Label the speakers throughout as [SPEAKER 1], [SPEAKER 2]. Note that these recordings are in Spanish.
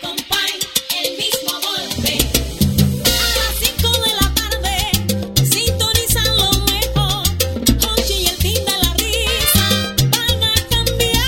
[SPEAKER 1] compay, el mismo golpe. A las 5 de la tarde, sintonizan lo mejor. Hochi y el fin de la risa van a cambiar de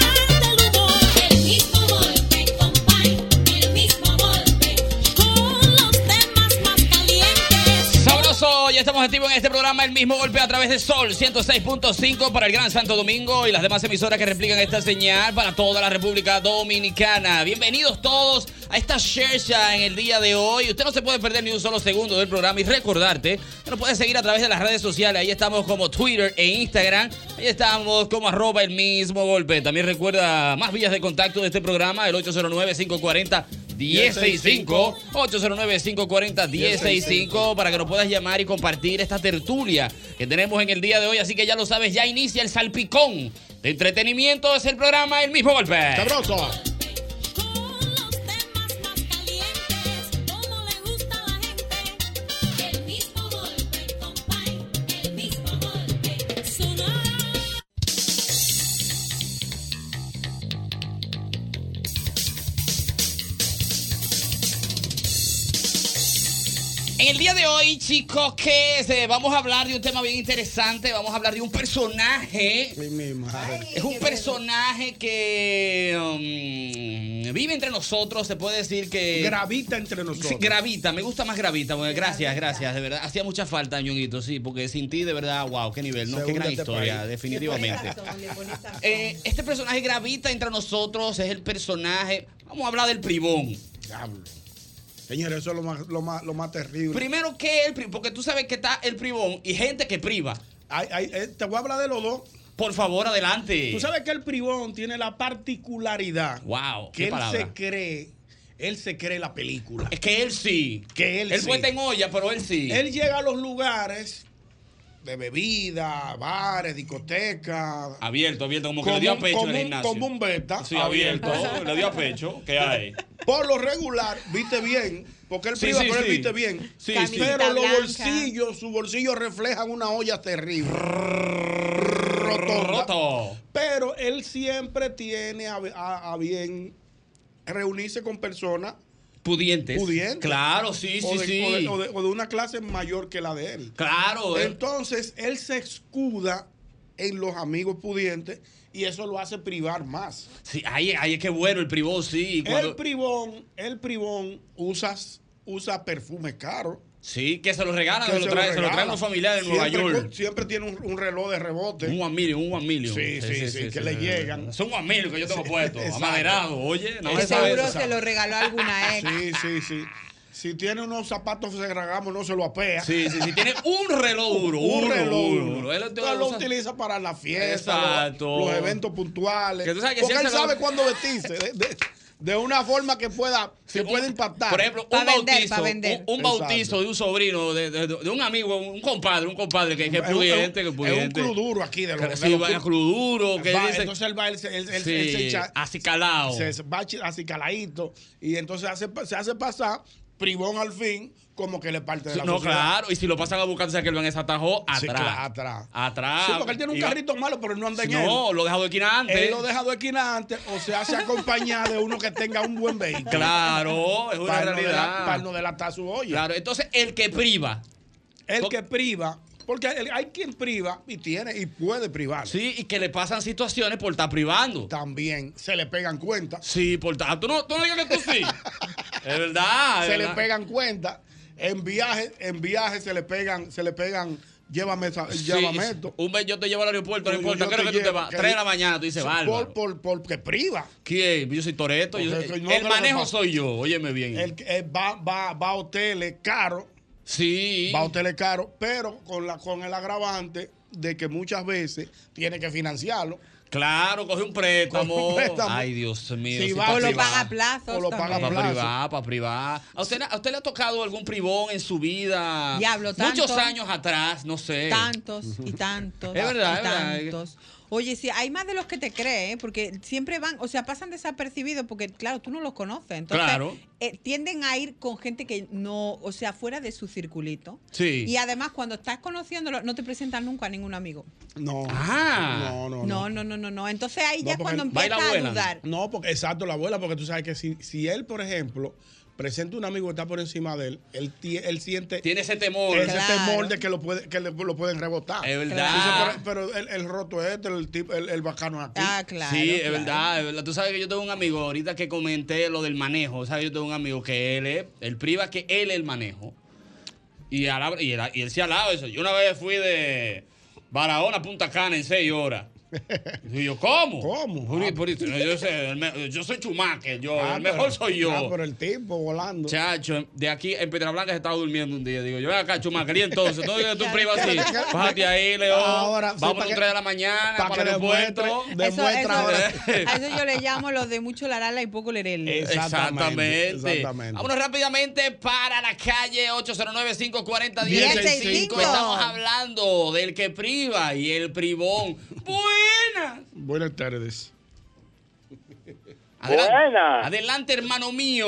[SPEAKER 1] humor. El mismo golpe, compay, el mismo golpe. Con los temas más calientes.
[SPEAKER 2] Sabroso, ya estamos activos en este programa El mismo golpe a través de Sol 106.5 para el Gran Santo Domingo y las demás emisoras que replican esta señal para toda la República Dominicana. Bienvenidos todos a esta Shersha en el día de hoy. Usted no se puede perder ni un solo segundo del programa y recordarte que nos puedes seguir a través de las redes sociales. Ahí estamos como Twitter e Instagram. Ahí estamos como arroba el mismo golpe. También recuerda más vías de contacto de este programa, el 809-540-1065. 809-540-1065 para que nos puedas llamar y compartir esta tertulia que tenemos en el día de hoy. Así que ya lo sabes, ya inicia el salpicón de entretenimiento. Es el programa El mismo golpe.
[SPEAKER 3] ¡Sabroso!
[SPEAKER 1] El mismo golpe, compay, el mismo golpe. Sonora.
[SPEAKER 2] En el día de hoy, chicos, que eh, vamos a hablar de un tema bien interesante. Vamos a hablar de un personaje. Es un personaje que um, vive entre nosotros, se puede decir que...
[SPEAKER 3] Gravita entre nosotros.
[SPEAKER 2] Sí, gravita, me gusta más gravita. bueno, gracias, gracias, de verdad. Hacía mucha falta, Ñonguito, sí, porque sin ti, de verdad, wow, qué nivel, ¿no? Qué gran
[SPEAKER 3] Segúndate por ahí.
[SPEAKER 2] historia, definitivamente. Eh, este personaje gravita entre nosotros, es el personaje... Vamos a hablar del privón.
[SPEAKER 3] Diablo. Señores, eso es lo más, lo más, lo más terrible.
[SPEAKER 2] Primero, ¿qué es el privón? Porque tú sabes que está el privón y gente que priva.
[SPEAKER 3] Ay, ay, eh, te voy a hablar de los dos.
[SPEAKER 2] Por favor, adelante.
[SPEAKER 3] Tú sabes que el privón tiene la particularidad
[SPEAKER 2] Wow, qué
[SPEAKER 3] que él
[SPEAKER 2] palabra.
[SPEAKER 3] se cree, él se cree la película.
[SPEAKER 2] Es que él sí.
[SPEAKER 3] Que él
[SPEAKER 2] él
[SPEAKER 3] sí.
[SPEAKER 2] puede estar en olla, pero él sí.
[SPEAKER 3] Él llega a los lugares de bebida, bares, discotecas.
[SPEAKER 2] Abierto, abierto, como que
[SPEAKER 3] como
[SPEAKER 2] le dio a
[SPEAKER 3] un-
[SPEAKER 2] pecho en
[SPEAKER 3] como
[SPEAKER 2] el
[SPEAKER 3] un-
[SPEAKER 2] gimnasio.
[SPEAKER 3] como un beta.
[SPEAKER 2] Sí, abierto. le dio a pecho. ¿Qué hay?
[SPEAKER 3] Por lo regular, viste bien, porque él
[SPEAKER 2] Sí,
[SPEAKER 3] priva,
[SPEAKER 2] sí,
[SPEAKER 3] pero él
[SPEAKER 2] sí.
[SPEAKER 3] viste bien.
[SPEAKER 2] Sí,
[SPEAKER 3] pero
[SPEAKER 2] sí.
[SPEAKER 3] los
[SPEAKER 4] blanca.
[SPEAKER 3] bolsillos, sus bolsillos reflejan una olla terrible. Rotonda.
[SPEAKER 2] Roto.
[SPEAKER 3] Pero él siempre tiene a, a- a bien reunirse con personas
[SPEAKER 2] Pudientes.
[SPEAKER 3] pudientes.
[SPEAKER 2] Claro, sí,
[SPEAKER 3] o
[SPEAKER 2] sí,
[SPEAKER 3] de,
[SPEAKER 2] sí.
[SPEAKER 3] o de- o de- o de una clase mayor que la de él.
[SPEAKER 2] Claro. eh. él-
[SPEAKER 3] Entonces, él se escuda en los amigos pudientes y eso lo hace privar más.
[SPEAKER 2] sí, ahí, ahí es que bueno el privón, sí. y cuando-
[SPEAKER 3] El privón, el privón usas, usa perfume caro.
[SPEAKER 2] sí, que se lo regalan,
[SPEAKER 3] que
[SPEAKER 2] se lo traen, se lo
[SPEAKER 3] regala.
[SPEAKER 2] traen los familiares de Nueva
[SPEAKER 3] Siempre
[SPEAKER 2] York.
[SPEAKER 3] con- Siempre tiene un, un reloj de rebote.
[SPEAKER 2] Un one million, un one million.
[SPEAKER 3] Sí, sí, sí, que le llegan.
[SPEAKER 2] Son one million que yo tengo puesto.
[SPEAKER 3] exacto.
[SPEAKER 2] Amaderado, oye. No
[SPEAKER 4] Que
[SPEAKER 2] me
[SPEAKER 4] seguro
[SPEAKER 2] sabes.
[SPEAKER 4] se lo regaló alguna ex.
[SPEAKER 3] Sí, sí, sí. Si tiene unos zapatos segregados, no se lo apea.
[SPEAKER 2] Sí, sí, sí. Tiene un reloj duro. uno, uno, uno. Él lo-
[SPEAKER 3] Entonces, lo
[SPEAKER 2] usa-
[SPEAKER 3] utiliza para las fiestas,
[SPEAKER 2] Exacto.
[SPEAKER 3] los, los eventos puntuales.
[SPEAKER 2] Que tú sabes que
[SPEAKER 3] porque
[SPEAKER 2] si él
[SPEAKER 3] él
[SPEAKER 2] se lo-
[SPEAKER 3] sabe cuándo vestirse. De, de- de una forma que pueda, que pueda impactar.
[SPEAKER 2] Por ejemplo, un
[SPEAKER 4] Pa' vender,
[SPEAKER 2] bautizo,
[SPEAKER 4] pa' vender.
[SPEAKER 2] un, un
[SPEAKER 3] Exacto.
[SPEAKER 2] bautizo de un sobrino, de, de- de un amigo, un compadre, un compadre que, que
[SPEAKER 3] Es
[SPEAKER 2] es
[SPEAKER 3] un-
[SPEAKER 2] pudiente, que
[SPEAKER 3] es
[SPEAKER 2] es
[SPEAKER 3] un
[SPEAKER 2] pudiente.
[SPEAKER 3] club duro aquí de los,
[SPEAKER 2] Que
[SPEAKER 3] de
[SPEAKER 2] sí,
[SPEAKER 3] los
[SPEAKER 2] vaya
[SPEAKER 3] club-
[SPEAKER 2] club duro, que
[SPEAKER 3] Va,
[SPEAKER 2] dice,
[SPEAKER 3] Entonces él va, él, se- él- él-
[SPEAKER 2] sí,
[SPEAKER 3] él se echa-
[SPEAKER 2] acicalao.
[SPEAKER 3] se se va chi- acicalaíto y entonces hace, pa- se hace pasar privón al fin como que le parte de la
[SPEAKER 2] No,
[SPEAKER 3] sociedad.
[SPEAKER 2] claro, y si lo pasan a buscar, o sea que lo van a atajo atrás.
[SPEAKER 3] Sí, claro, atrás.
[SPEAKER 2] Atrás.
[SPEAKER 3] Sí, porque él tiene un
[SPEAKER 2] Y-
[SPEAKER 3] carrito malo, pero él no anda en
[SPEAKER 2] No, lo dejó de esquina
[SPEAKER 3] él. Él
[SPEAKER 2] antes.
[SPEAKER 3] lo deja de esquina antes o se hace acompañar de uno que tenga un buen vehículo.
[SPEAKER 2] Claro, es una
[SPEAKER 3] Para no,
[SPEAKER 2] realidad.
[SPEAKER 3] delatar, para no delatar su olla.
[SPEAKER 2] Claro, entonces el que priva.
[SPEAKER 3] El
[SPEAKER 2] Porque-
[SPEAKER 3] que priva Porque hay, hay quien priva y tiene y puede privar.
[SPEAKER 2] Sí, y que le pasan situaciones por estar privando.
[SPEAKER 3] También se le pegan cuentas.
[SPEAKER 2] Sí, por estar. Tú no, tú no digas que tú sí. es verdad. es
[SPEAKER 3] se le
[SPEAKER 2] verdad.
[SPEAKER 3] pegan cuentas. En viajes, en viajes se le pegan, se le pegan, llévame, esa-
[SPEAKER 2] Sí,
[SPEAKER 3] llévame esto.
[SPEAKER 2] Un mes yo te llevo al aeropuerto, no
[SPEAKER 3] Yo-
[SPEAKER 2] importa.
[SPEAKER 3] yo
[SPEAKER 2] Creo
[SPEAKER 3] te
[SPEAKER 2] que tú te
[SPEAKER 3] llevo,
[SPEAKER 2] vas.
[SPEAKER 3] que-
[SPEAKER 2] Tres de la mañana, tú dices,
[SPEAKER 3] por,
[SPEAKER 2] bárbaro.
[SPEAKER 3] por, porque priva.
[SPEAKER 2] ¿Quién? Yo soy Toreto. yo-
[SPEAKER 3] Porque soy- no, Eh.
[SPEAKER 2] el
[SPEAKER 3] pero
[SPEAKER 2] manejo
[SPEAKER 3] no.
[SPEAKER 2] soy yo, óyeme bien.
[SPEAKER 3] Él, él va, va, va a hoteles caros,
[SPEAKER 2] sí.
[SPEAKER 3] va a hoteles caros, pero con la con el agravante de que muchas veces tiene que financiarlo.
[SPEAKER 2] Claro, coge un
[SPEAKER 3] Coge
[SPEAKER 2] préstamo.
[SPEAKER 3] un préstamo.
[SPEAKER 2] Ay, Dios mío.
[SPEAKER 3] Sí,
[SPEAKER 2] si
[SPEAKER 3] va,
[SPEAKER 2] pa'
[SPEAKER 3] o lo
[SPEAKER 2] privar.
[SPEAKER 3] paga
[SPEAKER 5] a plazos.
[SPEAKER 3] O lo
[SPEAKER 5] también.
[SPEAKER 3] paga a
[SPEAKER 2] Para
[SPEAKER 3] plazo.
[SPEAKER 2] privar, para privar. ¿A usted, ¿A usted le ha tocado algún privón en su vida?
[SPEAKER 5] Diablo, tanto.
[SPEAKER 2] Muchos años atrás, no sé.
[SPEAKER 5] Tantos y tantos.
[SPEAKER 2] Es verdad,
[SPEAKER 5] y
[SPEAKER 2] es verdad.
[SPEAKER 5] tantos. Oye, sí, hay más de los que te creen, ¿eh? porque siempre van, o sea, pasan desapercibidos, porque claro, tú no los conoces. Entonces,
[SPEAKER 2] Claro.
[SPEAKER 5] eh, tienden a ir con gente que no, o sea, fuera de su circulito.
[SPEAKER 2] Sí.
[SPEAKER 5] Y además, cuando estás conociéndolo, no te presentan nunca a ningún amigo.
[SPEAKER 3] No.
[SPEAKER 2] Ah.
[SPEAKER 3] No, no, no.
[SPEAKER 5] No, no, no, no, no. Entonces ahí
[SPEAKER 3] No,
[SPEAKER 5] ya es
[SPEAKER 3] porque
[SPEAKER 5] cuando
[SPEAKER 3] el-
[SPEAKER 5] empiezas
[SPEAKER 2] baila
[SPEAKER 5] a
[SPEAKER 2] buena.
[SPEAKER 5] dudar.
[SPEAKER 3] No, porque exacto, la abuela, porque tú sabes que si, si él, por ejemplo, presenta un amigo que está por encima de él, él, ti- él siente
[SPEAKER 2] Tiene ese temor.
[SPEAKER 3] ese
[SPEAKER 5] Claro.
[SPEAKER 3] temor de que lo, puede, que le- lo pueden rebotar.
[SPEAKER 2] Es
[SPEAKER 3] Dice,
[SPEAKER 2] verdad.
[SPEAKER 3] pero, pero el, el roto es este, el, tipo- el, el bacano es aquí.
[SPEAKER 5] Ah, claro.
[SPEAKER 2] sí, es
[SPEAKER 5] claro.
[SPEAKER 2] verdad, es verdad. Tú sabes que yo tengo un amigo, ahorita que comenté lo del manejo, sabes, yo tengo un amigo que él es, él priva que él es el manejo. Y, a la- y, él, y él se alaba eso. Yo una vez fui de Barahona a Punta Cana en seis horas. Y yo, ¿cómo?
[SPEAKER 3] ¿Cómo? pues.
[SPEAKER 2] Por- por- yo, sé, el me- yo soy chumaque, yo,
[SPEAKER 3] Ah,
[SPEAKER 2] el mejor
[SPEAKER 3] pero-
[SPEAKER 2] soy yo.
[SPEAKER 3] Ah, pero el tipo volando.
[SPEAKER 2] Chacho, de aquí en Piedra Blanca se estaba durmiendo un día. Digo, yo ven acá, chumacrí, entonces. No digas que tú privas así. Bájate ahí, Leo.
[SPEAKER 3] Ahora, sí,
[SPEAKER 2] Vamos a
[SPEAKER 3] pa' que-
[SPEAKER 2] las 3 de la mañana
[SPEAKER 3] pa'
[SPEAKER 2] para,
[SPEAKER 3] que
[SPEAKER 2] el aeropuerto.
[SPEAKER 3] demuestre-
[SPEAKER 5] Eso, eso,
[SPEAKER 3] Demuestra ahora.
[SPEAKER 5] a eso yo le llamo los de mucho larala y poco lerele.
[SPEAKER 3] Exactamente,
[SPEAKER 2] Exactamente.
[SPEAKER 3] exactamente.
[SPEAKER 2] Vámonos rápidamente para la calle 809-540-1065.
[SPEAKER 5] 1065.
[SPEAKER 2] Estamos hablando del que priva y el privón. Buenas.
[SPEAKER 3] Buenas tardes.
[SPEAKER 2] Adelante,
[SPEAKER 6] Buenas.
[SPEAKER 2] adelante, hermano mío.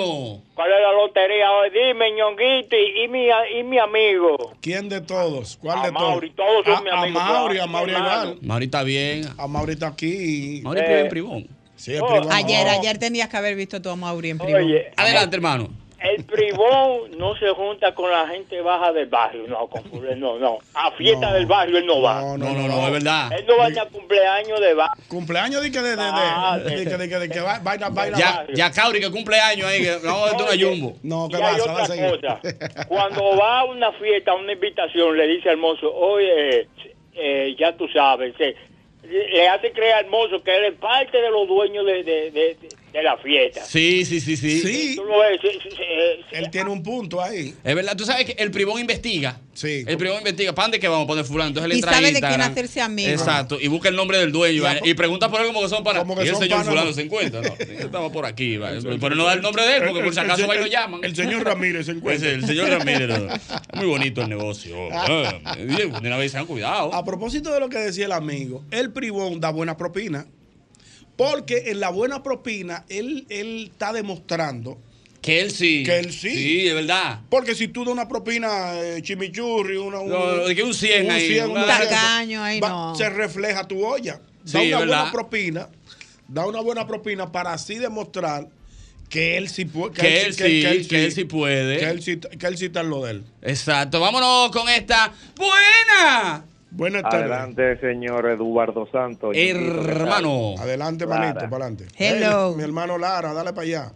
[SPEAKER 6] ¿Cuál es la lotería hoy? Dime, ñonguito y, y mi, y mi amigo.
[SPEAKER 3] ¿Quién de todos? ¿Cuál
[SPEAKER 6] A
[SPEAKER 3] de todos?
[SPEAKER 6] Mauri, todos son
[SPEAKER 3] A-
[SPEAKER 6] mis
[SPEAKER 3] a
[SPEAKER 6] amigos,
[SPEAKER 3] Mauri, a
[SPEAKER 6] todos,
[SPEAKER 3] Mauri
[SPEAKER 6] hermano.
[SPEAKER 3] igual.
[SPEAKER 2] Mauri está bien.
[SPEAKER 3] A Mauri está aquí.
[SPEAKER 2] Mauri
[SPEAKER 6] Eh.
[SPEAKER 2] priva en privón.
[SPEAKER 3] Sí, es
[SPEAKER 6] Oh,
[SPEAKER 3] privado.
[SPEAKER 5] Ayer,
[SPEAKER 6] No.
[SPEAKER 5] ayer tenías que haber visto a tu Mauri en privado.
[SPEAKER 6] Oye,
[SPEAKER 2] Adelante, hermano.
[SPEAKER 6] el privón no se junta con la gente baja del barrio, no, con fulano, no, no. A fiesta
[SPEAKER 3] No.
[SPEAKER 6] del barrio él no va.
[SPEAKER 3] No,
[SPEAKER 2] No, no, no, es verdad.
[SPEAKER 6] Él no va a cumpleaños de barrio.
[SPEAKER 3] Cumpleaños de que de, de, de,
[SPEAKER 6] Ah,
[SPEAKER 3] de, que- de que- de que va- vaina, vaina.
[SPEAKER 2] Ya,
[SPEAKER 6] barrio.
[SPEAKER 2] ya Cauri, que cumpleaños ahí, que vamos a darte una
[SPEAKER 6] Oye.
[SPEAKER 2] jumbo.
[SPEAKER 3] No, ¿qué
[SPEAKER 6] y hay
[SPEAKER 3] pasa? Va a seguir.
[SPEAKER 6] otra cosa. Cuando va a una fiesta, a una invitación, le dice al mozo, oye, eh, ya tú sabes, eh, le hace creer al mozo que él es parte de los dueños de, de- de- de la fiesta.
[SPEAKER 2] Sí, sí, sí, sí.
[SPEAKER 3] Sí,
[SPEAKER 6] Tú lo ves, sí, sí, sí, eh, sí.
[SPEAKER 3] él tiene un punto ahí.
[SPEAKER 2] Es verdad, tú sabes que el privón investiga.
[SPEAKER 3] Sí.
[SPEAKER 2] El privón investiga. ¿Para dónde que vamos a poner fulano? Entonces él
[SPEAKER 5] Y
[SPEAKER 2] entra
[SPEAKER 5] sabe
[SPEAKER 2] a
[SPEAKER 5] de quién
[SPEAKER 2] Instagram.
[SPEAKER 5] hacerse amigo.
[SPEAKER 2] Exacto. Y busca el nombre del dueño.
[SPEAKER 3] Ya,
[SPEAKER 2] ¿vale? Y, pregunta por él como que son para.
[SPEAKER 3] como que
[SPEAKER 2] y el
[SPEAKER 3] son
[SPEAKER 2] señor
[SPEAKER 3] panas,
[SPEAKER 2] fulano
[SPEAKER 3] ¿no?
[SPEAKER 2] se encuentra. No, estaba por aquí. ¿vale? Pero no da el nombre de él porque por si acaso va y lo llaman.
[SPEAKER 3] El señor Ramírez se
[SPEAKER 2] Pues
[SPEAKER 3] encuentra.
[SPEAKER 2] el señor Ramírez. ¿no? Muy bonito el negocio. Ah, De una vez se han cuidado.
[SPEAKER 3] A propósito de lo que decía el amigo, el privón da buena propina. Porque en la buena propina, él, él está demostrando.
[SPEAKER 2] Que él sí.
[SPEAKER 3] Que él sí.
[SPEAKER 2] Sí, es verdad.
[SPEAKER 3] Porque si tú das una propina eh, chimichurri, una, un,
[SPEAKER 2] No, de que un 100 ahí, un
[SPEAKER 3] una-
[SPEAKER 5] tacaño ahí, no.
[SPEAKER 3] Se refleja tu olla.
[SPEAKER 2] Sí,
[SPEAKER 3] Da una
[SPEAKER 2] ¿verdad?
[SPEAKER 3] buena propina, da una buena propina para así demostrar que él sí puede.
[SPEAKER 2] Que él sí, que él sí puede.
[SPEAKER 3] Que él sí, que él sí está en lo de él.
[SPEAKER 2] Exacto. Vámonos con esta. ¡Buena!
[SPEAKER 3] Buenas tardes.
[SPEAKER 7] Adelante, señor Eduardo Santos.
[SPEAKER 2] Hermano.
[SPEAKER 3] Adelante,
[SPEAKER 7] Clara.
[SPEAKER 3] manito, para adelante.
[SPEAKER 5] Hello.
[SPEAKER 3] Hey, mi hermano Lara, dale para allá.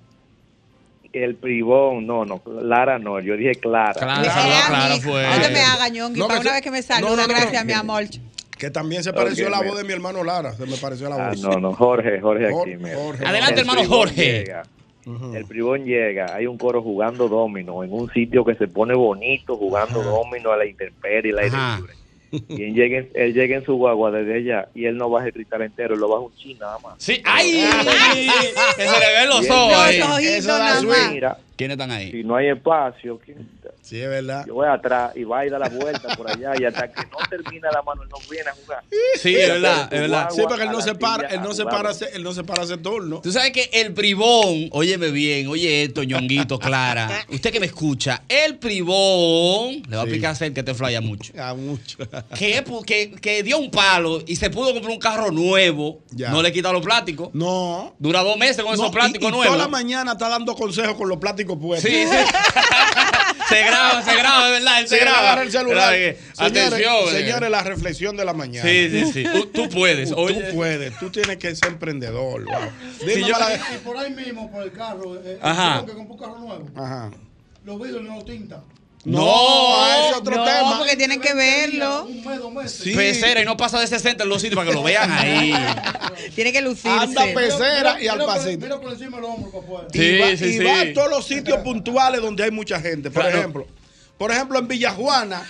[SPEAKER 7] El privón, no, no, Lara no, yo dije Clara.
[SPEAKER 2] Clara.
[SPEAKER 5] Ni
[SPEAKER 3] Claro,
[SPEAKER 5] sea
[SPEAKER 2] claro,
[SPEAKER 5] mi-
[SPEAKER 2] fue.
[SPEAKER 5] No te me hagas, Ñongui,
[SPEAKER 3] No, que
[SPEAKER 5] para una
[SPEAKER 3] se-
[SPEAKER 5] vez que me
[SPEAKER 3] No, no,
[SPEAKER 5] saluda,
[SPEAKER 3] no, no.
[SPEAKER 5] gracias, mi amor.
[SPEAKER 3] Que también se pareció
[SPEAKER 7] Ok,
[SPEAKER 3] la
[SPEAKER 7] mira.
[SPEAKER 3] voz de mi hermano Lara. Se me pareció la
[SPEAKER 7] Ah,
[SPEAKER 3] voz.
[SPEAKER 7] no, no, Jorge, Jorge
[SPEAKER 3] Jor-
[SPEAKER 7] aquí. mira.
[SPEAKER 3] Jorge.
[SPEAKER 2] Adelante,
[SPEAKER 7] El
[SPEAKER 2] hermano
[SPEAKER 7] privón
[SPEAKER 2] Jorge.
[SPEAKER 7] llega, El privón llega, hay un coro jugando domino en un sitio que se pone bonito jugando domino a la intemperie, al aire
[SPEAKER 2] Ajá.
[SPEAKER 7] libre. Y él llega, en- él llega en su guagua desde allá y él no baja el cristal entero, él lo baja un chin nada más.
[SPEAKER 2] Sí, ¡ay! que se le ven los
[SPEAKER 7] Bien.
[SPEAKER 2] ojos ahí.
[SPEAKER 5] Los ojitos
[SPEAKER 3] Eso da
[SPEAKER 5] nada más.
[SPEAKER 3] swing.
[SPEAKER 7] Mira,
[SPEAKER 2] ¿Quiénes están ahí?
[SPEAKER 7] si no hay espacio, ¿quién-
[SPEAKER 3] Sí, es verdad.
[SPEAKER 7] yo voy atrás y va y da la vuelta por allá y hasta que no termina la mano, él no viene a jugar.
[SPEAKER 2] Sí, es verdad, es verdad.
[SPEAKER 3] Sí, porque él no
[SPEAKER 7] a la
[SPEAKER 3] se para,
[SPEAKER 7] silla,
[SPEAKER 3] él no
[SPEAKER 7] a
[SPEAKER 3] se
[SPEAKER 7] jugar.
[SPEAKER 3] para, ese- él no se para ese turno.
[SPEAKER 2] Tú sabes que el privón, óyeme bien, oye esto, ñonguito, Clara, usted que me escucha, el privón, le va a
[SPEAKER 3] Sí.
[SPEAKER 2] aplicar a hacer que te flaya mucho,
[SPEAKER 3] Ah, mucho.
[SPEAKER 2] que, pu- que, que dio un palo y se pudo comprar un carro nuevo,
[SPEAKER 3] Ya.
[SPEAKER 2] no le quita los plásticos,
[SPEAKER 3] No.
[SPEAKER 2] dura dos meses con
[SPEAKER 3] No,
[SPEAKER 2] esos plásticos
[SPEAKER 3] y, y
[SPEAKER 2] nuevos.
[SPEAKER 3] Toda la mañana está dando consejos con los neumático puesto.
[SPEAKER 2] Sí, sí. Se graba, se graba, de verdad.
[SPEAKER 3] Se graba. agarra el celular. Señores,
[SPEAKER 2] Atención.
[SPEAKER 3] señores, la reflexión de la mañana.
[SPEAKER 2] Sí, sí, sí. Tú, tú puedes.
[SPEAKER 3] Tú
[SPEAKER 2] Oye.
[SPEAKER 3] puedes, tú tienes que ser emprendedor. wow. Dime
[SPEAKER 2] Si yo-
[SPEAKER 3] para-
[SPEAKER 8] Y por ahí mismo, por el carro, eh,
[SPEAKER 2] Ajá.
[SPEAKER 8] el chico que compró un carro nuevo,
[SPEAKER 3] Ajá.
[SPEAKER 8] los vidrios no lo tinta.
[SPEAKER 3] No,
[SPEAKER 2] No,
[SPEAKER 3] ah, es otro
[SPEAKER 5] no,
[SPEAKER 3] tema.
[SPEAKER 5] porque tienen que verlo.
[SPEAKER 8] Un mes, dos meses.
[SPEAKER 3] Sí.
[SPEAKER 2] Pecera y no pasa de 60 en los sitios para que lo vean ahí.
[SPEAKER 5] Tiene que lucirse.
[SPEAKER 3] Anda pe- Pecera y
[SPEAKER 8] Mira
[SPEAKER 3] al
[SPEAKER 8] por-
[SPEAKER 3] pasito.
[SPEAKER 8] Mira por encima de
[SPEAKER 2] Eh,
[SPEAKER 8] los hombros para afuera.
[SPEAKER 2] Sí,
[SPEAKER 3] y va,
[SPEAKER 2] sí,
[SPEAKER 3] y
[SPEAKER 2] sí.
[SPEAKER 3] va a todos los sitios puntuales donde hay mucha gente. Por
[SPEAKER 2] Claro.
[SPEAKER 3] ejemplo, por ejemplo en Villajuana,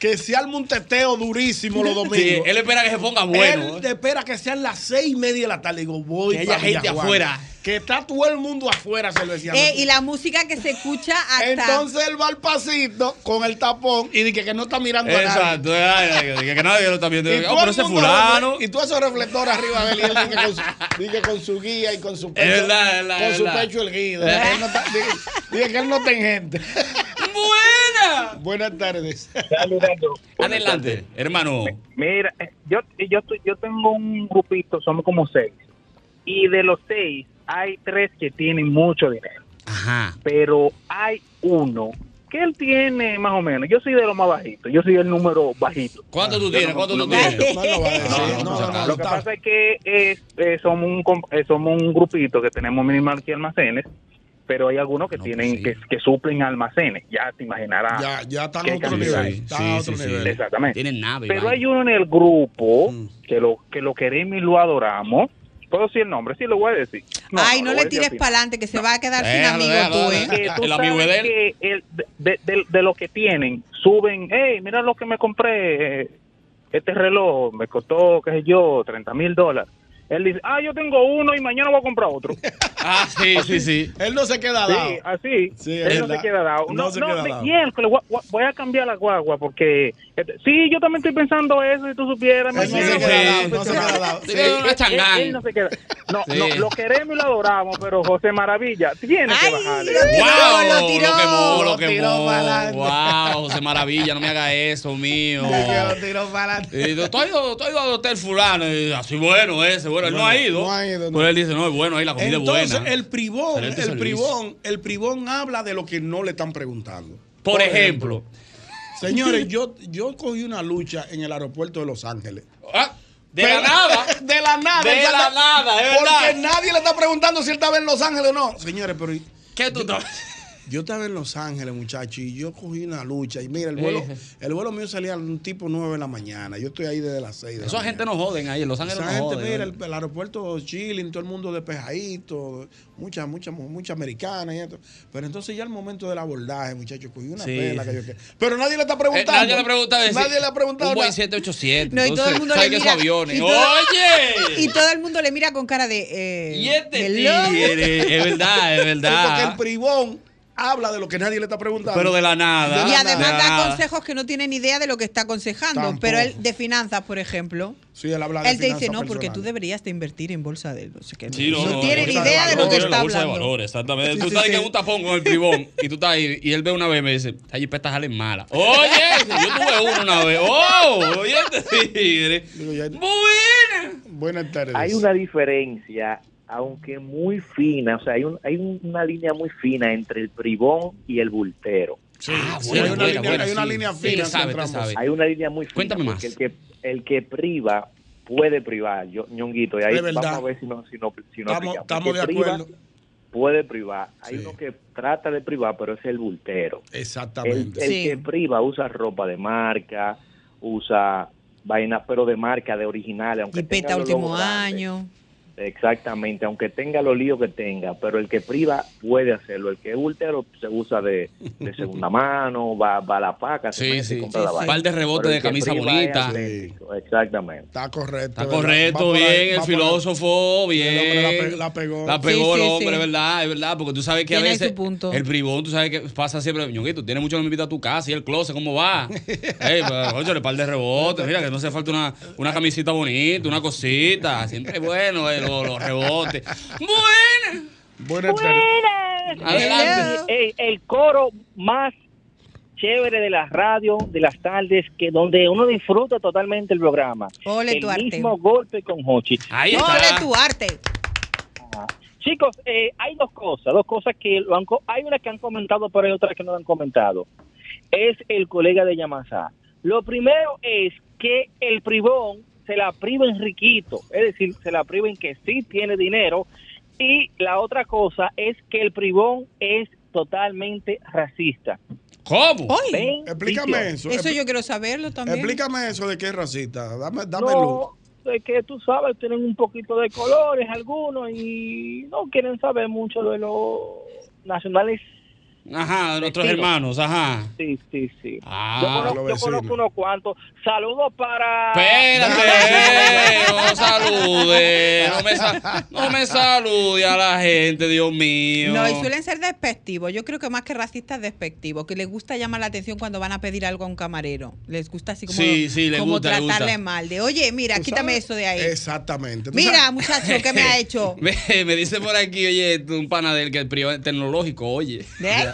[SPEAKER 3] que se arma un teteo durísimo los domingos.
[SPEAKER 2] Sí, él espera que se ponga bueno. ¿eh?
[SPEAKER 3] Él espera que sean las seis y media de la tarde. Digo, voy
[SPEAKER 2] Que haya
[SPEAKER 3] para
[SPEAKER 2] gente
[SPEAKER 3] Villajuana.
[SPEAKER 2] afuera.
[SPEAKER 3] Que está todo el mundo afuera, se lo decía.
[SPEAKER 5] Eh, y la música que se escucha hasta.
[SPEAKER 3] Entonces él va al pasito con el tapón y dice que, que no está mirando a nadie.
[SPEAKER 2] Exacto. ay, ay, ay, Que nadie lo está viendo.
[SPEAKER 3] Y
[SPEAKER 2] Oh,
[SPEAKER 3] todo
[SPEAKER 2] pero
[SPEAKER 3] el
[SPEAKER 2] ese
[SPEAKER 3] mundo
[SPEAKER 2] fulano.
[SPEAKER 3] refle- Y tú esos reflectores arriba de él, y él dice con, su, dice con su guía y con su pecho,
[SPEAKER 2] verdad, es verdad,
[SPEAKER 3] con
[SPEAKER 2] es
[SPEAKER 3] su
[SPEAKER 2] verdad.
[SPEAKER 3] pecho erguido. Dice que él no está- dice- dice que él no está en gente.
[SPEAKER 2] ¡Buena!
[SPEAKER 3] Buenas tardes.
[SPEAKER 2] Adelante, hermano.
[SPEAKER 9] Mira, eh, yo, yo, tu- yo tengo un grupito, somos como seis. Y de los seis, hay tres que tienen mucho dinero.
[SPEAKER 2] Ajá.
[SPEAKER 9] Pero hay uno que él tiene más o menos. Yo soy de los más bajitos. Yo soy el número bajito.
[SPEAKER 2] ¿Cuánto tú
[SPEAKER 9] Yo
[SPEAKER 2] tienes?
[SPEAKER 9] no-
[SPEAKER 2] ¿Cuánto
[SPEAKER 9] no
[SPEAKER 2] tú
[SPEAKER 9] me-
[SPEAKER 2] tienes?
[SPEAKER 3] No lo va a decir.
[SPEAKER 2] No, no,
[SPEAKER 3] No,
[SPEAKER 2] no,
[SPEAKER 3] no,
[SPEAKER 2] no,
[SPEAKER 3] no,
[SPEAKER 9] Lo que pasa es que es, eh, somos, un, com- eh, somos un grupito que tenemos minimal que almacenes, pero hay algunos que
[SPEAKER 2] No, pues
[SPEAKER 9] tienen
[SPEAKER 2] sí.
[SPEAKER 9] que, que suplen almacenes. Ya te imaginarás.
[SPEAKER 3] Ya, ya está en
[SPEAKER 9] Qué
[SPEAKER 3] otro
[SPEAKER 9] cantidad.
[SPEAKER 3] nivel. Está a otro nivel.
[SPEAKER 9] Exactamente.
[SPEAKER 2] Tienen nave.
[SPEAKER 9] Pero
[SPEAKER 2] vaina.
[SPEAKER 9] hay uno en el grupo
[SPEAKER 3] Mm.
[SPEAKER 9] que lo que lo queremos y lo adoramos. ¿Puedo decir el nombre? Sí, lo voy a decir.
[SPEAKER 5] Ay, no,
[SPEAKER 9] lo voy
[SPEAKER 5] le
[SPEAKER 9] a decir
[SPEAKER 5] tires
[SPEAKER 9] al final.
[SPEAKER 5] para adelante, que se va a quedar sin
[SPEAKER 2] Déjalo,
[SPEAKER 5] amigo
[SPEAKER 2] déjalo,
[SPEAKER 5] tú,
[SPEAKER 2] déjalo.
[SPEAKER 5] ¿eh?
[SPEAKER 9] Que tú
[SPEAKER 2] El amigo
[SPEAKER 9] sabes
[SPEAKER 2] de él.
[SPEAKER 9] que el- de, de- de lo que tienen, suben, hey, mira lo que me compré, eh, este reloj me costó, qué sé yo, 30 mil dólares. Él dice, ah, yo tengo uno y mañana voy a comprar otro.
[SPEAKER 2] Ah, sí, sí, sí.
[SPEAKER 3] Él no se queda dado.
[SPEAKER 9] Sí, así.
[SPEAKER 3] Sí, es
[SPEAKER 9] él no
[SPEAKER 3] verdad.
[SPEAKER 9] se queda dado.
[SPEAKER 3] No
[SPEAKER 9] No,
[SPEAKER 3] se
[SPEAKER 9] no,
[SPEAKER 3] queda
[SPEAKER 9] me-
[SPEAKER 3] dado.
[SPEAKER 9] miércoles, gua- gua- voy a cambiar la guagua porque. este, sí, yo también estoy pensando eso si tú supieras.
[SPEAKER 3] Él no
[SPEAKER 9] mañana
[SPEAKER 3] se
[SPEAKER 9] voy a
[SPEAKER 3] queda
[SPEAKER 2] sí.
[SPEAKER 3] dado. No se queda dado.
[SPEAKER 2] Sí,
[SPEAKER 3] Sí.
[SPEAKER 2] una
[SPEAKER 9] Él, él
[SPEAKER 2] changán.
[SPEAKER 9] no se queda. No,
[SPEAKER 2] Sí.
[SPEAKER 9] no, lo queremos y lo adoramos, pero José Maravilla tiene que
[SPEAKER 5] Ay,
[SPEAKER 9] bajarle.
[SPEAKER 5] lo tiró,
[SPEAKER 2] ¡Wow!
[SPEAKER 5] lo tiró.
[SPEAKER 2] quemó, lo
[SPEAKER 3] Lo tiró
[SPEAKER 2] quemó.
[SPEAKER 3] para adelante.
[SPEAKER 2] ¡Wow! José Maravilla, no me haga eso, mío.
[SPEAKER 3] Que lo tiró para adelante.
[SPEAKER 2] Y digo, estoy, estoy al hotel fulano. Y así bueno ese, bueno. Él no
[SPEAKER 3] Bueno,
[SPEAKER 2] ha ido.
[SPEAKER 3] no ha ido, no.
[SPEAKER 2] Pero él dice, no, es bueno, ahí la comida es
[SPEAKER 3] Entonces,
[SPEAKER 2] buena.
[SPEAKER 3] el privón,
[SPEAKER 2] Excelente
[SPEAKER 3] el
[SPEAKER 2] servicio.
[SPEAKER 3] privón, el privón habla de lo que no le están preguntando.
[SPEAKER 2] Por, ejemplo.
[SPEAKER 3] Señores, yo, yo cogí una lucha en el aeropuerto de Los Ángeles.
[SPEAKER 2] Ah, de
[SPEAKER 3] Pero-
[SPEAKER 2] la nada.
[SPEAKER 3] De la nada.
[SPEAKER 2] De
[SPEAKER 3] exacta-
[SPEAKER 2] la nada, es
[SPEAKER 3] Porque
[SPEAKER 2] verdad.
[SPEAKER 3] nadie le está preguntando si él estaba en Los Ángeles o no. Señores, pero
[SPEAKER 2] ¿Qué tú estás?
[SPEAKER 3] yo estaba en Los Ángeles, muchachos, y yo cogí una lucha. Y mira, el vuelo, el vuelo mío salía a un tipo 9 de la mañana. Yo estoy ahí desde las 6 de la
[SPEAKER 2] Esa gente
[SPEAKER 3] mañana.
[SPEAKER 2] no joden ahí. En Los Ángeles
[SPEAKER 3] Esa
[SPEAKER 2] no
[SPEAKER 3] gente,
[SPEAKER 2] joden.
[SPEAKER 3] mira,
[SPEAKER 2] ¿no?
[SPEAKER 3] el, el aeropuerto chilling, todo el mundo despejadito, muchas, muchas, muchas americanas y esto. Pero entonces ya el momento del abordaje, muchachos, cogí una
[SPEAKER 2] Sí.
[SPEAKER 3] pela que yo que- Pero nadie le está
[SPEAKER 2] Eh,
[SPEAKER 3] preguntando.
[SPEAKER 2] nadie le ha preguntado eso.
[SPEAKER 3] Nadie le ha preguntado
[SPEAKER 2] Un Boeing
[SPEAKER 3] nada.
[SPEAKER 2] 787.
[SPEAKER 5] No, y todo el mundo le
[SPEAKER 2] sabe que
[SPEAKER 5] mira.
[SPEAKER 2] esos aviones.
[SPEAKER 5] y todo-
[SPEAKER 2] ¡Oye!
[SPEAKER 5] Y todo el mundo le mira con cara de. Eh,
[SPEAKER 2] Y este
[SPEAKER 5] hello.
[SPEAKER 2] tigre, es verdad, es
[SPEAKER 3] Sí, Porque
[SPEAKER 2] verdad.
[SPEAKER 3] el privón habla de lo que nadie le está preguntando.
[SPEAKER 2] Ah. Pero de la nada.
[SPEAKER 5] Y además
[SPEAKER 2] de la
[SPEAKER 5] da
[SPEAKER 2] nada.
[SPEAKER 5] consejos que no tiene ni idea de lo que está aconsejando.
[SPEAKER 3] Tampoco.
[SPEAKER 5] Pero él, de finanzas, por ejemplo.
[SPEAKER 3] Sí, él habla de
[SPEAKER 5] Él te dice,
[SPEAKER 3] finanzas
[SPEAKER 5] no, porque tú
[SPEAKER 3] personales.
[SPEAKER 5] deberías de invertir en bolsa de... No, sé qué".
[SPEAKER 2] Sí,
[SPEAKER 5] no,
[SPEAKER 3] no,
[SPEAKER 5] tiene
[SPEAKER 3] bolsa
[SPEAKER 5] ni
[SPEAKER 3] de
[SPEAKER 5] idea
[SPEAKER 3] valores,
[SPEAKER 5] de, lo que
[SPEAKER 2] la
[SPEAKER 5] está
[SPEAKER 2] bolsa de
[SPEAKER 5] hablando.
[SPEAKER 2] valores, exactamente.
[SPEAKER 3] Sí,
[SPEAKER 2] tú
[SPEAKER 3] sí,
[SPEAKER 2] estás
[SPEAKER 3] sí.
[SPEAKER 2] que en un tapón con el bribón y tú estás ahí y él ve una vez y me dice, esta jipeta salen mala. Oye, yo tuve una una vez. ¡Oh! Oye, este tigre.
[SPEAKER 3] Digo, ya-
[SPEAKER 2] ¡Buena!
[SPEAKER 3] Buenas tardes.
[SPEAKER 9] Hay una diferencia, aunque muy fina, o sea, hay, un- hay un- una línea muy fina entre el bribón y el bultero.
[SPEAKER 3] Sí,
[SPEAKER 2] Ah,
[SPEAKER 3] sí,
[SPEAKER 2] buena,
[SPEAKER 3] hay una
[SPEAKER 2] buena,
[SPEAKER 3] línea,
[SPEAKER 2] buena,
[SPEAKER 3] hay una
[SPEAKER 2] sí.
[SPEAKER 3] línea
[SPEAKER 2] Sí,
[SPEAKER 3] fina.
[SPEAKER 2] te sabe,
[SPEAKER 3] entre
[SPEAKER 2] te
[SPEAKER 3] ambos.
[SPEAKER 2] sabe.
[SPEAKER 9] Hay una línea muy fina.
[SPEAKER 2] Cuéntame
[SPEAKER 9] porque
[SPEAKER 2] más.
[SPEAKER 9] El que, el que priva puede privar, yo, ñonguito, y ahí
[SPEAKER 3] Es verdad.
[SPEAKER 9] vamos a ver si no, si no, si no
[SPEAKER 3] Estamos,
[SPEAKER 9] pillamos.
[SPEAKER 3] estamos de
[SPEAKER 9] El que priva
[SPEAKER 3] acuerdo.
[SPEAKER 9] Puede privar. Hay
[SPEAKER 3] Sí.
[SPEAKER 9] uno que trata de privar, pero es el bultero. El,
[SPEAKER 3] Exactamente.
[SPEAKER 9] el
[SPEAKER 5] Sí.
[SPEAKER 9] que priva usa ropa de marca, usa vainas, pero de marca, de originales. Aunque
[SPEAKER 5] Jipeta
[SPEAKER 9] tenga los
[SPEAKER 5] último
[SPEAKER 9] logos grandes.
[SPEAKER 5] año.
[SPEAKER 9] Exactamente, aunque tenga los líos que tenga, pero el que priva puede hacerlo. El que es ultero se usa de, de segunda mano, va, va a la paca, se
[SPEAKER 2] Sí,
[SPEAKER 9] mete y
[SPEAKER 2] sí.
[SPEAKER 9] compra
[SPEAKER 5] Sí,
[SPEAKER 9] la
[SPEAKER 5] sí.
[SPEAKER 9] vaina.
[SPEAKER 2] Par de rebotes
[SPEAKER 9] Pero el
[SPEAKER 2] de
[SPEAKER 9] que
[SPEAKER 2] camisa
[SPEAKER 9] priva
[SPEAKER 2] bonita.
[SPEAKER 9] es atlético, Exactamente.
[SPEAKER 3] Está correcto.
[SPEAKER 2] Está
[SPEAKER 3] ¿verdad? Va
[SPEAKER 2] correcto,
[SPEAKER 3] por
[SPEAKER 2] bien,
[SPEAKER 3] ahí, va
[SPEAKER 2] el
[SPEAKER 3] por ahí.
[SPEAKER 2] filósofo,
[SPEAKER 3] El hombre la
[SPEAKER 2] bien.
[SPEAKER 3] pe- la pegó.
[SPEAKER 2] La pegó
[SPEAKER 5] Sí,
[SPEAKER 2] el
[SPEAKER 5] sí,
[SPEAKER 2] hombre,
[SPEAKER 5] sí.
[SPEAKER 2] es verdad, es verdad. Porque tú sabes que a
[SPEAKER 5] Tiene ahí
[SPEAKER 2] veces
[SPEAKER 5] su punto.
[SPEAKER 2] el bribón, tú sabes que pasa siempre, ñonguito, tiene mucho que me invita a tu casa y el closet, ¿cómo va? Ey, pues, oye, le par de rebotes, mira, que no hace falta una, una camisita bonita, una cosita. Siempre es bueno eh, los, los rebotes. Bueno,
[SPEAKER 3] Buenas tardes.
[SPEAKER 2] adelante.
[SPEAKER 10] el, el coro más chévere de la radio de las tardes que donde uno disfruta totalmente el programa
[SPEAKER 5] Ole
[SPEAKER 10] el
[SPEAKER 5] tu arte.
[SPEAKER 10] mismo golpe con Hochi
[SPEAKER 2] Ahí
[SPEAKER 5] Ole
[SPEAKER 2] está.
[SPEAKER 5] tu arte.
[SPEAKER 10] Chicos, eh, hay dos cosas, dos cosas que lo han co- hay una que han comentado, pero hay otras que no lo han comentado. Es el colega de Yamasá. Lo primero es que el privón se la priva en riquito, es decir, se la priva en que sí tiene dinero. Y la otra cosa es que el privón es totalmente racista.
[SPEAKER 2] ¿Cómo?
[SPEAKER 5] Ay.
[SPEAKER 3] Explícame eso.
[SPEAKER 5] Eso
[SPEAKER 3] Expl-
[SPEAKER 5] yo quiero saberlo también.
[SPEAKER 3] Explícame eso de que es racista. Dame, dame
[SPEAKER 10] No,
[SPEAKER 3] luz.
[SPEAKER 10] es que tú sabes, tienen un poquito de colores algunos y no quieren saber mucho de los nacionales.
[SPEAKER 2] Ajá, de nuestros
[SPEAKER 10] Vecinos.
[SPEAKER 2] hermanos, ajá.
[SPEAKER 10] Sí, sí, sí.
[SPEAKER 2] Ah,
[SPEAKER 10] Yo conozco, yo conozco unos cuantos. Saludos para...
[SPEAKER 2] Espérate, no salude, no me, sa- no me salude a la gente, Dios mío.
[SPEAKER 5] No, y suelen ser despectivos. Yo creo que más que racistas, despectivos. Que les gusta llamar la atención cuando van a pedir algo a un camarero. Les gusta así como,
[SPEAKER 2] Sí, sí, le
[SPEAKER 5] como
[SPEAKER 2] gusta, le gusta.
[SPEAKER 5] tratarle mal. De, oye, mira, quítame eso de ahí.
[SPEAKER 3] Exactamente.
[SPEAKER 5] Mira, muchacho, ¿qué me ha hecho?
[SPEAKER 2] Me, me dice por aquí, oye, un pana del que el privado es tecnológico, oye.
[SPEAKER 5] ¿Eh?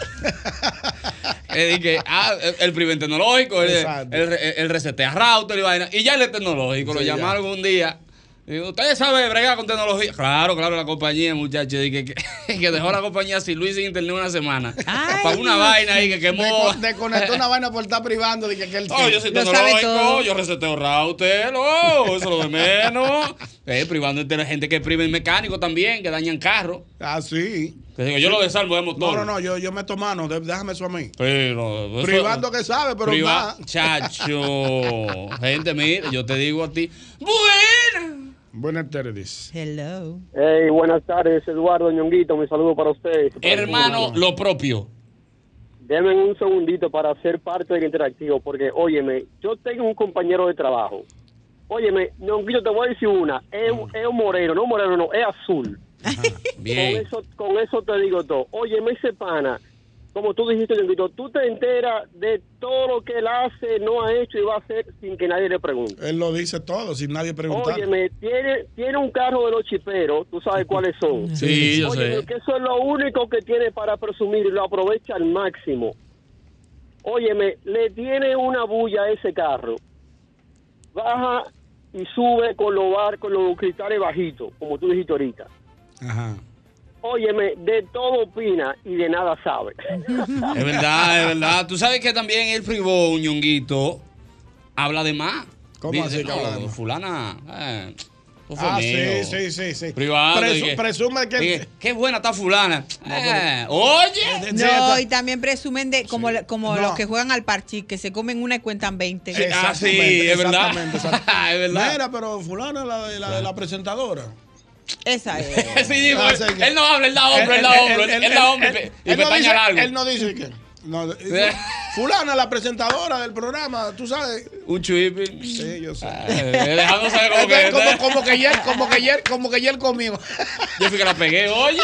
[SPEAKER 2] Eh, dije, ah, el- el privado tecnológico, el,
[SPEAKER 3] Exacto.
[SPEAKER 2] el, el- el resetea router y vaina. Y ya el tecnológico, lo
[SPEAKER 3] Sí, ya.
[SPEAKER 2] llamaron un día. Digo, Ustedes saben bregar con tecnología. Claro, claro, la compañía, muchachos. Dije que, que dejó la compañía sin Luis sin internet una semana. Para una vaina ahí que quemó.
[SPEAKER 8] Te conectó una vaina por estar privando de que aquel
[SPEAKER 2] Oh, yo soy tecnológico, yo reseteo router, oh, eso es lo de menos. Eh, privando de la gente que priva el mecánico también, que dañan carros.
[SPEAKER 3] Ah, sí.
[SPEAKER 2] yo lo desarmo de motor.
[SPEAKER 3] No, no, no, yo, yo meto mano. de- Déjame eso a mí.
[SPEAKER 2] Pero, eso-
[SPEAKER 3] Privando que sabe, pero
[SPEAKER 2] Priva-
[SPEAKER 3] nada.
[SPEAKER 2] Chacho. Gente, mira, yo te digo a ti. Buena.
[SPEAKER 3] Buenas tardes.
[SPEAKER 5] Hello.
[SPEAKER 11] Hey, buenas tardes, Eduardo Ñonguito, mi saludo para ustedes.
[SPEAKER 2] Hermano, lo propio.
[SPEAKER 11] Denme un segundito para ser parte del interactivo, porque, óyeme, yo tengo un compañero de trabajo. Óyeme, Ñonguito, te voy a decir una. Es, es un moreno, no moreno, no, es azul. Con,
[SPEAKER 2] Bien.
[SPEAKER 11] eso, con eso te digo todo. Óyeme, ese pana, como tú dijiste, Ñonguito, tú te enteras de todo lo que él hace, no ha hecho y va a hacer sin que nadie le pregunte.
[SPEAKER 3] Él lo dice todo, sin nadie preguntar.
[SPEAKER 11] Óyeme, tiene, tiene un carro de los chiperos, tú sabes cuáles son.
[SPEAKER 3] Sí, yo
[SPEAKER 11] Óyeme,
[SPEAKER 3] sé.
[SPEAKER 11] que eso es lo único que tiene para presumir y lo aprovecha al máximo. Óyeme, le tiene una bulla a ese carro. Baja y sube con los bar, con los cristales bajitos, como tú dijiste ahorita.
[SPEAKER 3] Ajá.
[SPEAKER 11] Óyeme, de todo opina y de nada sabe.
[SPEAKER 2] Es verdad, es verdad. Tú sabes que también el fribón, ñonguito, habla de más.
[SPEAKER 3] ¿Cómo así que
[SPEAKER 2] no,
[SPEAKER 3] habla de más?
[SPEAKER 2] Fulana. eh, tú fue
[SPEAKER 3] Ah, sí,
[SPEAKER 2] mío.
[SPEAKER 3] sí, sí, sí.
[SPEAKER 2] Privado.
[SPEAKER 3] Presu-
[SPEAKER 2] y que-
[SPEAKER 3] presume que.
[SPEAKER 2] Dije, qué buena está fulana. Eh, Oye.
[SPEAKER 5] No, y también presumen de como, la- como
[SPEAKER 2] No.
[SPEAKER 5] los que juegan al parchís, que se comen una y cuentan 20.
[SPEAKER 2] Sí, ah, sí, es verdad.
[SPEAKER 3] exactamente,
[SPEAKER 2] es verdad.
[SPEAKER 3] Mira, pero fulana es la, de la, de la presentadora.
[SPEAKER 5] Esa es.
[SPEAKER 2] Sí, digo,
[SPEAKER 3] Ah,
[SPEAKER 2] él-
[SPEAKER 3] señor.
[SPEAKER 2] él no habla, él da hombro, él da hombro, él da hombro y pe- y
[SPEAKER 3] él no
[SPEAKER 2] pestaña
[SPEAKER 3] dice-
[SPEAKER 2] largo.
[SPEAKER 3] Él no dice que. no, eh, fulana, la presentadora del programa, tú sabes.
[SPEAKER 2] Un chuipi.
[SPEAKER 3] Sí, yo sé.
[SPEAKER 2] dejando saber cómo
[SPEAKER 8] Entonces,
[SPEAKER 2] Eh, que- ¿eh?
[SPEAKER 8] como, como que ayer, como que ayer, como que ayer conmigo.
[SPEAKER 2] Yo fui que la pegué, oye.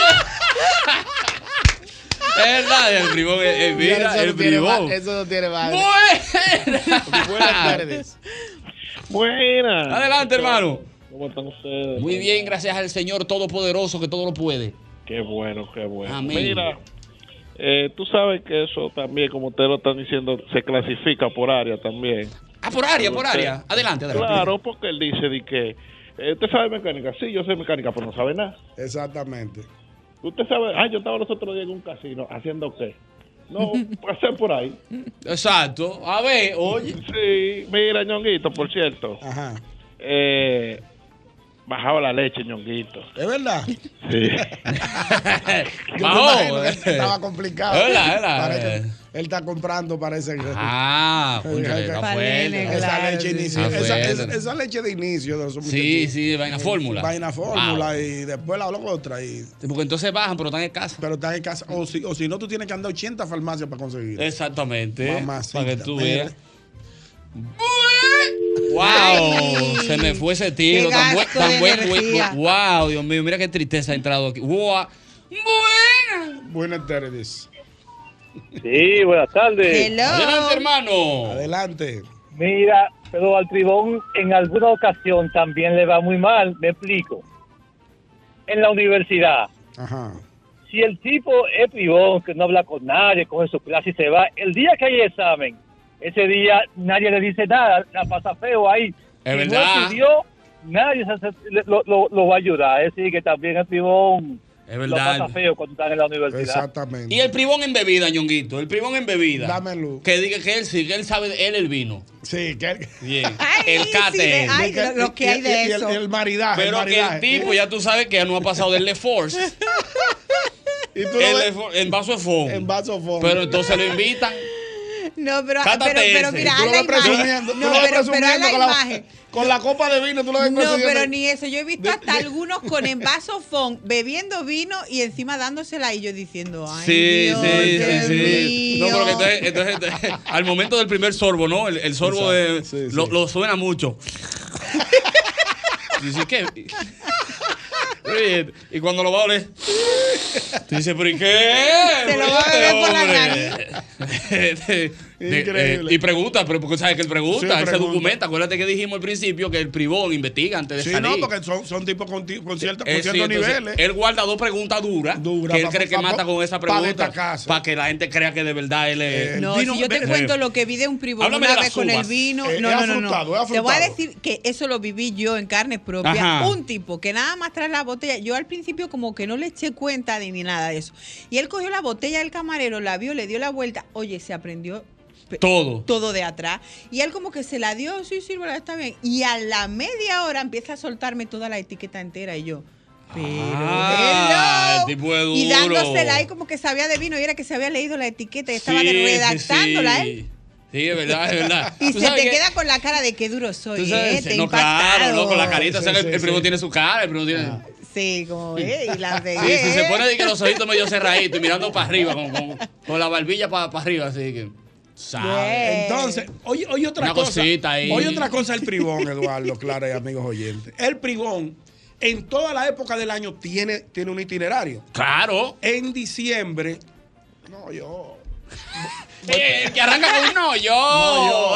[SPEAKER 2] es verdad, el bribón, eh, eh, mira, el bribón.
[SPEAKER 8] Eso no tiene madre.
[SPEAKER 2] Buenas
[SPEAKER 8] tardes.
[SPEAKER 12] Buenas.
[SPEAKER 2] Adelante, hermano.
[SPEAKER 12] ¿Cómo están ustedes?
[SPEAKER 2] Muy bien, gracias al Señor Todopoderoso que todo lo puede.
[SPEAKER 12] Qué bueno, qué bueno.
[SPEAKER 2] Amén.
[SPEAKER 12] Mira, eh, tú sabes que eso también, como ustedes lo están diciendo, se clasifica por área también.
[SPEAKER 2] Ah, por área, por
[SPEAKER 12] Usted-
[SPEAKER 2] área. Adelante, adelante.
[SPEAKER 12] Claro, porque él dice de que eh, usted sabe mecánica. Sí, yo sé mecánica, pero no sabe nada.
[SPEAKER 3] Exactamente.
[SPEAKER 12] Usted sabe, ah, yo estaba los otros días en un casino haciendo qué. No, pasé por ahí.
[SPEAKER 2] Exacto. A ver, oye.
[SPEAKER 12] Sí, mira, ñonguito, por cierto.
[SPEAKER 3] Ajá.
[SPEAKER 12] Eh, bajaba la leche, ñonguito.
[SPEAKER 3] ¿Es verdad?
[SPEAKER 12] Sí.
[SPEAKER 3] Yo me
[SPEAKER 12] Bajó,
[SPEAKER 3] imagino que
[SPEAKER 12] eh.
[SPEAKER 3] Estaba complicado.
[SPEAKER 12] Es verdad, es verdad.
[SPEAKER 3] Parece- él está comprando, parece que.
[SPEAKER 2] eh. Ah, cónchale, está
[SPEAKER 3] Esa
[SPEAKER 2] fuerte.
[SPEAKER 3] Esa leche
[SPEAKER 2] Está
[SPEAKER 3] inicio. Esa,
[SPEAKER 2] fuerte.
[SPEAKER 3] esa- esa leche de inicio. de los
[SPEAKER 2] Sí,
[SPEAKER 3] muchachitos.
[SPEAKER 2] sí, vaina fórmula.
[SPEAKER 3] Vaina fórmula
[SPEAKER 2] Wow.
[SPEAKER 3] y después la otra. Y...
[SPEAKER 2] Porque entonces bajan, pero están en casa.
[SPEAKER 3] Pero están en casa. O si, o si no, tú tienes que andar 80 farmacias para conseguir.
[SPEAKER 2] Exactamente.
[SPEAKER 3] Mamacita,
[SPEAKER 2] para que tú
[SPEAKER 3] mira.
[SPEAKER 2] veas. ¡Wow! Se me fue ese tiro.
[SPEAKER 1] qué
[SPEAKER 2] Tan buen,
[SPEAKER 1] gasto
[SPEAKER 2] tan
[SPEAKER 1] de
[SPEAKER 2] buen-
[SPEAKER 1] energía.
[SPEAKER 2] ¡Wow! Dios mío, mira qué tristeza ha entrado aquí. ¡Wow! Buenas.
[SPEAKER 3] Buenas tardes.
[SPEAKER 10] Sí, buenas tardes.
[SPEAKER 2] Adelante, hermano.
[SPEAKER 3] Adelante.
[SPEAKER 10] Mira, pero al tribón en alguna ocasión también le va muy mal, me explico. En la universidad,
[SPEAKER 3] Ajá.
[SPEAKER 10] si el tipo es tribón, que no habla con nadie, coge su clase y se va, el día que hay examen, ese día nadie le dice nada, la pasa feo ahí.
[SPEAKER 2] Es
[SPEAKER 10] Si no
[SPEAKER 2] verdad.
[SPEAKER 10] estudió, nadie se- se- le- lo, lo- lo va a ayudar. Es decir, que también el tribón
[SPEAKER 2] Es verdad.
[SPEAKER 13] Lo pasa feo cuando estás en la universidad.
[SPEAKER 2] Y el privón en bebida, ñonguito. El privón en bebida.
[SPEAKER 3] Dame luz.
[SPEAKER 2] Que diga que él sí, que él sabe, él el vino.
[SPEAKER 3] Sí, que él.
[SPEAKER 2] Bien.
[SPEAKER 5] Ay,
[SPEAKER 2] el cate.
[SPEAKER 5] sí, de-
[SPEAKER 2] él.
[SPEAKER 5] ay, lo- lo que hay de
[SPEAKER 3] Y el-
[SPEAKER 5] eso.
[SPEAKER 3] y el maridaje, Ah, el
[SPEAKER 2] Pero que
[SPEAKER 3] maridaje.
[SPEAKER 2] el tipo, ya tú sabes que ya no ha pasado del Le Force.
[SPEAKER 3] Y tú lo
[SPEAKER 2] El
[SPEAKER 3] ves-
[SPEAKER 2] Le Force- En vaso de fondo.
[SPEAKER 3] En vaso de fondo.
[SPEAKER 2] Pero entonces lo invitan.
[SPEAKER 5] No, pero,
[SPEAKER 2] Cátate
[SPEAKER 5] pero, pero
[SPEAKER 2] ese.
[SPEAKER 5] mira,
[SPEAKER 2] Tú
[SPEAKER 5] haz
[SPEAKER 2] lo
[SPEAKER 5] la
[SPEAKER 2] ves
[SPEAKER 5] imagen.
[SPEAKER 2] presumiendo,
[SPEAKER 3] tú
[SPEAKER 5] No,
[SPEAKER 3] lo ves
[SPEAKER 5] pero, pero haz
[SPEAKER 3] presumiendo
[SPEAKER 5] la
[SPEAKER 3] con la-
[SPEAKER 5] imagen.
[SPEAKER 3] Con la copa de vino, tú lo ves
[SPEAKER 5] No,
[SPEAKER 3] presumiendo.
[SPEAKER 5] pero ni eso. Yo he visto hasta algunos con envaso fond bebiendo vino y encima dándosela y yo diciendo, ay,
[SPEAKER 2] Sí,
[SPEAKER 5] Dios,
[SPEAKER 2] sí,
[SPEAKER 5] Dios
[SPEAKER 2] sí, sí.
[SPEAKER 5] mío.
[SPEAKER 2] No, pero que entonces, entonces, entonces, al momento del primer sorbo, ¿no? El, el sorbo de, Lo, lo suena mucho. Y dices, ¿qué? Oye, Y cuando lo va a oler, tú dices, ¿pero y qué?
[SPEAKER 14] Se lo va a beber por la
[SPEAKER 2] nariz.
[SPEAKER 3] Increíble.
[SPEAKER 2] y pregunta, pero porque sabes que él
[SPEAKER 3] Sí,
[SPEAKER 2] pregunta, él se
[SPEAKER 3] pregunta.
[SPEAKER 2] documenta. Acuérdate que dijimos al principio que el privón investiga antes de
[SPEAKER 3] Sí,
[SPEAKER 2] salir.
[SPEAKER 3] no, porque son, son tipos con, ti- con ciertos, con
[SPEAKER 2] Eh, sí,
[SPEAKER 3] ciertos
[SPEAKER 2] entonces,
[SPEAKER 3] niveles.
[SPEAKER 2] Él guarda dos preguntas duras
[SPEAKER 3] Dura,
[SPEAKER 2] que él
[SPEAKER 3] pa-
[SPEAKER 2] cree que
[SPEAKER 3] pa-
[SPEAKER 2] mata
[SPEAKER 3] pa-
[SPEAKER 2] con esa
[SPEAKER 3] pa
[SPEAKER 2] pregunta
[SPEAKER 3] destacarse.
[SPEAKER 2] para que la gente crea que de verdad él
[SPEAKER 3] Eh,
[SPEAKER 2] es.
[SPEAKER 5] No, si yo te cuento lo que vi de un privón
[SPEAKER 2] eh, Háblame de
[SPEAKER 5] una
[SPEAKER 2] las
[SPEAKER 5] vez con el
[SPEAKER 2] uvas.
[SPEAKER 5] vino.
[SPEAKER 2] Eh,
[SPEAKER 5] no,
[SPEAKER 2] es
[SPEAKER 5] no, no, no.
[SPEAKER 2] afrutado, es
[SPEAKER 5] Te voy a
[SPEAKER 2] afrutado.
[SPEAKER 5] decir que eso lo viví yo en carne propia.
[SPEAKER 2] Ajá.
[SPEAKER 5] Un tipo que nada más trae la botella. Yo al principio como que no le eché cuenta de ni nada de eso. Y él cogió la botella del camarero, la vio, le dio la vuelta. Oye, se aprendió
[SPEAKER 2] Todo.
[SPEAKER 5] todo de atrás. Y él como que se la dio, sí, sí, bueno, está bien. Y a la media hora empieza a soltarme toda la etiqueta entera y yo.
[SPEAKER 2] Ah, el tipo es duro.
[SPEAKER 5] Y dándosela ahí como que sabía de vino y era que se había leído la etiqueta y estaba ¿eh?
[SPEAKER 2] Sí, sí,
[SPEAKER 5] redactándola él.
[SPEAKER 2] Sí, Sí, es verdad, es verdad.
[SPEAKER 5] Y
[SPEAKER 2] Tú
[SPEAKER 5] se
[SPEAKER 2] sabes
[SPEAKER 5] te
[SPEAKER 2] que-
[SPEAKER 5] queda con la cara de qué duro soy,
[SPEAKER 2] tú
[SPEAKER 5] ¿eh?
[SPEAKER 2] sabes-
[SPEAKER 5] Te he
[SPEAKER 2] no,
[SPEAKER 5] impactado.
[SPEAKER 2] claro, no, con la carita. o sea,
[SPEAKER 3] Sí,
[SPEAKER 2] que el,
[SPEAKER 3] sí,
[SPEAKER 2] el primo tiene su cara, el primo tiene.
[SPEAKER 5] Sí, como, ¿eh? Y la de.
[SPEAKER 2] Sí, sí, se pone de que los ojitos medio cerraditos y mirando para arriba, con, con- con la barbilla para arriba, así que. sabe.
[SPEAKER 3] Entonces, oye, oye otra
[SPEAKER 2] ah. Una
[SPEAKER 3] cosa.
[SPEAKER 2] cosita ahí.
[SPEAKER 3] Oye otra cosa el privón, Eduardo, Clara y amigos oyentes. El privón, en toda la época del año, tiene, tiene un itinerario.
[SPEAKER 2] Claro.
[SPEAKER 3] En diciembre. No, yo.
[SPEAKER 2] Eh, el que arranca con un Ah, no, yo.
[SPEAKER 3] No, yo.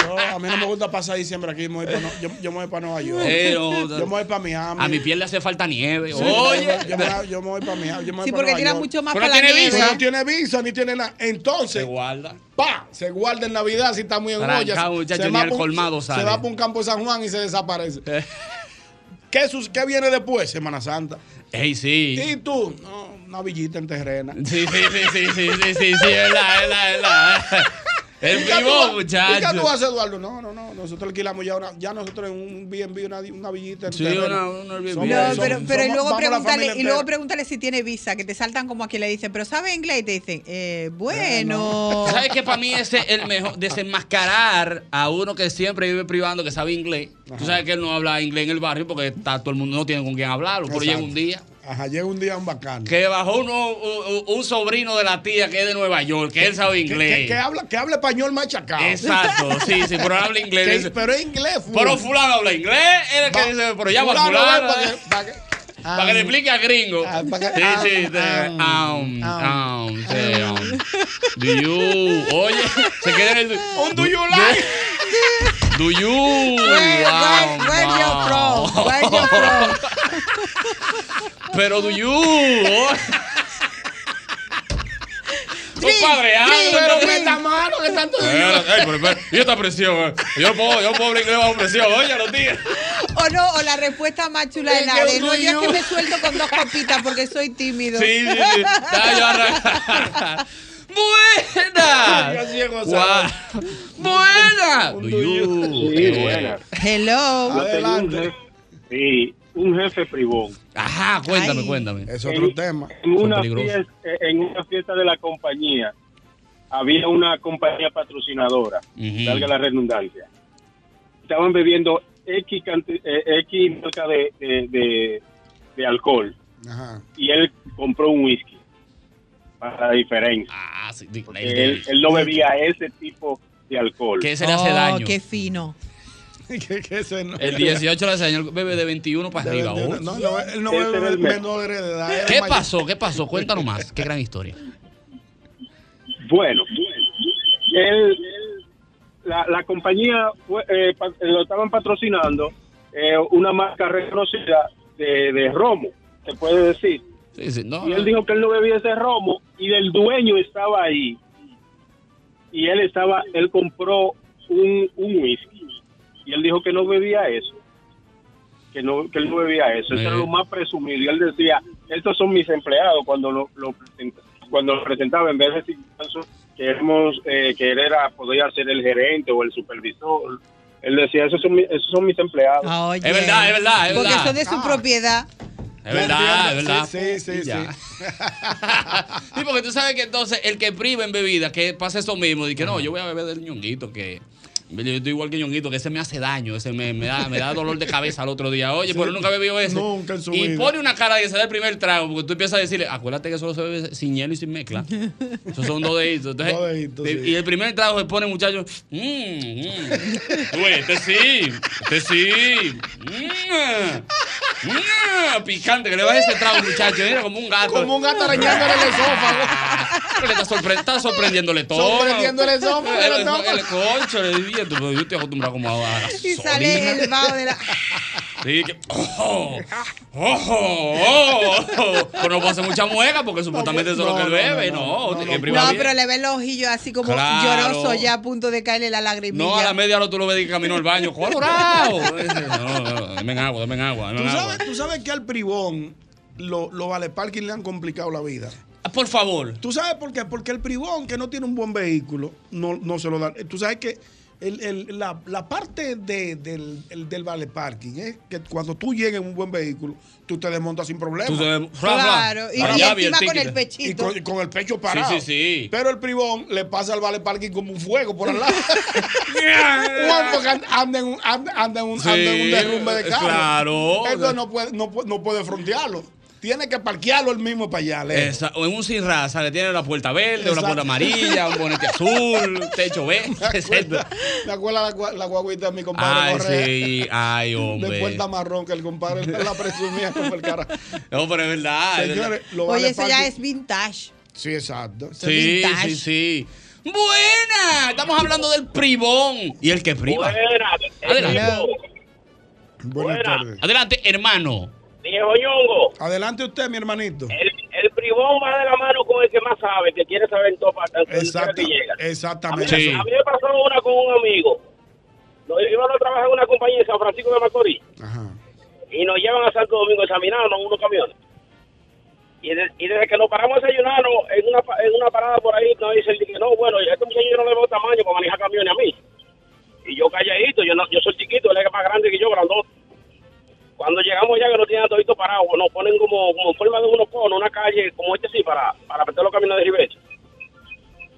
[SPEAKER 3] Yo, a mí no me gusta pasar diciembre aquí. me voy pa' no- yo, yo me voy para Nueva York.
[SPEAKER 2] Eh, no,
[SPEAKER 3] yo me voy para Miami.
[SPEAKER 2] A mi piel le hace falta nieve.
[SPEAKER 3] Sí,
[SPEAKER 2] Oye.
[SPEAKER 3] yo, me, yo me- yo me voy para Miami. Yo me voy
[SPEAKER 5] Sí,
[SPEAKER 3] pa'
[SPEAKER 5] porque
[SPEAKER 3] Nueva
[SPEAKER 5] tira
[SPEAKER 3] York.
[SPEAKER 5] mucho más
[SPEAKER 3] Pero
[SPEAKER 5] pa' la
[SPEAKER 3] tiene
[SPEAKER 5] nieve.
[SPEAKER 3] visa, No tiene visa, ni tiene nada. Entonces. Se
[SPEAKER 2] guarda.
[SPEAKER 3] Pa, se guarda en Navidad si está muy en
[SPEAKER 2] Trancado,
[SPEAKER 3] olla.
[SPEAKER 2] muchacho, ni
[SPEAKER 3] va
[SPEAKER 2] al
[SPEAKER 3] pa' un-
[SPEAKER 2] colmado
[SPEAKER 3] se
[SPEAKER 2] sale. Eh.
[SPEAKER 3] va para un campo de San Juan y se desaparece. ¿Qué, sus- qué viene después? Semana Santa.
[SPEAKER 2] Ey, sí.
[SPEAKER 3] ¿Y tú? No, una villita en terrena.
[SPEAKER 2] Sí, sí, sí, sí, sí, sí, sí, sí, es la, es la, es la. El
[SPEAKER 3] ¿Y qué tú
[SPEAKER 2] privón,
[SPEAKER 3] vas- ¿Y qué tú haces,
[SPEAKER 2] muchacho.
[SPEAKER 3] Eduardo? No, no, no. Nosotros alquilamos ya, una, ya nosotros en un B&B una, una villita en
[SPEAKER 2] Sí,
[SPEAKER 3] terreno.
[SPEAKER 2] una- un Airbnb.
[SPEAKER 3] Somos-
[SPEAKER 2] No,
[SPEAKER 3] somos-
[SPEAKER 5] Pero, pero y
[SPEAKER 3] somos-
[SPEAKER 5] luego
[SPEAKER 3] vamos la
[SPEAKER 5] pregúntale,
[SPEAKER 3] familia
[SPEAKER 5] y luego
[SPEAKER 3] entera.
[SPEAKER 5] pregúntale si tiene visa, que te saltan como a quien le dicen, pero sabe inglés y te dicen, eh, bueno.
[SPEAKER 2] ¿Sabes que para mí ese es el mejor? Desenmascarar a uno que siempre vive privando, que sabe inglés. Tú sabes que él no habla inglés en el barrio porque está, todo el mundo no tiene con quién hablarlo. Pero llega
[SPEAKER 3] Exacto.
[SPEAKER 2] un día
[SPEAKER 3] Ajá, llega un día un bacán.
[SPEAKER 2] que bajó uno, un, un sobrino de la tía que es de Nueva York, que él sabe
[SPEAKER 3] Que-
[SPEAKER 2] inglés.
[SPEAKER 3] Que, que habla, que habla español machacado.
[SPEAKER 2] Exacto, sí, sí, pero habla inglés.
[SPEAKER 3] Que-
[SPEAKER 2] Dice,
[SPEAKER 3] pero es inglés.
[SPEAKER 2] Pero fulano habla inglés, él es que
[SPEAKER 3] Va-
[SPEAKER 2] dice, pero llama a
[SPEAKER 3] fulano,
[SPEAKER 2] fulano.
[SPEAKER 3] ven,
[SPEAKER 2] eh. Para que le explique a gringo.
[SPEAKER 3] Ah, que- ah,
[SPEAKER 2] sí, sí,
[SPEAKER 3] am,
[SPEAKER 2] de-
[SPEAKER 3] am,
[SPEAKER 2] am, am, sí, am. Do you. Oye, se queda en el.
[SPEAKER 3] Un do you like?
[SPEAKER 2] Do you. am, am. Pero do you. oh. Compadre, habla.
[SPEAKER 3] Pero meta mano que tanto
[SPEAKER 2] Espera, ey, pero espera, Y esta presión, eh. yo puedo, yo puedo hablar inglés bajo presión, oye, los tíos.
[SPEAKER 5] O no, o la respuesta más chula de
[SPEAKER 2] Es
[SPEAKER 5] la
[SPEAKER 2] que
[SPEAKER 5] de
[SPEAKER 2] un
[SPEAKER 5] no, yo es
[SPEAKER 2] tuyo".
[SPEAKER 5] que me suelto con dos copitas porque soy tímido.
[SPEAKER 2] Sí, sí, sí. Estaba yo arran- ¡Buenas!
[SPEAKER 5] Yo sí, Gonzalo.
[SPEAKER 2] Guau. ¡Buenas! Do you-
[SPEAKER 15] Sí,
[SPEAKER 2] eh,
[SPEAKER 15] buena.
[SPEAKER 5] Hello.
[SPEAKER 15] Yo Ah, tenía un jefe- Sí, un jefe privón.
[SPEAKER 2] Ajá, cuéntame, cuéntame.
[SPEAKER 3] Es
[SPEAKER 15] otro
[SPEAKER 3] tema.
[SPEAKER 15] En
[SPEAKER 2] Son
[SPEAKER 15] una,
[SPEAKER 2] peligrosos.
[SPEAKER 15] fiesta, eh, en una fiesta de la compañía había una compañía patrocinadora,
[SPEAKER 2] Ujú.
[SPEAKER 15] salga la redundancia. Estaban bebiendo X, canti- eh, X marca de, de- de- de alcohol
[SPEAKER 3] Ajá.
[SPEAKER 15] y él compró un whisky para la diferencia.
[SPEAKER 2] Ah, sí, di-
[SPEAKER 15] Porque él, él no bebía ese tipo de alcohol.
[SPEAKER 2] Que se le hace
[SPEAKER 5] Oh,
[SPEAKER 2] daño.
[SPEAKER 5] qué fino.
[SPEAKER 3] que, que ese no.
[SPEAKER 2] El 18 le enseñó el bebé de 21 para arriba.
[SPEAKER 3] No,
[SPEAKER 2] oh.
[SPEAKER 3] no, no, él no bebe
[SPEAKER 2] Ese era el mejor.
[SPEAKER 3] menor de edad. era
[SPEAKER 2] ¿Qué
[SPEAKER 3] mayor.
[SPEAKER 2] pasó? ¿Qué pasó? Cuéntanos más. Qué gran historia.
[SPEAKER 15] Bueno, él- la, la compañía fue, eh, pa- lo estaban patrocinando eh, una marca reconocida de, de romo, se puede decir.
[SPEAKER 2] Sí, sí, no,
[SPEAKER 15] y él
[SPEAKER 2] no.
[SPEAKER 15] dijo que él no bebía ese romo y el dueño estaba ahí. Y él estaba, él compró un, un whisky y él dijo que no bebía eso. Que, no, que él no bebía eso, eso
[SPEAKER 2] Eh.
[SPEAKER 15] era lo más presumido. Y él decía, estos son mis empleados cuando lo, lo presenta- cuando lo presentaba, en vez de decir eso, queremos, eh, que él era, podía ser el gerente o el supervisor, él decía, esos son, mi- esos son mis empleados.
[SPEAKER 5] Oye, Porque son de su propiedad.
[SPEAKER 2] Es verdad, es
[SPEAKER 3] Sí,
[SPEAKER 2] verdad.
[SPEAKER 3] sí, sí,
[SPEAKER 2] Y ya. Sí, porque tú sabes que entonces el que priva en bebida, que pasa eso mismo, y que no, yo voy a beber del ñonguito, que yo estoy igual que ñonguito, que ese me hace daño, ese me, me da, me da dolor de cabeza al otro día. Oye,
[SPEAKER 12] Sí.
[SPEAKER 2] pero nunca bebió ese.
[SPEAKER 12] Nunca en su
[SPEAKER 2] y
[SPEAKER 12] vida.
[SPEAKER 2] pone una cara de que se da el primer trago, porque tú empiezas a decirle, acuérdate que solo se bebe sin hielo y sin mezcla. Esos son dos deditos. Entonces,
[SPEAKER 12] Dos deditos,
[SPEAKER 2] de-
[SPEAKER 12] sí.
[SPEAKER 2] Y el primer trago se pone, muchacho, mmm, mmm. Tú, este sí, este sí. Mmm, mmm, picante, que le vas ese trago, muchacho. Mira, como un gato.
[SPEAKER 16] Como un gato arañándole el esófago.
[SPEAKER 2] Pero le está, sorpre- está sorprendiéndole todo.
[SPEAKER 16] Sorprendiéndole el esófago, el
[SPEAKER 2] El,
[SPEAKER 16] esófago.
[SPEAKER 2] el, el concho, le dije, tú, pero yo estoy acostumbrado como a, a la
[SPEAKER 5] Y
[SPEAKER 2] soda.
[SPEAKER 5] sale el vaho de la.
[SPEAKER 2] Sí, que, ojo, ojo, ojo. Pero no puedo hacer mucha mueca porque supuestamente eso es lo que él bebe. No, tiene que privar
[SPEAKER 5] No,
[SPEAKER 2] bien.
[SPEAKER 5] pero le ve los ojillos así como
[SPEAKER 2] Claro.
[SPEAKER 5] lloroso ya a punto de caerle la lagrimilla.
[SPEAKER 2] No, a la media hora tú lo ves y camino al baño. ¡Colorado! No, no, dame agua, dame agua,
[SPEAKER 3] ¿Tú
[SPEAKER 2] dame agua.
[SPEAKER 3] sabes, tú sabes que al Pribón los lo valeparking le han complicado la vida.
[SPEAKER 2] Ah, Por favor.
[SPEAKER 3] ¿Tú sabes por qué? Porque el Pribón que no tiene un buen vehículo no, no se lo dan. Eh, Tú sabes que el- el- la, la parte de- del, el del valeparking es que cuando tú llegues en un buen vehehículo, tú te desmontas sin problema.
[SPEAKER 2] Tú te dem- Fra, fra. Claro, y- La y llave, encima el con el ticket. pechito.
[SPEAKER 3] Y con, y con el pecho parado.
[SPEAKER 2] Sí, sí, sí.
[SPEAKER 3] Pero el Pribón le pasa al valeparking como un fuego por al lado. Juan, porque and- anda en un, anda- anda en un-
[SPEAKER 2] Sí, eh,
[SPEAKER 3] anda en un derrumbe de carro.
[SPEAKER 2] claro.
[SPEAKER 3] Entonces no puede, no, puede- no puede frontearlo. Tiene que parquearlo él mismo para allá. Leo.
[SPEAKER 2] Esa- o en un sin raza le tiene la puerta verde, una
[SPEAKER 3] Exacto.
[SPEAKER 2] puerta amarilla, un bonete azul, techo verde. etcétera.
[SPEAKER 3] ¿Te acuerdas la, gua- la guaguita de mi compadre
[SPEAKER 2] Ay,
[SPEAKER 3] Correa?
[SPEAKER 2] sí, ay,
[SPEAKER 3] De
[SPEAKER 2] hombre.
[SPEAKER 3] puerta marrón que el compadre la presumía con el cara.
[SPEAKER 2] No, pero es verdad. es
[SPEAKER 3] Señores,
[SPEAKER 2] verdad.
[SPEAKER 3] lo
[SPEAKER 5] Oye,
[SPEAKER 3] vale
[SPEAKER 5] eso ya es vintage.
[SPEAKER 3] Sí, exacto.
[SPEAKER 2] Sí, sí, sí. Buena, estamos hablando del privón y el que priva. Adelante.
[SPEAKER 3] Buenas tardes.
[SPEAKER 2] Adelante, hermano.
[SPEAKER 3] Viejo Ñongo. Adelante usted, mi hermanito.
[SPEAKER 6] El privón va de la mano con el que más sabe, que quiere saber todo para todo
[SPEAKER 3] Exacta-
[SPEAKER 6] que llega. A mí,
[SPEAKER 3] exactamente.
[SPEAKER 6] a mí me pasó una con un amigo. Nos íbamos a trabajar en una compañía en San Francisco de Macorís. Y nos llevan a Santo Domingo, examinarnos en unos camiones. Y, de- y desde que nos paramos a desayunarnos en una, pa- en una parada por ahí, nos dicen que no, bueno, a este muchacho yo no le veo tamaño para manejar camiones a mí. Y yo calladito, yo, no, yo soy chiquito, él es más grande que yo, grandote. Cuando llegamos ya que no tienen todito parado, nos ponen como, como en forma de unos conos, una calle como este sí, para, para meter los camiones de Ribecho.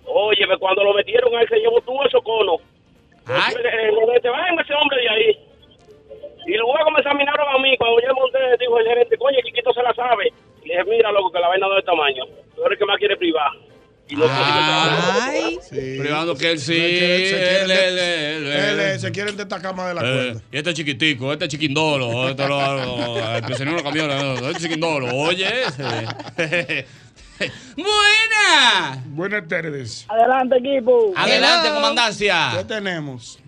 [SPEAKER 6] Óyeme, cuando lo metieron a él, se llevó todo esos conos.
[SPEAKER 2] Ay.
[SPEAKER 6] Te vayan ese hombre de ahí. Y luego me examinaron a mí. Cuando yo monté, dijo el gerente, coño, Chiquito se la sabe. Y le dije, mira, loco, que la vaina no es de tamaño. Tú eres el que más quiere privar.
[SPEAKER 2] Ay. Privando que él sí. Él, él, él, él.
[SPEAKER 3] Él, eh, se quieren de esta cama de la
[SPEAKER 2] Eh,
[SPEAKER 3] cuerda.
[SPEAKER 2] y este chiquitico, este chiquindolo, este lo, lo, el prisionero de camiones, este chiquindolo, oye. ese. Buena.
[SPEAKER 3] Buenas tardes.
[SPEAKER 1] Adelante, equipo.
[SPEAKER 2] Adelante, comandancia.
[SPEAKER 3] ¿Qué tenemos?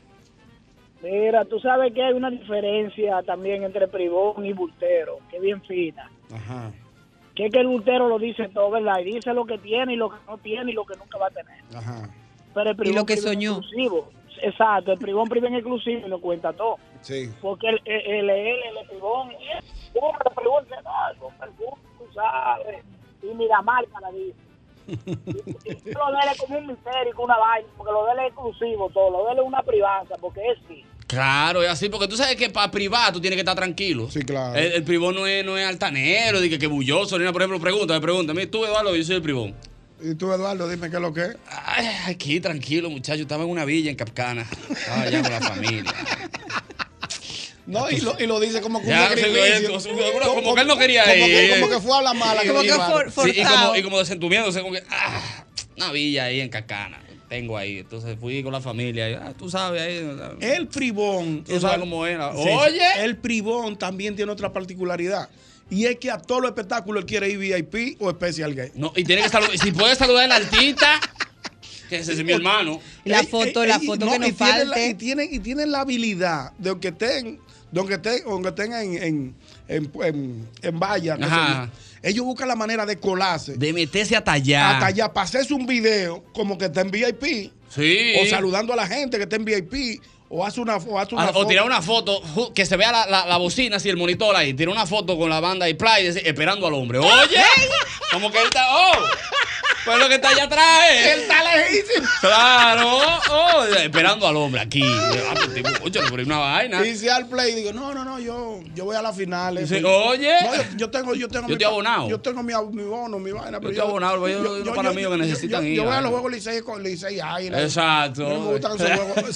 [SPEAKER 1] Mira, tú sabes que hay una diferencia también entre Privón y Bultero, que es bien fina.
[SPEAKER 3] Ajá.
[SPEAKER 1] Que es que el Bultero lo dice todo, ¿verdad? Y dice lo que tiene y lo que no tiene y lo que nunca va a tener.
[SPEAKER 3] Ajá.
[SPEAKER 1] Pero el Privón
[SPEAKER 5] lo que
[SPEAKER 1] priva en
[SPEAKER 5] soñó.
[SPEAKER 1] exclusivo. Exacto, el Privón priva en exclusivo y lo cuenta todo.
[SPEAKER 3] Sí.
[SPEAKER 1] Porque el, el, el, el, el Privón, eh, compra el Privón, dice, "No, compra el Privón, tú sabes. Y Miramarca la dice. Y lo de él es como un misterio, como una vaina, porque lo de él es exclusivo todo, lo de él es una privanza, porque es sí.
[SPEAKER 2] Claro, es así, porque tú sabes que para privar tú tienes que estar tranquilo. Sí,
[SPEAKER 3] claro.
[SPEAKER 2] El, el privón no es, no es altanero, de que, que bulloso, ni nada. Por ejemplo, pregúntame, pregúntame. Tú, Eduardo, yo soy el privón.
[SPEAKER 3] Y tú, Eduardo, dime qué es lo que es.
[SPEAKER 2] Ay, aquí, tranquilo, muchacho. Estaba en una villa en Capcana. Estaba allá con la familia.
[SPEAKER 3] No, y lo, y lo dice como que un
[SPEAKER 2] Ya,
[SPEAKER 3] sacrificio.
[SPEAKER 2] sí, como- como- como que él no quería
[SPEAKER 3] Como que-
[SPEAKER 2] ir.
[SPEAKER 3] Como que fue a la mala. que lo llevaron.
[SPEAKER 2] Sí, y como, y como desentumiéndose, como que, ah, una villa ahí en Capcana. Tengo ahí. Entonces fui con la familia. y, ah, tú sabes, ahí.
[SPEAKER 3] El privón.
[SPEAKER 2] Tú sabes cómo era.
[SPEAKER 3] Sí.
[SPEAKER 2] Ah, Oye.
[SPEAKER 3] El privón también tiene otra particularidad. Y es que a todos los espectáculos él quiere ir VIP o especial gay.
[SPEAKER 2] No, y tiene que saludar. si puede saludar al artista, que ese es mi hermano.
[SPEAKER 5] La
[SPEAKER 3] Ey,
[SPEAKER 5] foto,
[SPEAKER 3] ey,
[SPEAKER 5] la
[SPEAKER 3] ey,
[SPEAKER 5] foto que nos
[SPEAKER 3] y tienen la-
[SPEAKER 5] falte.
[SPEAKER 3] y, tienen, y tienen la habilidad de que estén, de que estén, aunque estén en, en, en, en- en valla. qué sé
[SPEAKER 2] Ajá.
[SPEAKER 3] yo, Ellos buscan la manera de colarse.
[SPEAKER 2] De meterse hasta allá.
[SPEAKER 3] Hasta allá, para hacerse un video como que está en VIP.
[SPEAKER 2] Sí.
[SPEAKER 3] O saludando a la gente que está en VIP. o hace una, o hace una
[SPEAKER 2] Ah,
[SPEAKER 3] foto.
[SPEAKER 2] O tirar una foto, ju- que se vea la, la- la bocina, así el monitor ahí. Tira una foto con la banda y play, y dice, esperando al hombre. Oye, como que él está, oh, pues lo que está allá atrás. eh.
[SPEAKER 14] Él está lejísimo.
[SPEAKER 2] Claro, oh, esperando al hombre aquí. Ah, pues, tipo, Oye, le poní una vaina.
[SPEAKER 3] Y si al play digo, no, no, no, yo, yo voy a las finales.
[SPEAKER 2] Dice, oye.
[SPEAKER 3] pues". No, yo, yo tengo, yo tengo
[SPEAKER 2] Yo estoy
[SPEAKER 3] pa-
[SPEAKER 2] abonado.
[SPEAKER 3] Yo tengo mi, ab- mi bono, mi vaina. pero
[SPEAKER 2] estoy abonado, pero yo- yo- para mí, que necesitan
[SPEAKER 3] yo,
[SPEAKER 2] ir,
[SPEAKER 3] Yo voy a
[SPEAKER 2] vale.
[SPEAKER 3] los juegos Licey con Licey Águila.
[SPEAKER 2] Exacto.
[SPEAKER 3] No me gustan esos juegos.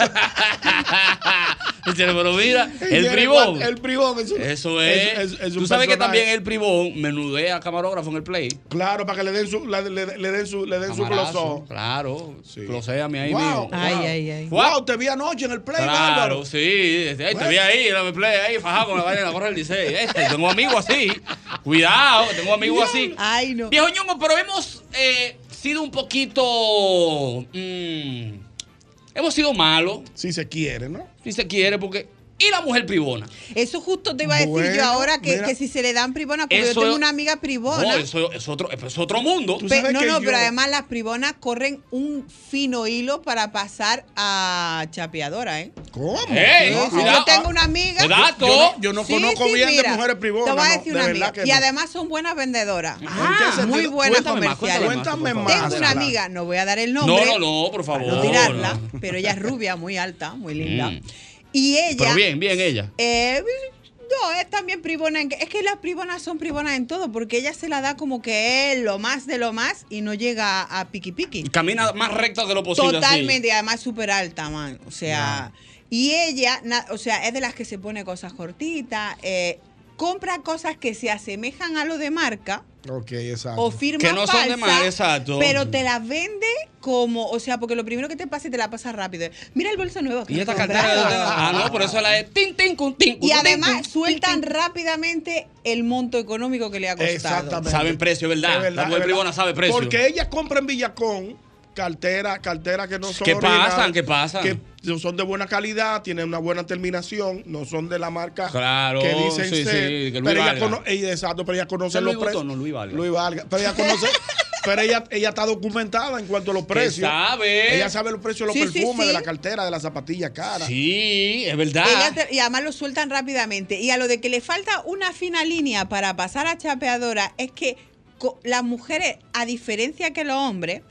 [SPEAKER 2] Dice, pero mira, el
[SPEAKER 3] Jerry
[SPEAKER 2] bribón.
[SPEAKER 3] Juan- El bribón. Eso,
[SPEAKER 2] Eso es. Tú
[SPEAKER 3] un
[SPEAKER 2] sabes que
[SPEAKER 3] personaje.
[SPEAKER 2] también el bribón menudea camarógrafo en el play.
[SPEAKER 3] Claro, para que le den su, la- le, le den su, le den su
[SPEAKER 2] Camarazo,
[SPEAKER 3] closón.
[SPEAKER 2] Claro, closéame ahí
[SPEAKER 3] Wow,
[SPEAKER 2] mismo.
[SPEAKER 3] Ay,
[SPEAKER 2] Wow.
[SPEAKER 3] ay, ay.
[SPEAKER 2] Wow.
[SPEAKER 3] Wow, te vi anoche en el play, Pues.
[SPEAKER 2] Claro,
[SPEAKER 3] bárbaro.
[SPEAKER 2] sí. este, ay, te vi ahí, la me play ahí, fajado con la vaina de la gorra del Licey. Este, tengo amigos así. Cuidado, tengo amigos así.
[SPEAKER 5] Ay, no.
[SPEAKER 2] Viejo ñongo, pero hemos eh, sido un poquito. mm, hemos sido malos.
[SPEAKER 3] Si se quiere, ¿no?
[SPEAKER 2] Si se quiere, porque. ¿Y la mujer privona?
[SPEAKER 5] Eso justo te iba a decir
[SPEAKER 2] Bueno,
[SPEAKER 5] yo ahora que,
[SPEAKER 2] mira.
[SPEAKER 5] que si se le dan privonas, porque
[SPEAKER 2] Eso
[SPEAKER 5] yo tengo
[SPEAKER 2] es-
[SPEAKER 5] una amiga privona.
[SPEAKER 2] No, eso es otro, es otro mundo.
[SPEAKER 5] Pe- no, no, pero además las privonas corren un fino hilo para pasar a chapeadora, ¿eh?
[SPEAKER 3] ¿Cómo?
[SPEAKER 5] Sí, sí, yo
[SPEAKER 3] cuidado.
[SPEAKER 5] tengo una amiga.
[SPEAKER 3] Cuidado. Yo no- yo no conozco bien de
[SPEAKER 5] mira,
[SPEAKER 3] mujeres privonas,
[SPEAKER 5] Te voy a
[SPEAKER 3] no,
[SPEAKER 5] decir
[SPEAKER 3] de
[SPEAKER 5] una
[SPEAKER 3] verdad
[SPEAKER 5] amiga.
[SPEAKER 3] que
[SPEAKER 5] Y
[SPEAKER 3] no.
[SPEAKER 5] además son buenas vendedoras. Ah, muy
[SPEAKER 3] sentido?
[SPEAKER 5] buenas
[SPEAKER 3] Cuéntame más,
[SPEAKER 5] comerciales.
[SPEAKER 3] cuéntame más,
[SPEAKER 5] Tengo una
[SPEAKER 3] cuéntame más.
[SPEAKER 5] amiga, no voy a dar el
[SPEAKER 2] No,
[SPEAKER 5] nombre.
[SPEAKER 2] no, no, por favor.
[SPEAKER 5] No tirarla, pero ella es rubia, muy alta, muy linda.
[SPEAKER 2] Mm.
[SPEAKER 5] Y ella.
[SPEAKER 2] Pero bien, bien ella.
[SPEAKER 5] Eh, no, es también privona. en que- Es que las privonas son privonas en todo, porque ella se la da como que es lo más de lo más y no llega a piqui piqui.
[SPEAKER 2] Camina más recto que lo posible. así.
[SPEAKER 5] Totalmente, y además súper alta, man. O sea, y ella, na- o sea, es de las que se pone cosas cortitas, eh, compra cosas que se asemejan a lo de marca
[SPEAKER 3] Ok, exacto.
[SPEAKER 5] o firma
[SPEAKER 2] Que no son de
[SPEAKER 5] falsa,
[SPEAKER 2] mar, exacto.
[SPEAKER 5] Pero te la vende como, o sea, porque lo primero que te pasa es te la pasa rápido. Mira el bolso nuevo. que
[SPEAKER 2] Y esta
[SPEAKER 5] he
[SPEAKER 2] cartera.
[SPEAKER 5] comprado.
[SPEAKER 2] Ah, no, por eso la es. Tin, tin, cun, tin, cun,
[SPEAKER 5] Y
[SPEAKER 2] tin,
[SPEAKER 5] además sueltan rápidamente el monto económico que le ha costado.
[SPEAKER 3] Exactamente.
[SPEAKER 2] Saben precio, es verdad.
[SPEAKER 3] Es
[SPEAKER 2] La mujer
[SPEAKER 3] es
[SPEAKER 2] bribona sabe precio.
[SPEAKER 3] Porque ellas compran en Villacón carteras, carteras que no son
[SPEAKER 2] ¿Qué
[SPEAKER 3] originales,
[SPEAKER 2] pasan? ¿Qué pasan?
[SPEAKER 3] Que no son de buena calidad, tienen una buena terminación, no son de la marca
[SPEAKER 2] Claro,
[SPEAKER 3] que dicen
[SPEAKER 2] sí,
[SPEAKER 3] ser.
[SPEAKER 2] sí, que Luis
[SPEAKER 3] pero ellas
[SPEAKER 2] Valga.
[SPEAKER 3] cono- ella- exacto, pero ellas conocen
[SPEAKER 2] ¿Es
[SPEAKER 3] los
[SPEAKER 2] Luis
[SPEAKER 3] precios.
[SPEAKER 2] Botón o Luis Valga?
[SPEAKER 3] Pero ella conoce, pero ella, ella está documentada en cuanto a los precios.
[SPEAKER 2] sabe.
[SPEAKER 3] Ella sabe los precios de
[SPEAKER 5] Sí,
[SPEAKER 3] los
[SPEAKER 5] sí,
[SPEAKER 3] perfumes,
[SPEAKER 5] sí.
[SPEAKER 3] de la cartera, de las zapatillas caras.
[SPEAKER 2] Sí, es verdad.
[SPEAKER 5] Ella te- y además lo sueltan rápidamente. Y a lo de que le falta una fina línea para pasar a chapeadora es que co- las mujeres, a diferencia que los hombres,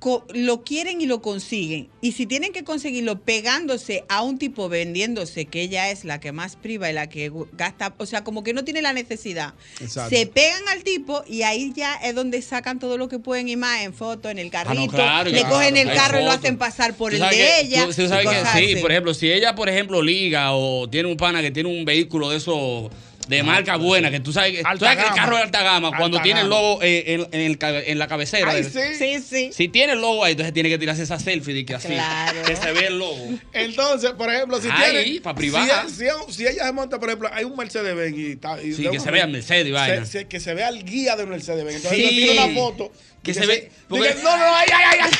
[SPEAKER 5] co- lo quieren y lo consiguen. Y si tienen que conseguirlo pegándose a un tipo vendiéndose, que ella es la que más priva y la que gu- gasta, o sea, como que no tiene la necesidad.
[SPEAKER 3] Exacto.
[SPEAKER 5] Se pegan al tipo y ahí ya es donde sacan todo lo que pueden y más en foto, en el
[SPEAKER 2] Ah, no,
[SPEAKER 5] carrito,
[SPEAKER 2] claro,
[SPEAKER 5] le
[SPEAKER 2] claro,
[SPEAKER 5] cogen el
[SPEAKER 2] hay
[SPEAKER 5] carro y lo
[SPEAKER 2] foto.
[SPEAKER 5] hacen pasar por
[SPEAKER 2] Tú
[SPEAKER 5] el de
[SPEAKER 2] sabes que-
[SPEAKER 5] ella.
[SPEAKER 2] tú- tú sabes
[SPEAKER 5] y
[SPEAKER 2] que
[SPEAKER 5] cosas
[SPEAKER 2] sí,
[SPEAKER 5] así.
[SPEAKER 2] por ejemplo, si ella, por ejemplo, liga o tiene un pana que tiene un vehículo de esos de marca buena, que tú sabes que, tú
[SPEAKER 3] Ah, Alta
[SPEAKER 2] sabes que el
[SPEAKER 3] gama.
[SPEAKER 2] carro es alta gama, cuando
[SPEAKER 3] Alta
[SPEAKER 2] tiene el
[SPEAKER 3] gama.
[SPEAKER 2] logo eh, en, en el cabe- en la cabecera.
[SPEAKER 3] Ay,
[SPEAKER 2] del-
[SPEAKER 3] sí.
[SPEAKER 5] Sí, sí.
[SPEAKER 2] Si tiene el logo ahí, entonces tiene que tirarse esa selfie de que así,
[SPEAKER 3] Claro.
[SPEAKER 2] que se ve el logo.
[SPEAKER 3] Entonces, por ejemplo, si
[SPEAKER 2] Ay,
[SPEAKER 3] tiene-
[SPEAKER 2] pa' privar.
[SPEAKER 3] Si, si- si ella se monta, por ejemplo, hay un Mercedes Benz y está. y
[SPEAKER 2] Sí,
[SPEAKER 3] de
[SPEAKER 2] que
[SPEAKER 3] un-
[SPEAKER 2] se vea el Mercedes y vaina.
[SPEAKER 3] se- que se vea el guía del Mercedes Benz. Entonces
[SPEAKER 2] Sí.
[SPEAKER 3] yo tiro una foto.
[SPEAKER 2] Que
[SPEAKER 3] y
[SPEAKER 2] se ve-
[SPEAKER 3] y
[SPEAKER 2] porque-
[SPEAKER 3] que- no, no, ay, ay, ay, ay.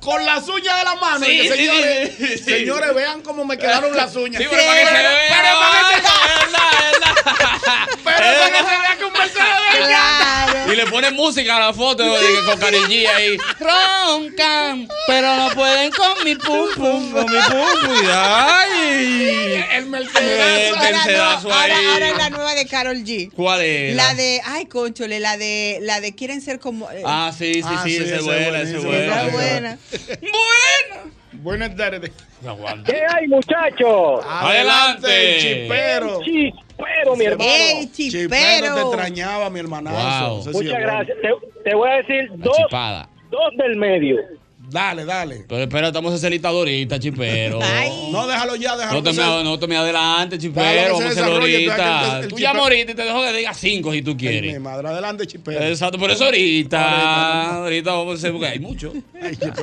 [SPEAKER 3] Con las uñas de la mano.
[SPEAKER 2] Sí,
[SPEAKER 3] y que,
[SPEAKER 2] sí,
[SPEAKER 3] señores,
[SPEAKER 2] sí, sí.
[SPEAKER 3] señores, vean cómo me quedaron las uñas.
[SPEAKER 2] Sí, pero para que se vea.
[SPEAKER 3] Pero para que se Pero para que se vea que un Mercedes Benz.
[SPEAKER 2] Y le pone música a la foto de- con Karol G ahí. Roncan, pero no pueden con mi pum pum, con mi pum pum. Ay.
[SPEAKER 3] El
[SPEAKER 2] El Mercedazo
[SPEAKER 5] Ahora,
[SPEAKER 2] eh, ahí.
[SPEAKER 5] ahora es la nueva de Carol G.
[SPEAKER 2] ¿Cuál es?
[SPEAKER 5] La de, ay, conchole, la de, la de quieren ser como. eh,
[SPEAKER 2] Ah, sí, sí,
[SPEAKER 5] Ah,
[SPEAKER 2] sí,
[SPEAKER 5] sí,
[SPEAKER 2] esa
[SPEAKER 5] esa
[SPEAKER 2] es
[SPEAKER 5] es
[SPEAKER 2] buena, esa es
[SPEAKER 5] buena, esa
[SPEAKER 2] buena.
[SPEAKER 5] es buena.
[SPEAKER 3] Buenas tardes.
[SPEAKER 2] ¿Qué
[SPEAKER 13] hay, muchachos?
[SPEAKER 2] Adelante.
[SPEAKER 3] El chispero.
[SPEAKER 13] Chispero, mi hermano.
[SPEAKER 3] Ey, chispero. Chispero, te extrañaba, mi hermanazo.
[SPEAKER 2] Wow.
[SPEAKER 3] Ese sí es
[SPEAKER 13] Muchas
[SPEAKER 3] bueno.
[SPEAKER 13] gracias. Te, te voy a decir dos,
[SPEAKER 2] Chipada.
[SPEAKER 13] dos del medio.
[SPEAKER 3] Dale, dale.
[SPEAKER 2] Pero espera, estamos en celita ahorita, chipero.
[SPEAKER 5] Ah,
[SPEAKER 3] No, déjalo ya, déjalo.
[SPEAKER 2] No te,
[SPEAKER 5] pues
[SPEAKER 3] que
[SPEAKER 2] me,
[SPEAKER 3] se-
[SPEAKER 2] no te me adelante,
[SPEAKER 3] Déjalo que
[SPEAKER 2] chipero. Vamos a
[SPEAKER 3] se
[SPEAKER 2] hacerlo
[SPEAKER 3] desarrolle, tú sabes
[SPEAKER 2] ahorita.
[SPEAKER 3] que el- el
[SPEAKER 2] Tú llama
[SPEAKER 3] chipero-
[SPEAKER 2] ahorita y te dejo que diga cinco si tú
[SPEAKER 3] Ay, mi
[SPEAKER 2] quieres.
[SPEAKER 3] madre, adelante, chipero.
[SPEAKER 2] Exacto, por eso ahorita. Ahorita vamos a hacer, porque hay mucho.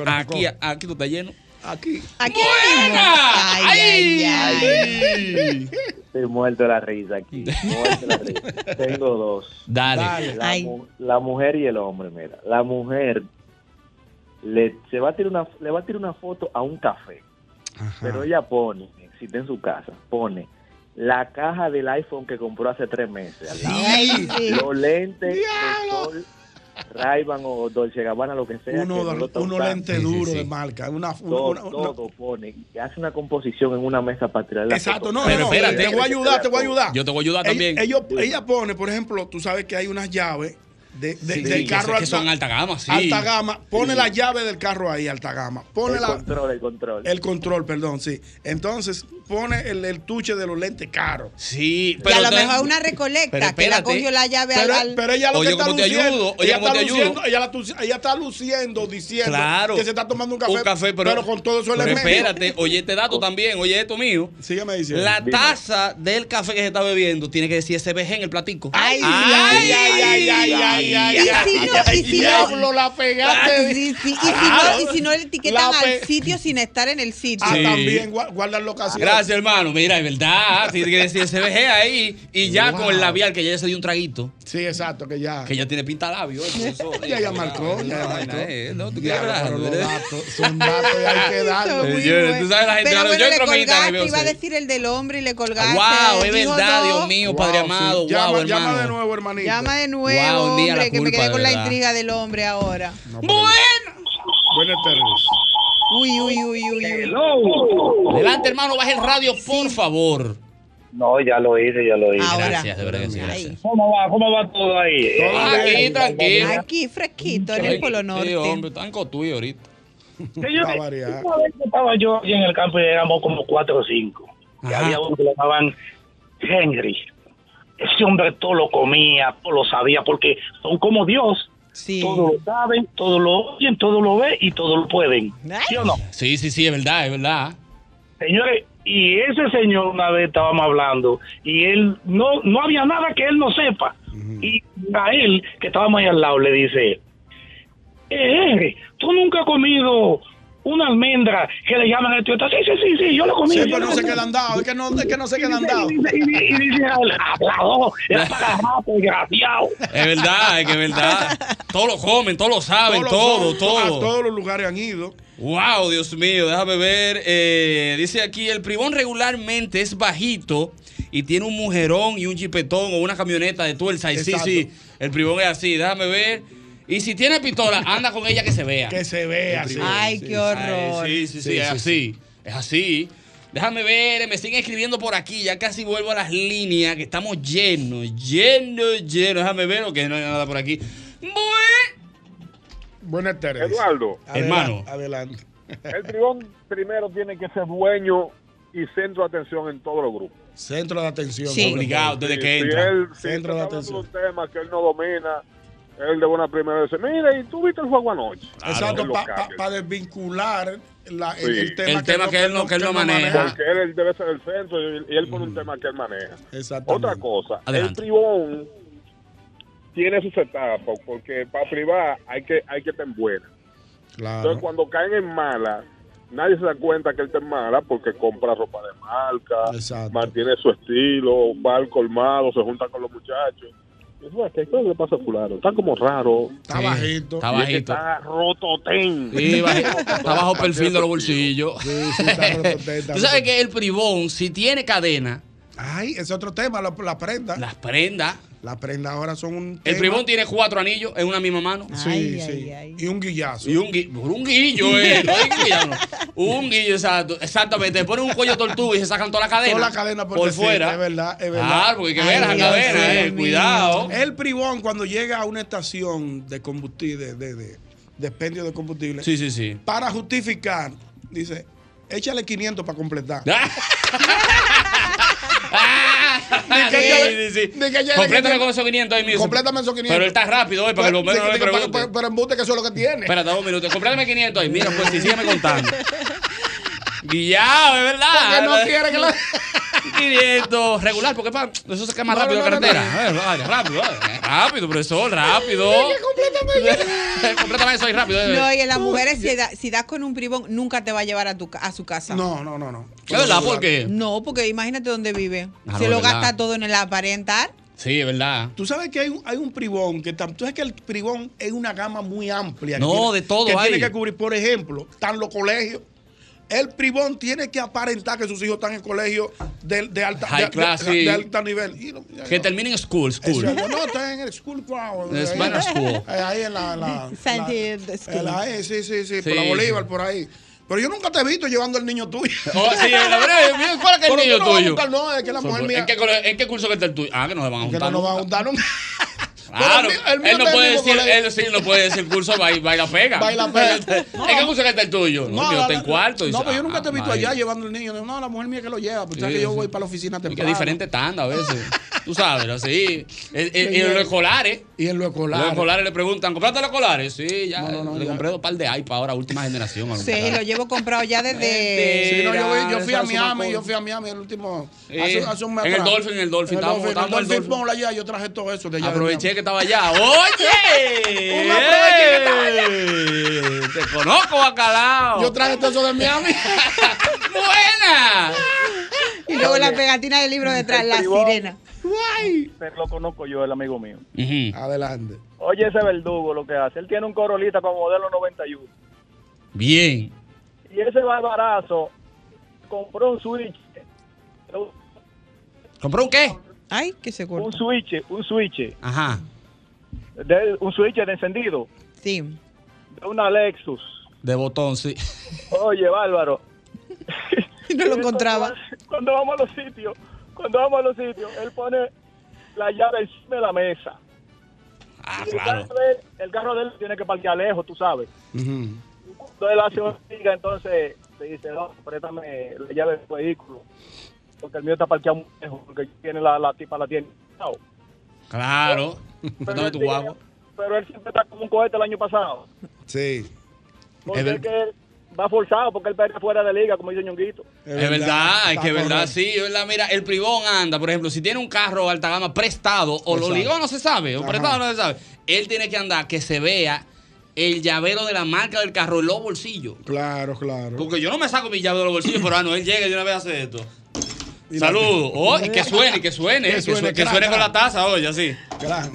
[SPEAKER 2] Aquí, aquí tú estás lleno.
[SPEAKER 3] Aquí.
[SPEAKER 5] Aquí.
[SPEAKER 2] ¡Buena! ¡Ay, ay,
[SPEAKER 13] Estoy muerto de la risa aquí. muerto de la risa. Tengo dos.
[SPEAKER 2] Dale.
[SPEAKER 13] La, mu- la mujer y el hombre, mira. La mujer le, se va a tirar una, le va a tirar una foto a un café. Pero ella pone, si está en su casa, pone la caja del iPhone que compró hace tres meses. al lado.
[SPEAKER 14] Ay, sí.
[SPEAKER 13] Los lentes de sol, ray o Dolce Gabbana, lo que sea.
[SPEAKER 3] Uno,
[SPEAKER 13] que no lo están
[SPEAKER 3] uno
[SPEAKER 13] usando.
[SPEAKER 3] lente duro de marca. Una, una-
[SPEAKER 13] Todo,
[SPEAKER 3] una- una-
[SPEAKER 13] todo pone, que hace una composición en una mesa para tirar la
[SPEAKER 3] Exacto, no, no, no, te voy a ayudar, te voy a ayudar.
[SPEAKER 2] Yo te voy a ayudar
[SPEAKER 3] Ell-
[SPEAKER 2] también.
[SPEAKER 3] ellos- ella pone, por ejemplo, tú sabes que hay unas llaves de- de-
[SPEAKER 2] Sí,
[SPEAKER 3] del
[SPEAKER 2] que
[SPEAKER 3] carro
[SPEAKER 2] son- que son alta gama, sí.
[SPEAKER 3] Alta gama, pone
[SPEAKER 2] Sí.
[SPEAKER 3] la llave del carro ahí, alta gama. Pone
[SPEAKER 13] el
[SPEAKER 3] la-
[SPEAKER 13] control, el control.
[SPEAKER 3] el control, perdón, sí. Entonces, pone el, el tuche de los lentes caros.
[SPEAKER 2] Sí,
[SPEAKER 5] que a lo mejor es una recolecta que la
[SPEAKER 3] espérate.
[SPEAKER 5] cogió la llave
[SPEAKER 3] pero,
[SPEAKER 5] al, al-
[SPEAKER 3] pero ella lo
[SPEAKER 2] Oye,
[SPEAKER 3] que está
[SPEAKER 2] ¿cómo te
[SPEAKER 3] luciendo,
[SPEAKER 2] ayudo? Oye,
[SPEAKER 3] ella,
[SPEAKER 2] ¿cómo
[SPEAKER 3] está
[SPEAKER 2] te ayudo?
[SPEAKER 3] luciendo ella, la tu- ella está luciendo, diciendo
[SPEAKER 2] Claro.
[SPEAKER 3] que se está tomando un café,
[SPEAKER 2] Un café, pero,
[SPEAKER 3] con todo eso
[SPEAKER 2] pero
[SPEAKER 3] elemento.
[SPEAKER 2] espérate, oye este dato también, oye esto mío.
[SPEAKER 3] Sígueme diciendo.
[SPEAKER 2] La
[SPEAKER 3] Oh. Dime.
[SPEAKER 2] taza del café que se está bebiendo tiene que decir SBG en el platico. Ay,
[SPEAKER 14] ay, ay, ay, ay, ay,
[SPEAKER 2] ay,
[SPEAKER 14] ay.
[SPEAKER 2] ay,
[SPEAKER 14] Y si no- y si no-
[SPEAKER 2] diablo, la
[SPEAKER 5] Ah, sí, sí. Y, si no, y si no le etiquetan
[SPEAKER 3] La
[SPEAKER 5] al
[SPEAKER 3] pe-
[SPEAKER 5] sitio sin estar en el sitio.
[SPEAKER 2] Sí.
[SPEAKER 3] También gua- guardan locación.
[SPEAKER 2] Gracias, hermano. Mira, es verdad. Tiene que decir SBG ahí. Y ya
[SPEAKER 3] Wow.
[SPEAKER 2] con el labial que ya se dio un traguito.
[SPEAKER 3] Sí, exacto, que ya.
[SPEAKER 2] Que ya tiene pinta labio. eso, eso,
[SPEAKER 3] Ya ella marcó, ya ella marcó.
[SPEAKER 2] eh, no, tú
[SPEAKER 3] Ya,
[SPEAKER 2] quieres hablar.
[SPEAKER 3] pero los datos son datos y hay que darlos.
[SPEAKER 2] Muy Señores, tú sabes la gente,
[SPEAKER 5] Pero
[SPEAKER 2] ahora,
[SPEAKER 5] bueno,
[SPEAKER 2] yo
[SPEAKER 5] le
[SPEAKER 2] entro a mi Instagram y
[SPEAKER 5] colgaste,
[SPEAKER 2] veo
[SPEAKER 5] iba a
[SPEAKER 2] seis.
[SPEAKER 5] decir el del hombre y le colgaste.
[SPEAKER 2] Wow, es
[SPEAKER 5] Dijo
[SPEAKER 2] verdad,
[SPEAKER 5] no.
[SPEAKER 2] Dios mío, Padre
[SPEAKER 3] Wow, sí.
[SPEAKER 2] amado.
[SPEAKER 3] Llama-
[SPEAKER 2] wow,
[SPEAKER 3] llama
[SPEAKER 2] hermano.
[SPEAKER 3] de nuevo, hermanito.
[SPEAKER 5] Llama de nuevo,
[SPEAKER 2] Wow, un día la
[SPEAKER 5] hombre, que
[SPEAKER 2] culpa,
[SPEAKER 5] me quedé
[SPEAKER 2] de
[SPEAKER 5] con la
[SPEAKER 2] verdad.
[SPEAKER 5] intriga del hombre ahora.
[SPEAKER 3] Buenas tardes.
[SPEAKER 5] Uy, uy, uy, uy, uy.
[SPEAKER 2] Adelante, hermano, baje el radio, por favor.
[SPEAKER 13] No, ya lo hice, ya lo hice.
[SPEAKER 2] Gracias, de verdad que sí, gracias.
[SPEAKER 13] ¿Cómo va? ¿Cómo va todo ahí? Eh,
[SPEAKER 2] Aquí, tranquilo.
[SPEAKER 5] Aquí, fresquito, en el Polo
[SPEAKER 2] Sí, oh,
[SPEAKER 5] Norte.
[SPEAKER 2] hombre, tan cotuyo ahorita.
[SPEAKER 13] Señores, una vez que estaba yo aquí en el campo y éramos como cuatro o cinco. Y había uno que le llamaban Henry. Ese hombre todo lo comía, todo lo sabía, porque son como Dios. Todo lo saben, todo lo oyen, todo lo ven y todo lo pueden. ¿Sí o no?
[SPEAKER 2] Sí, sí, sí, es verdad, es verdad.
[SPEAKER 13] Señores, y ese señor una vez estábamos hablando y él no no había nada que él no sepa. Y a él, que estábamos ahí al lado, le dice, eh, Henry, tú nunca has comido una almendra que le llaman esto. y esto?" Sí, sí, sí, sí, yo lo comí.
[SPEAKER 3] Sí,
[SPEAKER 13] yo
[SPEAKER 3] pero
[SPEAKER 13] lo
[SPEAKER 3] no se
[SPEAKER 13] comí".
[SPEAKER 3] quedan dados. Es que no, es que no se
[SPEAKER 13] Y
[SPEAKER 3] quedan
[SPEAKER 13] dice-
[SPEAKER 3] dados.
[SPEAKER 13] Y dice, y dice- y dice el hablador, el pajarraco, desgraciado.
[SPEAKER 2] Es verdad, es que es verdad. Todos lo comen, todos lo saben, todo,
[SPEAKER 3] Todos los-
[SPEAKER 2] todo.
[SPEAKER 3] A todos los lugares han ido.
[SPEAKER 2] Wow, Dios mío, déjame ver. eh, dice aquí, el privón regularmente es bajito y tiene un mujerón y un chipetón o una camioneta de tuerza. Y sí,
[SPEAKER 3] Exacto.
[SPEAKER 2] sí, el privón es así, déjame ver. Y si tiene pistola, anda con ella que se vea.
[SPEAKER 3] Que se vea, sí.
[SPEAKER 5] Ay, qué horror.
[SPEAKER 2] Ay, sí, sí, sí, es así. Es así. Déjame ver, me siguen escribiendo por aquí. Ya casi vuelvo a las líneas, que estamos llenos, llenos, llenos. Déjame ver, o que no hay nada por aquí.
[SPEAKER 3] Buenas tardes.
[SPEAKER 17] Eduardo.
[SPEAKER 2] Hermano.
[SPEAKER 3] Adelante.
[SPEAKER 17] El tribón primero tiene que ser dueño y centro de atención en todos los grupos.
[SPEAKER 3] Centro de atención.
[SPEAKER 2] Sí. Obligado, desde que
[SPEAKER 17] si
[SPEAKER 2] entra.
[SPEAKER 17] él, si
[SPEAKER 3] Centro
[SPEAKER 17] está
[SPEAKER 3] de
[SPEAKER 17] hablando de
[SPEAKER 3] atención.
[SPEAKER 17] un tema que él no domina, él de una primera dice, mira, ¿y tú viste el juego anoche?
[SPEAKER 3] Exacto,
[SPEAKER 17] Él lo
[SPEAKER 3] para
[SPEAKER 17] cambia.
[SPEAKER 3] desvincular la- el,
[SPEAKER 17] Sí.
[SPEAKER 3] el tema,
[SPEAKER 2] El tema que él no- que él no maneja. Mm.
[SPEAKER 17] Porque él, él debe ser el centro y, y él pone un tema que él maneja.
[SPEAKER 3] Exactamente.
[SPEAKER 17] Otra cosa, el
[SPEAKER 3] Adelante.
[SPEAKER 17] tribón tiene sus etapas, porque para privar hay que, hay que estar en buena.
[SPEAKER 3] Claro.
[SPEAKER 17] Entonces, cuando caen en mala, nadie se da cuenta que él está en mala porque compra ropa de marca, mantiene su estilo, va al colmado, se junta con los muchachos. Y dice, "Bueno, ¿Qué qué le pasa a fulano? Está como raro.
[SPEAKER 3] Está bajito.
[SPEAKER 2] Está
[SPEAKER 17] Y es que
[SPEAKER 2] bajito.
[SPEAKER 17] Está rototén.
[SPEAKER 2] Sí, baji- está bajo perfil de los bolsillos. Tú sabes que el privón, si tiene cadena,
[SPEAKER 3] Ay, es otro tema, la, la prenda. Las
[SPEAKER 2] prendas.
[SPEAKER 3] Las prendas ahora son un.
[SPEAKER 2] el
[SPEAKER 3] tema.
[SPEAKER 2] privón tiene cuatro anillos en una misma mano.
[SPEAKER 3] Sí, sí. Y un guillazo.
[SPEAKER 2] Y un, gui- un guillo, eh, no hay guillo, no. Un guillo, exacto. Exactamente. Te ponen un cuello tortuga y se sacan toda la cadena.
[SPEAKER 3] Toda la cadena por, decir,
[SPEAKER 2] fuera.
[SPEAKER 3] Es verdad, es verdad.
[SPEAKER 2] Claro, porque hay que ver la cadena, eh. Cuidado.
[SPEAKER 3] El privón, cuando llega a una estación de combustible, de, de, de, de expendio de combustible,
[SPEAKER 2] Sí, sí, sí.
[SPEAKER 3] para justificar, dice, échale 500 para completar.
[SPEAKER 2] Ah,
[SPEAKER 3] que
[SPEAKER 2] sí,
[SPEAKER 3] ya-
[SPEAKER 2] sí, sí.
[SPEAKER 3] de que ya-
[SPEAKER 2] Complétame
[SPEAKER 3] de que-
[SPEAKER 2] con esos 500 ahí mismo.
[SPEAKER 3] Complétame esos Pues, 500.
[SPEAKER 2] Pero él está rápido, eh, para que el bombero no le
[SPEAKER 3] Pero-
[SPEAKER 2] pregunte.
[SPEAKER 3] Pero, pero embuste que eso es lo que tiene.
[SPEAKER 2] Espérate, dos minutos. Complétame 500 ahí. Mira, pues sí, sígueme contando. Guillado, es verdad.
[SPEAKER 3] Porque no quiere que la-
[SPEAKER 2] 500 regular, porque pa, eso se cae más
[SPEAKER 3] No,
[SPEAKER 2] rápido
[SPEAKER 3] no,
[SPEAKER 2] la
[SPEAKER 3] no, no,
[SPEAKER 2] carretera. Eh, vaya, Rápido, eh, rápido, profesor, rápido. Complétame eso ahí rápido. eh.
[SPEAKER 5] No, y en las mujeres, si da, si das con un bribón, nunca te va a llevar a, tu, ca- a su casa.
[SPEAKER 3] No, no, no, no.
[SPEAKER 2] Es verdad, ¿por qué?
[SPEAKER 5] No, porque imagínate dónde vive.
[SPEAKER 2] Claro,
[SPEAKER 5] Se lo
[SPEAKER 2] es verdad.
[SPEAKER 5] gasta todo en el aparentar.
[SPEAKER 2] Sí, es verdad.
[SPEAKER 3] Tú sabes que hay un, hay un privón, que tam- tú sabes que el privón es una gama muy amplia. que
[SPEAKER 2] No, de todo
[SPEAKER 3] que
[SPEAKER 2] hay.
[SPEAKER 3] tiene que cubrir, por ejemplo, están los colegios. El privón tiene que aparentar que sus hijos están en colegios de, de alta,
[SPEAKER 2] High
[SPEAKER 3] de- de-
[SPEAKER 2] class, sí.
[SPEAKER 3] de alto nivel. Y lo-
[SPEAKER 2] Que terminen school, school.
[SPEAKER 3] Eso, no, está en el school ground.
[SPEAKER 2] Es
[SPEAKER 3] ahí,
[SPEAKER 2] Banner School.
[SPEAKER 3] eh, Ahí en la. la,
[SPEAKER 5] San
[SPEAKER 3] la-
[SPEAKER 5] Diego School.
[SPEAKER 3] en la- eh, sí, sí, sí, por
[SPEAKER 2] Sí.
[SPEAKER 3] la Bolívar, por ahí. Pero yo nunca te he visto llevando el niño tuyo.
[SPEAKER 2] Oh, sí, la verdad, mira, ¿cuál es que el
[SPEAKER 3] Pero tú
[SPEAKER 2] niño
[SPEAKER 3] no vas a
[SPEAKER 2] tuyo?
[SPEAKER 3] buscar, no, es que la
[SPEAKER 2] Son-
[SPEAKER 3] mujer
[SPEAKER 2] ¿en
[SPEAKER 3] mía-
[SPEAKER 2] qué cole- ¿En qué curso que está el tuyo? Ah, que no se van a
[SPEAKER 3] Que
[SPEAKER 2] juntar.
[SPEAKER 3] no nos van a juntar nunca.
[SPEAKER 2] Claro,
[SPEAKER 3] Pero el mío- el mío
[SPEAKER 2] él no
[SPEAKER 3] está en
[SPEAKER 2] puede
[SPEAKER 3] el mismo
[SPEAKER 2] decir,
[SPEAKER 3] colegio.
[SPEAKER 2] él sí no puede decir curso, va y, va y la pega.
[SPEAKER 3] Va y la pega.
[SPEAKER 2] ¿En qué curso que está el tuyo? No, yo
[SPEAKER 3] la-
[SPEAKER 2] está en cuarto.
[SPEAKER 3] No,
[SPEAKER 2] Dice,
[SPEAKER 3] pero yo nunca te he
[SPEAKER 2] ah,
[SPEAKER 3] visto
[SPEAKER 2] madre.
[SPEAKER 3] allá llevando el niño. No, la mujer mía que lo lleva. Pues
[SPEAKER 2] Sí,
[SPEAKER 3] sabes que yo
[SPEAKER 2] sí.
[SPEAKER 3] voy para la oficina
[SPEAKER 2] Y Que
[SPEAKER 3] temprano.
[SPEAKER 2] diferente tanda a veces. Tú sabes, así. Eh, eh, Y en los escolares.
[SPEAKER 3] Y en los escolares.
[SPEAKER 2] Los escolares le preguntan, ¿compraste los escolares? Sí, ya. le compré dos par de iPad ahora, última generación. a los
[SPEAKER 5] Sí,
[SPEAKER 2] muchachos.
[SPEAKER 5] lo llevo comprado ya desde.
[SPEAKER 3] Sí, no, yo, voy- yo fui
[SPEAKER 2] Esa
[SPEAKER 3] a
[SPEAKER 2] es una
[SPEAKER 3] Miami,
[SPEAKER 2] cosa.
[SPEAKER 3] yo fui a Miami el último.
[SPEAKER 2] Eh,
[SPEAKER 3] hace, hace un mes
[SPEAKER 2] en el
[SPEAKER 3] atrás.
[SPEAKER 2] Dolphin, en el Dolphin,
[SPEAKER 3] En
[SPEAKER 2] estábamos-
[SPEAKER 3] el Dolphin, en el
[SPEAKER 2] estábamos en el
[SPEAKER 3] Dolphin,
[SPEAKER 2] Dolphin.
[SPEAKER 3] Mall allá, yo traje todo eso de allá. de
[SPEAKER 2] Aproveché
[SPEAKER 3] Miami.
[SPEAKER 2] que estaba allá. ¡Oye!
[SPEAKER 3] Un aproveche que estaba
[SPEAKER 2] ¡Te conozco, bacalao!
[SPEAKER 3] Yo traje todo eso de Miami.
[SPEAKER 2] ¡Buena!
[SPEAKER 5] Y luego la pegatina del libro detrás, la sirena.
[SPEAKER 18] Pero lo conozco yo, el amigo mío.
[SPEAKER 3] Adelante.
[SPEAKER 18] Oye, ese verdugo lo que hace. Él tiene un corolita con modelo 91.
[SPEAKER 2] Bien.
[SPEAKER 18] Y ese barbarazo compró un switch.
[SPEAKER 2] ¿Compró un qué?
[SPEAKER 5] Ay, que se corta.
[SPEAKER 18] Un switch, un switch.
[SPEAKER 2] Ajá.
[SPEAKER 18] De, un switch de encendido.
[SPEAKER 5] Sí.
[SPEAKER 18] De una Lexus.
[SPEAKER 2] De botón, sí.
[SPEAKER 18] Oye, bárbaro.
[SPEAKER 5] Y no lo encontraba.
[SPEAKER 18] Cuando vamos a los sitios, cuando vamos a los sitios, él pone la llave encima de la mesa.
[SPEAKER 2] Ah,
[SPEAKER 18] el, carro de él, el carro de él tiene que parquear lejos, tú sabes. Entonces él hace una liga, entonces te dice, no, préstame la llave del vehículo. Porque el mío está parqueado muy lejos, porque tiene la, la tipa la tiene. No.
[SPEAKER 2] Claro. Dame tu guagua.
[SPEAKER 18] Pero él siempre está como un cohete el año pasado.
[SPEAKER 3] Sí.
[SPEAKER 18] Porque
[SPEAKER 2] Es
[SPEAKER 18] es que él va forzado, porque él está fuera de liga, como dice Ñonguito.
[SPEAKER 2] Es verdad, es que es verdad, sí, es verdad. Mira, el privón anda, por ejemplo, si tiene un carro alta gama prestado o lo
[SPEAKER 18] Exacto.
[SPEAKER 2] ligó, no se sabe, o
[SPEAKER 18] Ajá.
[SPEAKER 2] prestado, no se sabe. Él tiene que andar que se vea el llavero de la marca del carro en los bolsillos.
[SPEAKER 3] Claro, claro.
[SPEAKER 2] Porque yo no me saco mi llave de los bolsillos, pero ah, no, él llega y de una vez hace esto. Saludos. Oh, y que suene, que suene,
[SPEAKER 3] Que
[SPEAKER 2] que suene,
[SPEAKER 3] suene,
[SPEAKER 2] que suene
[SPEAKER 3] crack,
[SPEAKER 2] con la taza, oye, así.
[SPEAKER 3] Claro.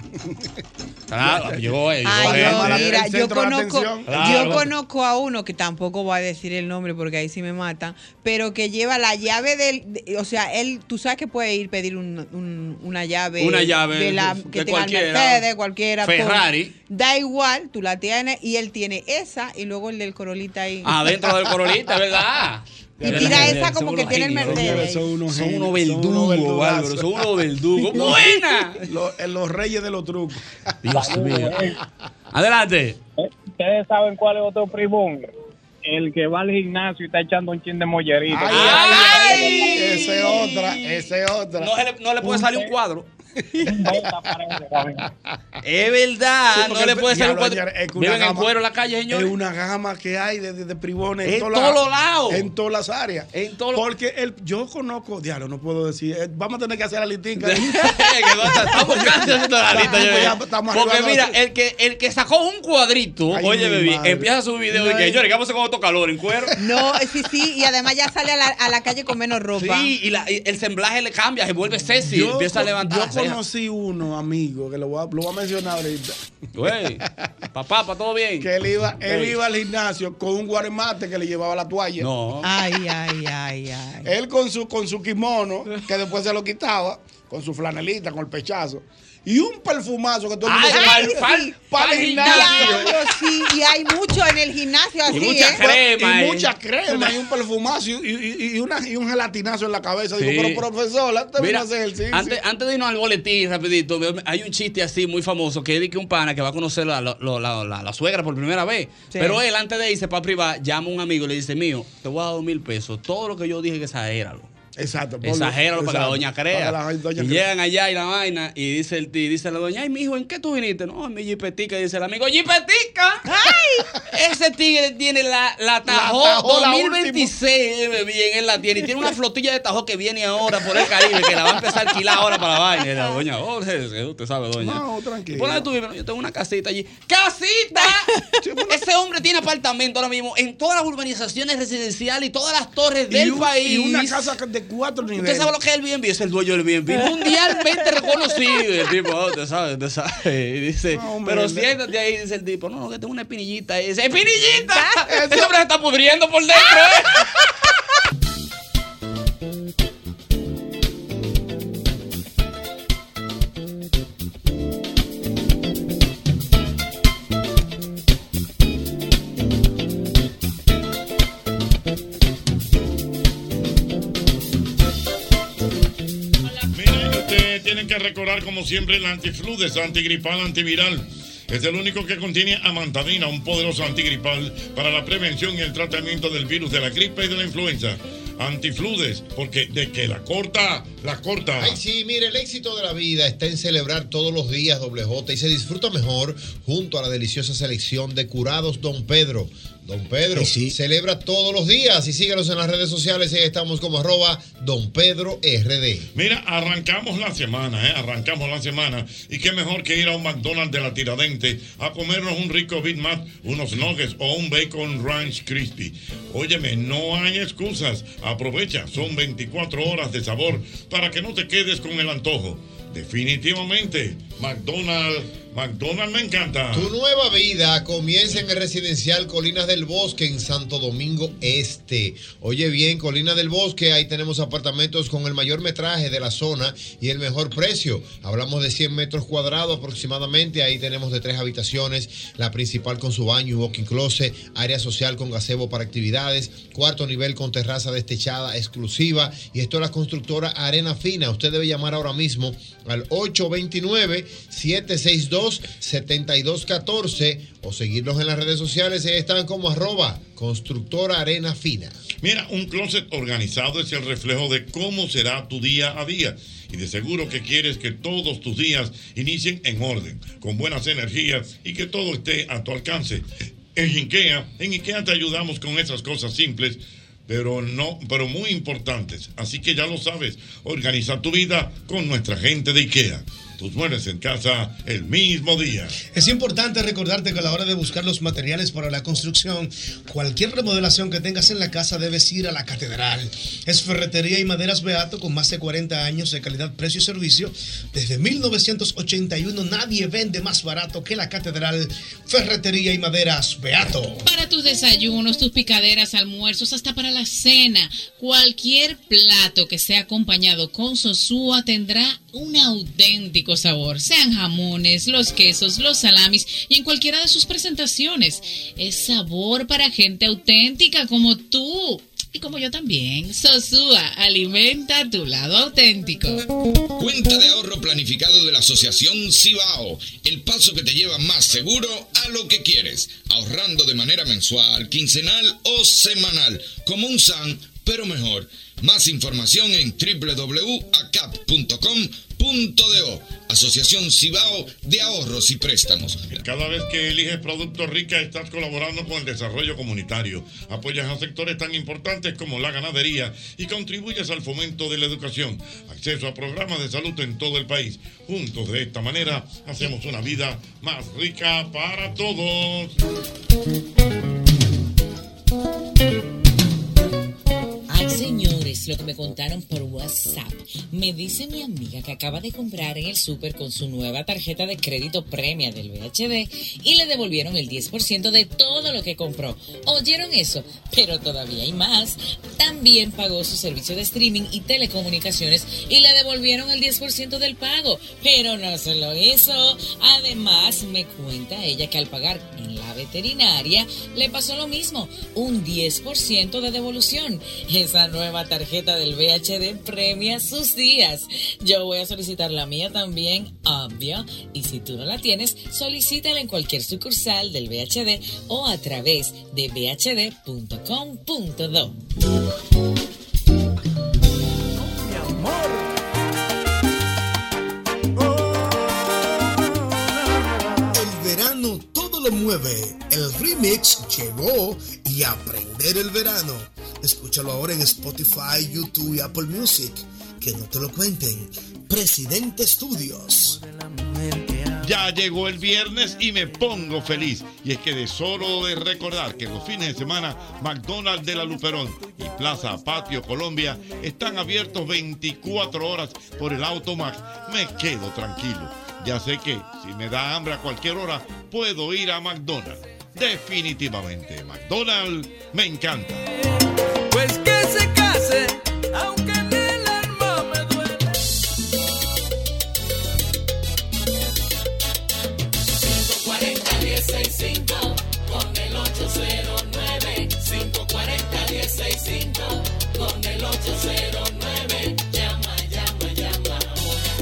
[SPEAKER 2] Claro, llegó, eh, llegó
[SPEAKER 5] Ay,
[SPEAKER 2] gente.
[SPEAKER 5] no, mira, yo
[SPEAKER 3] centro de
[SPEAKER 5] conozco,
[SPEAKER 3] atención.
[SPEAKER 2] Claro.
[SPEAKER 5] yo conozco a uno que tampoco voy a decir el nombre porque ahí sí me matan, pero que lleva la llave del, de- o sea, él, tú sabes que puede ir pedir un- un- una llave,
[SPEAKER 2] Una llave
[SPEAKER 5] de, la,
[SPEAKER 2] de
[SPEAKER 5] que tenga el
[SPEAKER 2] cualquiera.
[SPEAKER 5] Mercedes, cualquiera, por-
[SPEAKER 2] Ferrari.
[SPEAKER 5] da igual, tú la tienes y él tiene esa y luego el del Corolita ahí.
[SPEAKER 2] Adentro Ah, del corolita, ¿verdad?
[SPEAKER 5] Y tira esa como que tiene el Mercedes.
[SPEAKER 3] Son unos,
[SPEAKER 2] Son
[SPEAKER 3] genios,
[SPEAKER 2] unos
[SPEAKER 3] son
[SPEAKER 2] verdugos,
[SPEAKER 3] unos verdugazos.
[SPEAKER 2] Álvaro, son unos verdugos.
[SPEAKER 3] Los-
[SPEAKER 2] ¡Buena!
[SPEAKER 3] Los, eh, los reyes de los trucos.
[SPEAKER 2] Dios mío. Adelante.
[SPEAKER 13] Ustedes saben cuál es otro primón. El que va al gimnasio y está echando un chin de mollerito.
[SPEAKER 3] Esa es otra, esa es otra.
[SPEAKER 2] No, se le, no le puede salir un cuadro. es verdad,
[SPEAKER 3] Sí,
[SPEAKER 2] Ah, no
[SPEAKER 3] porque
[SPEAKER 2] le puede
[SPEAKER 3] ya
[SPEAKER 2] salir un
[SPEAKER 3] lo
[SPEAKER 2] cuadro.
[SPEAKER 3] ayer- es que una
[SPEAKER 2] Viven en
[SPEAKER 3] gama-
[SPEAKER 2] cuero en la calle, señor.
[SPEAKER 3] Es una gama que hay de, de- de privones
[SPEAKER 2] En
[SPEAKER 3] la-
[SPEAKER 2] todos lados.
[SPEAKER 3] En todas las áreas.
[SPEAKER 2] En
[SPEAKER 3] Porque el, yo conozco, diablo, no puedo decir. eh, vamos a tener que hacer la listica.
[SPEAKER 2] Estamos casi haciendo la lista,
[SPEAKER 3] Estamos
[SPEAKER 2] yo-
[SPEAKER 3] ya- estamos
[SPEAKER 2] Porque
[SPEAKER 3] arribando
[SPEAKER 2] mira,
[SPEAKER 3] a los-
[SPEAKER 2] el que, el que sacó un cuadrito,
[SPEAKER 3] Ay,
[SPEAKER 2] oye,
[SPEAKER 3] mi
[SPEAKER 2] bebé,
[SPEAKER 3] madre.
[SPEAKER 2] empieza a subir video de
[SPEAKER 3] Ay.
[SPEAKER 2] que yo llegamos con otro calor en cuero.
[SPEAKER 5] No, sí, sí, y además ya sale a la, a la calle con menos ropa.
[SPEAKER 2] Sí, y, la- y el semblaje le cambia, se vuelve sexy,
[SPEAKER 3] Yo
[SPEAKER 2] empieza a
[SPEAKER 3] con-
[SPEAKER 2] levantar. las
[SPEAKER 3] Yo
[SPEAKER 2] cejas.
[SPEAKER 3] conocí uno, amigo, que lo voy a, lo voy a mencionar ahorita.
[SPEAKER 2] Güey, papá, papá, todo bien.
[SPEAKER 3] Que él iba, él
[SPEAKER 2] Ey.
[SPEAKER 3] iba al gimnasio con un guaremate que le llevaba la toalla.
[SPEAKER 2] No.
[SPEAKER 5] Ay, ay, ay, ay.
[SPEAKER 3] Él con su, con su kimono, que después se lo quitaba, con su flanelita, con el pechazo. Y un perfumazo que todo el mundo
[SPEAKER 2] Ay,
[SPEAKER 3] se
[SPEAKER 2] pal- pal-
[SPEAKER 3] para
[SPEAKER 2] pal
[SPEAKER 3] el gimnasio.
[SPEAKER 5] Diablo, sí, y hay mucho en el gimnasio así,
[SPEAKER 2] Y mucha
[SPEAKER 5] ¿eh?
[SPEAKER 2] crema,
[SPEAKER 3] Y
[SPEAKER 2] eh.
[SPEAKER 3] mucha crema, y un perfumazo, y, y- y una- y un gelatinazo en la cabeza. Digo,
[SPEAKER 2] Sí.
[SPEAKER 3] pero profesora, usted vino
[SPEAKER 2] Mira,
[SPEAKER 3] a hacer ejercicio.
[SPEAKER 2] antes, antes de irnos al boletín, rapidito, ve- hay un chiste así muy famoso que es de que un pana que va a conocer a la, lo- la- la- la suegra por primera vez.
[SPEAKER 5] Sí.
[SPEAKER 2] Pero él, antes de irse para privar, llama a un amigo y le dice, mío, te voy a dar dos mil pesos. Todo lo que yo dije que exagéralo.
[SPEAKER 3] Exacto. ponlo.
[SPEAKER 2] Exagéralo para que la
[SPEAKER 3] Exacto,
[SPEAKER 2] doña
[SPEAKER 3] para
[SPEAKER 2] crea.
[SPEAKER 3] que la doña
[SPEAKER 2] y
[SPEAKER 3] crea.
[SPEAKER 2] llegan allá y la vaina. Y dice el tío, dice la doña, ay, mijo, ¿en qué tú viniste? No, en mi jipetica. Y dice el amigo, jipetica. ¡Ay! Ese tigre tiene la, la Tajo
[SPEAKER 3] La Tajo, la
[SPEAKER 2] 2026. eh, Bien, él la tiene. Y tiene una flotilla de Tajo que viene ahora por el Caribe, que la va a empezar a alquilar ahora para la vaina. Y la doña, oh, usted sabe, doña.
[SPEAKER 3] No,
[SPEAKER 2] ¿Y
[SPEAKER 3] tranquilo.
[SPEAKER 2] ¿Por dónde tú vives? No, yo tengo una casita allí. ¡Casita! Ese hombre tiene apartamento ahora mismo en todas las urbanizaciones residenciales y todas las torres del
[SPEAKER 3] un-
[SPEAKER 2] país.
[SPEAKER 3] y una casa de cuatro niveles.
[SPEAKER 2] ¿Usted sabe lo que es el BNB? Es el dueño del BNB. Mundialmente reconocido. El tipo, oh, te sabes, te sabes. Y dice,
[SPEAKER 3] hombre,
[SPEAKER 2] pero
[SPEAKER 3] el-
[SPEAKER 2] siéntate ahí, dice el tipo, no, que tengo una espinillita. Y dice, ¡espinillita! Ese hombre se está pudriendo por dentro, ¿eh?
[SPEAKER 12] Miren, ustedes tienen que recordar, como siempre, el antifludes, antigripal, antiviral. Es el único que contiene amantadina, un poderoso antigripal para la prevención y el tratamiento del virus de la gripe y de la influenza. Antifludes, porque de que la corta, la corta.
[SPEAKER 19] Ay, sí, mire, el éxito de la vida está en celebrar todos los días doble J y se disfruta mejor junto a la deliciosa selección de curados Don Pedro. Don Pedro celebra todos los días y síguenos en las redes sociales. Ahí estamos como arroba Don Pedro RD.
[SPEAKER 12] Mira, arrancamos la semana, ¿eh? Arrancamos la semana. Y qué mejor que ir a un McDonald's de la Tiradente a comernos un rico Big Mac, unos nuggets o un Bacon Ranch Crispy. Óyeme, no hay excusas. Aprovecha, son 24 horas de sabor para que no te quedes con el antojo. Definitivamente, McDonald's, McDonald's me encanta.
[SPEAKER 19] Tu nueva vida comienza en el residencial Colinas del Bosque en Santo Domingo Este. Oye bien, Colinas del Bosque, ahí tenemos apartamentos con el mayor metraje de la zona y el mejor precio. Hablamos de 100 metros cuadrados aproximadamente, ahí tenemos de tres habitaciones, la principal con su baño y walking closet, área social con gazebo para actividades, cuarto nivel con terraza destechada exclusiva y esto es la constructora Arena Fina. Usted debe llamar ahora mismo al 829-762-7214 o seguirlos en las redes sociales. Ahí están como arroba constructora arena fina.
[SPEAKER 12] Mira, un closet organizado es el reflejo de cómo será tu día a día. Y de seguro que quieres que todos tus días inicien en orden, con buenas energías y que todo esté a tu alcance. En IKEA, en IKEA te ayudamos con esas cosas simples, pero no, pero muy importantes. Así que ya lo sabes, organiza tu vida con nuestra gente de IKEA. Tus muebles en casa el mismo día.
[SPEAKER 8] Es importante recordarte que a la hora de buscar los materiales para la construcción, cualquier remodelación que tengas en la casa debes ir a la catedral. Es Ferretería y Maderas Beato con más de 40 años de calidad, precio y servicio. Desde 1981 nadie vende más barato que la catedral Ferretería y Maderas Beato.
[SPEAKER 20] Para tus desayunos, tus picaderas, almuerzos, hasta para la cena, cualquier plato que sea acompañado con sosúa tendrá un auténtico sabor. Sean jamones, los quesos, los salamis y en cualquiera de sus presentaciones. Es sabor para gente auténtica como tú. Y como yo también, Sosúa, alimenta tu lado auténtico.
[SPEAKER 21] Cuenta de ahorro planificado de la Asociación Cibao, el paso que te lleva más seguro a lo que quieres, ahorrando de manera mensual, quincenal o semanal, como un SAN, pero mejor. Más información en www.acap.com.do Asociación Cibao de Ahorros y Préstamos.
[SPEAKER 12] Cada vez que eliges Productos Rica estás colaborando con el desarrollo comunitario, apoyas a sectores tan importantes como la ganadería y contribuyes al fomento de la educación, acceso a programas de salud en todo el país. Juntos de esta manera hacemos una vida más rica para todos.
[SPEAKER 22] Ay, señores, lo que me contaron por WhatsApp. Me dice mi amiga que acaba de comprar en el súper con su nueva tarjeta de crédito premia del VHD y le devolvieron el 10% de todo lo que compró. ¿Oyeron eso? Pero todavía hay más. También pagó su servicio de streaming y telecomunicaciones y le devolvieron el 10% del pago. Pero no solo eso. Además, me cuenta ella que al pagar en la veterinaria le pasó lo mismo, un 10% de devolución. Esa nueva tarjeta del VHD premia sus días. Yo voy a solicitar la mía también, obvio. Y si tú no la tienes, solicítala en cualquier sucursal del VHD o a través de vhd.com.do.
[SPEAKER 8] El verano todo lo mueve. El remix llegó y aprender el verano. Escúchalo ahora en Spotify, YouTube y Apple Music. Que no te lo cuenten. Presidente Studios.
[SPEAKER 23] mujer que amo.
[SPEAKER 12] Ya llegó el viernes y me pongo feliz. Y es que de solo de recordar que los fines de semana, McDonald's de la Luperón y Plaza Patio Colombia están abiertos 24 horas por el Automax, me quedo tranquilo. Ya sé que si me da hambre a cualquier hora, puedo ir a McDonald's. Definitivamente, McDonald's me encanta.
[SPEAKER 14] Pues que se case, aunque en el alma me duele.
[SPEAKER 1] con el 809. 540-165 con el 809. Llama, llama, llama ahora.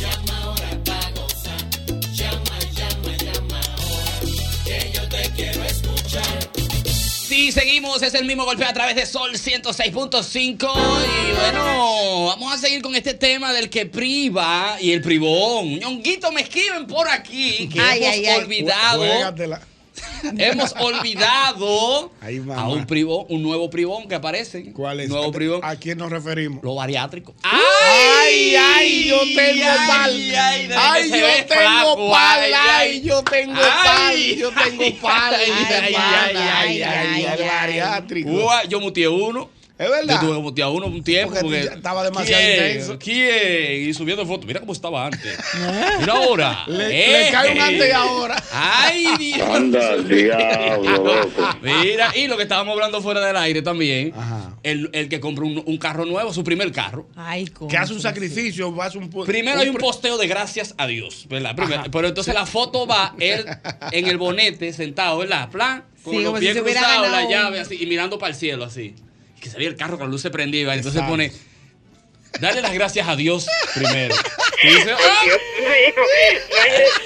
[SPEAKER 1] Llama ahora para gozar. Llama, llama, llama ahora. Que yo te quiero escuchar.
[SPEAKER 2] Sí, seguimos, es el mismo golpe a través de Sol 106.5 y bueno, vamos a seguir con este tema del que priva y el privón. Ñonguito, me escriben por aquí que
[SPEAKER 14] Ay,
[SPEAKER 2] hemos
[SPEAKER 14] ay, ay.
[SPEAKER 2] olvidado,
[SPEAKER 3] Juégatela.
[SPEAKER 2] hemos olvidado
[SPEAKER 3] Ahí, mamá.
[SPEAKER 2] a un privón, un nuevo privón que aparece. ¿Cuál es? Nuevo privón.
[SPEAKER 3] ¿A quién nos referimos?
[SPEAKER 2] Lo bariátrico.
[SPEAKER 22] Ay, ay, yo tengo
[SPEAKER 2] Ay,
[SPEAKER 22] pal.
[SPEAKER 2] ay, desde que
[SPEAKER 22] Ay,
[SPEAKER 2] se
[SPEAKER 22] yo
[SPEAKER 2] ve
[SPEAKER 22] tengo
[SPEAKER 2] flaco,
[SPEAKER 22] pal.
[SPEAKER 2] ay,
[SPEAKER 22] Ay,
[SPEAKER 2] ay.
[SPEAKER 22] yo tengo pal.
[SPEAKER 2] Ay,
[SPEAKER 22] Yo tengo pal.
[SPEAKER 2] ay, ay, ay, ay, ay, ay. Ua, yo muteé uno.
[SPEAKER 3] Es verdad.
[SPEAKER 2] Yo tuve que mutear uno un tiempo.
[SPEAKER 3] Porque tú
[SPEAKER 2] Porque
[SPEAKER 3] ya estaba demasiado
[SPEAKER 2] ¿Quién?
[SPEAKER 3] intenso.
[SPEAKER 2] ¿Quién? Y subiendo fotos. Mira cómo estaba antes. Mira ahora.
[SPEAKER 3] Le- le cae un antes y ahora.
[SPEAKER 2] Eh, Ay, Dios.
[SPEAKER 17] Anda, diablo, loco.
[SPEAKER 2] Mira, y lo que estábamos hablando fuera del aire también. El, el que compra un, un carro nuevo, su primer carro.
[SPEAKER 5] Ay,
[SPEAKER 3] Que hace un sacrificio, vas un po-
[SPEAKER 2] Primero hay un
[SPEAKER 3] pre-
[SPEAKER 2] posteo de gracias a Dios, ¿verdad? Primero, pero entonces la foto va él en el bonete, sentado, ¿verdad? Plan, con
[SPEAKER 3] Sí,
[SPEAKER 2] los
[SPEAKER 3] como
[SPEAKER 2] pies
[SPEAKER 3] si se hubiera
[SPEAKER 2] cruzados, la
[SPEAKER 3] ganado un-
[SPEAKER 2] llave así, y mirando para el cielo así. Y que se veía el carro con la luz se prendía, ¿vale? entonces
[SPEAKER 3] Exacto.
[SPEAKER 2] pone, dale las gracias a Dios primero. Y dice, ¡ah!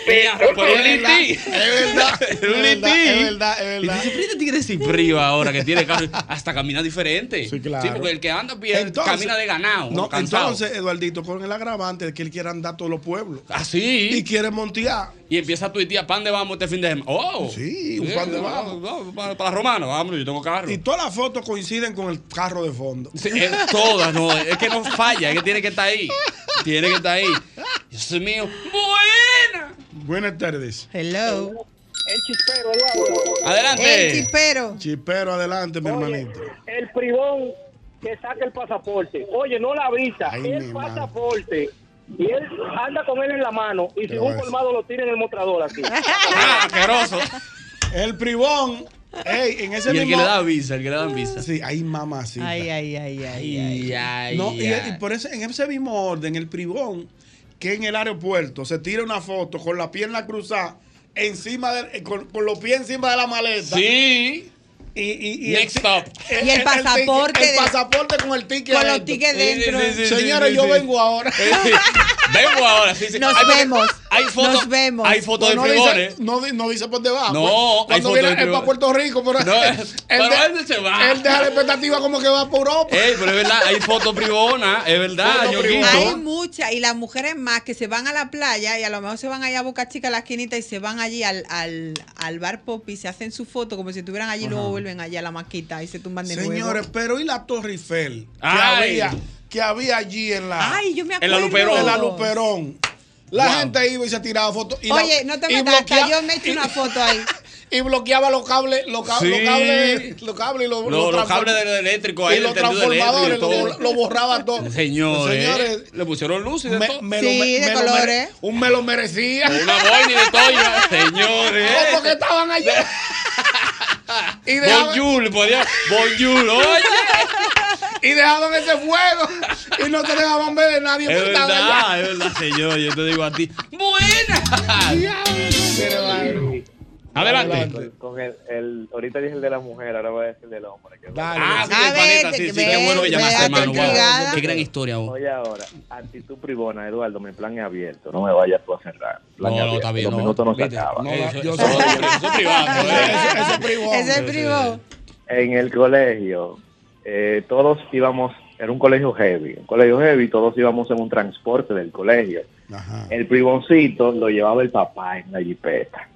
[SPEAKER 2] Mira, por un
[SPEAKER 3] Es verdad,
[SPEAKER 2] litín.
[SPEAKER 3] es verdad, es
[SPEAKER 2] Un
[SPEAKER 3] verdad,
[SPEAKER 2] litín.
[SPEAKER 3] es verdad, es
[SPEAKER 2] Y
[SPEAKER 3] verdad.
[SPEAKER 2] dice, "Pero este tigre sin priva ahora que tiene carro, hasta camina diferente. Sí,
[SPEAKER 3] claro.
[SPEAKER 2] porque el que anda pierde,
[SPEAKER 3] Entonces-
[SPEAKER 2] camina de ganado.
[SPEAKER 3] No,
[SPEAKER 2] cansado.
[SPEAKER 3] entonces, Eduardito, con el agravante de que él quiere andar a todos los pueblos.
[SPEAKER 2] Ah, Así.
[SPEAKER 3] Y quiere montear.
[SPEAKER 2] Y empieza a tuitear, ¿pan de vamos este fin de semana? ¡Oh!
[SPEAKER 3] Sí, un pan de vamos.
[SPEAKER 2] Para, para Romano, vámonos, yo tengo carro.
[SPEAKER 3] Y todas las fotos coinciden con el carro de fondo.
[SPEAKER 2] Sí, eh, todas, no, eh, es que no falla, es que tiene que estar ahí. Tiene que estar ahí. Dios mío. Buena.
[SPEAKER 3] Buenas tardes.
[SPEAKER 5] Hello.
[SPEAKER 4] El chispero, Eduardo.
[SPEAKER 5] El chipero.
[SPEAKER 3] Chipero, adelante, mi hermanito.
[SPEAKER 4] El privón que saca el pasaporte. Oye, no la visa, el pasaporte. Y él anda con él en la mano. Y si
[SPEAKER 3] Pero
[SPEAKER 4] un
[SPEAKER 3] eso.
[SPEAKER 4] colmado lo tira en el mostrador aquí.
[SPEAKER 7] Ah,
[SPEAKER 2] asqueroso.
[SPEAKER 3] El privón. Ey, en ese
[SPEAKER 2] Y el que
[SPEAKER 3] mismo-
[SPEAKER 2] le da visa, el que le dan visa.
[SPEAKER 3] Sí, ahí mamacita.
[SPEAKER 5] Ay, ay, ay, ay, ay.
[SPEAKER 3] No, y, y por eso, en ese mismo orden, el privón que en el aeropuerto se tira una foto con la pierna cruzada, encima de- con, con los pies encima de la maleta.
[SPEAKER 2] Sí.
[SPEAKER 3] Y, y, y
[SPEAKER 2] Next
[SPEAKER 3] el,
[SPEAKER 2] stop.
[SPEAKER 5] Y el
[SPEAKER 3] tic-
[SPEAKER 5] pasaporte
[SPEAKER 3] El
[SPEAKER 5] de-
[SPEAKER 3] pasaporte con el ticket.
[SPEAKER 5] Con los
[SPEAKER 3] adentro.
[SPEAKER 5] tickets Sí, sí, dentro. sí, sí,
[SPEAKER 3] Señores,
[SPEAKER 5] sí,
[SPEAKER 3] yo
[SPEAKER 5] sí.
[SPEAKER 3] vengo ahora.
[SPEAKER 2] Vengo ahora, sí, sí.
[SPEAKER 5] Nos
[SPEAKER 2] Hay-
[SPEAKER 5] vemos.
[SPEAKER 2] Hay fotos.
[SPEAKER 5] Nos vemos.
[SPEAKER 2] Hay fotos
[SPEAKER 3] Pues no,
[SPEAKER 2] de
[SPEAKER 3] dice,
[SPEAKER 2] frijoles.
[SPEAKER 3] no, di- no dice por debajo. pues.
[SPEAKER 2] No, hay
[SPEAKER 3] cuando
[SPEAKER 2] fotos
[SPEAKER 3] viene
[SPEAKER 2] de
[SPEAKER 3] él
[SPEAKER 2] frijoles.
[SPEAKER 3] para Puerto Rico, pero,
[SPEAKER 2] No,
[SPEAKER 3] él,
[SPEAKER 2] pero
[SPEAKER 3] de-
[SPEAKER 2] él se va. Eh,
[SPEAKER 3] él deja la expectativa como que va por Europa.
[SPEAKER 2] Ey, pero es verdad, hay fotos privonas, es verdad,
[SPEAKER 5] Hay
[SPEAKER 2] ñoquito.
[SPEAKER 5] muchas y las mujeres más que se van a la playa y a lo mejor se van allá a Boca Chica a la esquinita y se van allí al, al, al bar pop y se hacen su foto como si estuvieran allí y luego
[SPEAKER 3] Ajá.
[SPEAKER 5] vuelven allá a la maquita y se tumban de nuevo.
[SPEAKER 3] Señores, pero ¿y la Torre Eiffel? Que
[SPEAKER 2] Ay.
[SPEAKER 3] había, que había allí en la.
[SPEAKER 5] Ay, yo me
[SPEAKER 3] En la
[SPEAKER 5] acuerdo.
[SPEAKER 3] Luperón. En la Luperón. La
[SPEAKER 5] Wow.
[SPEAKER 3] gente iba y se tiraba fotos. y la-
[SPEAKER 5] Oye, no te
[SPEAKER 3] y
[SPEAKER 5] metas, hasta
[SPEAKER 3] bloquea-
[SPEAKER 5] yo me he hecho
[SPEAKER 3] y-
[SPEAKER 5] una foto ahí.
[SPEAKER 3] Y bloqueaba los cables, los cables,
[SPEAKER 2] Sí.
[SPEAKER 3] los cables, los cables y los,
[SPEAKER 2] Los, los
[SPEAKER 3] transform-
[SPEAKER 2] cables del eléctrico ahí,
[SPEAKER 3] y
[SPEAKER 2] del
[SPEAKER 3] los
[SPEAKER 2] tendido eléctrico
[SPEAKER 3] transformadores,
[SPEAKER 2] y todo.
[SPEAKER 3] lo, lo borraba todo.
[SPEAKER 2] Señores,
[SPEAKER 3] Señores,
[SPEAKER 2] le pusieron luces de todo.
[SPEAKER 3] me lo- Sí, me- de me lo mere- colores. un me lo merecía.
[SPEAKER 2] Una boina y de toya, señores.
[SPEAKER 3] ¿Cómo que estaban allí? y dejaban-
[SPEAKER 2] Bonjour, podía. Bonjour, oye.
[SPEAKER 3] y dejaban ese fuego y no te dejaban ver de nadie
[SPEAKER 2] Es
[SPEAKER 3] porque estaban
[SPEAKER 2] verdad,
[SPEAKER 3] allá.
[SPEAKER 2] es verdad, señor. Yo te digo a ti. Adelante.
[SPEAKER 7] Con el, el- ahorita dije el de la mujer, ahora voy a decir el del hombre. que-
[SPEAKER 2] Ah, sí, paleta, sí, sí, qué bueno que llamaste, hermano. Wow, qué gran historia vos.
[SPEAKER 7] Oye, ahora, actitud privona, Eduardo, mi plan es abierto, no me vayas tú a cerrar. Plan
[SPEAKER 2] No,
[SPEAKER 7] es
[SPEAKER 2] no, está
[SPEAKER 7] abierto,
[SPEAKER 2] bien,
[SPEAKER 7] Los
[SPEAKER 2] no.
[SPEAKER 7] minutos no se
[SPEAKER 2] Viste,
[SPEAKER 7] acaban.
[SPEAKER 2] no, Eso- yo eso- soy- eso es privado, ¿eh? Eso- eso es privado.
[SPEAKER 5] Ese es privado.
[SPEAKER 7] En el colegio, eh, todos íbamos, era un colegio heavy, un colegio heavy, todos íbamos en un transporte del colegio. El privoncito lo llevaba el papá en la jipeta.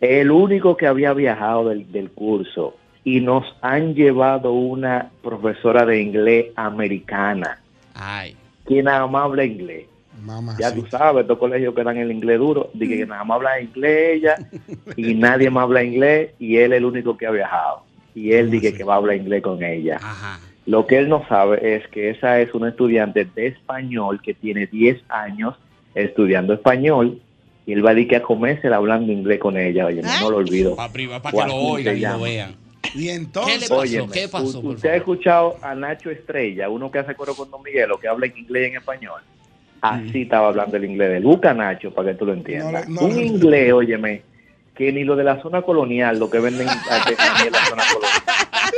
[SPEAKER 7] El único que había viajado del, del curso y nos han llevado una profesora de inglés americana,
[SPEAKER 2] Ay.
[SPEAKER 7] quien nada más habla inglés. ya tú sabes, estos colegios que dan el inglés duro, de que nada más habla inglés ella y nadie más habla inglés y él es el único que ha viajado. Y él dice que va a hablar inglés con ella. Lo que él no sabe es que esa es una estudiante de español que tiene 10 años estudiando español y él va a decir que a comérsela hablando inglés con ella. Oye, no lo olvido.
[SPEAKER 2] Para, para que lo
[SPEAKER 7] Joaquín
[SPEAKER 2] oigan
[SPEAKER 7] se
[SPEAKER 2] y lo
[SPEAKER 7] llama.
[SPEAKER 2] vean.
[SPEAKER 3] Y entonces,
[SPEAKER 7] Óyeme, u- ¿Usted ha escuchado a Nacho Estrella, uno que hace coro con Don Miguelo, que habla en inglés y en español? Así estaba hablando el inglés de Luca Nacho, para que tú lo entiendas.
[SPEAKER 3] No, no,
[SPEAKER 7] Un
[SPEAKER 3] no.
[SPEAKER 7] inglés, óyeme, que ni lo de la zona colonial, lo que venden aquí en la zona colonial.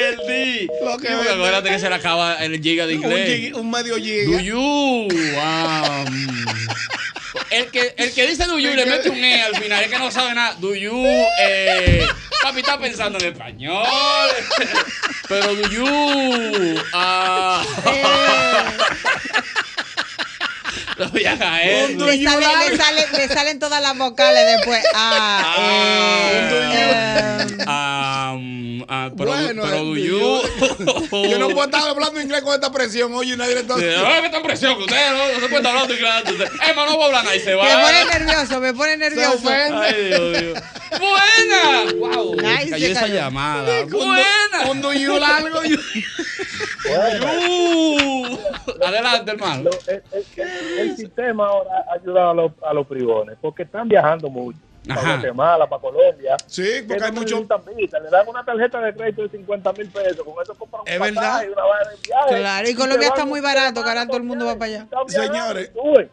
[SPEAKER 2] El di. Sí, porque acuérdate que se le acaba el giga de
[SPEAKER 3] un,
[SPEAKER 2] inglés.
[SPEAKER 3] gig- un medio giga.
[SPEAKER 2] Do you? Ah, El que, el que dice do you le mete un E al final, es que no sabe nada. Do you, eh, papi está pensando en español. Pero do you, ah. Lo voy a caer.
[SPEAKER 5] Le, sale- le sale- le salen todas las vocales después. Ah, eh,
[SPEAKER 2] Ah, mm, ah, pero,
[SPEAKER 3] Bueno,
[SPEAKER 2] pero do
[SPEAKER 3] eh,
[SPEAKER 2] you.
[SPEAKER 3] Yo no puedo estar hablando inglés con esta presión, oye, y nadie le está
[SPEAKER 2] Ay, qué tan precioso que ustedes no, no se pueden hablar de clase. Es más, no voy a hablar nada y se va.
[SPEAKER 5] me pone nervioso, me pone nervioso.
[SPEAKER 2] Ay, Dios mío. ¡Buena! ¡Wow!
[SPEAKER 5] Nice,
[SPEAKER 2] cayó esa
[SPEAKER 5] cayó.
[SPEAKER 2] llamada.
[SPEAKER 5] Cuando-
[SPEAKER 2] ¡Buena!
[SPEAKER 5] cuando yo largo,
[SPEAKER 2] yo... Uh. Adelante, hermano.
[SPEAKER 6] El, el- el sistema ahora ha ayudado a los, a los privones porque están viajando mucho. Para
[SPEAKER 2] Ajá.
[SPEAKER 6] Guatemala, para Colombia.
[SPEAKER 3] Sí,
[SPEAKER 6] porque hay muchos. Le dan una tarjeta de crédito de 50 mil pesos. Con eso compran un
[SPEAKER 3] Es
[SPEAKER 6] pasaje,
[SPEAKER 3] verdad.
[SPEAKER 6] una vaina de viaje.
[SPEAKER 5] Claro, y
[SPEAKER 6] se
[SPEAKER 5] Colombia
[SPEAKER 6] van
[SPEAKER 5] está muy barato, que ahora todo el mundo va para allá.
[SPEAKER 3] Señores.
[SPEAKER 6] Oye,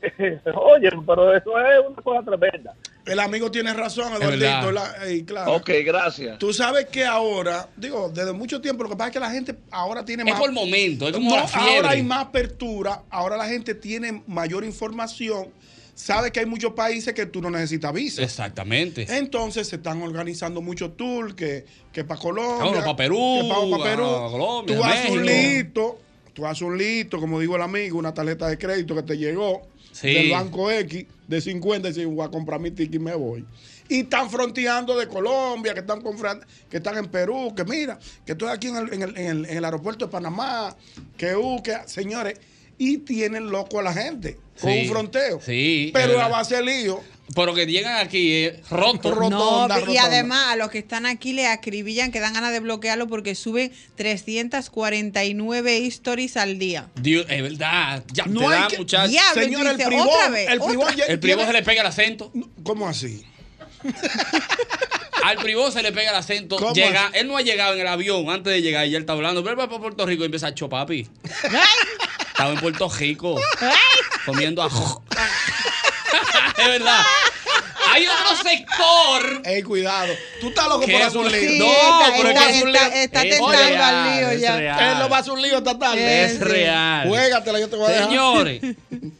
[SPEAKER 6] pero eso es una cosa tremenda.
[SPEAKER 3] El amigo tiene razón,
[SPEAKER 6] verdad.
[SPEAKER 3] Eduardito. la- eh, claro.
[SPEAKER 6] Ok, gracias.
[SPEAKER 3] Tú sabes que ahora, digo, desde mucho tiempo, lo que pasa es que la gente ahora tiene
[SPEAKER 2] Es
[SPEAKER 3] más.
[SPEAKER 2] por momento, es como la fiebre.
[SPEAKER 3] Ahora hay más apertura, ahora la gente tiene mayor información, sabe que hay muchos países que tú no necesitas visa.
[SPEAKER 2] Exactamente.
[SPEAKER 3] Eh, Entonces se están organizando muchos tours que, que para Colombia.
[SPEAKER 2] Ah, uno pa' Perú,
[SPEAKER 3] Que para
[SPEAKER 2] ah, Colombia,
[SPEAKER 3] tú haces un
[SPEAKER 2] México.
[SPEAKER 3] listo, tú haces un listo, como digo el amigo, una tarjeta de crédito que te llegó
[SPEAKER 2] Sí.
[SPEAKER 3] del Banco X de 50 y dices, voy a comprar mi ticket y me voy. Y están fronteando de Colombia, que están confran- que están en Perú, que mira, que estoy aquí en el, en el- en el- en el aeropuerto de Panamá, que uh, que señores, y tienen loco a la gente con
[SPEAKER 2] Sí.
[SPEAKER 3] un fronteo.
[SPEAKER 2] Sí. es
[SPEAKER 3] Pero
[SPEAKER 2] verdad.
[SPEAKER 3] a base de lío,
[SPEAKER 2] Pero que llegan aquí eh, rotos.
[SPEAKER 5] No, y además a los que están aquí le acribillan que dan ganas de bloquearlo porque suben 349 stories al día.
[SPEAKER 2] Dios, es verdad. Ya
[SPEAKER 3] No
[SPEAKER 2] te
[SPEAKER 3] hay
[SPEAKER 2] da,
[SPEAKER 3] que-
[SPEAKER 2] muchachos.
[SPEAKER 3] Diablo, y Señora, el dice, privón- otra vez, el otra privón vez. ya-
[SPEAKER 2] El privón
[SPEAKER 3] ya-
[SPEAKER 2] se le pega el acento.
[SPEAKER 3] ¿cómo así?
[SPEAKER 2] Al privón se le pega el acento.
[SPEAKER 3] ¿Cómo
[SPEAKER 2] Llega, él no ha llegado en el avión antes de llegar y ya él está hablando. Pero él va para Puerto Rico y empieza a chopapi. Estaba en Puerto Rico comiendo ajo. es verdad. Hay otro sector.
[SPEAKER 3] Ey, cuidado. Tú estás loco
[SPEAKER 2] Que
[SPEAKER 3] por
[SPEAKER 2] es
[SPEAKER 3] hacer un
[SPEAKER 2] un-
[SPEAKER 3] lío.
[SPEAKER 2] Sí, No, está- pero es que está- es un lío. está
[SPEAKER 3] Oye,
[SPEAKER 2] tentando al lío
[SPEAKER 3] es
[SPEAKER 2] ya.
[SPEAKER 3] real. Él no va a hacer un lío esta tarde.
[SPEAKER 2] Es real.
[SPEAKER 3] Juégatela, yo te voy a dejar.
[SPEAKER 2] Señores.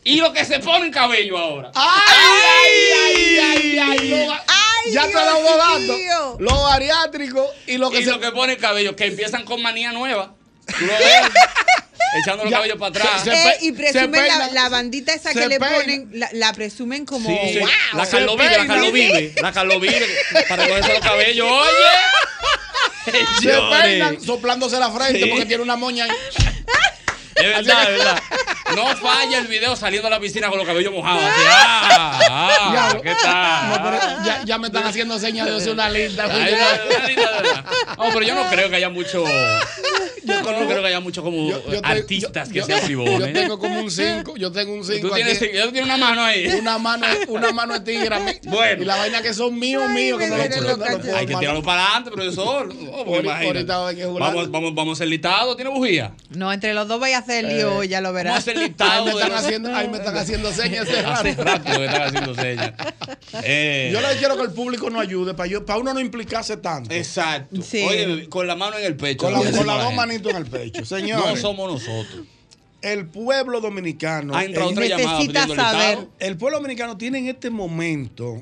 [SPEAKER 2] Y los que se ponen cabello ahora.
[SPEAKER 3] ¡Ay, ay, ay, ay! ay,
[SPEAKER 5] Ay,
[SPEAKER 3] ya te
[SPEAKER 2] Dios
[SPEAKER 3] lo voy dando.
[SPEAKER 2] mío.
[SPEAKER 3] Los bariátricos y los que
[SPEAKER 2] y
[SPEAKER 3] se...
[SPEAKER 2] los que ponen cabello, que empiezan con manía nueva. Tú lo ves, echando los
[SPEAKER 3] Ya,
[SPEAKER 2] cabellos para atrás.
[SPEAKER 5] Eh, y presumen la,
[SPEAKER 3] peinan.
[SPEAKER 5] la bandita esa
[SPEAKER 3] Se
[SPEAKER 5] que le
[SPEAKER 3] peinan.
[SPEAKER 5] ponen, la, la presumen como
[SPEAKER 2] Sí, sí.
[SPEAKER 5] wow.
[SPEAKER 2] La Carlos vive, la Carlos vive, la Carlos vive, para cogerse los cabellos. Oye,
[SPEAKER 3] Se
[SPEAKER 2] Señores.
[SPEAKER 3] peinan soplándose la frente
[SPEAKER 2] Sí.
[SPEAKER 3] porque tiene una moña ahí.
[SPEAKER 2] es verdad, es verdad. No falla el video saliendo a la piscina con los cabellos mojados. así, ah, ah, ¿qué
[SPEAKER 3] No,
[SPEAKER 2] tal?
[SPEAKER 3] pero ya, ya me están haciendo señas de hacer una linda.
[SPEAKER 2] Ay, no, no, no, no. No, pero yo no creo que haya mucho. Yo no creo que haya mucho como
[SPEAKER 3] yo te-
[SPEAKER 2] artistas que
[SPEAKER 3] yo-
[SPEAKER 2] sean
[SPEAKER 3] Yo
[SPEAKER 2] privones.
[SPEAKER 3] tengo como un 5, yo tengo un 5
[SPEAKER 2] Tú tienes cinco, yo tengo una mano ahí.
[SPEAKER 3] Una mano, una mano de tigre a mí.
[SPEAKER 2] Bueno.
[SPEAKER 3] Y la vaina que son míos, míos. que no lo- no lo puedo
[SPEAKER 2] Hay que
[SPEAKER 3] armar.
[SPEAKER 2] tirarlo para adelante, profesor. No, porque
[SPEAKER 3] Ahorita-
[SPEAKER 2] imagínate.
[SPEAKER 3] ahorita hay que jugarlo.
[SPEAKER 2] vamos, vamos, vamos a hacer listado. ¿Tiene bujía?
[SPEAKER 5] No, entre los dos vais a hacer
[SPEAKER 2] Eh,
[SPEAKER 5] lío, ya lo verás.
[SPEAKER 2] vamos a hacer listado
[SPEAKER 3] Ahí me
[SPEAKER 2] de
[SPEAKER 3] están
[SPEAKER 2] los-
[SPEAKER 3] haciendo, ahí me están haciendo señas ese
[SPEAKER 2] Hace
[SPEAKER 3] rato.
[SPEAKER 2] rato que están haciendo señas. Eh,
[SPEAKER 3] Yo le quiero que el público nos ayude para yo, para uno no implicarse tanto.
[SPEAKER 2] Exacto.
[SPEAKER 3] Sí.
[SPEAKER 2] Oye, con la mano en el pecho.
[SPEAKER 3] Con, la,
[SPEAKER 2] le decimos
[SPEAKER 3] con
[SPEAKER 2] a
[SPEAKER 3] las
[SPEAKER 2] la
[SPEAKER 3] dos
[SPEAKER 2] gente.
[SPEAKER 3] manitos en el pecho.
[SPEAKER 2] No
[SPEAKER 3] Señores,
[SPEAKER 2] somos nosotros.
[SPEAKER 3] el pueblo dominicano.
[SPEAKER 2] Ha entrado
[SPEAKER 3] en
[SPEAKER 2] otra llamada Necesita pidiendo el saber. listado.
[SPEAKER 3] El pueblo dominicano tiene en este momento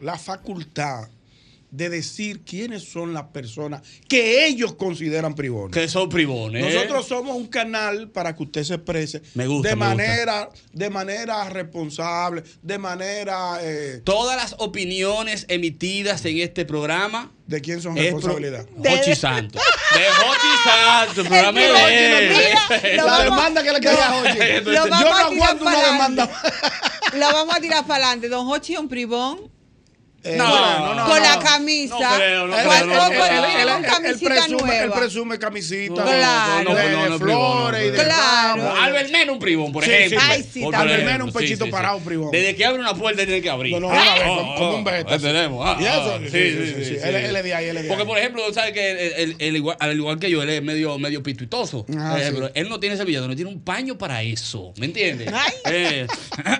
[SPEAKER 3] la facultad de decir quiénes son las personas que ellos consideran privones.
[SPEAKER 2] Que son ¿eh? privones.
[SPEAKER 3] Nosotros somos un canal para que usted se exprese
[SPEAKER 2] Me gusta,
[SPEAKER 3] de
[SPEAKER 2] me gusta.
[SPEAKER 3] manera de manera responsable, de manera eh,
[SPEAKER 2] Todas las opiniones emitidas en este programa.
[SPEAKER 3] ¿De quién son
[SPEAKER 2] es pro-
[SPEAKER 3] responsabilidad?
[SPEAKER 2] Jochi Santos. De Jochi Santos, programa de él.
[SPEAKER 3] la demanda que le queda a Jochi.
[SPEAKER 2] Entonces,
[SPEAKER 3] Yo
[SPEAKER 5] Lo
[SPEAKER 3] no
[SPEAKER 5] vamos a tirar
[SPEAKER 3] aguanto una
[SPEAKER 5] pa'lante.
[SPEAKER 3] demanda.
[SPEAKER 5] Lo vamos a tirar para adelante. Don Hochi es un privón.
[SPEAKER 3] Eh,
[SPEAKER 5] No,
[SPEAKER 3] bueno,
[SPEAKER 5] con la camisa.
[SPEAKER 3] No creo, no
[SPEAKER 5] Con-
[SPEAKER 3] creo, no
[SPEAKER 5] con-
[SPEAKER 3] creo.
[SPEAKER 5] con-
[SPEAKER 3] Él- él-
[SPEAKER 5] con
[SPEAKER 3] él-
[SPEAKER 5] camisita
[SPEAKER 3] él presume,
[SPEAKER 5] nueva.
[SPEAKER 3] él presume camisita
[SPEAKER 5] Claro.
[SPEAKER 3] de,
[SPEAKER 2] No, no, no, no,
[SPEAKER 3] flores y de
[SPEAKER 2] privón,
[SPEAKER 3] ramos.
[SPEAKER 2] no, Albert Nena un privón, por
[SPEAKER 3] Sí,
[SPEAKER 2] ejemplo.
[SPEAKER 3] sí. Ay, sí,
[SPEAKER 2] Por
[SPEAKER 3] también.
[SPEAKER 2] ejemplo,
[SPEAKER 3] Nena, un pechito parado, un privón.
[SPEAKER 2] Desde que abre una puerta tiene que abrir.
[SPEAKER 3] no, de una vez,
[SPEAKER 2] Ah,
[SPEAKER 3] como-
[SPEAKER 2] ah,
[SPEAKER 3] como un
[SPEAKER 2] ah,
[SPEAKER 3] beta.
[SPEAKER 2] tenemos. ah,
[SPEAKER 3] Y eso,
[SPEAKER 2] ah,
[SPEAKER 3] sí,
[SPEAKER 2] sí,
[SPEAKER 3] sí,
[SPEAKER 2] sí,
[SPEAKER 3] sí,
[SPEAKER 2] sí,
[SPEAKER 3] él- él es de ahí, él es de
[SPEAKER 2] Porque,
[SPEAKER 3] ahí.
[SPEAKER 2] por ejemplo, sabes que él- él- él igual- al igual que yo, él es medio, medio pituitoso.
[SPEAKER 3] Ah,
[SPEAKER 2] Eh,
[SPEAKER 3] sí.
[SPEAKER 2] pero él no tiene servilleta, no tiene un paño para eso. ¿Me entiendes?
[SPEAKER 3] Ay.
[SPEAKER 2] Eh,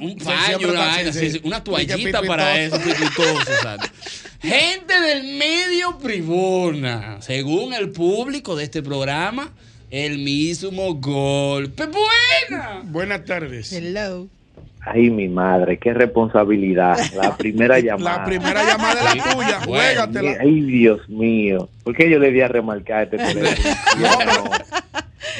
[SPEAKER 2] un
[SPEAKER 3] Sí,
[SPEAKER 2] paño,
[SPEAKER 3] siempre
[SPEAKER 2] una,
[SPEAKER 3] está
[SPEAKER 2] vaina,
[SPEAKER 3] así,
[SPEAKER 2] sí,
[SPEAKER 3] sí.
[SPEAKER 2] sí, una
[SPEAKER 3] Y que
[SPEAKER 2] toallita para eso,
[SPEAKER 3] pituitoso.
[SPEAKER 2] pituitoso, exacto. Gente del medio privona, según el público de este programa, el mismo golpe. Buena.
[SPEAKER 3] Buenas tardes.
[SPEAKER 5] Hello.
[SPEAKER 7] Ay, mi madre, qué responsabilidad. La primera llamada.
[SPEAKER 3] La primera llamada es la tuya, juégatela.
[SPEAKER 7] Ay, Dios mío. ¿Por qué yo le di a remarcar este teléfono?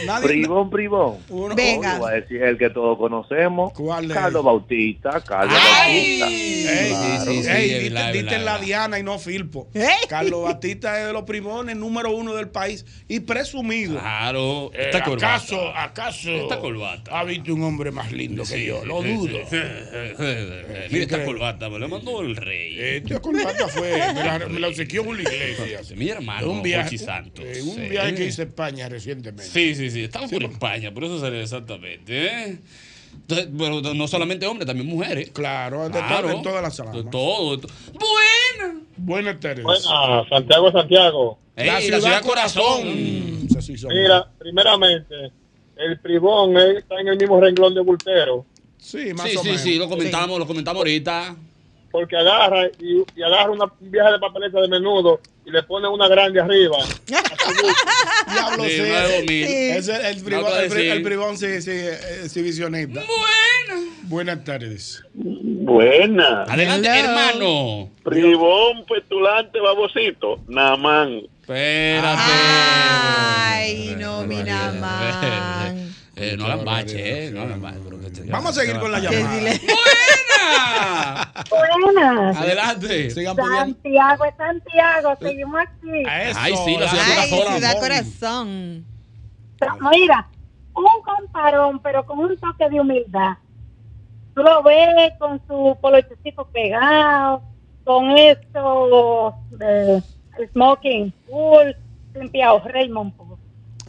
[SPEAKER 3] Nadie-
[SPEAKER 7] Privón, privón.
[SPEAKER 3] Uno-
[SPEAKER 7] Venga. Voy a decir el que todos conocemos. Carlos Bautista, Carlos Bautista.
[SPEAKER 3] Ey,
[SPEAKER 7] Claro.
[SPEAKER 3] ey, diste- diste en la Diana y no Filpo. Carlos Batista es de los primones número uno del país y presumido.
[SPEAKER 2] Claro,
[SPEAKER 3] Eh,
[SPEAKER 2] esta corbata.
[SPEAKER 3] ¿Acaso, acaso
[SPEAKER 2] Esta corbata.
[SPEAKER 3] ha visto un hombre más lindo que yo? Lo dudo.
[SPEAKER 2] Mira esta corbata, me la mandó el rey.
[SPEAKER 3] Esta corbata fue, me la, me la obsequió Julio Iglesias.
[SPEAKER 2] Mi hermano,
[SPEAKER 3] un viaje,
[SPEAKER 2] Jochi Santos.
[SPEAKER 3] eh, un
[SPEAKER 2] Sí.
[SPEAKER 3] viaje que hice a España recientemente.
[SPEAKER 2] Sí, sí, sí. Estamos por España, por eso sale exactamente. ¿eh? Entonces, pero no solamente hombres, también mujeres.
[SPEAKER 3] Claro, de todo- en todas las ramas.
[SPEAKER 2] De todo. de to-
[SPEAKER 3] Buena. Buenas tardes.
[SPEAKER 6] Buenas, Ah, Santiago, Santiago.
[SPEAKER 2] Ey, la ciudad corazón.
[SPEAKER 3] Mm, así son.
[SPEAKER 6] Mira, primeramente, el Pribón él está en el mismo renglón de Bultero.
[SPEAKER 3] Sí,
[SPEAKER 2] sí, sí, sí, lo comentamos, lo comentamos ahorita.
[SPEAKER 6] Porque agarra y, y agarra una vieja de papeleta de menudo y le pone una grande arriba.
[SPEAKER 3] Diablo,
[SPEAKER 6] Sí,
[SPEAKER 3] sí.
[SPEAKER 6] una de dos mil.
[SPEAKER 3] Sí. Ese es el
[SPEAKER 6] No
[SPEAKER 3] privón,
[SPEAKER 6] te voy a
[SPEAKER 3] el, pri-
[SPEAKER 6] decir.
[SPEAKER 3] el privón sí, sí, eh, exhibicionista.
[SPEAKER 2] Bueno.
[SPEAKER 3] Buenas tardes.
[SPEAKER 12] Buena.
[SPEAKER 3] Adelante, Hello. hermano.
[SPEAKER 12] Bribón, petulante, babosito. Namán.
[SPEAKER 2] Ah. Espérate.
[SPEAKER 5] Ay, no, mi nada
[SPEAKER 2] Eh, no hagan bache, eh. No hagan bache. pero que te-
[SPEAKER 3] Vamos a seguir con la llamada.
[SPEAKER 1] Buenas.
[SPEAKER 2] Adelante.
[SPEAKER 1] Santiago es Santiago, seguimos aquí.
[SPEAKER 2] Ay, sí, la ciudad
[SPEAKER 5] Ay,
[SPEAKER 2] corazón.
[SPEAKER 5] ciudad corazón.
[SPEAKER 1] Mira, un comparón, pero con un toque de humildad. Tú lo ves con su polochecito pegado, con esto, eh, smoking full, limpiado, Raymond.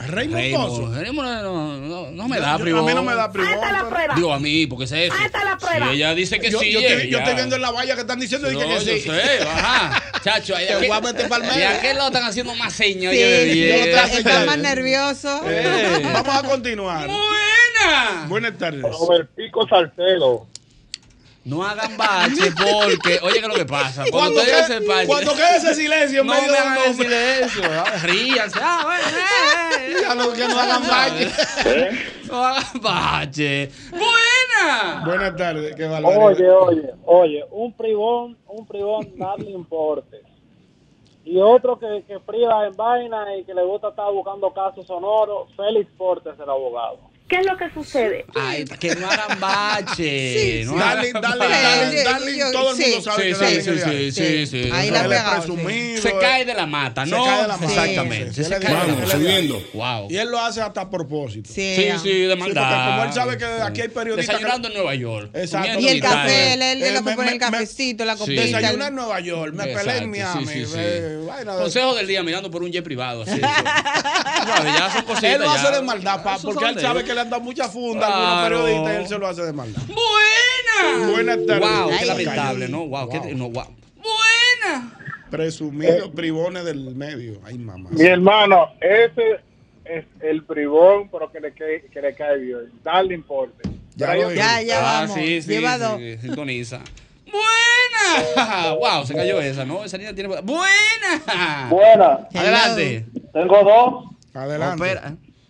[SPEAKER 3] Raymond,
[SPEAKER 2] Raymond,
[SPEAKER 3] Pozo.
[SPEAKER 2] Raymond, no, no, no me
[SPEAKER 3] Yo-
[SPEAKER 2] da
[SPEAKER 3] yo-
[SPEAKER 2] privón.
[SPEAKER 3] a mí no me da privón,
[SPEAKER 1] Hasta la prueba.
[SPEAKER 2] Digo a mí, porque es eso. Si ella dice que
[SPEAKER 3] yo,
[SPEAKER 2] sí.
[SPEAKER 3] Yo, estoy,
[SPEAKER 2] ella-
[SPEAKER 3] yo estoy viendo en la valla que están diciendo
[SPEAKER 2] No,
[SPEAKER 3] dije que
[SPEAKER 2] yo
[SPEAKER 3] sí.
[SPEAKER 2] sé, ajá. Chacho, ahí
[SPEAKER 3] Te voy a meter pa'l medio.
[SPEAKER 2] ¿Y a qué lado están haciendo más señas?
[SPEAKER 3] Sí,
[SPEAKER 2] Oye,
[SPEAKER 3] sí,
[SPEAKER 2] bien.
[SPEAKER 3] yo lo estoy
[SPEAKER 5] Está más nervioso.
[SPEAKER 2] Eh.
[SPEAKER 3] Vamos a continuar.
[SPEAKER 2] Buena.
[SPEAKER 3] Buenas tardes.
[SPEAKER 6] Robertico Salcedo.
[SPEAKER 2] No hagan bache porque, oye, ¿qué es lo que pasa?
[SPEAKER 3] Cuando
[SPEAKER 2] Cuando, ustedes
[SPEAKER 3] quede-
[SPEAKER 2] se parchen-
[SPEAKER 3] cuando quede ese silencio en
[SPEAKER 2] no me
[SPEAKER 3] medio de un
[SPEAKER 2] hagan el
[SPEAKER 3] hombre.
[SPEAKER 2] silencio. ah, Ríanse. Ah, bueno, eh, eh.
[SPEAKER 3] Ya no- que no hagan bache.
[SPEAKER 2] No hagan bache. Buena.
[SPEAKER 3] Buenas tardes. Qué
[SPEAKER 6] Oye, oye, oye, un privón, un privón, nada le importa. Y otro que, que priva en vaina y que le gusta estar buscando casos sonoros, Félix Portes, el abogado.
[SPEAKER 1] ¿Qué es lo que sucede?
[SPEAKER 2] Ay, que no hagan bache.
[SPEAKER 6] Sí,
[SPEAKER 2] no
[SPEAKER 6] sí.
[SPEAKER 2] hagan
[SPEAKER 6] Dale, dale,
[SPEAKER 2] bache.
[SPEAKER 3] dale, dale, Yo- todo el mundo sí. sabe que
[SPEAKER 2] sí,
[SPEAKER 3] dale,
[SPEAKER 2] sí,
[SPEAKER 3] dale.
[SPEAKER 2] sí, sí,
[SPEAKER 3] Sí.
[SPEAKER 2] sí,
[SPEAKER 3] Ahí
[SPEAKER 2] sí.
[SPEAKER 3] la
[SPEAKER 2] Él es
[SPEAKER 3] pegado,
[SPEAKER 2] presumido,
[SPEAKER 3] sí.
[SPEAKER 2] Se cae de la mata,
[SPEAKER 3] Se
[SPEAKER 2] ¿no?
[SPEAKER 3] cae de la mata.
[SPEAKER 2] Exactamente. se
[SPEAKER 3] Sí, sí, sí,
[SPEAKER 2] cae de la
[SPEAKER 3] vamos,
[SPEAKER 2] mata.
[SPEAKER 3] subiendo.
[SPEAKER 2] Wow.
[SPEAKER 3] Y él lo hace hasta a propósito.
[SPEAKER 2] Ah, Sí, Sí, sí, de
[SPEAKER 3] porque
[SPEAKER 2] maldad.
[SPEAKER 3] como él sabe que aquí hay periodistas. que-
[SPEAKER 2] Desayunando en Nueva York.
[SPEAKER 3] Exacto. Eh,
[SPEAKER 2] comiendo
[SPEAKER 5] Y el café,
[SPEAKER 2] guitarra.
[SPEAKER 5] él él es lo
[SPEAKER 3] me-
[SPEAKER 5] que pone el
[SPEAKER 3] me- me-
[SPEAKER 5] cafecito, la copita.
[SPEAKER 3] Desayunar en Nueva York. Me peleé en
[SPEAKER 2] Exacto,
[SPEAKER 3] Miami.
[SPEAKER 2] sí, sí, sí.
[SPEAKER 3] eh, vaina de-
[SPEAKER 2] Consejo del día, mirando por un jet privado. Así, No, ya son cositas,
[SPEAKER 3] Él lo
[SPEAKER 2] ya.
[SPEAKER 3] hace de maldad, pa,
[SPEAKER 2] Esos
[SPEAKER 3] porque
[SPEAKER 2] son
[SPEAKER 3] él
[SPEAKER 2] de
[SPEAKER 3] sabe
[SPEAKER 2] ellos.
[SPEAKER 3] que le han dado mucha funda a
[SPEAKER 2] Claro.
[SPEAKER 3] algunos periodistas y él se lo hace de maldad.
[SPEAKER 2] ¡Buena!
[SPEAKER 3] Buenas tardes.
[SPEAKER 2] Wow, qué
[SPEAKER 3] Ay.
[SPEAKER 2] lamentable, ¿no? Wow, Qué, no, wow.
[SPEAKER 3] Presumidos privones del medio. Ay, mamá.
[SPEAKER 6] Mi hermano, ese es el bribón, pero que le, cae- que le cae bien. Dale importe.
[SPEAKER 3] Ya,
[SPEAKER 6] Pero
[SPEAKER 3] lo
[SPEAKER 6] hay
[SPEAKER 3] dije.
[SPEAKER 6] otro-
[SPEAKER 2] ah, sí, sí, sí, sí, sintoniza. ¡Buena! wow, se cayó esa, ¿no? Esa niña tiene... ¡Buena!
[SPEAKER 24] Buena.
[SPEAKER 2] Adelante.
[SPEAKER 24] Tengo dos.
[SPEAKER 3] Adelante.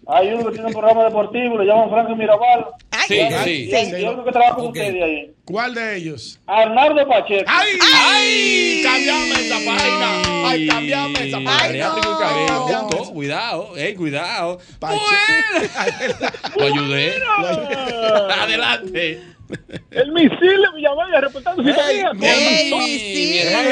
[SPEAKER 24] Hay uno que tiene un programa deportivo, le llaman Franco Mirabal.
[SPEAKER 2] Sí,
[SPEAKER 24] Y-
[SPEAKER 2] sí.
[SPEAKER 24] Y y otro que trabaja con ustedes ahí.
[SPEAKER 3] ¿Cuál de ellos?
[SPEAKER 24] Arnaldo Pacheco.
[SPEAKER 3] ¡Ay! ¡Ay! ¡Cambiame esa
[SPEAKER 2] Ay,
[SPEAKER 25] Ay, cambiame esa
[SPEAKER 2] Adrián
[SPEAKER 25] vaina.
[SPEAKER 2] tiene un cabello.
[SPEAKER 25] Ay, no.
[SPEAKER 2] Ojo, Cuidado, eh, cuidado. Lo ayudé. Adelante.
[SPEAKER 6] El misil de Villamella reportando si sabía.
[SPEAKER 3] ey,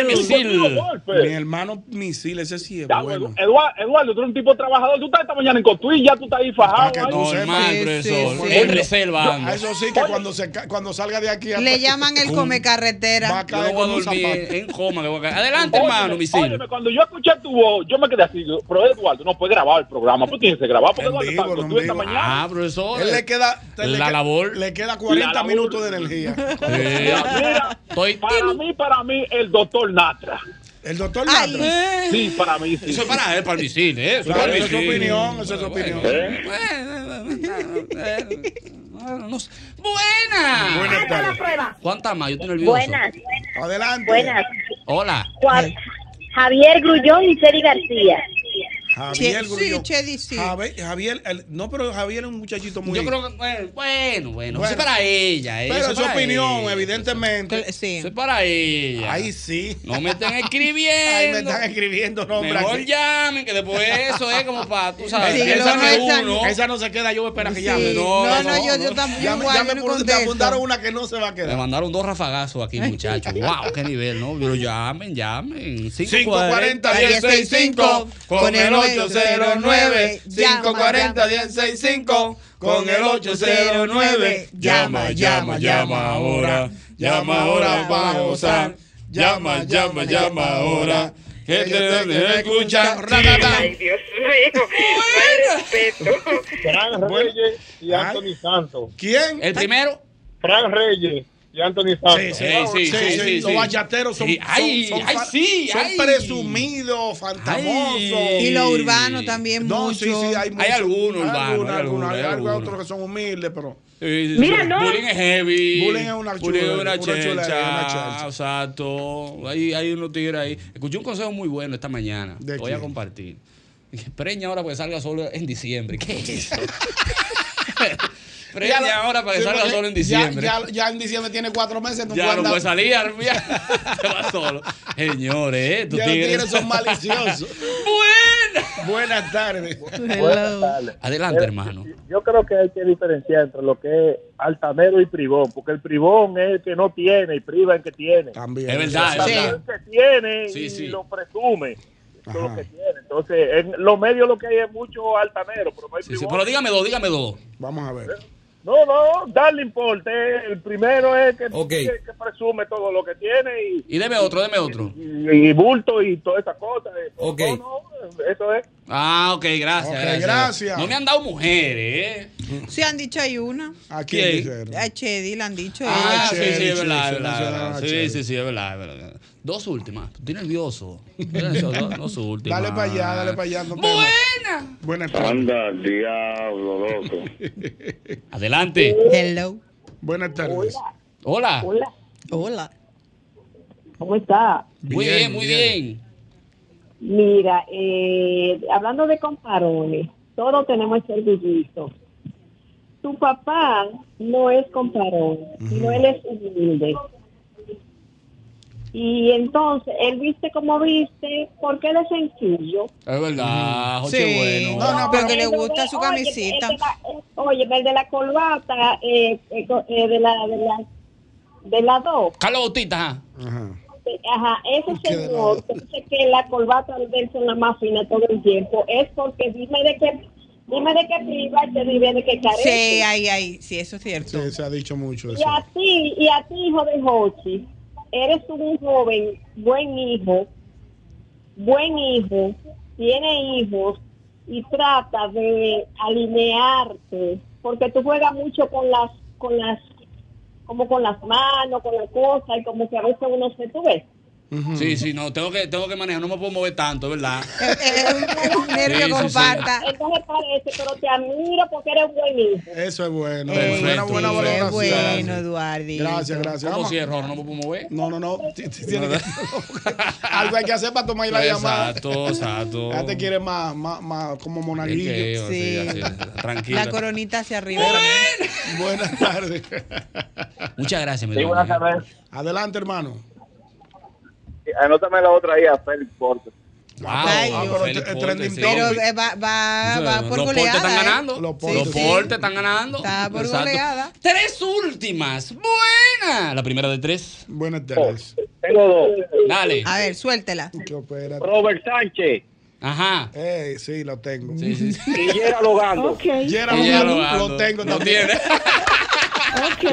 [SPEAKER 6] misil.
[SPEAKER 2] pues.
[SPEAKER 6] pues.
[SPEAKER 3] Mi hermano misil, ese sí es bueno.
[SPEAKER 6] Eduardo, Eduardo, tú eres un tipo trabajador. Tú estás esta mañana en Cotuilla, tú estás ahí fajado.
[SPEAKER 3] que
[SPEAKER 6] ahí.
[SPEAKER 3] tú sepas.
[SPEAKER 2] en reserva
[SPEAKER 3] Yo-
[SPEAKER 2] ando.
[SPEAKER 3] Eso sí, que cuando, se, ca- cuando salga de aquí.
[SPEAKER 5] Le llaman el come carretera.
[SPEAKER 2] Yo no voy a dormir en coma. que voy a caer. Adelante,
[SPEAKER 6] Óyeme,
[SPEAKER 2] hermano, misil.
[SPEAKER 6] óyeme, cuando yo escuché tu voz, yo me quedé así. digo, Pero Eduardo, no puede grabar el programa. Pues tienes que grabar porque Eduardo está en Cotuilla esta mañana.
[SPEAKER 2] Ah, profesor.
[SPEAKER 3] Él le queda, te- le
[SPEAKER 2] La
[SPEAKER 3] que-
[SPEAKER 2] labor.
[SPEAKER 3] Le queda 40
[SPEAKER 6] La labor.
[SPEAKER 3] minutos de energía.
[SPEAKER 6] Mira, para mí, para mí, el doctor Natra.
[SPEAKER 3] El doctor
[SPEAKER 6] Natra.
[SPEAKER 5] eh.
[SPEAKER 6] Sí, para mí. Sí.
[SPEAKER 2] Eso es para él, para el misil, ¿eh? Eso
[SPEAKER 3] Claro,
[SPEAKER 2] para el
[SPEAKER 3] esa es su
[SPEAKER 2] misil.
[SPEAKER 3] opinión, esa es su
[SPEAKER 2] Bueno,
[SPEAKER 3] opinión.
[SPEAKER 2] bueno. No sé. Buenas.
[SPEAKER 1] Buenas tardes.
[SPEAKER 2] ¿Cuántas más? Yo estoy nervioso.
[SPEAKER 1] Buenas.
[SPEAKER 3] Adelante.
[SPEAKER 1] Buenas.
[SPEAKER 2] Hola.
[SPEAKER 1] Juan- Javier Grullón y Cheri García.
[SPEAKER 3] Javier
[SPEAKER 1] Sí,
[SPEAKER 3] Grullón.
[SPEAKER 1] Chedi, sí.
[SPEAKER 3] Javi- Javier, el- no, pero Javier es un muchachito muy.
[SPEAKER 2] Yo creo que, bueno, bueno, bueno, eso es para ella, eh, eso
[SPEAKER 3] Pero
[SPEAKER 2] es
[SPEAKER 3] su
[SPEAKER 2] para
[SPEAKER 3] opinión,
[SPEAKER 2] ella.
[SPEAKER 3] evidentemente.
[SPEAKER 2] Eso es para ella. Ahí
[SPEAKER 3] sí.
[SPEAKER 2] No me estén escribiendo.
[SPEAKER 3] Ahí me están escribiendo nombres.
[SPEAKER 2] Mejor
[SPEAKER 3] aquí.
[SPEAKER 2] llamen, que después eso es como para, tú sabes,
[SPEAKER 3] Sí,
[SPEAKER 2] piensa
[SPEAKER 3] no,
[SPEAKER 2] que
[SPEAKER 3] esa-
[SPEAKER 2] uno.
[SPEAKER 3] esa no se queda, yo voy a esperar que
[SPEAKER 2] Sí.
[SPEAKER 3] llame.
[SPEAKER 2] No, No, no, no, yo- yo no. tampoco,
[SPEAKER 3] Ya, me-
[SPEAKER 2] igual,
[SPEAKER 3] ya
[SPEAKER 2] yo
[SPEAKER 3] me
[SPEAKER 2] no
[SPEAKER 3] pon- me
[SPEAKER 2] contesto.
[SPEAKER 3] apuntaron una que no se va a
[SPEAKER 2] Me
[SPEAKER 3] quedar.
[SPEAKER 2] mandaron dos rafagazos aquí, muchachos. ¡Wow! ¡Qué nivel, no! Pero llamen, llamen.
[SPEAKER 3] 540 1065 con el 809 540 1065 con el 809 llama llama llama ahora llama ahora para gozar llama llama llama ahora que te, te escuchan
[SPEAKER 1] Ay, Dios mío. respeto.
[SPEAKER 6] Fran Reyes y Anthony Santos.
[SPEAKER 3] ¿Quién?
[SPEAKER 2] ¿El primero?
[SPEAKER 6] Fran Reyes y Anthony Santos.
[SPEAKER 3] Sí, sí, sí, sí, sí, los bachateros son,
[SPEAKER 6] Sí, ay,
[SPEAKER 3] son- son
[SPEAKER 6] ay,
[SPEAKER 3] fa-
[SPEAKER 6] sí,
[SPEAKER 3] son
[SPEAKER 6] ay.
[SPEAKER 3] presumidos, fantamosos.
[SPEAKER 2] Ay. Y lo urbano
[SPEAKER 5] también
[SPEAKER 3] no,
[SPEAKER 5] mucho.
[SPEAKER 3] Sí, sí, hay,
[SPEAKER 2] Hay algunos urbanos, hay
[SPEAKER 3] Algunos, algunos,
[SPEAKER 2] algunos,
[SPEAKER 3] hay
[SPEAKER 2] hay
[SPEAKER 3] algo-
[SPEAKER 2] algunos.
[SPEAKER 3] otros que son humildes, pero...
[SPEAKER 2] Mira, no. Bullying es heavy.
[SPEAKER 3] Bullying es una
[SPEAKER 2] Bullying es
[SPEAKER 3] chula-
[SPEAKER 2] una
[SPEAKER 3] una
[SPEAKER 2] chelcha,
[SPEAKER 3] chulería, una chelcha.
[SPEAKER 2] Exacto. Hay, hay unos tigres ahí. Escuché un consejo muy bueno esta mañana.
[SPEAKER 3] ¿De
[SPEAKER 2] Voy a
[SPEAKER 3] quién?
[SPEAKER 2] compartir. Dije, preña ahora para que salga solo en diciembre. ¿Qué es eso? preña
[SPEAKER 3] Ya lo-
[SPEAKER 2] ahora para que
[SPEAKER 3] sí,
[SPEAKER 2] salga
[SPEAKER 3] porque
[SPEAKER 2] solo en
[SPEAKER 3] ya-
[SPEAKER 2] diciembre.
[SPEAKER 3] Ya, ya en diciembre tiene cuatro meses.
[SPEAKER 2] Ya no puede salir, ya se va solo. Señores, eh, estos
[SPEAKER 3] Ya los tigres son maliciosos.
[SPEAKER 2] Buenas.
[SPEAKER 3] Buenas tardes.
[SPEAKER 6] Buenas tardes.
[SPEAKER 2] Adelante, hermano.
[SPEAKER 6] Yo creo que hay que diferenciar entre lo que es altanero y privón, porque el privón es el que no tiene y priva el que tiene.
[SPEAKER 3] También.
[SPEAKER 2] Es verdad, es verdad.
[SPEAKER 6] El que tiene
[SPEAKER 2] Sí,
[SPEAKER 6] y
[SPEAKER 2] sí.
[SPEAKER 6] lo presume. Eso es lo que tiene. Entonces, en los medios lo que hay es mucho altanero, pero no hay
[SPEAKER 2] Sí, sí,
[SPEAKER 6] privón.
[SPEAKER 2] pero dígame dos, dígame dos.
[SPEAKER 3] Vamos a ver.
[SPEAKER 6] No, no, darle importe. El primero es que,
[SPEAKER 2] Ok.
[SPEAKER 6] que- que presume todo lo que tiene y,
[SPEAKER 2] Y deme otro, deme otro.
[SPEAKER 6] y bulto y todas esas cosas.
[SPEAKER 2] Ok.
[SPEAKER 6] No, no, eso es.
[SPEAKER 2] Ah, ok, gracias.
[SPEAKER 3] Ok,
[SPEAKER 2] gracias.
[SPEAKER 3] gracias.
[SPEAKER 2] No me han dado mujeres, ¿eh?
[SPEAKER 5] Sí, han dicho hay una.
[SPEAKER 3] ¿A
[SPEAKER 2] quién ¿Quién? dijeron?
[SPEAKER 5] A Chedi le han dicho.
[SPEAKER 2] Ah,
[SPEAKER 5] Eh,
[SPEAKER 2] sí,
[SPEAKER 3] chévere,
[SPEAKER 2] sí, es verdad, es
[SPEAKER 3] chévere,
[SPEAKER 2] verdad, es
[SPEAKER 3] chévere,
[SPEAKER 2] verdad. Sí,
[SPEAKER 3] chévere.
[SPEAKER 2] sí, sí, es verdad, es verdad. Dos últimas. Estoy nervioso. Estoy nervioso, Dos, dos últimas.
[SPEAKER 3] Dale para allá, dale para allá.
[SPEAKER 5] Buena.
[SPEAKER 3] Buenas tardes.
[SPEAKER 12] Anda, diablo, loco.
[SPEAKER 2] Adelante.
[SPEAKER 5] Hello.
[SPEAKER 3] Buenas tardes.
[SPEAKER 2] Hola.
[SPEAKER 26] Hola.
[SPEAKER 5] Hola.
[SPEAKER 26] ¿Cómo está?
[SPEAKER 2] Muy bien, muy bien.
[SPEAKER 26] Mira, eh, hablando de comparones, todos tenemos el servillito. Tu papá no es comparón, no él es humilde. Y entonces, él viste como viste, porque él es sencillo.
[SPEAKER 2] Es verdad, José
[SPEAKER 5] Sí.
[SPEAKER 2] bueno.
[SPEAKER 5] No, no, pero que le
[SPEAKER 26] El de
[SPEAKER 5] gusta
[SPEAKER 26] la-
[SPEAKER 5] su
[SPEAKER 26] oye,
[SPEAKER 5] camisita.
[SPEAKER 26] el de la- Oye, el de la corbata, eh, eh, co- eh, de la de la de la dos.
[SPEAKER 2] Carlos Bautista, ajá.
[SPEAKER 26] Ajá, ese señor que dice que la corbata de él son la más fina todo el tiempo es porque dime de qué dime de qué priva y te diré de qué carece.
[SPEAKER 5] Sí, ahí, ahí. Sí, eso es cierto.
[SPEAKER 3] Sí, se ha dicho mucho
[SPEAKER 26] Y
[SPEAKER 3] eso.
[SPEAKER 26] a ti, y a ti, hijo de Hochi, eres un joven, buen hijo, buen hijo, tiene hijos y trata de alinearte, porque tú juegas mucho con las, con las, como con las manos, con las cosas, y como que a veces uno se, tú ves,
[SPEAKER 2] Sí, sí, no, tengo que, tengo que manejar, no me puedo mover tanto, es ¿verdad?
[SPEAKER 26] nervio
[SPEAKER 2] Sí, sí,
[SPEAKER 26] con
[SPEAKER 2] sí.
[SPEAKER 26] pata. Entonces parece, pero te admiro porque eres buen hijo.
[SPEAKER 3] Eso es bueno.
[SPEAKER 1] Eh,
[SPEAKER 2] Perfecto,
[SPEAKER 3] buena, buena
[SPEAKER 2] perfecto.
[SPEAKER 3] valoración.
[SPEAKER 2] Bueno,
[SPEAKER 5] Eduardo.
[SPEAKER 3] Gracias, gracias.
[SPEAKER 2] ¿Cómo
[SPEAKER 3] Vamos.
[SPEAKER 2] cierro? ¿No me puedo mover?
[SPEAKER 3] No, no, no. T- t- tiene que- Algo hay que hacer para tomar
[SPEAKER 2] Pues,
[SPEAKER 3] la llamada.
[SPEAKER 2] Exacto, exacto.
[SPEAKER 3] Ya te quiere más, más, más como
[SPEAKER 2] Es que,
[SPEAKER 3] monaguillo.
[SPEAKER 2] o sea, sí, Tranquila.
[SPEAKER 5] La coronita hacia arriba.
[SPEAKER 3] Buenas tardes.
[SPEAKER 2] Muchas gracias, mi
[SPEAKER 6] Sí,
[SPEAKER 2] doña.
[SPEAKER 6] buenas tardes.
[SPEAKER 3] Adelante, hermano.
[SPEAKER 27] anótame la otra ahí a Félix Portes.
[SPEAKER 1] Ay,
[SPEAKER 3] Ah,
[SPEAKER 1] Dios.
[SPEAKER 3] pero el- el trending
[SPEAKER 1] Pero
[SPEAKER 3] topic.
[SPEAKER 1] eh, va, va, va por
[SPEAKER 2] los
[SPEAKER 1] goleada.
[SPEAKER 2] portes están
[SPEAKER 1] ¿eh?
[SPEAKER 2] ganando. Los portes,
[SPEAKER 1] sí.
[SPEAKER 2] están ganando.
[SPEAKER 1] Está por
[SPEAKER 2] Exacto.
[SPEAKER 1] goleada.
[SPEAKER 2] Tres últimas. Buena. La primera de tres.
[SPEAKER 3] Buenas tardes.
[SPEAKER 2] Oh, Tengo dos. Ah, Dale.
[SPEAKER 1] A ver, suéltela.
[SPEAKER 3] Robert
[SPEAKER 28] Sánchez.
[SPEAKER 2] Ajá.
[SPEAKER 3] Eh, sí, lo tengo.
[SPEAKER 2] Sí, sí, sí.
[SPEAKER 28] Y Gerard Logando.
[SPEAKER 3] Ok. Gerard
[SPEAKER 2] Y ya
[SPEAKER 3] Logando,
[SPEAKER 2] ando.
[SPEAKER 3] lo tengo
[SPEAKER 2] Lo
[SPEAKER 3] también.
[SPEAKER 2] tiene.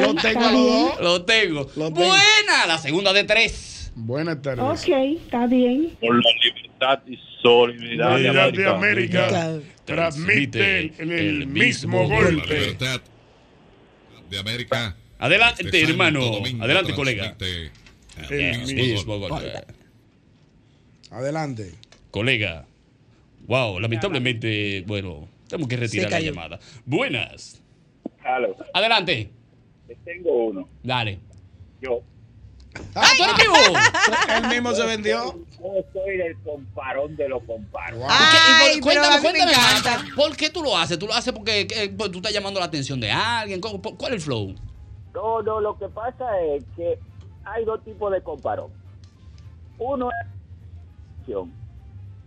[SPEAKER 3] Lo tengo a los dos.
[SPEAKER 2] Lo tengo. Buena. La segunda de tres.
[SPEAKER 3] Buenas tardes.
[SPEAKER 26] Ok, está bien.
[SPEAKER 12] Por la libertad y solidaridad
[SPEAKER 3] Mira, de América.
[SPEAKER 12] Transmite el,
[SPEAKER 4] mismo golpe. La libertad de América.
[SPEAKER 2] Adelante,
[SPEAKER 4] Santo
[SPEAKER 2] hermano.
[SPEAKER 4] Domingo
[SPEAKER 2] Adelante, colega.
[SPEAKER 4] transmite
[SPEAKER 3] El
[SPEAKER 2] El
[SPEAKER 3] mismo
[SPEAKER 2] mismo golpe.
[SPEAKER 3] Adelante.
[SPEAKER 2] Colega. Wow, lamentablemente, bueno, tenemos que retirar
[SPEAKER 3] Se
[SPEAKER 2] la
[SPEAKER 3] cayó.
[SPEAKER 2] llamada. Buenas. Adelante.
[SPEAKER 27] Tengo uno.
[SPEAKER 2] Dale.
[SPEAKER 27] Yo.
[SPEAKER 2] ¡Ah, tú eres vivo!
[SPEAKER 3] Él mismo se vendió.
[SPEAKER 27] Yo soy el comparón de los comparos.
[SPEAKER 2] Y por- cuéntame, cuéntame, Marta, ¿por qué tú lo haces? ¿Tú lo haces porque eh, pues, tú estás llamando la atención de alguien? ¿Cu- cu- ¿Cuál es el flow?
[SPEAKER 28] No, no, lo que pasa es que hay dos tipos de comparón. Uno es atención,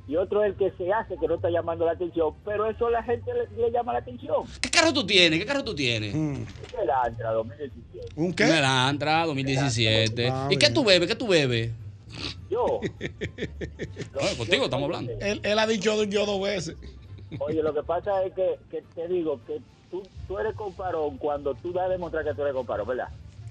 [SPEAKER 28] y otro es el que se hace que no está llamando la atención, pero eso a la gente le, le llama la atención.
[SPEAKER 2] ¿Qué carro tú tienes? ¿Qué carro tú tienes?
[SPEAKER 28] El Antra 2017.
[SPEAKER 3] Mm. ¿Un
[SPEAKER 2] qué? Melantra 2017.
[SPEAKER 3] Ah,
[SPEAKER 2] ¿Y qué
[SPEAKER 3] bien.
[SPEAKER 2] tú bebes? ¿Qué tú bebes?
[SPEAKER 28] Yo.
[SPEAKER 2] Bueno, contigo estamos hablando.
[SPEAKER 3] Él, él ha dicho yo dos veces.
[SPEAKER 28] Oye, lo que pasa es que, que te digo que tú, tú eres comparón cuando tú das a demostrar que tú eres comparón, ¿verdad?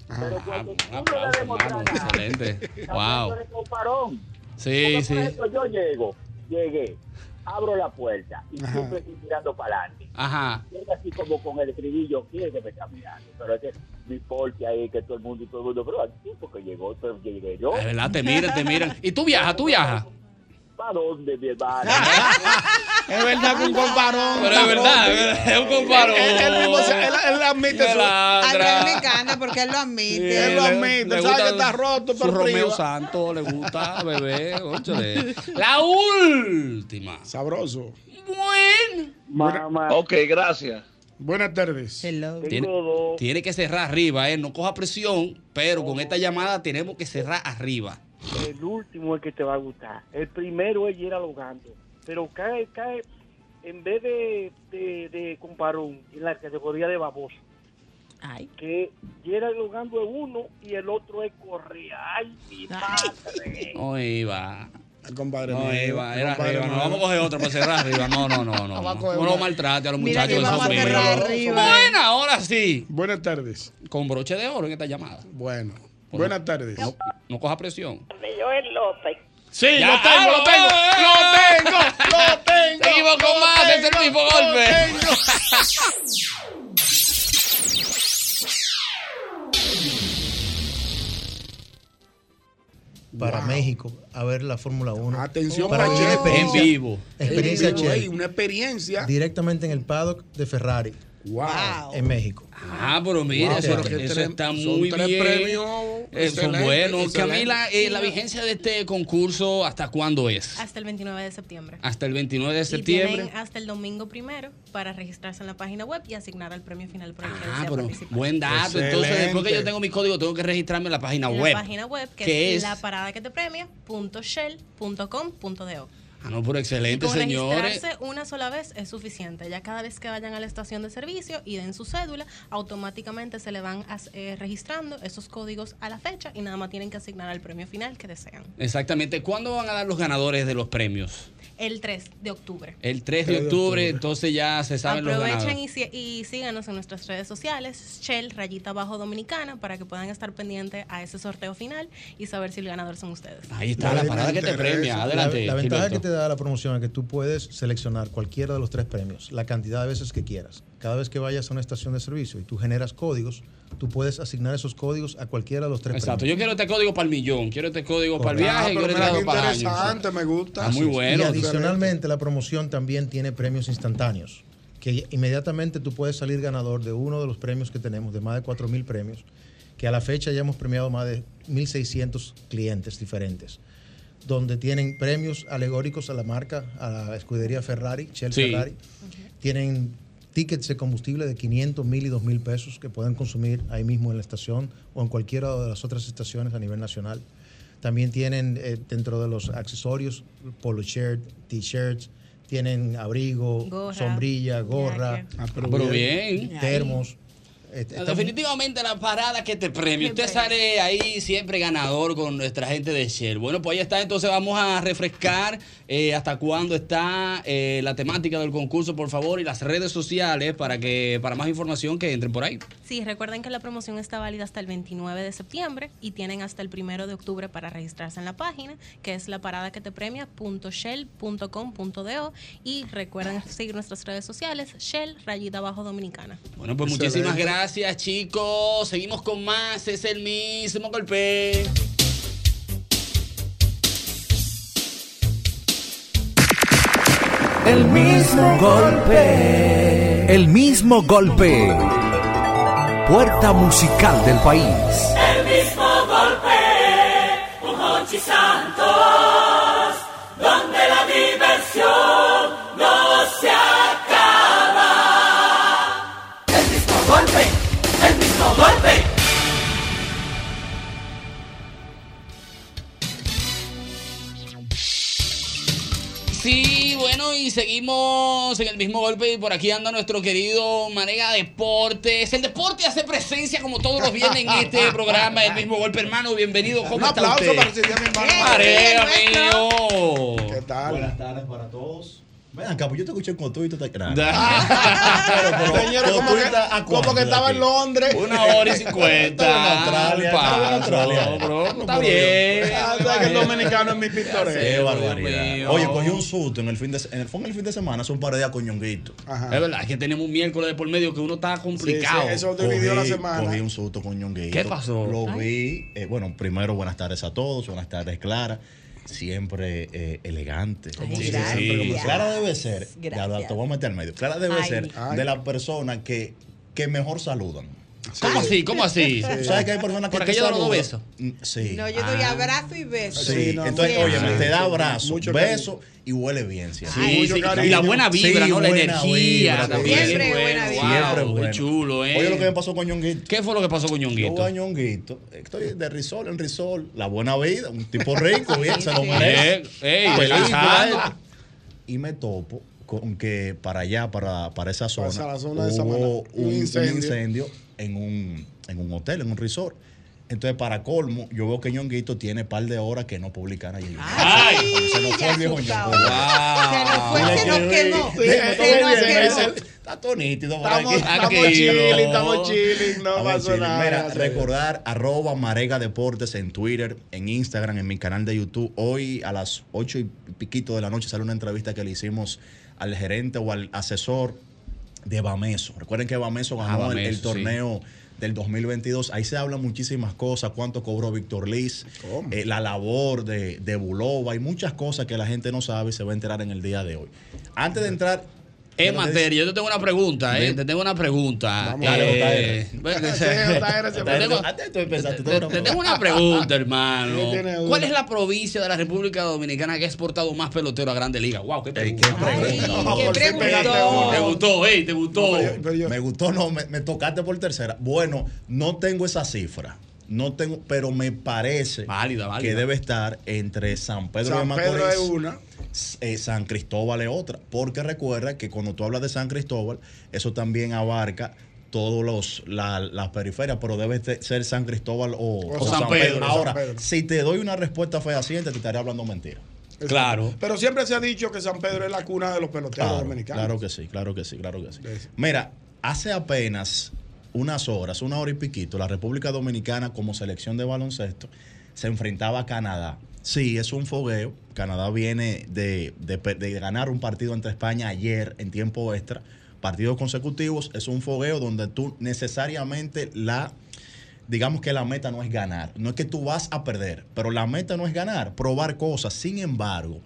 [SPEAKER 2] Ah,
[SPEAKER 28] Pero cuando tú
[SPEAKER 2] Un
[SPEAKER 28] no das a
[SPEAKER 2] aplauso,
[SPEAKER 28] demostrar
[SPEAKER 2] hermano.
[SPEAKER 28] nada,
[SPEAKER 2] Excelente.
[SPEAKER 28] también tú
[SPEAKER 2] Wow.
[SPEAKER 28] eres comparón.
[SPEAKER 2] Sí, sí.
[SPEAKER 28] Por ejemplo, yo llego, llegué, abro la puerta y siempre estoy mirando para adelante.
[SPEAKER 2] Ajá.
[SPEAKER 28] Y es así como con el estribillo, ¿quién es que me está mirando? Pero es que mi porte ahí, que todo el mundo y todo el mundo, pero aquí porque llegó, pero llegué yo.
[SPEAKER 2] Es verdad, te miran, te miran. ¿Y tú viajas? ¿Tú viajas?
[SPEAKER 28] ¿Para dónde, mi hermano?
[SPEAKER 3] Es verdad que un comparón.
[SPEAKER 2] Pero es verdad, es verdad, es un comparón.
[SPEAKER 3] Él, él mismo se- él- él
[SPEAKER 2] Este
[SPEAKER 3] admite su.
[SPEAKER 1] Ay, pero a él me encanta porque él lo admite.
[SPEAKER 3] Él lo admite. Sabe que está roto,
[SPEAKER 2] Su
[SPEAKER 3] pero
[SPEAKER 2] Romeo
[SPEAKER 3] priva.
[SPEAKER 2] Santo le gusta, bebé. óchale. La última.
[SPEAKER 3] Sabroso.
[SPEAKER 2] Bueno.
[SPEAKER 3] Ok, gracias. Buenas tardes.
[SPEAKER 2] Tiene, tiene que cerrar arriba, ¿eh? No coja presión, pero con esta llamada tenemos que cerrar arriba.
[SPEAKER 28] El último es que te va a gustar. El primero es ir alogando. Pero cae, cae, en vez de, de, de comparón, en la categoría de baboso. Que Gerard Logando es uno y el otro es Correa. Ay, mi madre.
[SPEAKER 2] No iba.
[SPEAKER 3] Compadre
[SPEAKER 2] no
[SPEAKER 3] mío,
[SPEAKER 2] iba, era
[SPEAKER 3] compadre
[SPEAKER 2] arriba. No,
[SPEAKER 3] mío.
[SPEAKER 2] vamos a coger otro para cerrar arriba. No, no, no, no.
[SPEAKER 3] Vamos a
[SPEAKER 2] No,
[SPEAKER 3] coger
[SPEAKER 2] no lo
[SPEAKER 3] una.
[SPEAKER 2] maltrate a los
[SPEAKER 3] Mira que
[SPEAKER 2] muchachos que
[SPEAKER 3] vamos
[SPEAKER 2] son
[SPEAKER 3] a cerrar
[SPEAKER 2] míos.
[SPEAKER 3] arriba.
[SPEAKER 2] Bueno, ahora sí.
[SPEAKER 3] Buenas tardes.
[SPEAKER 2] Con broche de oro en esta llamada.
[SPEAKER 3] Bueno. Buenas tardes.
[SPEAKER 2] No, no coja presión.
[SPEAKER 6] Joel López.
[SPEAKER 3] Sí,
[SPEAKER 2] Ya,
[SPEAKER 3] lo tengo,
[SPEAKER 2] ah,
[SPEAKER 3] lo tengo,
[SPEAKER 2] eh,
[SPEAKER 3] lo tengo, lo tengo.
[SPEAKER 2] Seguimos con
[SPEAKER 3] lo
[SPEAKER 2] más, es el
[SPEAKER 3] tengo,
[SPEAKER 2] mismo
[SPEAKER 3] lo
[SPEAKER 2] golpe.
[SPEAKER 3] tengo.
[SPEAKER 13] para México a ver la Fórmula 1.
[SPEAKER 3] Atención,
[SPEAKER 13] para
[SPEAKER 3] Pacheco.
[SPEAKER 13] una experiencia-
[SPEAKER 3] En vivo.
[SPEAKER 13] Experiencia
[SPEAKER 3] En vivo,
[SPEAKER 13] chévere.
[SPEAKER 3] ey, una experiencia.
[SPEAKER 13] Directamente en el paddock de Ferrari.
[SPEAKER 3] Wow.
[SPEAKER 13] En México.
[SPEAKER 2] Ah, pero mira,
[SPEAKER 13] Wow,
[SPEAKER 2] eso,
[SPEAKER 13] pero qué
[SPEAKER 2] eso
[SPEAKER 13] tres-
[SPEAKER 2] está
[SPEAKER 13] son
[SPEAKER 2] muy
[SPEAKER 13] tres
[SPEAKER 2] bien.
[SPEAKER 13] premios
[SPEAKER 2] Eh, son
[SPEAKER 13] excelentes,
[SPEAKER 2] buenos. Camila, eh,
[SPEAKER 13] excelentes.
[SPEAKER 2] la vigencia de este concurso, ¿hasta cuándo es?
[SPEAKER 29] Hasta el 29 de septiembre.
[SPEAKER 2] Hasta el 29 de
[SPEAKER 29] Y
[SPEAKER 2] septiembre.
[SPEAKER 29] tienen hasta el domingo primero para registrarse en la página web y asignar al premio final por el que
[SPEAKER 2] Ah,
[SPEAKER 29] desea
[SPEAKER 2] pero
[SPEAKER 29] participar.
[SPEAKER 2] buen dato. Entonces,
[SPEAKER 3] Excelente.
[SPEAKER 2] después que yo tengo mi código, tengo que registrarme en la página
[SPEAKER 29] En
[SPEAKER 2] web.
[SPEAKER 29] la página web que,
[SPEAKER 2] que
[SPEAKER 29] es,
[SPEAKER 2] es-
[SPEAKER 29] la parada que te premia punto shell punto com punto do.
[SPEAKER 2] Ah, no, pero excelente,
[SPEAKER 29] Con
[SPEAKER 2] señores.
[SPEAKER 29] registrarse una sola vez es suficiente. Ya cada vez que vayan a la estación de servicio y den su cédula, automáticamente se le van as- eh, registrando esos códigos a la fecha y nada más tienen que asignar al premio final que desean.
[SPEAKER 2] Exactamente. ¿Cuándo van a dar los ganadores de los premios?
[SPEAKER 29] El 3 de octubre.
[SPEAKER 2] El 3 de octubre, entonces ya se saben los
[SPEAKER 29] Aprovechen
[SPEAKER 2] ganadores.
[SPEAKER 29] y, si- y síganos en nuestras redes sociales, Shell, rayita abajo dominicana, para que puedan estar pendientes a ese sorteo final y saber si el ganador son ustedes.
[SPEAKER 2] Ahí está la parada que te premia. Adelante.
[SPEAKER 13] La, la ventaja
[SPEAKER 2] Gilberto.
[SPEAKER 13] que te da la promoción es que tú puedes seleccionar cualquiera de los tres premios, la cantidad de veces que quieras. Cada vez que vayas a una estación de servicio y tú generas códigos, tú puedes asignar esos códigos a cualquiera de los tres
[SPEAKER 2] Exacto,
[SPEAKER 13] premios.
[SPEAKER 2] yo quiero este código para el millón, quiero este código para el
[SPEAKER 13] Correcto.
[SPEAKER 2] viaje,
[SPEAKER 13] Ah,
[SPEAKER 2] quiero
[SPEAKER 13] pero
[SPEAKER 2] este
[SPEAKER 13] mira,
[SPEAKER 2] código
[SPEAKER 13] qué
[SPEAKER 2] para el año.
[SPEAKER 3] Interesante, me gusta.
[SPEAKER 2] Está Ah, muy bueno.
[SPEAKER 13] Y adicionalmente, la promoción también tiene premios instantáneos, que inmediatamente tú puedes salir ganador de uno de los premios que tenemos, de más de 4.000 premios, que a la fecha ya hemos premiado más de 1.600 clientes diferentes, donde tienen premios alegóricos a la marca, a la escudería Ferrari, Shell
[SPEAKER 2] Sí.
[SPEAKER 13] Ferrari. Tienen tickets de combustible de 500, 1.000 y 2.000 pesos que pueden consumir ahí mismo en la estación o en cualquiera de las otras estaciones a nivel nacional. También tienen eh, dentro de los accesorios polo shirt, t-shirts, tienen abrigo,
[SPEAKER 2] Gorra.
[SPEAKER 13] sombrilla, gorra, eh,
[SPEAKER 2] Ah, pero Ah, pero bien. Ah, bien.
[SPEAKER 13] termos. Eh, estamos-
[SPEAKER 2] Definitivamente la parada que te premia. Usted sale ahí siempre ganador con nuestra gente de Shell. Bueno, pues ahí está. Entonces vamos a refrescar eh, hasta cuándo está eh, la temática del concurso, por favor, y las redes sociales para que para más información que entren por ahí.
[SPEAKER 29] Sí, recuerden que la promoción está válida hasta el 29 de septiembre y tienen hasta el 1 de octubre para registrarse en la página, que es la parada que te premia.shell.com.do y recuerden seguir nuestras redes sociales, Shell rayita abajo dominicana.
[SPEAKER 2] Bueno, pues
[SPEAKER 12] Excelente.
[SPEAKER 2] muchísimas gracias, chicos. Seguimos con más. Es el mismo golpe.
[SPEAKER 26] El mismo golpe. El mismo golpe. Puerta musical del país.
[SPEAKER 1] El mismo golpe, un Hochi Santos, donde la diversión no se acaba. El mismo golpe, el mismo golpe.
[SPEAKER 2] Sí, bueno, y seguimos en el mismo golpe y por aquí anda nuestro querido Manega Deportes. El deporte hace presencia como todos los viernes en este programa, el mismo golpe, hermano. Bienvenido, ¿cómo
[SPEAKER 3] Un
[SPEAKER 2] está
[SPEAKER 3] aplauso
[SPEAKER 2] usted?
[SPEAKER 3] para ese día, mi hermano.
[SPEAKER 2] Marea, mío.
[SPEAKER 3] ¿Qué tal?
[SPEAKER 18] Buenas tardes para todos. Venga, capo, yo te escuché con tu y tú te creas.
[SPEAKER 3] Señores, como que, como que estaba en Londres.
[SPEAKER 2] Una hora y cincuenta.
[SPEAKER 18] Estaba en Australia, estaba en Australia.
[SPEAKER 2] Está bien.
[SPEAKER 3] Ah, tú sabes que el dominicano es mi pintoresco.
[SPEAKER 18] Qué barbaridad. Oye, cogió un susto en el fin de se- en el, fue en el fin de semana, hace un par de días con Ñonguito.
[SPEAKER 2] Es verdad, es que tenemos un miércoles de por medio que uno está complicado.
[SPEAKER 18] Cogí- Cogí un susto con Ñonguito.
[SPEAKER 2] ¿Qué pasó?
[SPEAKER 18] Lo
[SPEAKER 2] Ay.
[SPEAKER 18] vi. eh, bueno, primero, buenas tardes a todos. Buenas tardes, Clara. Siempre eh, elegante. Como siempre,
[SPEAKER 12] gracias.
[SPEAKER 18] como siempre. Clara debe ser. ya,
[SPEAKER 12] Gracias.
[SPEAKER 18] te voy a meter al medio. Clara debe
[SPEAKER 12] Ay.
[SPEAKER 18] ser
[SPEAKER 12] Ay.
[SPEAKER 18] de las personas que, que mejor saludan.
[SPEAKER 2] ¿Cómo así? ¿Cómo así?
[SPEAKER 18] ¿Tú ¿Sabes que hay personas que
[SPEAKER 2] Por
[SPEAKER 18] te
[SPEAKER 2] aquello de los dos
[SPEAKER 18] saludan? Mm, Sí.
[SPEAKER 5] No, yo
[SPEAKER 2] Ah.
[SPEAKER 5] doy abrazo y beso.
[SPEAKER 18] Sí, entonces,
[SPEAKER 5] Sí.
[SPEAKER 18] oye, te da abrazo,
[SPEAKER 2] Mucho
[SPEAKER 18] beso y huele bien.
[SPEAKER 2] Sí, Mucho sí, cariño. y la buena vibra, ¿no? La energía también. Siempre
[SPEAKER 18] Siempre
[SPEAKER 2] buena vibra.
[SPEAKER 18] Siempre
[SPEAKER 2] Wow, qué
[SPEAKER 18] buena.
[SPEAKER 2] chulo, ¿eh?
[SPEAKER 18] Oye, lo que me pasó con Ñonguito.
[SPEAKER 2] ¿Qué fue lo que pasó con Ñonguito?
[SPEAKER 18] Yo voy a Ñonguito, estoy de risol en risol, la buena vida, un tipo rico, bien, se lo
[SPEAKER 2] Sí.
[SPEAKER 18] merece.
[SPEAKER 2] Ey,
[SPEAKER 18] Ah, película,
[SPEAKER 2] relajado.
[SPEAKER 18] eh. Y me topo con que para allá, para, para esa zona,
[SPEAKER 3] Para la zona de Samaná.
[SPEAKER 18] hubo
[SPEAKER 3] Un
[SPEAKER 18] un, un
[SPEAKER 3] incendio.
[SPEAKER 18] incendio, en, un, en un hotel, en un resort. Entonces, para colmo, yo veo que Ñonguito tiene par de horas que no publican allí.
[SPEAKER 12] Ay,
[SPEAKER 18] se nos fue el viejo Ñongo.
[SPEAKER 12] Se nos fue, se nos quedó.
[SPEAKER 18] Sí, me
[SPEAKER 12] Se
[SPEAKER 18] tomé
[SPEAKER 12] nos
[SPEAKER 18] bien,
[SPEAKER 3] eh.
[SPEAKER 12] quedó.
[SPEAKER 18] me dice, Está todo nítido. por
[SPEAKER 3] Estamos-
[SPEAKER 18] aquí".
[SPEAKER 3] estamos Tranquilo. chilling, estamos chilling, no
[SPEAKER 18] Estamos
[SPEAKER 3] pasó nada,
[SPEAKER 18] Mira,
[SPEAKER 3] gracias a Dios.
[SPEAKER 18] recordar arroba Marega Deportes en Twitter, en Instagram, en mi canal de YouTube. Hoy a las 8 y piquito de la noche sale una entrevista que le hicimos al gerente o al asesor de Bameso. Recuerden que Bameso ganó el- el,
[SPEAKER 2] Ah, Bameso, sí.
[SPEAKER 18] torneo del 2022. Ahí se hablan muchísimas cosas, cuánto cobró Víctor Liz, eh, la labor de, de Bulova y muchas cosas que la gente no sabe y se va a enterar en el día de hoy. Antes de entrar...
[SPEAKER 2] Es
[SPEAKER 18] quiero que-
[SPEAKER 2] materia, yo te tengo una pregunta, ¿eh?
[SPEAKER 18] Ven.
[SPEAKER 2] Te tengo una pregunta.
[SPEAKER 18] Dale,
[SPEAKER 2] Eh,
[SPEAKER 18] JR.
[SPEAKER 2] bueno,
[SPEAKER 18] Sí,
[SPEAKER 2] te-
[SPEAKER 18] JR,
[SPEAKER 2] te tengo-
[SPEAKER 18] antes tú empezaste, tú
[SPEAKER 2] te- Te tengo una pregunta, hermano.
[SPEAKER 18] Él tiene una.
[SPEAKER 2] ¿Cuál es la provincia de la República Dominicana que ha exportado más pelotero a Grande Liga? Wow, qué pregunta.
[SPEAKER 18] Por fin
[SPEAKER 2] preguntó?
[SPEAKER 18] pegaste una.
[SPEAKER 2] Te gustó, ey, te gustó.
[SPEAKER 18] Me gustó, no, me, me tocaste por tercera. Bueno, no tengo esa cifra. No tengo, pero me parece
[SPEAKER 2] válida.
[SPEAKER 18] que debe estar entre San Pedro de
[SPEAKER 3] San
[SPEAKER 18] Macorís.
[SPEAKER 3] Pedro es una.
[SPEAKER 18] eh, San Cristóbal es otra. Porque recuerda que cuando tú hablas de San Cristóbal, eso también abarca todos los la- las periferias, pero debe te- ser San Cristóbal o,
[SPEAKER 3] O
[SPEAKER 18] o
[SPEAKER 3] San Pedro,
[SPEAKER 18] Ahora,
[SPEAKER 3] San Pedro.
[SPEAKER 18] si te doy una respuesta fehaciente, te estaré hablando mentira.
[SPEAKER 2] Claro.
[SPEAKER 3] Pero siempre se ha dicho que San Pedro es la cuna de los peloteros
[SPEAKER 18] Claro,
[SPEAKER 3] dominicanos.
[SPEAKER 18] claro que sí, claro que sí, claro que sí. Mira, hace apenas unas horas, una hora y piquito, la República Dominicana como selección de baloncesto se enfrentaba a Canadá. Sí, es un fogueo. Canadá viene de, de pe- de ganar un partido ante España ayer en tiempo extra. Partidos consecutivos es un fogueo donde tú necesariamente la, digamos que la meta no es ganar. No es que tú vas a perder, pero la meta no es ganar, probar cosas. Sin embargo,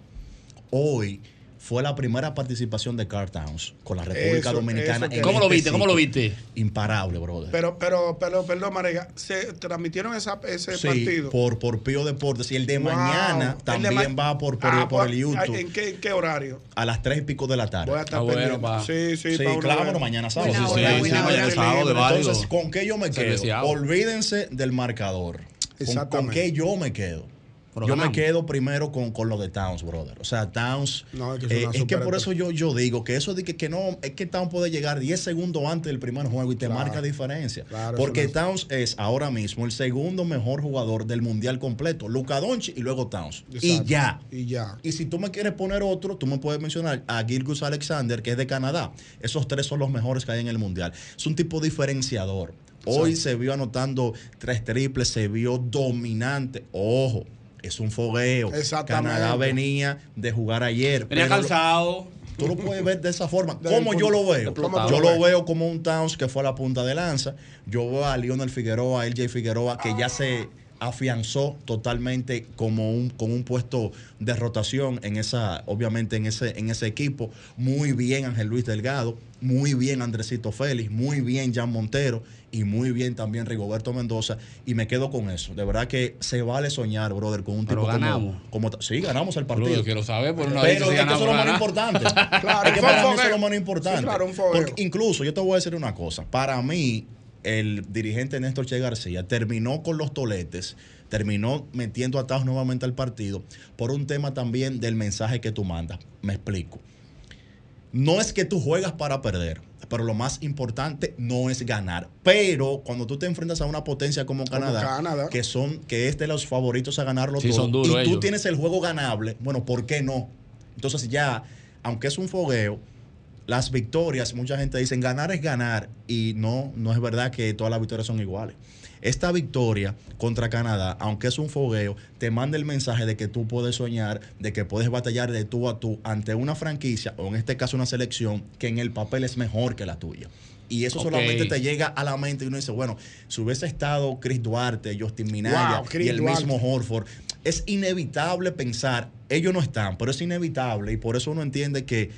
[SPEAKER 18] hoy fue la primera participación de Car Towns con la República
[SPEAKER 3] Eso,
[SPEAKER 18] Dominicana.
[SPEAKER 3] eso
[SPEAKER 18] en
[SPEAKER 3] que- ¿Cómo lo
[SPEAKER 18] este
[SPEAKER 3] viste? ¿Cómo lo
[SPEAKER 18] sitio. Imparable, brother.
[SPEAKER 3] Pero, pero, pero, perdón, Marega, se transmitieron esa, ese
[SPEAKER 18] Sí,
[SPEAKER 3] este partido.
[SPEAKER 18] por, por Pío Deportes. Y el de
[SPEAKER 3] Wow.
[SPEAKER 18] mañana
[SPEAKER 3] El de
[SPEAKER 18] también
[SPEAKER 3] ma-
[SPEAKER 18] va por, por,
[SPEAKER 3] Ah,
[SPEAKER 18] por
[SPEAKER 3] pues,
[SPEAKER 18] el YouTube
[SPEAKER 3] ¿En qué, en qué horario?
[SPEAKER 18] a las 3 y pico de la tarde.
[SPEAKER 3] Voy a estar Ah, bueno, pendiente. pa. Sí, sí, pa' uno
[SPEAKER 18] claro,
[SPEAKER 3] ver.
[SPEAKER 18] mañana sábado.
[SPEAKER 3] Buena Sí, sí, hora, sí, buena mañana hora. sábado, de
[SPEAKER 18] Entonces,
[SPEAKER 3] válido.
[SPEAKER 18] ¿con qué yo me quedo?
[SPEAKER 3] Cerveceado.
[SPEAKER 18] Olvídense del marcador. ¿Con, con
[SPEAKER 3] Exactamente.
[SPEAKER 18] qué yo me quedo? yo me
[SPEAKER 3] ganamos.
[SPEAKER 18] quedo primero con, con lo de Towns, brother. O sea, Towns.
[SPEAKER 3] No, es que
[SPEAKER 18] eh,
[SPEAKER 3] es
[SPEAKER 18] Es que,
[SPEAKER 3] una super-
[SPEAKER 18] por eso yo, yo digo que eso de que, que no, es que Towns puede llegar 10 segundos antes del primer juego y te marca diferencia.
[SPEAKER 3] Claro,
[SPEAKER 18] Porque
[SPEAKER 3] eso no-
[SPEAKER 18] Towns es ahora mismo el segundo mejor jugador del mundial completo. Luka Doncic y luego Towns. Y
[SPEAKER 3] Exacto.
[SPEAKER 18] ya.
[SPEAKER 3] Y ya.
[SPEAKER 18] Y si tú me quieres poner otro, tú me puedes mencionar a Gilgus Alexander, que es de Canadá. Esos tres son los mejores que hay en el Mundial. Es un tipo diferenciador. Hoy
[SPEAKER 3] Exacto.
[SPEAKER 18] se vio anotando tres triples, se vio dominante. Ojo, es un fogueo.
[SPEAKER 3] Exactamente.
[SPEAKER 18] Canadá venía de jugar ayer.
[SPEAKER 3] Venía
[SPEAKER 18] pero lo-
[SPEAKER 3] cansado.
[SPEAKER 18] Tú lo puedes ver de esa forma.
[SPEAKER 3] De-
[SPEAKER 18] ¿Cómo yo lo veo?
[SPEAKER 3] ¿Cómo tú
[SPEAKER 18] Yo
[SPEAKER 3] lo
[SPEAKER 18] lo veo como un Towns que fue a la punta de lanza. Yo veo a Lionel Figueroa, a LJ Figueroa, que ya se afianzó totalmente como un, con un puesto de rotación en esa, obviamente en ese, en ese equipo. Muy bien Ángel Luis Delgado, muy bien Andresito Félix, muy bien Jan Montero y muy bien también Rigoberto Mendoza. Y me quedo con eso. De verdad que se vale soñar, brother, con un
[SPEAKER 30] Pero
[SPEAKER 18] tipo como-
[SPEAKER 30] ganamos.
[SPEAKER 18] como, sí, ganamos el partido.
[SPEAKER 30] Brother, quiero saber, por una vez
[SPEAKER 18] Pero
[SPEAKER 30] si
[SPEAKER 18] es que eso es lo más
[SPEAKER 30] ganamos,
[SPEAKER 18] importante.
[SPEAKER 30] Claro,
[SPEAKER 18] Es que
[SPEAKER 30] fue
[SPEAKER 18] para
[SPEAKER 30] un
[SPEAKER 18] mí eso es
[SPEAKER 30] fogueo.
[SPEAKER 18] lo más importante.
[SPEAKER 30] Sí, claro, un fogueo.
[SPEAKER 18] Porque incluso yo te voy a decir una cosa. Para mí, el dirigente Néstor Che García terminó con los toletes, terminó metiendo atajos nuevamente al partido por un tema también del mensaje que tú mandas. Me explico. No es que tú juegas para perder, pero lo más importante no es ganar. Pero cuando tú te enfrentas a una potencia como
[SPEAKER 3] Como
[SPEAKER 18] Canadá,
[SPEAKER 3] Canadá.
[SPEAKER 18] que son que es de los favoritos a ganarlo
[SPEAKER 30] Sí,
[SPEAKER 18] todo,
[SPEAKER 30] son duros
[SPEAKER 18] y tú
[SPEAKER 30] ellos.
[SPEAKER 18] tienes el juego ganable, bueno, ¿por qué no? Entonces ya, aunque es un fogueo, las victorias, mucha gente dice, ganar es ganar y no, no es verdad que todas las victorias son iguales. Esta victoria contra Canadá, aunque es un fogueo, te manda el mensaje de que tú puedes soñar, de que puedes batallar de tú a tú ante una franquicia o en este caso una selección que en el papel es mejor que la tuya. Y eso
[SPEAKER 30] Ok.
[SPEAKER 18] solamente te llega a la mente y uno dice, bueno, si hubiese estado Chris Duarte, Justin Minaya
[SPEAKER 3] Wow, Chris
[SPEAKER 18] y el
[SPEAKER 3] Duarte.
[SPEAKER 18] mismo Horford, es inevitable pensar, ellos no están, pero es inevitable y por eso uno entiende que,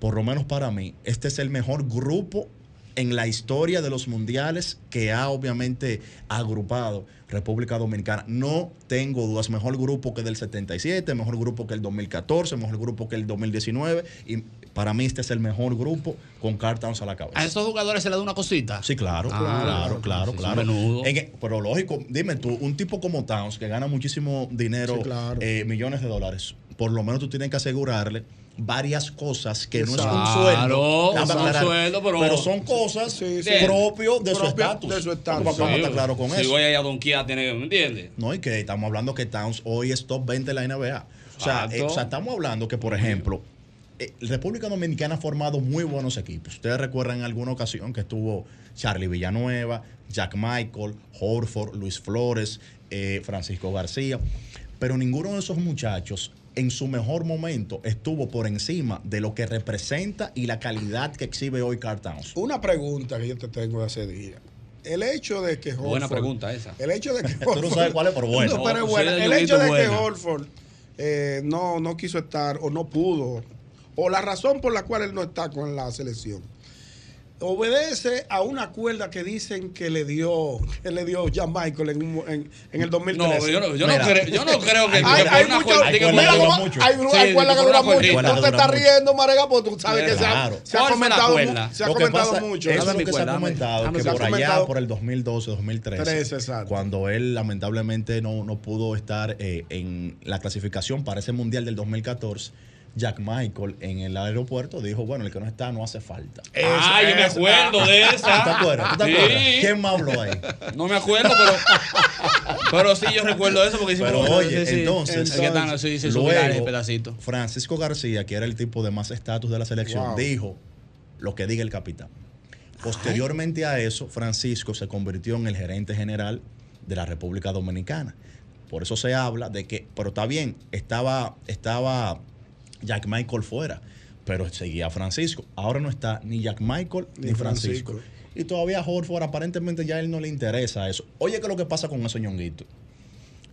[SPEAKER 18] por lo menos para mí, este es el mejor grupo en la historia de los mundiales que ha obviamente agrupado República Dominicana. No tengo dudas, mejor grupo que del 77, mejor grupo que el 2014, mejor grupo que el 2019 y para mí este es el mejor grupo con Cartons a la cabeza.
[SPEAKER 30] A esos jugadores se le da una cosita.
[SPEAKER 18] Sí, claro,
[SPEAKER 30] Ah,
[SPEAKER 18] claro, claro,
[SPEAKER 30] sí,
[SPEAKER 18] claro.
[SPEAKER 30] sí, menudo.
[SPEAKER 18] En que- pero lógico, dime tú, un tipo como Towns que gana muchísimo dinero,
[SPEAKER 3] Sí, claro.
[SPEAKER 18] eh, millones de dólares, por lo menos tú tienes que asegurarle varias cosas que no es un
[SPEAKER 30] Exacto.
[SPEAKER 18] sueldo.
[SPEAKER 30] Claro,
[SPEAKER 18] Vamos a
[SPEAKER 30] no es un
[SPEAKER 18] aclarar,
[SPEAKER 30] sueldo, pero-
[SPEAKER 18] son cosas propias
[SPEAKER 30] sí.
[SPEAKER 18] de su
[SPEAKER 30] Propio
[SPEAKER 18] estatus.
[SPEAKER 30] de su estatus.
[SPEAKER 18] Vamos a estar claro con
[SPEAKER 2] si
[SPEAKER 18] eso.
[SPEAKER 2] voy a ir a donkear, tiene que- ¿me entiendes?
[SPEAKER 18] No, y que estamos hablando que Towns hoy es top 20 de la NBA. O sea,
[SPEAKER 2] Exacto.
[SPEAKER 18] eh, o sea, estamos hablando que, por ejemplo, eh, República Dominicana ha formado muy buenos equipos. Ustedes recuerdan en alguna ocasión que estuvo Charlie Villanueva, Jack Michael, Horford, Luis Flores, eh, Francisco García. Pero ninguno de esos muchachos en su mejor momento estuvo por encima de lo que representa y la calidad que exhibe hoy Carl Towns.
[SPEAKER 3] Una pregunta que yo te tengo de hace día. El hecho de que Horford.
[SPEAKER 18] Buena pregunta esa.
[SPEAKER 3] El hecho de que
[SPEAKER 18] Tú no sabes cuál es, pero buena.
[SPEAKER 3] No, pero es
[SPEAKER 18] No,
[SPEAKER 3] buena.
[SPEAKER 18] sí,
[SPEAKER 3] el
[SPEAKER 18] yo
[SPEAKER 3] hecho de
[SPEAKER 18] quito
[SPEAKER 3] que
[SPEAKER 18] buena.
[SPEAKER 3] Horford eh, no, no quiso estar o no pudo, o la razón por la cual él no está con la selección, obedece a una cuerda que dicen que le dio que le dio Jan Michael en, un- en, en el 2013.
[SPEAKER 2] No, yo no- yo no creo- yo no creo que-
[SPEAKER 3] hay,
[SPEAKER 2] que
[SPEAKER 3] hay
[SPEAKER 2] por una
[SPEAKER 3] mucho-
[SPEAKER 2] cuerda-
[SPEAKER 3] hay
[SPEAKER 2] que
[SPEAKER 3] cuerda
[SPEAKER 2] por-
[SPEAKER 3] que dura
[SPEAKER 2] Sí,
[SPEAKER 3] mucho. Hay
[SPEAKER 2] que
[SPEAKER 3] cuerda que
[SPEAKER 2] por
[SPEAKER 3] dura
[SPEAKER 2] una
[SPEAKER 3] mucho.
[SPEAKER 2] cuerdita.
[SPEAKER 3] Tú te estás riendo, Marega, porque tú sabes que se ha-
[SPEAKER 18] Claro.
[SPEAKER 3] se ha comentado mu- se ha
[SPEAKER 18] Lo que
[SPEAKER 3] comentado
[SPEAKER 18] pasa-
[SPEAKER 3] mucho.
[SPEAKER 18] Eso es
[SPEAKER 3] Dame
[SPEAKER 18] lo
[SPEAKER 3] mi
[SPEAKER 18] que se ha
[SPEAKER 3] cuerda, dame. Ah,
[SPEAKER 18] comentado,
[SPEAKER 3] Dame
[SPEAKER 18] que
[SPEAKER 3] mi
[SPEAKER 18] por
[SPEAKER 3] cuerda.
[SPEAKER 18] allá,
[SPEAKER 3] Comentado.
[SPEAKER 18] por el 2012, 2013,
[SPEAKER 3] Trece, exacto.
[SPEAKER 18] cuando él lamentablemente no, no pudo estar eh, en la clasificación para ese mundial del 2014. Jack Michael en el aeropuerto dijo, bueno, el que no está no hace falta.
[SPEAKER 2] Ah, yo me acuerdo de esa.
[SPEAKER 18] ¿Tú te acuerdas? ¿Tú te
[SPEAKER 2] Sí.
[SPEAKER 18] acuerdas? ¿Quién más habló ahí?
[SPEAKER 2] No me acuerdo, pero. Pero sí, yo recuerdo eso porque hicimos.
[SPEAKER 18] Pero
[SPEAKER 2] un-
[SPEAKER 18] oye,
[SPEAKER 2] sí, sí.
[SPEAKER 18] entonces,
[SPEAKER 2] Es que están- sí, sí,
[SPEAKER 18] luego,
[SPEAKER 2] subirá el pedacito.
[SPEAKER 18] Francisco García, que era el tipo de más estatus de la selección,
[SPEAKER 2] Wow.
[SPEAKER 18] dijo lo que diga el capitán. Posteriormente a eso, Francisco se convirtió en el gerente general de la República Dominicana. Por eso se habla de que, pero está bien, estaba, estaba Jack Michael fuera, pero seguía Francisco. Ahora no está ni Jack Michael ni,
[SPEAKER 3] Ni
[SPEAKER 18] Francisco.
[SPEAKER 3] Francisco.
[SPEAKER 18] Y todavía a Horford aparentemente ya a él no le interesa eso. Oye, ¿qué es lo que pasa con eso, ñonguito?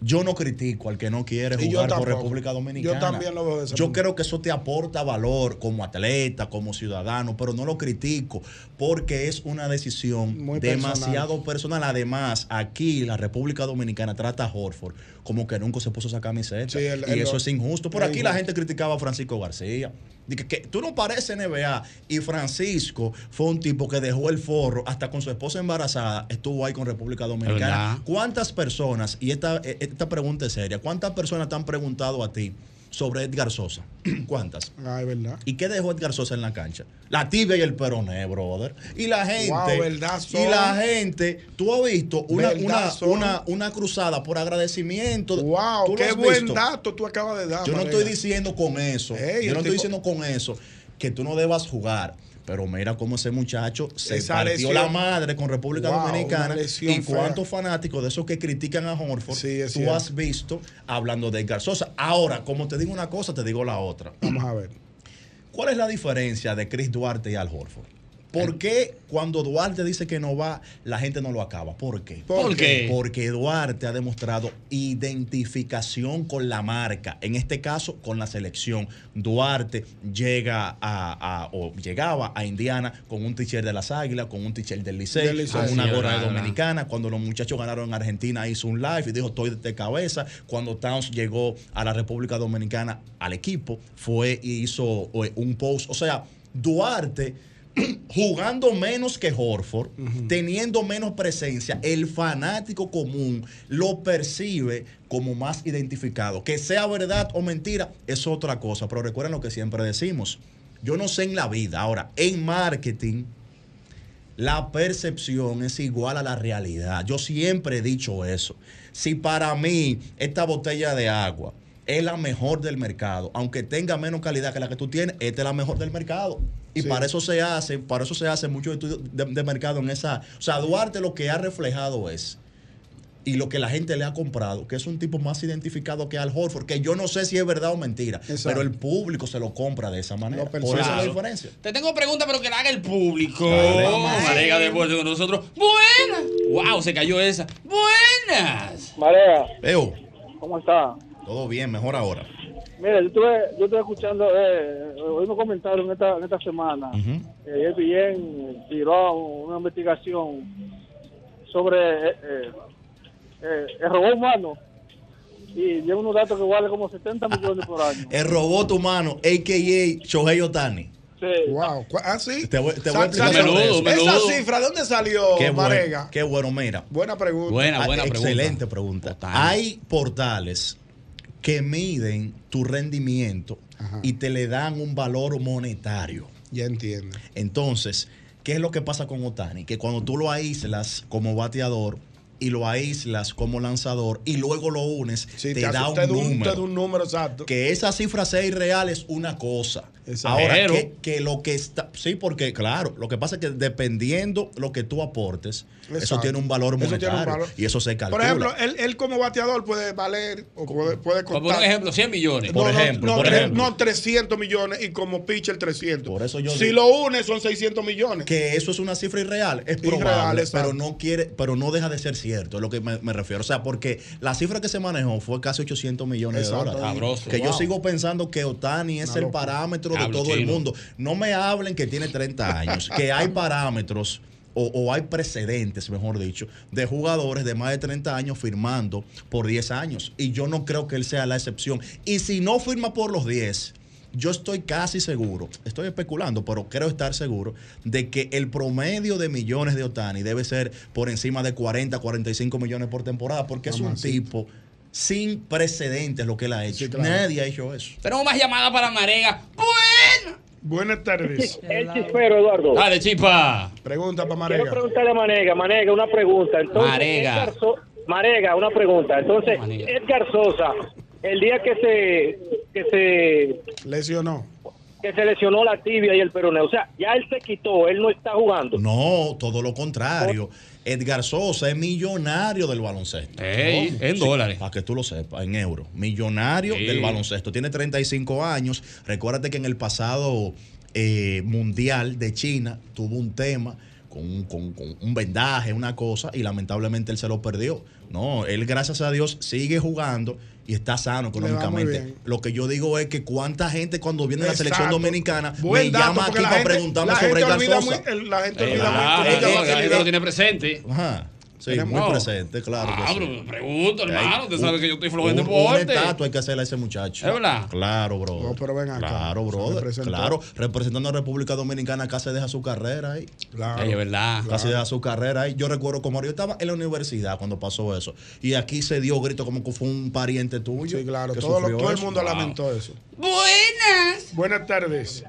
[SPEAKER 18] Yo no critico al que no quiere
[SPEAKER 3] Y yo
[SPEAKER 18] jugar por
[SPEAKER 3] tampoco.
[SPEAKER 18] República Dominicana.
[SPEAKER 3] Yo también lo veo de esa
[SPEAKER 18] Yo
[SPEAKER 3] forma.
[SPEAKER 18] creo que eso te aporta valor como atleta, como ciudadano, pero no lo critico porque es una decisión
[SPEAKER 3] Muy personal.
[SPEAKER 18] demasiado personal. Además, aquí la República Dominicana trata a Horford como que nunca se puso esa camiseta.
[SPEAKER 3] Sí, él-
[SPEAKER 18] y
[SPEAKER 3] él
[SPEAKER 18] eso
[SPEAKER 3] lo-
[SPEAKER 18] es injusto. Por
[SPEAKER 3] él
[SPEAKER 18] aquí
[SPEAKER 3] lo-
[SPEAKER 18] la gente criticaba a Francisco García. Dice que tú no pareces NBA. Y Francisco fue un tipo que dejó el forro hasta con su esposa embarazada. Estuvo ahí con República
[SPEAKER 30] verdad.
[SPEAKER 18] Dominicana. ¿Cuántas personas, y esta, eh, esta pregunta es seria, cuántas personas te han preguntado a ti sobre Edgar Sosa? ¿Cuántas?
[SPEAKER 3] Ah, es verdad.
[SPEAKER 18] ¿Y qué dejó Edgar Sosa en la cancha? La tibia y el peroné, brother. Y la gente.
[SPEAKER 3] Wow, verdad, son.
[SPEAKER 18] y la gente. Tú has visto una,
[SPEAKER 3] Verdad,
[SPEAKER 18] una,
[SPEAKER 3] son.
[SPEAKER 18] una, una cruzada por agradecimiento.
[SPEAKER 3] Wow,
[SPEAKER 18] ¿Tú lo
[SPEAKER 3] qué
[SPEAKER 18] has
[SPEAKER 3] buen
[SPEAKER 18] visto?
[SPEAKER 3] dato tú acabas de dar.
[SPEAKER 18] Yo no
[SPEAKER 3] Marega.
[SPEAKER 18] estoy diciendo con eso.
[SPEAKER 3] Ey,
[SPEAKER 18] yo no estoy
[SPEAKER 3] el tipo-
[SPEAKER 18] diciendo con eso que tú no debas jugar. Pero mira cómo ese muchacho se
[SPEAKER 3] Esa
[SPEAKER 18] partió
[SPEAKER 3] lesión.
[SPEAKER 18] la madre con República
[SPEAKER 3] Wow,
[SPEAKER 18] Dominicana.
[SPEAKER 3] una lesión
[SPEAKER 18] Y
[SPEAKER 3] fea.
[SPEAKER 18] cuántos fanáticos de esos que critican a Horford tú
[SPEAKER 3] cierto.
[SPEAKER 18] has visto hablando de Edgar Sosa. Ahora, como te digo una cosa, te digo la otra.
[SPEAKER 3] Vamos a ver.
[SPEAKER 18] ¿Cuál es la diferencia de Chris Duarte y Al Horford? ¿Por qué cuando Duarte dice que no va, la gente no lo acaba? ¿Por qué?
[SPEAKER 30] ¿Por ¿Por qué? qué?
[SPEAKER 18] Porque Duarte ha demostrado identificación con la marca, en este caso con la selección. Duarte llega a, a- o llegaba a Indiana con un t-shirt de las Águilas, con un t-shirt del Licey,
[SPEAKER 30] Del Licey.
[SPEAKER 18] con una
[SPEAKER 30] Así es,
[SPEAKER 18] gorra de
[SPEAKER 30] Ah, verdad.
[SPEAKER 18] Dominicana. Cuando los muchachos ganaron en Argentina hizo un live y dijo estoy de cabeza. Cuando Towns llegó a la República Dominicana al equipo, fue y hizo eh, un post. O sea, Duarte jugando menos que Horford, teniendo menos presencia, el fanático común lo percibe como más identificado. Que sea verdad o mentira es otra cosa, pero recuerden lo que siempre decimos. Yo no sé en la vida, ahora, en marketing, la percepción es igual a la realidad. Yo siempre he dicho eso. Si para mí esta botella de agua es la mejor del mercado, aunque tenga menos calidad que la que tú tienes, esta es la mejor del mercado. Y para eso se hace, para eso se hace muchos estudios de, de mercado en esa. O sea, Duarte lo que ha reflejado es y lo que la gente le ha comprado, que es un tipo más identificado que Al Horford, que yo no sé si es verdad o mentira, pero el público se lo compra de esa manera. Por eso es la
[SPEAKER 2] Claro.
[SPEAKER 18] diferencia.
[SPEAKER 2] Te tengo pregunta, pero que la haga el público.
[SPEAKER 18] Dale.
[SPEAKER 2] Marega de vuelta con nosotros. Buenas. Wow, se cayó esa. Buenas.
[SPEAKER 8] Marea,
[SPEAKER 18] Veo,
[SPEAKER 8] ¿cómo está?
[SPEAKER 18] todo bien, mejor ahora.
[SPEAKER 8] Mira, yo estuve, yo estuve escuchando, eh, hoy me comentaron en esta, en esta semana, eh, E que el bien tiró una investigación sobre eh, eh, eh, el robot humano y lleva unos datos que vale como 70 millones por año.
[SPEAKER 18] El robot humano, a.k.a. Shohei Otani.
[SPEAKER 8] Sí.
[SPEAKER 3] Wow. ¿cu- Ah, sí.
[SPEAKER 18] Te voy, te
[SPEAKER 3] Sa-
[SPEAKER 18] voy a explicar
[SPEAKER 3] sácame
[SPEAKER 18] sobre eso.
[SPEAKER 3] Esa cifra, ¿de dónde salió,
[SPEAKER 18] Qué
[SPEAKER 3] Marega?
[SPEAKER 18] bueno, qué bueno, mira.
[SPEAKER 3] Buena pregunta.
[SPEAKER 18] Ah, Excelente pregunta. Hay portales que miden tu rendimiento y te le dan un valor monetario.
[SPEAKER 3] Ya entiendo.
[SPEAKER 18] Entonces, ¿qué es lo que pasa con Otani? Que cuando tú lo aíslas como bateador y lo aíslas como lanzador y luego lo unes, te,
[SPEAKER 3] hace-
[SPEAKER 18] da un
[SPEAKER 3] te da un-
[SPEAKER 18] número.
[SPEAKER 3] te da un número exacto.
[SPEAKER 18] Que esa cifra sea irreal es una cosa.
[SPEAKER 3] Exacto.
[SPEAKER 18] Ahora,
[SPEAKER 3] Pero-
[SPEAKER 18] que, que lo que está. Sí, porque, claro, lo que pasa es que dependiendo lo que tú aportes, eso
[SPEAKER 3] Exacto.
[SPEAKER 18] tiene un valor
[SPEAKER 3] Eso tiene un
[SPEAKER 18] monetario.
[SPEAKER 3] valor.
[SPEAKER 18] Y eso se calcula.
[SPEAKER 3] Por ejemplo, él, él como bateador puede valer o puede, puede costar.
[SPEAKER 2] Por un ejemplo, 100 millones.
[SPEAKER 3] No, no, no, tres- no, 300 millones y como pitcher 300.
[SPEAKER 18] Por eso yo
[SPEAKER 3] si
[SPEAKER 18] digo-
[SPEAKER 3] lo une son 600 millones.
[SPEAKER 18] que eso es una cifra irreal, es
[SPEAKER 3] Irreal,
[SPEAKER 18] probable,
[SPEAKER 3] exacto.
[SPEAKER 18] pero no quiere, pero no deja de ser cierto, es lo que me, me refiero. O sea, porque la cifra que se manejó fue casi 800 millones de
[SPEAKER 30] Exacto.
[SPEAKER 18] dólares.
[SPEAKER 30] Sabroso.
[SPEAKER 18] Que yo
[SPEAKER 30] Wow.
[SPEAKER 18] sigo pensando que Otani es
[SPEAKER 30] Una
[SPEAKER 18] el
[SPEAKER 30] locura.
[SPEAKER 18] parámetro de
[SPEAKER 30] Hablo
[SPEAKER 18] todo el
[SPEAKER 30] chino.
[SPEAKER 18] mundo. No me hablen que tiene 30 años, que hay parámetros. O, o hay precedentes, mejor dicho, de jugadores de más de 30 años firmando por 10 años. Y yo no creo que él sea la excepción. Y si no firma por los 10, yo estoy casi seguro, estoy especulando, pero creo estar seguro de que el promedio de millones de Otani debe ser por encima de 40, 45 millones por temporada, porque es un tipo sin precedentes lo que él ha hecho. Nadie ha hecho eso.
[SPEAKER 2] Tenemos más llamadas para Marega.
[SPEAKER 3] Buenas tardes.
[SPEAKER 8] El chispero, Eduardo.
[SPEAKER 2] Dale, chipa.
[SPEAKER 3] Pregunta para
[SPEAKER 8] Quiero preguntarle a Manega, Manega, una pregunta. Entonces,
[SPEAKER 2] Marega.
[SPEAKER 8] Edgar So- Marega, una pregunta. Entonces, Edgar Sosa, el día que se que se
[SPEAKER 3] Lesionó.
[SPEAKER 8] que se lesionó la tibia y el peroné, o sea, ya él se quitó, él no está jugando.
[SPEAKER 18] No, todo lo contrario. Edgar Sosa es millonario del baloncesto.
[SPEAKER 2] Ey, en dólares.
[SPEAKER 18] Para que tú lo sepas, en euros. Millonario
[SPEAKER 2] Sí.
[SPEAKER 18] del baloncesto. Tiene 35 años. Recuérdate que en el pasado eh, mundial de China tuvo un tema con, un- con- con un vendaje, una cosa, y lamentablemente él se lo perdió. No, él gracias a Dios sigue jugando y está sano
[SPEAKER 3] Le va muy
[SPEAKER 18] económicamente.
[SPEAKER 3] bien.
[SPEAKER 18] Lo que yo digo es que cuánta gente cuando viene la selección
[SPEAKER 3] Exacto.
[SPEAKER 18] dominicana
[SPEAKER 3] Buen
[SPEAKER 18] me
[SPEAKER 3] dato,
[SPEAKER 18] llama
[SPEAKER 3] porque
[SPEAKER 18] aquí
[SPEAKER 3] la
[SPEAKER 18] para
[SPEAKER 3] gente-
[SPEAKER 18] preguntarme
[SPEAKER 3] la
[SPEAKER 18] sobre
[SPEAKER 3] gente
[SPEAKER 18] Edgar
[SPEAKER 3] olvida
[SPEAKER 18] Sosa.
[SPEAKER 3] muy- el- la gente
[SPEAKER 2] Eh,
[SPEAKER 3] olvida
[SPEAKER 2] ah,
[SPEAKER 3] muy-
[SPEAKER 2] eh,
[SPEAKER 3] olvida
[SPEAKER 2] eh,
[SPEAKER 3] facilidad.
[SPEAKER 2] eh, lo tiene presente.
[SPEAKER 18] Ajá. Sí,
[SPEAKER 2] Tenemos-
[SPEAKER 18] muy
[SPEAKER 2] No.
[SPEAKER 18] presente, claro. que
[SPEAKER 2] Ah,
[SPEAKER 18] sí.
[SPEAKER 2] pero me pregunto,
[SPEAKER 18] Hay
[SPEAKER 2] hermano, usted
[SPEAKER 18] un-
[SPEAKER 2] sabe que yo estoy flojo en
[SPEAKER 18] un-
[SPEAKER 2] deporte.
[SPEAKER 18] Una estatua hay que hacerle a ese muchacho.
[SPEAKER 2] ¿Es verdad?
[SPEAKER 18] Claro, bro.
[SPEAKER 3] No, pero ven acá.
[SPEAKER 18] Claro,
[SPEAKER 3] Se
[SPEAKER 18] brother.
[SPEAKER 3] representó.
[SPEAKER 18] Claro, representando a la República Dominicana, casi deja su carrera ahí.
[SPEAKER 3] Claro.
[SPEAKER 2] Ay, es verdad.
[SPEAKER 18] Casi deja su carrera ahí. Yo recuerdo como yo estaba en la universidad cuando pasó eso. Y aquí se dio grito como que fue un pariente tuyo. Sí, claro.
[SPEAKER 3] Todo, lo- todo el mundo lamentó eso.
[SPEAKER 5] Buenas.
[SPEAKER 3] Buenas tardes.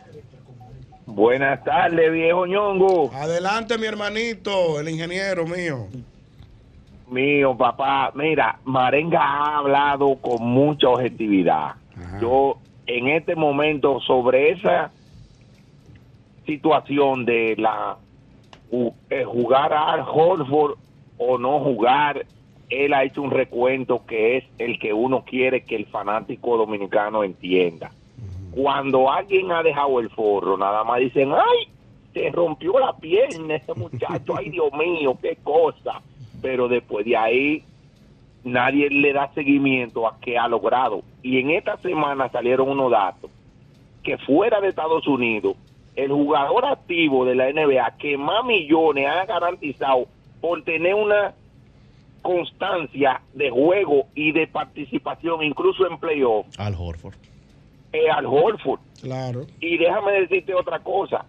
[SPEAKER 14] Buenas tardes, viejo ñongo.
[SPEAKER 3] Adelante, mi hermanito, el ingeniero mío.
[SPEAKER 14] Mío, papá, mira, Marenga ha hablado con mucha objetividad. Yo, en este momento, sobre esa situación de la ju- eh, jugar a Al Horford o no jugar, él ha hecho un recuento que es el que uno quiere que el fanático dominicano entienda. Cuando alguien ha dejado el forro, nada más dicen, ¡ay! Se rompió la pierna ese muchacho, ¡ay Dios mío, qué cosa! Pero después de ahí, nadie le da seguimiento a qué ha logrado. Y en esta semana salieron unos datos que fuera de Estados Unidos, el jugador activo de la NBA que más millones ha garantizado por tener una constancia de juego y de participación, incluso en playoff,
[SPEAKER 18] Al Horford.
[SPEAKER 14] es Al Horford.
[SPEAKER 3] Claro.
[SPEAKER 14] Y déjame decirte otra cosa.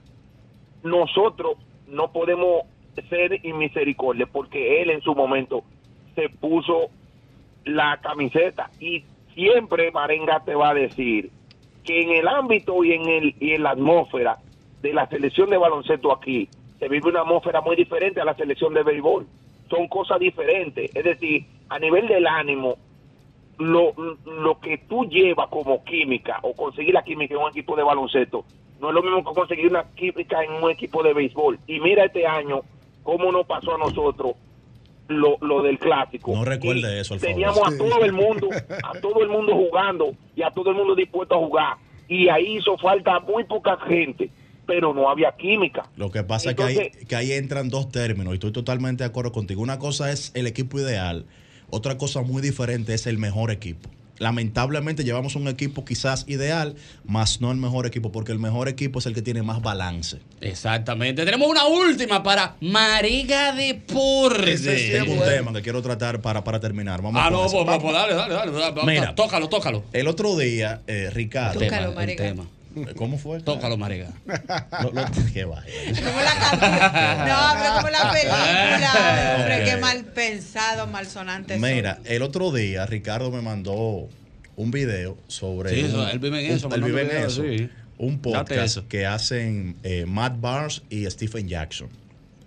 [SPEAKER 14] Nosotros no podemos ser inmisericordia porque él en su momento se puso la camiseta y siempre Marenga te va a decir que en el ámbito y en el y en la atmósfera de la selección de baloncesto aquí se vive una atmósfera muy diferente a la selección de béisbol. Son cosas diferentes, es decir, a nivel del ánimo lo, lo que tú llevas como química o conseguir la química en un equipo de baloncesto no es lo mismo que conseguir una química en un equipo de béisbol. Y mira este año cómo nos pasó a nosotros lo, lo del clásico.
[SPEAKER 18] No recuerde eso, Alfredo.
[SPEAKER 14] Teníamos a todo el mundo, a todo el mundo jugando y a todo el mundo dispuesto a jugar. Y ahí hizo falta muy poca gente, pero no había química.
[SPEAKER 18] Lo que pasa es que ahí,
[SPEAKER 14] Entonces-
[SPEAKER 18] que ahí entran dos términos y estoy totalmente de acuerdo contigo. Una cosa es el equipo ideal, otra cosa muy diferente es el mejor equipo. Lamentablemente llevamos un equipo quizás ideal, más no el mejor equipo, porque el mejor equipo es el que tiene más balance.
[SPEAKER 2] Exactamente. Tenemos una última para Marega Deportes.
[SPEAKER 18] Tengo un tema que quiero tratar para, para terminar. Vamos
[SPEAKER 2] Ah,
[SPEAKER 18] con
[SPEAKER 2] no,
[SPEAKER 18] eso.
[SPEAKER 2] pues, pues, pues, dale, dale, dale. dale,
[SPEAKER 18] Mira.
[SPEAKER 2] tócalo, tócalo.
[SPEAKER 18] El otro día, eh, Ricardo.
[SPEAKER 2] El tema, el Marega. tema.
[SPEAKER 18] ¿Cómo fue?
[SPEAKER 2] Tócalo, Marega.
[SPEAKER 18] Lo- lo- qué va.
[SPEAKER 5] No, pero como la
[SPEAKER 2] Ah,
[SPEAKER 5] película, hombre,
[SPEAKER 18] Ok.
[SPEAKER 5] qué mal pensado, mal sonante. son.
[SPEAKER 18] Mira, el otro día Ricardo me mandó un video sobre.
[SPEAKER 2] Sí,
[SPEAKER 18] un-
[SPEAKER 2] eso, él vive en
[SPEAKER 18] un-
[SPEAKER 2] eso,
[SPEAKER 18] él
[SPEAKER 2] mandando
[SPEAKER 18] vive en
[SPEAKER 2] videos,
[SPEAKER 18] eso.
[SPEAKER 2] sí.
[SPEAKER 18] Un
[SPEAKER 2] Date
[SPEAKER 18] podcast
[SPEAKER 2] eso.
[SPEAKER 18] que hacen eh, Matt Barnes y Stephen Jackson.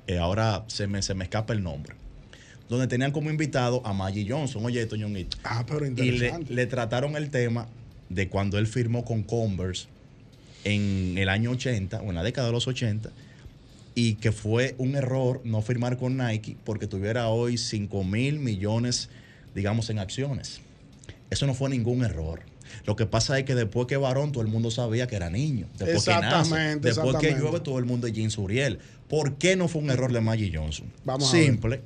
[SPEAKER 18] Eh, ahora se me, se me escapa el nombre. Donde tenían como invitado a Maggie Johnson. Oye, esto, Ñonguito.
[SPEAKER 3] Ah, pero
[SPEAKER 18] Y le,
[SPEAKER 3] interesante.
[SPEAKER 18] le trataron el tema de cuando él firmó con Converse en el año 80 o en la década de los 80 y que fue un error no firmar con Nike porque tuviera hoy 5 mil millones, digamos, en acciones. Eso no fue ningún error. Lo que pasa es que después que varón, todo el mundo sabía que era niño. Después que nace,
[SPEAKER 3] Exactamente,
[SPEAKER 18] después que
[SPEAKER 3] exactamente.
[SPEAKER 18] llueve, todo el mundo es Jim Suriel. ¿Por qué no fue un error de Maggie Johnson?
[SPEAKER 3] Vamos a ver.
[SPEAKER 18] Simple.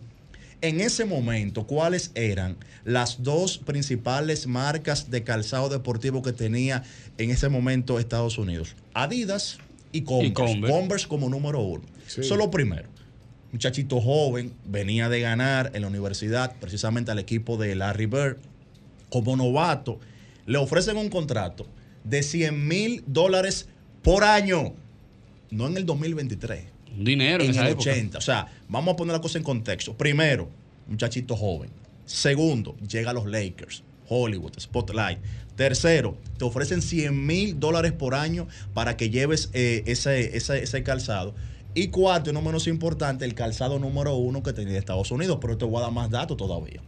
[SPEAKER 18] En ese momento, ¿cuáles eran las dos principales marcas de calzado deportivo que tenía en ese momento Estados Unidos? Adidas y Converse.
[SPEAKER 2] Y Converse.
[SPEAKER 18] Converse como número uno. Eso es lo primero. Muchachito joven, venía de ganar en la universidad, precisamente al equipo de Larry Bird, como novato. Le ofrecen un contrato de 100 mil dólares por año, no en el 2023
[SPEAKER 2] Dinero
[SPEAKER 18] en,
[SPEAKER 2] en, esa
[SPEAKER 18] el
[SPEAKER 2] época.
[SPEAKER 18] 80. O sea, vamos a poner la cosa en contexto. Primero, muchachito joven. Segundo, llega a los Lakers, Hollywood, Spotlight. Tercero, te ofrecen 100 mil dólares por año para que lleves eh, ese, ese- ese calzado. Y cuarto, y no menos importante, el calzado número uno que tenía Estados Unidos. Pero te voy a dar más datos todavía.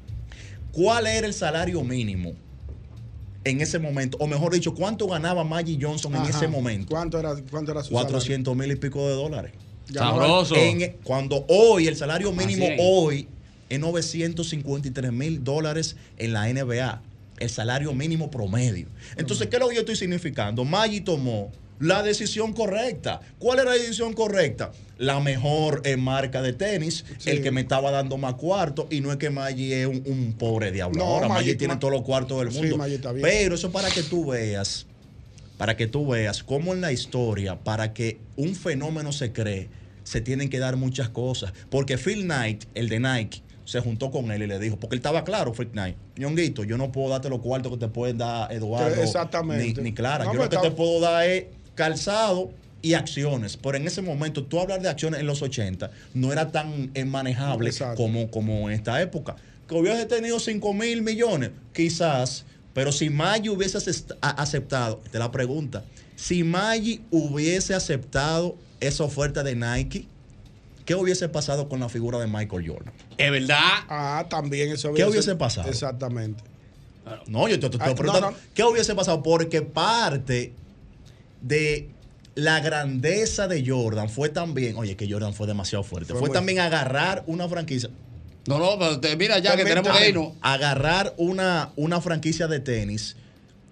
[SPEAKER 18] ¿Cuál era el salario mínimo en ese momento? O mejor dicho, ¿cuánto ganaba Maggie Johnson en
[SPEAKER 3] Ajá.
[SPEAKER 18] ese momento?
[SPEAKER 3] ¿Cuánto era, cuánto era su
[SPEAKER 18] 400 mil y pico de dólares.
[SPEAKER 3] Ganaba- Sabroso.
[SPEAKER 18] En- cuando hoy, el salario mínimo
[SPEAKER 3] Así es.
[SPEAKER 18] hoy es 953 mil dólares en la NBA. El salario mínimo promedio. Entonces, ¿qué es lo que yo estoy significando? Maggi tomó la decisión correcta. ¿Cuál era la decisión correcta? La mejor eh, marca de tenis, el que me estaba dando más cuarto, y no es que Maggi es un, un pobre diablo.
[SPEAKER 3] No,
[SPEAKER 18] Ahora Maggi,
[SPEAKER 3] Maggi-
[SPEAKER 18] tiene
[SPEAKER 3] Ma-
[SPEAKER 18] todos los cuartos del
[SPEAKER 3] Sí,
[SPEAKER 18] mundo.
[SPEAKER 3] Maggi está bien.
[SPEAKER 18] Pero eso es para que tú veas para que tú veas cómo en la historia, para que un fenómeno se cree, se tienen que dar muchas cosas. Porque Phil Knight, el de Nike, se juntó con él y le dijo, porque él estaba claro, Freak Night, ñonguito, yo no puedo darte los cuartos que te pueden dar Eduardo
[SPEAKER 3] Exactamente.
[SPEAKER 18] Ni, ni Clara.
[SPEAKER 3] No,
[SPEAKER 18] yo
[SPEAKER 3] pero
[SPEAKER 18] lo que
[SPEAKER 3] está-
[SPEAKER 18] te puedo dar es calzado y acciones. Pero en ese momento, tú hablar de acciones en los 80 no era tan eh, manejable como, como en esta época. Que hubiese tenido 5 mil millones, quizás. Pero si Maggi hubiese acest- a- aceptado, te la pregunta, si Maggi hubiese aceptado esa oferta de Nike, ¿qué hubiese pasado con la figura de Michael Jordan?
[SPEAKER 3] Es verdad. Ah, también eso
[SPEAKER 18] ¿Qué hubiese pasado?
[SPEAKER 3] Exactamente.
[SPEAKER 18] No, yo te, te estoy
[SPEAKER 3] Ah, no,
[SPEAKER 18] preguntando,
[SPEAKER 3] no.
[SPEAKER 18] ¿qué hubiese pasado? Porque parte de la grandeza de Jordan fue también, oye, que Jordan fue demasiado fuerte,
[SPEAKER 30] Fue
[SPEAKER 18] fue,
[SPEAKER 30] muy-
[SPEAKER 18] también agarrar una franquicia.
[SPEAKER 30] No, no, pero te- mira ya que tenemos que irnos.
[SPEAKER 18] Agarrar una, una franquicia de tenis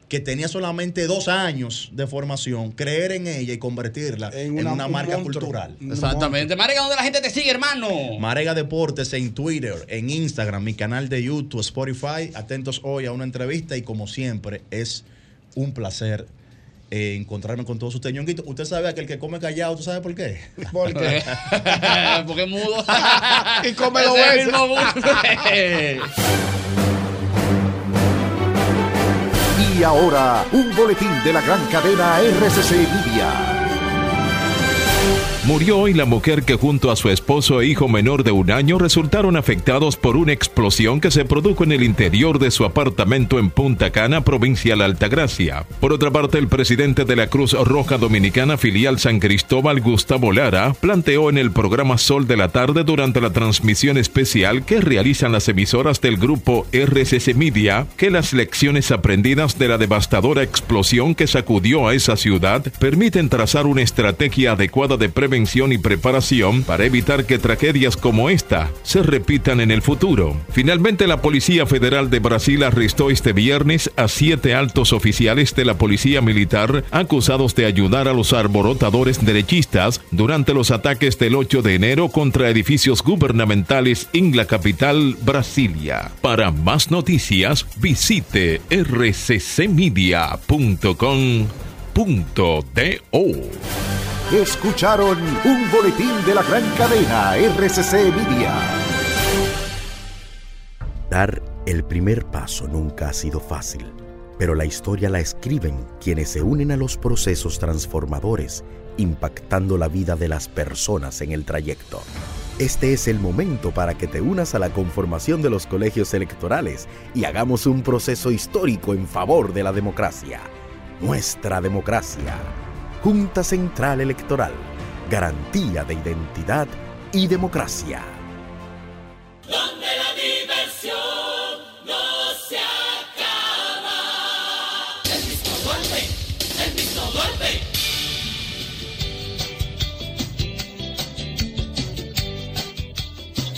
[SPEAKER 18] que tenía solamente dos años de formación, creer en ella y convertirla en una,
[SPEAKER 30] una- un
[SPEAKER 18] marca
[SPEAKER 30] monstruo.
[SPEAKER 18] cultural.
[SPEAKER 2] Este,
[SPEAKER 30] Exactamente. Marega, ¿dónde la gente te sigue, hermano?
[SPEAKER 18] Marega Deportes en Twitter, en Instagram, mi canal de YouTube, Spotify. Atentos hoy a una entrevista y como siempre es un placer eh, encontrarme con todos ustedes. Ñonguito, usted sabe aquel que come callado, ¿tú sabes por qué?
[SPEAKER 3] ¿Por
[SPEAKER 30] qué? Porque es mudo.
[SPEAKER 3] y come dos
[SPEAKER 30] Ese
[SPEAKER 3] veces.
[SPEAKER 30] mismo gusto.
[SPEAKER 26] Y ahora, un boletín de la gran cadena RCC Media.
[SPEAKER 4] Murió hoy la mujer que junto a su esposo e hijo menor de un año resultaron afectados por una explosión que se produjo en el interior de su apartamento en Punta Cana, provincia de la Altagracia. Por otra parte, el presidente de la Cruz Roja Dominicana filial San Cristóbal, Gustavo Lara, planteó en el programa Sol de la Tarde durante la transmisión especial que realizan las emisoras del grupo RCC Media que las lecciones aprendidas de la devastadora explosión que sacudió a esa ciudad permiten trazar una estrategia adecuada de prevención y preparación para evitar que tragedias como esta se repitan en el futuro. Finalmente, la Policía Federal de Brasil arrestó este viernes a siete altos oficiales de la Policía Militar acusados de ayudar a los arborotadores derechistas durante los ataques del 8 de enero contra edificios gubernamentales en la capital Brasilia. Para más noticias, visite rccmedia.com.do.
[SPEAKER 26] Escucharon un boletín de la gran cadena RCC Media.
[SPEAKER 31] Dar el primer paso nunca ha sido fácil, pero la historia la escriben quienes se unen a los procesos transformadores, impactando la vida de las personas en el trayecto. Este es el momento para que te unas a la conformación de los colegios electorales y hagamos un proceso histórico en favor de la democracia. Nuestra democracia. Junta Central Electoral. Garantía de identidad y democracia.
[SPEAKER 1] Donde la diversión no se acaba. El mismo golpe, el mismo golpe.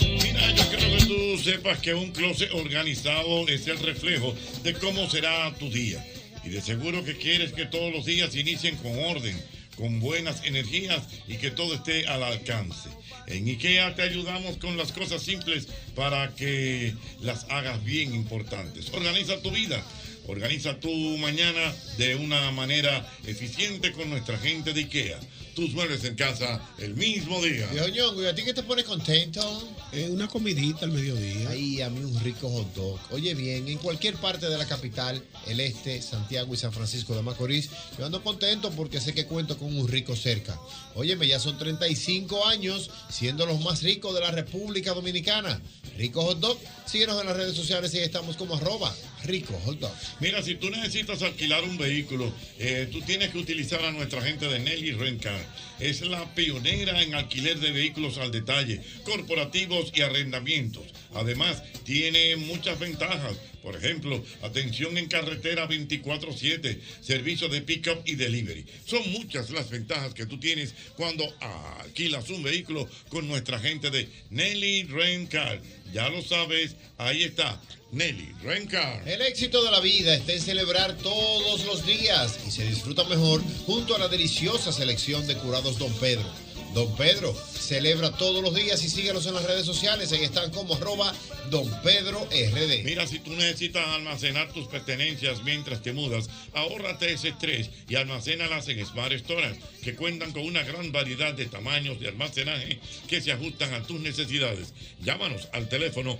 [SPEAKER 12] Mira, yo creo que tú sepas que un closet organizado es el reflejo de cómo será tu día. Y de seguro que quieres que todos los días inicien con orden, con buenas energías y que todo esté al alcance. En IKEA te ayudamos con las cosas simples para que las hagas bien importantes. Organiza tu vida. Organiza tu mañana de una manera eficiente con nuestra gente de IKEA. Tus muebles en casa el mismo día.
[SPEAKER 19] Viejo Ñongo, ¿y a ti qué te pone contento?
[SPEAKER 32] Eh, una comidita al mediodía.
[SPEAKER 19] Ay, a mí un rico hot dog. Oye bien, en cualquier parte de la capital, el este, Santiago y San Francisco de Macorís, yo ando contento porque sé que cuento con un rico cerca. Óyeme, ya son 35 años siendo los más ricos de la República Dominicana. Rico hot dog, síguenos en las redes sociales y ahí estamos como arroba rico hot dog.
[SPEAKER 12] Mira, si tú necesitas alquilar un vehículo, eh, tú tienes que utilizar a nuestra gente de Nelly Rencar. Es la pionera en alquiler de vehículos al detalle, corporativos y arrendamientos. Además, tiene muchas ventajas. Por ejemplo, atención en carretera 24-7, servicio de pick-up y delivery. Son muchas las ventajas que tú tienes cuando alquilas un vehículo con nuestra gente de Nelly Rencar. Ya lo sabes, ahí está, Nelly Rencar.
[SPEAKER 19] El éxito de la vida está en celebrar todos los días y se disfruta mejor junto a la deliciosa selección de curados Don Pedro. Don Pedro celebra todos los días y síguelos en las redes sociales. Ahí están como arroba don Pedro RD.
[SPEAKER 12] Mira, si tú necesitas almacenar tus pertenencias mientras te mudas, ahórrate ese estrés y almacénalas en Smart Storage, que cuentan con una gran variedad de tamaños de almacenaje que se ajustan a tus necesidades. Llámanos al teléfono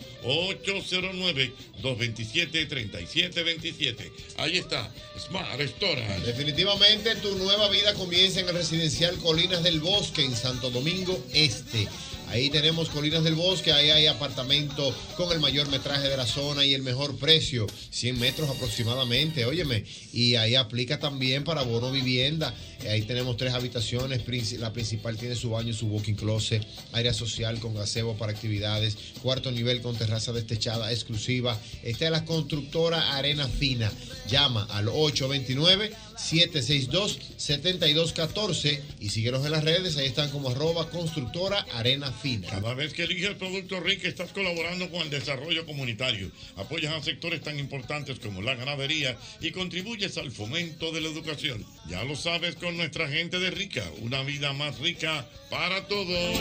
[SPEAKER 12] 809-227-3727. Ahí está, Smart Storage.
[SPEAKER 19] Definitivamente tu nueva vida comienza en el residencial Colinas del Bosque en Santo Domingo Este. Ahí tenemos Colinas del Bosque, ahí hay apartamento con el mayor metraje de la zona y el mejor precio, 100 metros aproximadamente, óyeme. Y ahí aplica también para bono vivienda. Ahí tenemos tres habitaciones, princi- la principal tiene su baño, su walking closet, área social con gazebo para actividades, cuarto nivel con terraza destechada exclusiva. Esta es la constructora Arena Fina. Llama al 829-762-7214 y síguenos en las redes, ahí están como arroba constructora Arena Fina.
[SPEAKER 12] Cada vez que eliges Producto Rica estás colaborando con el desarrollo comunitario, apoyas a sectores tan importantes como la ganadería y contribuyes al fomento de la educación. Ya lo sabes con nuestra gente de Rica, una vida más rica para todos.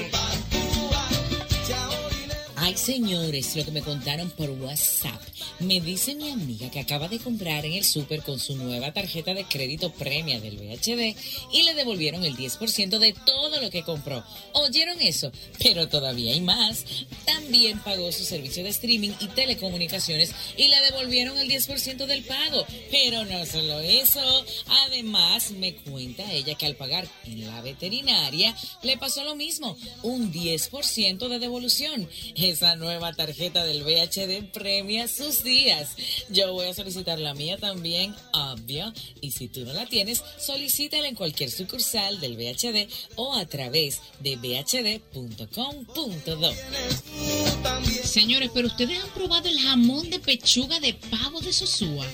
[SPEAKER 22] Ay, señores, lo que me contaron por WhatsApp. Me dice mi amiga que acaba de comprar en el súper con su nueva tarjeta de crédito premia del VHD y le devolvieron el 10% de todo lo que compró. ¿Oyeron eso? Pero todavía hay más. También pagó su servicio de streaming y telecomunicaciones y le devolvieron el 10% del pago. Pero no solo eso. Además, me cuenta ella que al pagar en la veterinaria le pasó lo mismo, un 10% de devolución. Esa nueva tarjeta del VHD premia sus días. Yo voy a solicitar la mía también, obvio. Y si tú no la tienes, solicítala en cualquier sucursal del VHD o a través de bhd.com.do.
[SPEAKER 20] Señores, pero ustedes han probado el jamón de pechuga de pavo de Sosúa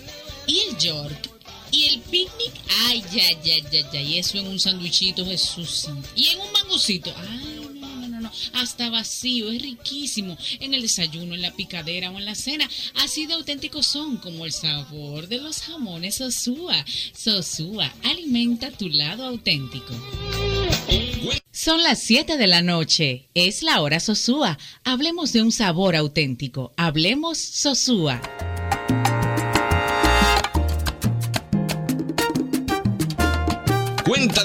[SPEAKER 20] y el York y el picnic. Ay, ya, ya, ya, ya. Y eso en un sanduichito, Jesús. santo. Y en un mangocito. Ah. Ay, no, no, no. Hasta vacío, es riquísimo. En el desayuno, en la picadera o en la cena. Así de auténticos son como el sabor de los jamones Sosúa. Sosúa, alimenta tu lado auténtico.
[SPEAKER 22] Son las 7 de la noche. Es la hora Sosúa. Hablemos de un sabor auténtico. Hablemos Sosúa.
[SPEAKER 15] Cuenta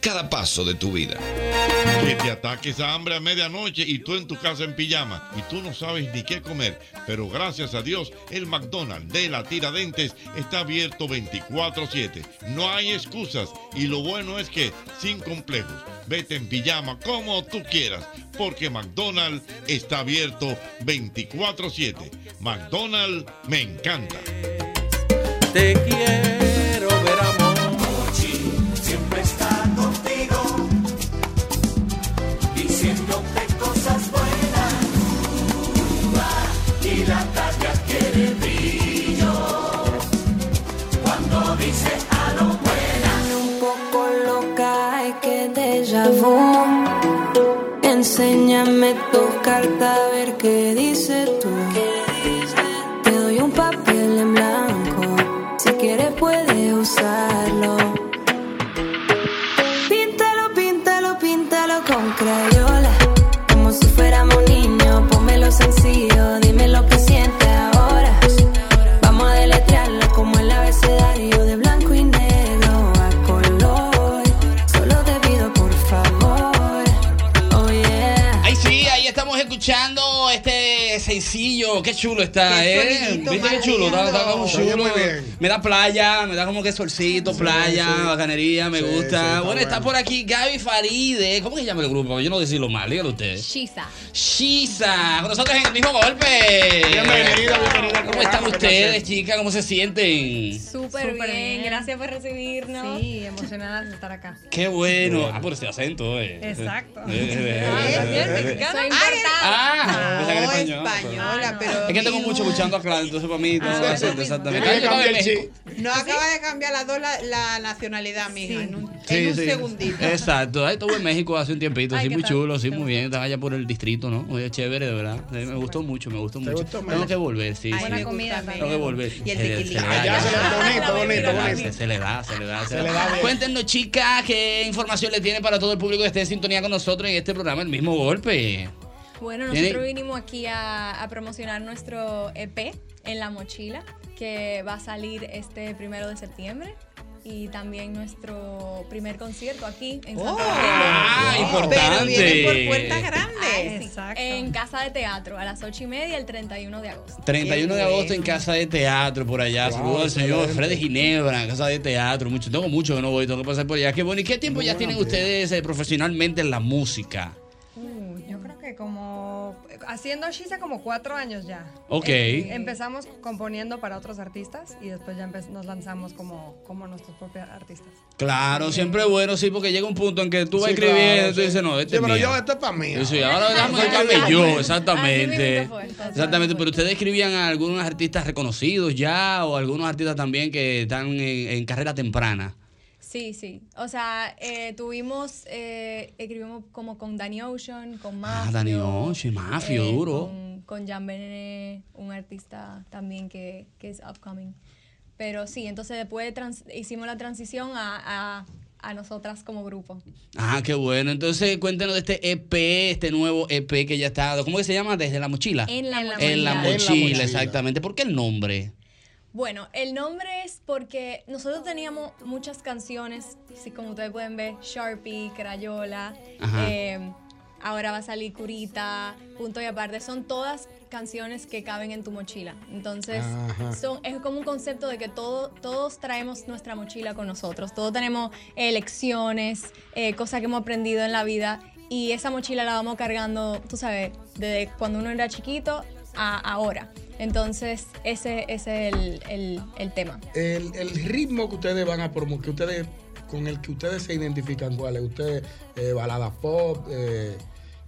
[SPEAKER 15] cada paso de tu vida.
[SPEAKER 12] Que te ataques a hambre a medianoche y tú en tu casa en pijama y tú no sabes ni qué comer. Pero gracias a Dios, el McDonald's de la Tiradentes está abierto 24-7. No hay excusas y lo bueno es que sin complejos. Vete en pijama como tú quieras porque McDonald's está abierto 24-7. McDonald's me encanta.
[SPEAKER 1] Te quiero ver amor. Mochi siempre está contigo, diciéndote cosas buenas. Uva, y la tarde adquiere brillo cuando dice "Ah, a lo buena.
[SPEAKER 33] un poco loca, hay que déjà vu. Enséñame tu carta a ver qué dice tú. Te doy un papel en blanco, si quieres puedes usarlo. Píntalo, píntalo, píntalo con crayola, como si fuéramos niños. Pónmelo sencillo, dime lo que sientes ahora. Vamos a deletrearlo como el abecedario de blanco y negro a color. Solo te pido por favor. Oh yeah.
[SPEAKER 2] Ahí sí, ahí estamos escuchando este sencillo. Qué chulo está,
[SPEAKER 30] Qué
[SPEAKER 2] ¿eh?
[SPEAKER 30] sonidito
[SPEAKER 2] ¿Viste qué
[SPEAKER 30] más
[SPEAKER 2] chulo? Está,
[SPEAKER 30] lindo.
[SPEAKER 2] está como
[SPEAKER 30] Oye,
[SPEAKER 2] chulo.
[SPEAKER 30] muy bien.
[SPEAKER 2] Me da playa, me da como que solcito, playa,
[SPEAKER 30] sí.
[SPEAKER 2] bacanería, me
[SPEAKER 30] Sí,
[SPEAKER 2] gusta.
[SPEAKER 30] sí, está
[SPEAKER 2] bueno, está
[SPEAKER 30] bueno.
[SPEAKER 2] por aquí Gaby Faride. ¿Cómo que se llama el grupo? Yo no decirlo mal, díganlo ustedes.
[SPEAKER 34] Shisa.
[SPEAKER 2] Shisa, con nosotros en el mismo golpe.
[SPEAKER 34] Bienvenida,
[SPEAKER 2] bienvenida. ¿Cómo están
[SPEAKER 34] ¿qué
[SPEAKER 2] ustedes,
[SPEAKER 34] placer?
[SPEAKER 2] chicas? ¿Cómo se sienten?
[SPEAKER 34] Súper bien. gracias por recibirnos. Sí, emocionadas de estar acá.
[SPEAKER 2] Qué bueno. Ah, por ese acento, eh.
[SPEAKER 34] Exacto.
[SPEAKER 2] Eh, eh, eh, eh, eh.
[SPEAKER 34] Soy
[SPEAKER 5] Ah,
[SPEAKER 34] importante.
[SPEAKER 2] Ah, pensaba que era
[SPEAKER 5] No,
[SPEAKER 2] español.
[SPEAKER 5] española, pero.
[SPEAKER 2] Es que tengo mucho escuchando a Clara, entonces para mí todo
[SPEAKER 5] Ah,
[SPEAKER 2] es exactamente. Acaba de
[SPEAKER 5] Tiene que cambiar el
[SPEAKER 2] México.
[SPEAKER 5] No acaba de cambiar las dos la, la nacionalidad, mija. En un, en
[SPEAKER 2] Sí,
[SPEAKER 5] un
[SPEAKER 2] sí.
[SPEAKER 5] segundito.
[SPEAKER 2] Exacto. Ahí estuve en México hace un tiempito,
[SPEAKER 5] Ay,
[SPEAKER 2] sí,
[SPEAKER 5] ¿qué
[SPEAKER 2] muy
[SPEAKER 5] tal?
[SPEAKER 2] chulo, sí, muy bien. Estaba allá por el distrito, ¿no? Oye, chévere, de verdad. Sí, me gustó mucho, me gustó mucho.
[SPEAKER 3] gustó,
[SPEAKER 2] Tengo
[SPEAKER 3] Mela?
[SPEAKER 2] que volver, sí.
[SPEAKER 3] Ay,
[SPEAKER 2] sí.
[SPEAKER 3] me gusta Mela.
[SPEAKER 2] Tengo que volver.
[SPEAKER 3] Y el
[SPEAKER 2] Se le-
[SPEAKER 3] tequila.
[SPEAKER 2] se le da,
[SPEAKER 3] Allá
[SPEAKER 2] ya.
[SPEAKER 3] se le da bonito, bonito,
[SPEAKER 2] Se le da,
[SPEAKER 3] bonito.
[SPEAKER 2] Se le da, se le da,
[SPEAKER 3] Se le da bien.
[SPEAKER 2] Cuéntenos, chicas, qué información le tiene para todo el público que esté en sintonía con nosotros en este programa, el mismo golpe.
[SPEAKER 34] Bueno,
[SPEAKER 2] Tiene-
[SPEAKER 34] nosotros vinimos aquí a, a promocionar nuestro EP en la mochila, que va a salir este primero de septiembre. Y también nuestro primer concierto aquí en Santo
[SPEAKER 2] Ah,
[SPEAKER 34] Pero
[SPEAKER 2] Oh, importante.
[SPEAKER 34] En Casa de Teatro, a las 8 y media, el 31 de agosto.
[SPEAKER 2] 31 de agosto en Casa de Teatro, por allá. Saludos al señor Freddy Ginebra, en Casa de Teatro. Mucho, tengo mucho que no voy, tengo que pasar por allá. Qué bueno. ¿Y qué tiempo ya tienen ustedes eh, profesionalmente en la música?
[SPEAKER 34] Uh, yo creo que como haciendo Shiza como cuatro años ya.
[SPEAKER 2] Ok.
[SPEAKER 34] Eh, empezamos componiendo para otros artistas y después ya empe- nos lanzamos como, como nuestros propios artistas.
[SPEAKER 2] Claro, siempre es bueno, sí, porque llega un punto en que tú vas
[SPEAKER 3] Sí,
[SPEAKER 2] escribiendo
[SPEAKER 3] claro,
[SPEAKER 2] y tú dices, no, este
[SPEAKER 3] Sí,
[SPEAKER 2] es
[SPEAKER 3] pero
[SPEAKER 2] mío.
[SPEAKER 3] yo, esto es para mí.
[SPEAKER 2] Sí, sí, ahora déjame
[SPEAKER 3] Ay,
[SPEAKER 2] dedicarme
[SPEAKER 3] ay, ay.
[SPEAKER 2] yo, exactamente.
[SPEAKER 3] Así mismo fue.
[SPEAKER 2] Exactamente, pero ustedes escribían a algunos artistas reconocidos ya o algunos artistas también que están en, en carrera temprana.
[SPEAKER 34] Sí, sí. O sea, eh, tuvimos, eh, escribimos como con Danny Ocean, con
[SPEAKER 2] Ah,
[SPEAKER 34] Mafio,
[SPEAKER 2] Dani Oche, mafio,
[SPEAKER 34] eh,
[SPEAKER 2] duro.
[SPEAKER 34] Con, con Jan Benené, un artista también que, que es upcoming. Pero sí, entonces después trans- hicimos la transición a, a, a nosotras como grupo.
[SPEAKER 2] Ah, qué bueno. Entonces, cuéntenos de este EP, este nuevo EP que ya está. ¿Cómo que se llama? Desde la mochila.
[SPEAKER 34] En la mochila.
[SPEAKER 2] En la
[SPEAKER 34] En la
[SPEAKER 2] mochila,
[SPEAKER 34] mochila.
[SPEAKER 2] exactamente. ¿Por qué el nombre?
[SPEAKER 34] Bueno, el nombre es porque nosotros teníamos muchas canciones, sí, como ustedes pueden ver, Sharpie, Crayola,
[SPEAKER 33] Ajá.
[SPEAKER 34] eh, ahora va a salir Curita, Punto y Aparte, son todas canciones que caben en tu mochila. Entonces,
[SPEAKER 33] Ajá.
[SPEAKER 34] son, es como un concepto de que todo- todos traemos nuestra mochila con nosotros, todos tenemos eh, lecciones, eh, cosas que hemos aprendido en la vida y esa mochila la vamos cargando, tú sabes, desde cuando uno era chiquito a ahora. Entonces, ese, ese es el, el- el tema.
[SPEAKER 3] El, el ritmo que ustedes van a promover, que ustedes, con el que ustedes se identifican, ¿cuál es? Ustedes, eh, baladas pop, eh,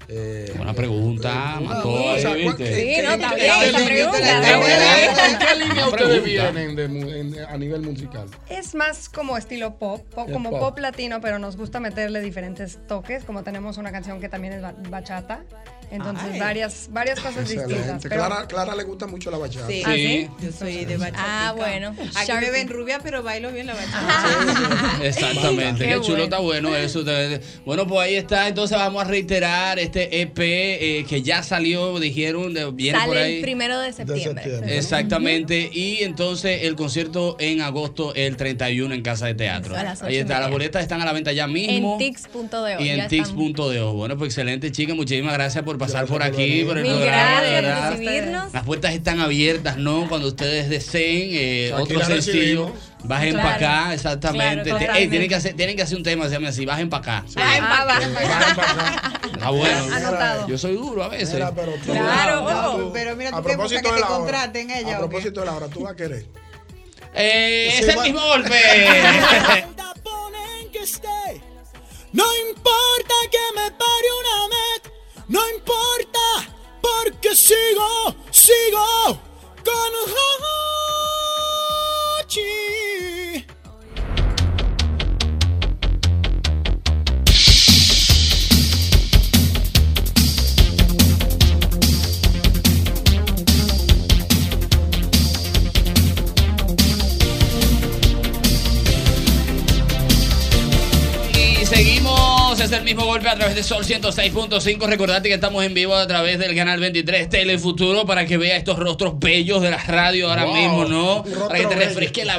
[SPEAKER 3] eh,
[SPEAKER 2] Buena pregunta,
[SPEAKER 3] eh,
[SPEAKER 2] mató
[SPEAKER 3] o sea,
[SPEAKER 2] ahí,
[SPEAKER 3] ¿cuál-
[SPEAKER 2] ¿viste?
[SPEAKER 3] en
[SPEAKER 34] Sí, no,
[SPEAKER 3] qué-
[SPEAKER 34] está
[SPEAKER 3] en
[SPEAKER 34] bien,
[SPEAKER 3] qué
[SPEAKER 34] esa
[SPEAKER 3] línea
[SPEAKER 34] pregunta
[SPEAKER 3] ustedes-
[SPEAKER 34] está buena.
[SPEAKER 3] ¿En qué línea ustedes
[SPEAKER 2] Pregunta.
[SPEAKER 3] vienen de mu- en- a nivel musical?
[SPEAKER 33] Es más como estilo pop, po-
[SPEAKER 3] Es
[SPEAKER 33] como
[SPEAKER 3] pop.
[SPEAKER 33] pop. latino, pero nos gusta meterle diferentes toques, como tenemos una canción que también es ba- bachata, entonces
[SPEAKER 3] Ay.
[SPEAKER 33] varias varias cosas distintas.
[SPEAKER 3] Excelente.
[SPEAKER 33] pero-
[SPEAKER 3] Clara, Clara le gusta mucho la bachata.
[SPEAKER 33] Sí. Ah, sí.
[SPEAKER 5] Yo soy de bachata.
[SPEAKER 34] Ah, bueno.
[SPEAKER 5] Aquí me ven rubia, pero bailo bien la bachata.
[SPEAKER 2] Exactamente,
[SPEAKER 5] Qué
[SPEAKER 2] qué, chulo,
[SPEAKER 5] bueno.
[SPEAKER 2] está bueno eso. te- Bueno, pues ahí está. Entonces vamos a reiterar este EP eh, que ya salió, dijeron, de- viene por
[SPEAKER 34] Sale
[SPEAKER 2] ahí.
[SPEAKER 34] el primero de septiembre.
[SPEAKER 2] Exactamente. Y entonces el concierto en agosto, el 31 en Casa de Teatro.
[SPEAKER 34] Eso, a las ocho
[SPEAKER 2] Ahí
[SPEAKER 34] y
[SPEAKER 2] está, las
[SPEAKER 34] media.
[SPEAKER 2] boletas están a la venta ya mismo.
[SPEAKER 34] En tics.de.
[SPEAKER 2] Y en tics.de. Bueno, pues excelente, chicas. Muchísimas gracias por pasar por aquí, por el
[SPEAKER 34] Mil
[SPEAKER 2] programa. de
[SPEAKER 34] gracias
[SPEAKER 2] verdad.
[SPEAKER 34] por recibirnos.
[SPEAKER 2] Las puertas están abiertas, ¿no? Cuando ustedes deseen. eh,
[SPEAKER 3] Aquí
[SPEAKER 2] otro
[SPEAKER 3] las
[SPEAKER 2] sencillo.
[SPEAKER 3] recibimos.
[SPEAKER 2] Bajen
[SPEAKER 3] Claro.
[SPEAKER 2] para acá, exactamente.
[SPEAKER 3] Claro,
[SPEAKER 2] Te- ey,
[SPEAKER 3] totalmente.
[SPEAKER 2] tienen, que hacer, tienen que hacer un tema, se llama así, bajen para acá.
[SPEAKER 33] Ah, va.
[SPEAKER 2] Ah, bueno.
[SPEAKER 33] Anotado.
[SPEAKER 2] Yo soy duro a veces.
[SPEAKER 3] Mira, pero tú-
[SPEAKER 5] Claro,
[SPEAKER 3] Ah, tú-
[SPEAKER 5] pero mira, tú
[SPEAKER 3] a
[SPEAKER 5] qué buscas
[SPEAKER 3] propósito
[SPEAKER 5] que
[SPEAKER 3] de
[SPEAKER 5] te
[SPEAKER 3] la hora,
[SPEAKER 5] contraten ella,
[SPEAKER 3] A
[SPEAKER 5] ¿o
[SPEAKER 3] propósito de la hora, tú vas a querer.
[SPEAKER 2] Eh,
[SPEAKER 3] Sí,
[SPEAKER 2] es el
[SPEAKER 3] va-
[SPEAKER 2] mismo golpe.
[SPEAKER 1] ponen que esté. No importa que me pare una met, no importa, porque sigo, sigo con Hachi.
[SPEAKER 2] Y seguimos, es el mismo golpe a través de Sol 106.5. Recordate que estamos en vivo a través del canal 23 Telefuturo para que vea estos rostros bellos de la radio ahora
[SPEAKER 35] Wow,
[SPEAKER 2] mismo, ¿no?
[SPEAKER 35] un rostro
[SPEAKER 2] Para que te
[SPEAKER 35] bello.
[SPEAKER 2] refresque la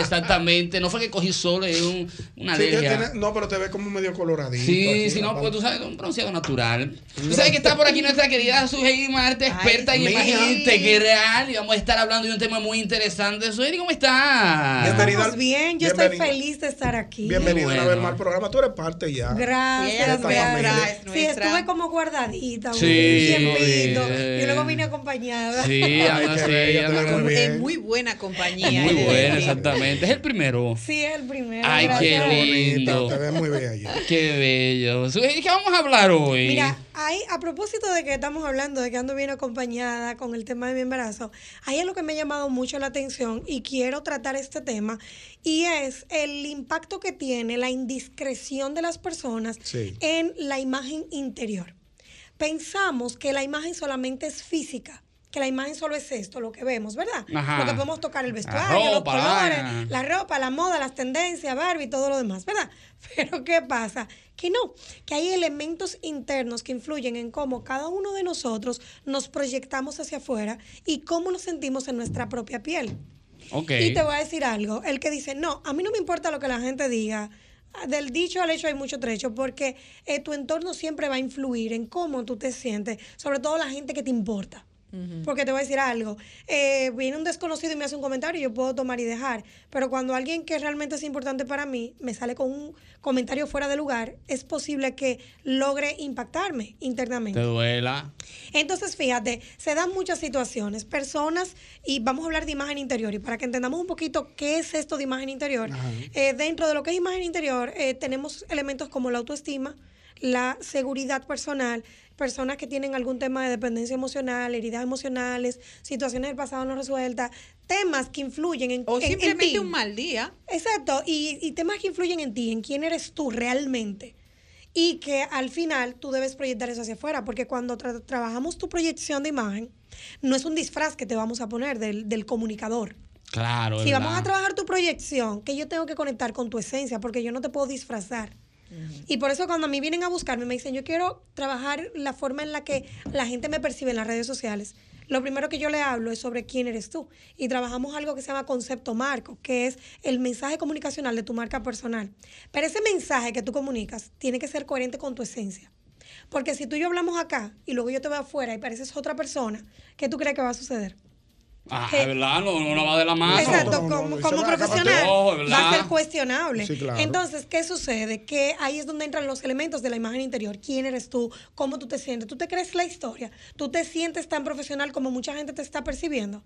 [SPEAKER 2] exactamente. No fue que cogí sol, es un- una
[SPEAKER 3] Sí, que
[SPEAKER 2] alergia.
[SPEAKER 3] tiene- no, pero te ves como medio coloradito.
[SPEAKER 2] Sí,
[SPEAKER 3] aquí,
[SPEAKER 2] sí,
[SPEAKER 3] la
[SPEAKER 2] no,
[SPEAKER 3] pan-
[SPEAKER 2] porque tú sabes, un bronceado natural. Tú sabes que está por aquí nuestra querida Sujei Marte, experta en
[SPEAKER 3] mija.
[SPEAKER 2] imagen integral. Y vamos a estar hablando de un tema muy interesante. Sujei, ¿cómo estás?
[SPEAKER 1] Estamos bien, yo estoy feliz de estar aquí.
[SPEAKER 3] Bienvenido
[SPEAKER 2] Qué
[SPEAKER 3] una
[SPEAKER 2] bueno.
[SPEAKER 3] vez más al programa. Tú eres parte
[SPEAKER 2] Ah,
[SPEAKER 3] ya.
[SPEAKER 1] Gracias,
[SPEAKER 3] Exactamente.
[SPEAKER 1] gracias. Sí, estuve como guardadita, un
[SPEAKER 3] Sí, muy
[SPEAKER 1] tiempito.
[SPEAKER 3] bien.
[SPEAKER 1] Y luego vine acompañada.
[SPEAKER 2] Sí, anda así, anda como-
[SPEAKER 1] Es
[SPEAKER 5] muy buena compañía.
[SPEAKER 2] Muy
[SPEAKER 5] eh.
[SPEAKER 2] bueno, exactamente. Es el primero.
[SPEAKER 1] Sí, el primero.
[SPEAKER 2] Ay, qué
[SPEAKER 1] gracias.
[SPEAKER 2] lindo.
[SPEAKER 3] Te ves muy bella.
[SPEAKER 2] Qué bello. Sujei, ¿de qué vamos a hablar hoy?
[SPEAKER 1] Mira,
[SPEAKER 36] ahí, a propósito de que estamos hablando de que ando bien acompañada con el tema de mi embarazo, ahí es lo que me ha llamado mucho la atención y quiero tratar este tema y es el impacto que tiene la indiscreción de las personas
[SPEAKER 1] Sí.
[SPEAKER 36] en la imagen interior. Pensamos que la imagen solamente es física. Que la imagen solo es esto, lo que vemos, ¿verdad?
[SPEAKER 1] Ajá.
[SPEAKER 36] Lo que podemos tocar, el vestuario, los
[SPEAKER 1] ropa, la
[SPEAKER 36] colores,
[SPEAKER 1] vaina.
[SPEAKER 36] la ropa, la moda, las tendencias, Barbie, todo lo demás, ¿verdad? Pero ¿qué pasa? Que no, que hay elementos internos que influyen en cómo cada uno de nosotros nos proyectamos hacia afuera y cómo nos sentimos en nuestra propia piel.
[SPEAKER 30] Ok.
[SPEAKER 36] Y te voy a decir algo, el que dice, no, a mí no me importa lo que la gente diga, del dicho al hecho hay mucho trecho, porque eh, tu entorno siempre va a influir en cómo tú te sientes, sobre todo la gente que te importa. Porque te voy a decir algo. eh, viene un desconocido y me hace un comentario, yo puedo tomar y dejar. Pero cuando alguien que realmente es importante para mí me sale con un comentario fuera de lugar, es posible que logre impactarme internamente.
[SPEAKER 30] Te duela.
[SPEAKER 36] Entonces, fíjate, se dan muchas situaciones, personas, y vamos a hablar de imagen interior, y para que entendamos un poquito qué es esto de imagen interior,
[SPEAKER 1] Ajá.
[SPEAKER 36] eh, dentro de lo que es imagen interior eh, tenemos elementos como la autoestima, la seguridad personal, personas que tienen algún tema de dependencia emocional, heridas emocionales, situaciones del pasado no resueltas, temas que influyen en, en- en
[SPEAKER 5] simplemente
[SPEAKER 36] ti.
[SPEAKER 5] un mal día.
[SPEAKER 36] Exacto, y, y temas que influyen en ti, en quién eres tú realmente y que al final tú debes proyectar eso hacia afuera, porque cuando tra- trabajamos tu proyección de imagen, no es un disfraz que te vamos a poner del, del comunicador.
[SPEAKER 30] Claro, es
[SPEAKER 36] si vamos
[SPEAKER 30] verdad.
[SPEAKER 36] a trabajar tu proyección, que yo tengo que conectar con tu esencia, porque yo no te puedo disfrazar. Y por eso cuando a mí vienen a buscarme, me dicen, yo quiero trabajar la forma en la que la gente me percibe en las redes sociales. Lo primero que yo le hablo es sobre quién eres tú. Y trabajamos algo que se llama concepto marco, que es el mensaje comunicacional de tu marca personal. Pero ese mensaje que tú comunicas tiene que ser coherente con tu esencia. Porque si tú y yo hablamos acá y luego yo te veo afuera y pareces otra persona, ¿qué tú crees que va a suceder?
[SPEAKER 30] Ah,
[SPEAKER 36] Eh,
[SPEAKER 30] es verdad, no, no la va de la mano.
[SPEAKER 36] Exacto, como, como profesional
[SPEAKER 30] Ojo, es
[SPEAKER 36] va a
[SPEAKER 30] verdad.
[SPEAKER 36] ser cuestionable.
[SPEAKER 30] Sí, claro.
[SPEAKER 36] Entonces, ¿qué sucede? Que ahí es donde entran los elementos de la imagen interior. ¿Quién eres tú? ¿Cómo tú te sientes? ¿Tú te crees la historia? ¿Tú te sientes tan profesional como mucha gente te está percibiendo?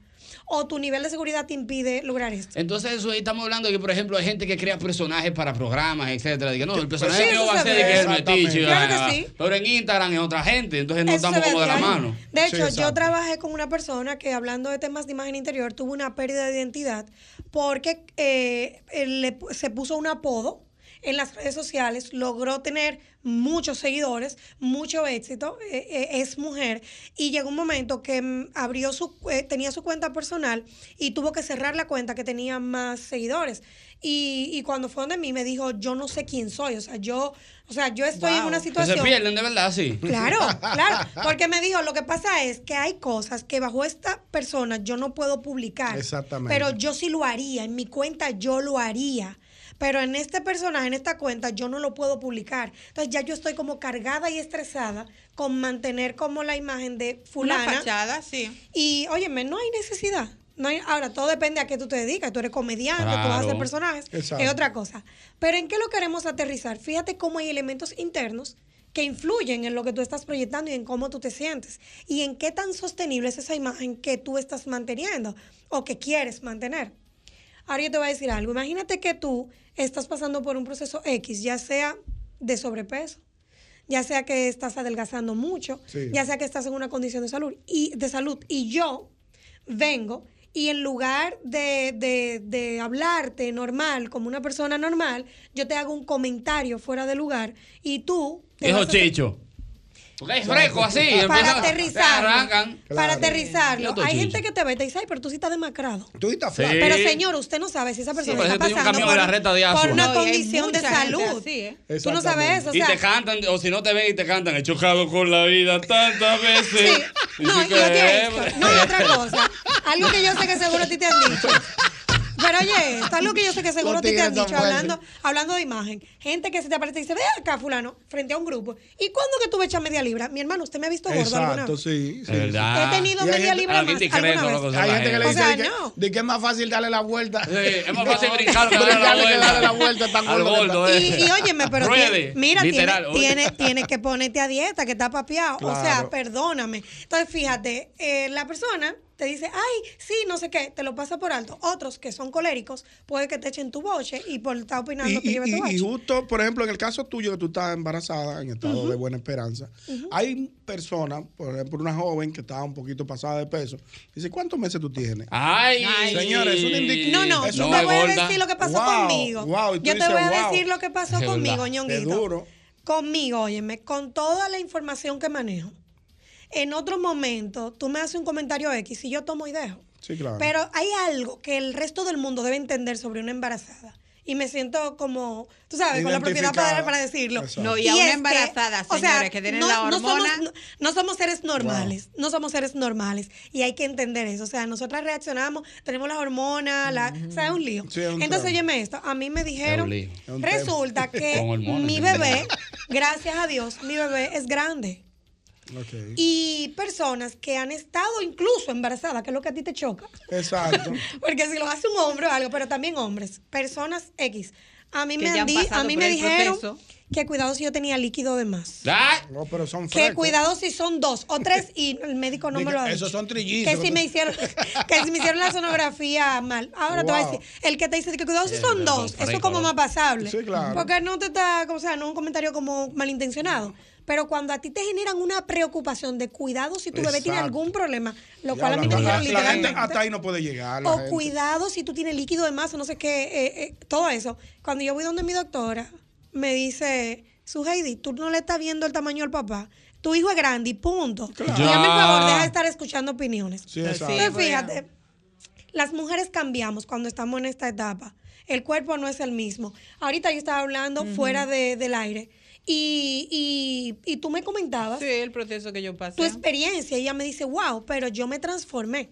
[SPEAKER 36] ¿O tu nivel de seguridad te impide lograr esto?
[SPEAKER 30] Entonces, eso ahí estamos hablando de que, por ejemplo, hay gente que crea personajes para programas, etcétera. De que no, el personaje
[SPEAKER 36] pues, sí,
[SPEAKER 30] mío
[SPEAKER 36] eso
[SPEAKER 30] va a
[SPEAKER 36] se
[SPEAKER 30] ser de
[SPEAKER 36] ve.
[SPEAKER 30] que el metiche. y
[SPEAKER 36] Claro
[SPEAKER 30] vaina,
[SPEAKER 36] que
[SPEAKER 30] va.
[SPEAKER 36] sí.
[SPEAKER 30] Pero en Instagram es otra gente, entonces no
[SPEAKER 36] Eso
[SPEAKER 30] estamos
[SPEAKER 36] se ve
[SPEAKER 30] como de la
[SPEAKER 36] diario.
[SPEAKER 30] mano.
[SPEAKER 36] De hecho, yo trabajé con una persona que hablando de temas de imagen interior tuvo una pérdida de identidad porque eh, eh, le pu- se puso un apodo en las redes sociales, logró tener muchos seguidores, mucho éxito, eh, eh, es mujer y llegó un momento que mm, abrió su eh, tenía su cuenta personal y tuvo que cerrar la cuenta que tenía más seguidores. Y, y cuando fue donde mí me dijo, "Yo no sé quién soy", o sea, yo, o sea, yo estoy en una
[SPEAKER 30] Que
[SPEAKER 36] situación
[SPEAKER 30] Pues se pierden de verdad, sí. Ah,
[SPEAKER 36] Claro, claro. Porque me dijo, lo que pasa es que hay cosas que bajo esta persona yo no puedo publicar.
[SPEAKER 32] Exactamente.
[SPEAKER 36] Pero yo sí lo haría, en mi cuenta yo lo haría. Pero en este personaje, en esta cuenta, yo no lo puedo publicar. Entonces ya yo estoy como cargada y estresada con mantener como la imagen de fulana.
[SPEAKER 5] Una fachada, sí.
[SPEAKER 36] Y óyeme, no hay necesidad. No hay- ahora, todo depende a qué tú te dedicas. Tú eres comediante, tú vas a hacer
[SPEAKER 5] Claro.
[SPEAKER 36] personajes,
[SPEAKER 5] Exacto.
[SPEAKER 36] es otra cosa. Pero ¿en qué lo queremos aterrizar? Fíjate cómo hay elementos internos que influyen en lo que tú estás proyectando y en cómo tú te sientes. Y en qué tan sostenible es esa imagen que tú estás manteniendo o que quieres mantener. Ahora yo te voy a decir algo. Imagínate que tú estás pasando por un proceso X, ya sea de sobrepeso, ya sea que estás adelgazando mucho,
[SPEAKER 1] Sí.
[SPEAKER 36] ya sea que estás en una condición de salud y de salud y yo vengo y en lugar de, de- de hablarte normal como una persona normal, yo te hago un comentario fuera de lugar y tú te
[SPEAKER 30] Hijo
[SPEAKER 36] vas a-
[SPEAKER 30] Chicho. Porque es fresco así.
[SPEAKER 36] para
[SPEAKER 30] empieza-
[SPEAKER 36] aterrizarlo,
[SPEAKER 30] arrancan.
[SPEAKER 36] para aterrizarlo,
[SPEAKER 30] Yo te
[SPEAKER 36] hay
[SPEAKER 30] chicho.
[SPEAKER 36] gente que te ve y te dice, ay, pero tú sí estás demacrado.
[SPEAKER 32] Tú estás
[SPEAKER 30] flaco. Sí.
[SPEAKER 36] Pero señor, usted no sabe si esa persona
[SPEAKER 30] parece
[SPEAKER 36] está
[SPEAKER 30] que tiene un
[SPEAKER 36] pasando
[SPEAKER 30] camión
[SPEAKER 36] por,
[SPEAKER 30] de la reta de
[SPEAKER 36] por
[SPEAKER 30] Asua.
[SPEAKER 36] una
[SPEAKER 30] No, y hay
[SPEAKER 36] condición de
[SPEAKER 5] mucha gente
[SPEAKER 36] salud.
[SPEAKER 5] así, ¿eh?
[SPEAKER 36] Tú no sabes eso, o
[SPEAKER 30] y
[SPEAKER 36] sea,
[SPEAKER 30] te cantan, o si no te ven y te cantan, he chocado con la vida tantas veces. Y
[SPEAKER 36] No,
[SPEAKER 30] sí
[SPEAKER 36] y
[SPEAKER 30] que-
[SPEAKER 36] oye esto, no otra cosa. Algo que yo sé que seguro a ti te han dicho. Pero oye, esto algo que yo sé que seguro a ti te han
[SPEAKER 1] Los tigres
[SPEAKER 36] dicho,
[SPEAKER 1] son buenos.
[SPEAKER 36] hablando, hablando de imagen. Gente que se te aparece y dice, ve acá, fulano, frente a un grupo. ¿Y cuándo que tú me echas media libra? Mi hermano, ¿usted me ha visto gordo alguna
[SPEAKER 32] Exacto,
[SPEAKER 36] vez?
[SPEAKER 32] sí. sí,
[SPEAKER 30] verdad.
[SPEAKER 36] He tenido
[SPEAKER 32] Y hay
[SPEAKER 36] media
[SPEAKER 32] gente-
[SPEAKER 36] libra más alguna vez.
[SPEAKER 32] Hay gente que le
[SPEAKER 36] O
[SPEAKER 32] dice
[SPEAKER 36] sea,
[SPEAKER 5] Ah,
[SPEAKER 32] de, que,
[SPEAKER 36] no.
[SPEAKER 32] de que es más fácil darle la vuelta. Sí,
[SPEAKER 30] es más fácil brincar que darle la vuelta.
[SPEAKER 32] darle la vuelta tan
[SPEAKER 30] Al
[SPEAKER 32] gordo que
[SPEAKER 30] gordo,
[SPEAKER 32] está.
[SPEAKER 30] eh.
[SPEAKER 36] Y, y óyeme, pero
[SPEAKER 30] Ruede,
[SPEAKER 36] tiene- mira,
[SPEAKER 30] literal,
[SPEAKER 36] tiene,
[SPEAKER 30] oye.
[SPEAKER 36] tiene, tiene que ponerte a dieta, que está papeado. O
[SPEAKER 32] Claro.
[SPEAKER 36] sea, perdóname. Entonces, fíjate, eh, la persona te dice, ay, sí, no sé qué, te lo pasa por alto. Otros que son coléricos, puede que te echen tu boche y por estar opinando te
[SPEAKER 3] Y,
[SPEAKER 36] lleve
[SPEAKER 3] y-
[SPEAKER 36] tu
[SPEAKER 3] y
[SPEAKER 36] boche.
[SPEAKER 3] justo, por ejemplo, en el caso tuyo, que tú estás embarazada en estado
[SPEAKER 36] Ujú.
[SPEAKER 3] de buena esperanza,
[SPEAKER 36] Ujú.
[SPEAKER 3] hay personas, por ejemplo, una joven que estaba un poquito pasada de peso, dice, ¿cuántos meses tú tienes?
[SPEAKER 30] Ay.
[SPEAKER 3] Señores, es una indica-
[SPEAKER 36] No, no,
[SPEAKER 3] es
[SPEAKER 36] yo
[SPEAKER 3] una-
[SPEAKER 36] te voy a decir lo que pasó
[SPEAKER 3] Wow,
[SPEAKER 36] conmigo.
[SPEAKER 3] wow, y
[SPEAKER 36] yo
[SPEAKER 3] tú
[SPEAKER 36] te
[SPEAKER 3] dices,
[SPEAKER 36] voy a
[SPEAKER 3] wow.
[SPEAKER 36] decir lo que pasó
[SPEAKER 3] Es
[SPEAKER 36] conmigo,
[SPEAKER 3] verdad.
[SPEAKER 36] ñonguito.
[SPEAKER 3] Es duro.
[SPEAKER 36] Conmigo, óyeme, con toda la información que manejo. En otro momento, tú me haces un comentario X y yo tomo y dejo.
[SPEAKER 3] Sí, claro.
[SPEAKER 36] Pero hay algo que el resto del mundo debe entender sobre una embarazada. Y me siento como, tú sabes, con la propiedad
[SPEAKER 5] Identificada.
[SPEAKER 36] para, para decirlo.
[SPEAKER 5] Exacto. No, y a una
[SPEAKER 36] es
[SPEAKER 5] embarazada, señores, que tienen la
[SPEAKER 36] somos-
[SPEAKER 5] hormona.
[SPEAKER 36] no- no somos seres normales, no somos seres normales. Y hay que entender eso. O sea, nosotras reaccionamos, tenemos las hormonas, la, o sea, es un lío.
[SPEAKER 3] Sí, es un
[SPEAKER 36] Entonces,
[SPEAKER 3] tema.
[SPEAKER 36] óyeme esto, a mí me dijeron,
[SPEAKER 3] lío. Es un tema.
[SPEAKER 36] resulta que
[SPEAKER 3] Con hormonas,
[SPEAKER 36] mi
[SPEAKER 3] sí.
[SPEAKER 36] bebé, gracias a Dios, mi bebé es grande.
[SPEAKER 3] Ok.
[SPEAKER 36] Y personas que han estado incluso embarazadas, que es lo que a ti te choca.
[SPEAKER 3] Exacto.
[SPEAKER 36] Porque si lo hace un hombre o algo, pero también hombres, personas X. A mí
[SPEAKER 5] Que
[SPEAKER 36] me,
[SPEAKER 5] ya
[SPEAKER 36] han
[SPEAKER 5] han
[SPEAKER 36] di-
[SPEAKER 5] pasado
[SPEAKER 36] a mí
[SPEAKER 5] por
[SPEAKER 36] me
[SPEAKER 5] el
[SPEAKER 36] dijeron
[SPEAKER 5] proceso.
[SPEAKER 36] que cuidado si yo tenía líquido de más.
[SPEAKER 3] No, pero son
[SPEAKER 36] Que
[SPEAKER 3] frescos.
[SPEAKER 36] cuidado si son dos o tres y el médico no
[SPEAKER 3] Diga,
[SPEAKER 36] me lo ha dicho.
[SPEAKER 3] esos son trillizos.
[SPEAKER 36] Que si me hicieron, que si me hicieron la sonografía mal. Ahora te voy a
[SPEAKER 3] Wow.
[SPEAKER 36] decir, el que te dice que cuidado si
[SPEAKER 3] Eh,
[SPEAKER 36] son
[SPEAKER 3] no,
[SPEAKER 36] dos,
[SPEAKER 3] por
[SPEAKER 36] eso
[SPEAKER 3] ahí,
[SPEAKER 36] es como
[SPEAKER 3] por
[SPEAKER 36] más pasable.
[SPEAKER 3] Sí, claro.
[SPEAKER 36] Porque no te está, o sea, no es un comentario como malintencionado. Pero cuando a ti te generan una preocupación de cuidado si tu bebé tiene
[SPEAKER 3] Exacto.
[SPEAKER 36] algún problema, lo
[SPEAKER 3] Ya
[SPEAKER 36] cual a mí
[SPEAKER 3] la- la-
[SPEAKER 36] me dijeron
[SPEAKER 3] la gente
[SPEAKER 36] literalmente.
[SPEAKER 3] hasta ahí no puede llegar. la
[SPEAKER 36] O
[SPEAKER 3] gente.
[SPEAKER 36] cuidado si tú tienes líquido de más o no sé qué, eh, eh, todo eso. Cuando yo voy donde mi doctora, me dice, su Heidi, tú no le estás viendo el tamaño al papá. Tu hijo es grande y punto. Y
[SPEAKER 1] Ya.
[SPEAKER 36] hazme el favor, deja de estar escuchando opiniones.
[SPEAKER 1] Sí, exacto.
[SPEAKER 36] Entonces,
[SPEAKER 1] Sí,
[SPEAKER 36] fíjate, las mujeres cambiamos cuando estamos en esta etapa. El cuerpo no es el mismo. Ahorita yo estaba hablando
[SPEAKER 5] Ujú.
[SPEAKER 36] fuera de- del aire y, y- y tú me comentabas
[SPEAKER 5] Sí, el proceso que yo pasé.
[SPEAKER 36] tu experiencia. Y ella me dice, wow, pero yo me transformé.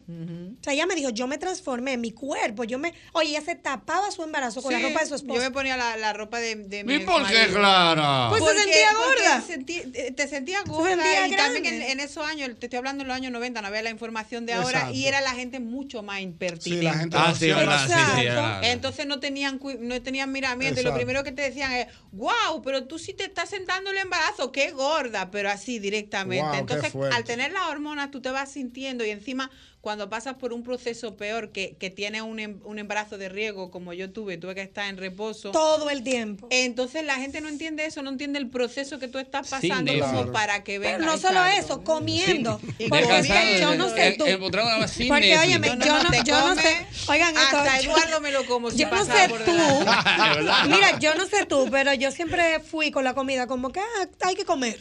[SPEAKER 36] O sea, ella me dijo, yo me transformé, mi cuerpo, yo me... Oye, ella se tapaba su embarazo con la
[SPEAKER 5] Sí,
[SPEAKER 36] ropa de su esposo.
[SPEAKER 5] Yo me ponía la, la ropa de, de mi
[SPEAKER 30] ¿Y por qué,
[SPEAKER 5] marido.
[SPEAKER 30] Clara?
[SPEAKER 36] Pues se sentía gorda.
[SPEAKER 5] sentí- eh, te sentías gorda.
[SPEAKER 36] sentía
[SPEAKER 5] y también en, en esos años, te estoy hablando en los años 90, no había la información de ahora.
[SPEAKER 30] Exacto.
[SPEAKER 5] Y era la gente mucho más impertinente.
[SPEAKER 30] Sí, la gente Ah, no sí, hacía verdad, sí, sí,
[SPEAKER 5] Exacto.
[SPEAKER 30] era-
[SPEAKER 5] Entonces no tenían, cui- no tenían miramiento. Y
[SPEAKER 30] Exacto.
[SPEAKER 5] lo primero que te decían es, wow, pero tú sí te estás sentando el embarazo. Qué gorda, pero así directamente.
[SPEAKER 1] Guau, qué
[SPEAKER 5] Entonces,
[SPEAKER 1] fuerte.
[SPEAKER 5] al tener las hormonas, tú te vas sintiendo. Y encima, cuando pasas por un proceso peor, que, que tiene un, em- un embarazo de riesgo, como yo tuve, tuve que estar en reposo.
[SPEAKER 36] Todo el tiempo.
[SPEAKER 5] Entonces la gente no entiende eso, no entiende el proceso que tú estás
[SPEAKER 30] Sin
[SPEAKER 5] pasando
[SPEAKER 30] eso.
[SPEAKER 5] como para que venga.
[SPEAKER 36] Pero no solo eso, comiendo.
[SPEAKER 5] Y
[SPEAKER 36] Porque
[SPEAKER 5] comiendo.
[SPEAKER 36] oye, yo no sé
[SPEAKER 30] El-
[SPEAKER 36] tú.
[SPEAKER 30] el Butrón nada más sin
[SPEAKER 36] Porque
[SPEAKER 30] Netflix.
[SPEAKER 36] oye,
[SPEAKER 30] No, no,
[SPEAKER 36] yo
[SPEAKER 30] no,
[SPEAKER 36] no,
[SPEAKER 30] te
[SPEAKER 36] yo no
[SPEAKER 30] come
[SPEAKER 36] sé. Oigan, esto-
[SPEAKER 5] Hasta Eduardo me lo como si
[SPEAKER 36] Yo no
[SPEAKER 5] pasara
[SPEAKER 36] sé
[SPEAKER 5] por
[SPEAKER 36] tú.
[SPEAKER 5] delante.
[SPEAKER 30] De verdad.
[SPEAKER 36] Mira, yo no sé tú, pero yo siempre fui con la comida como que ah, hay que comer.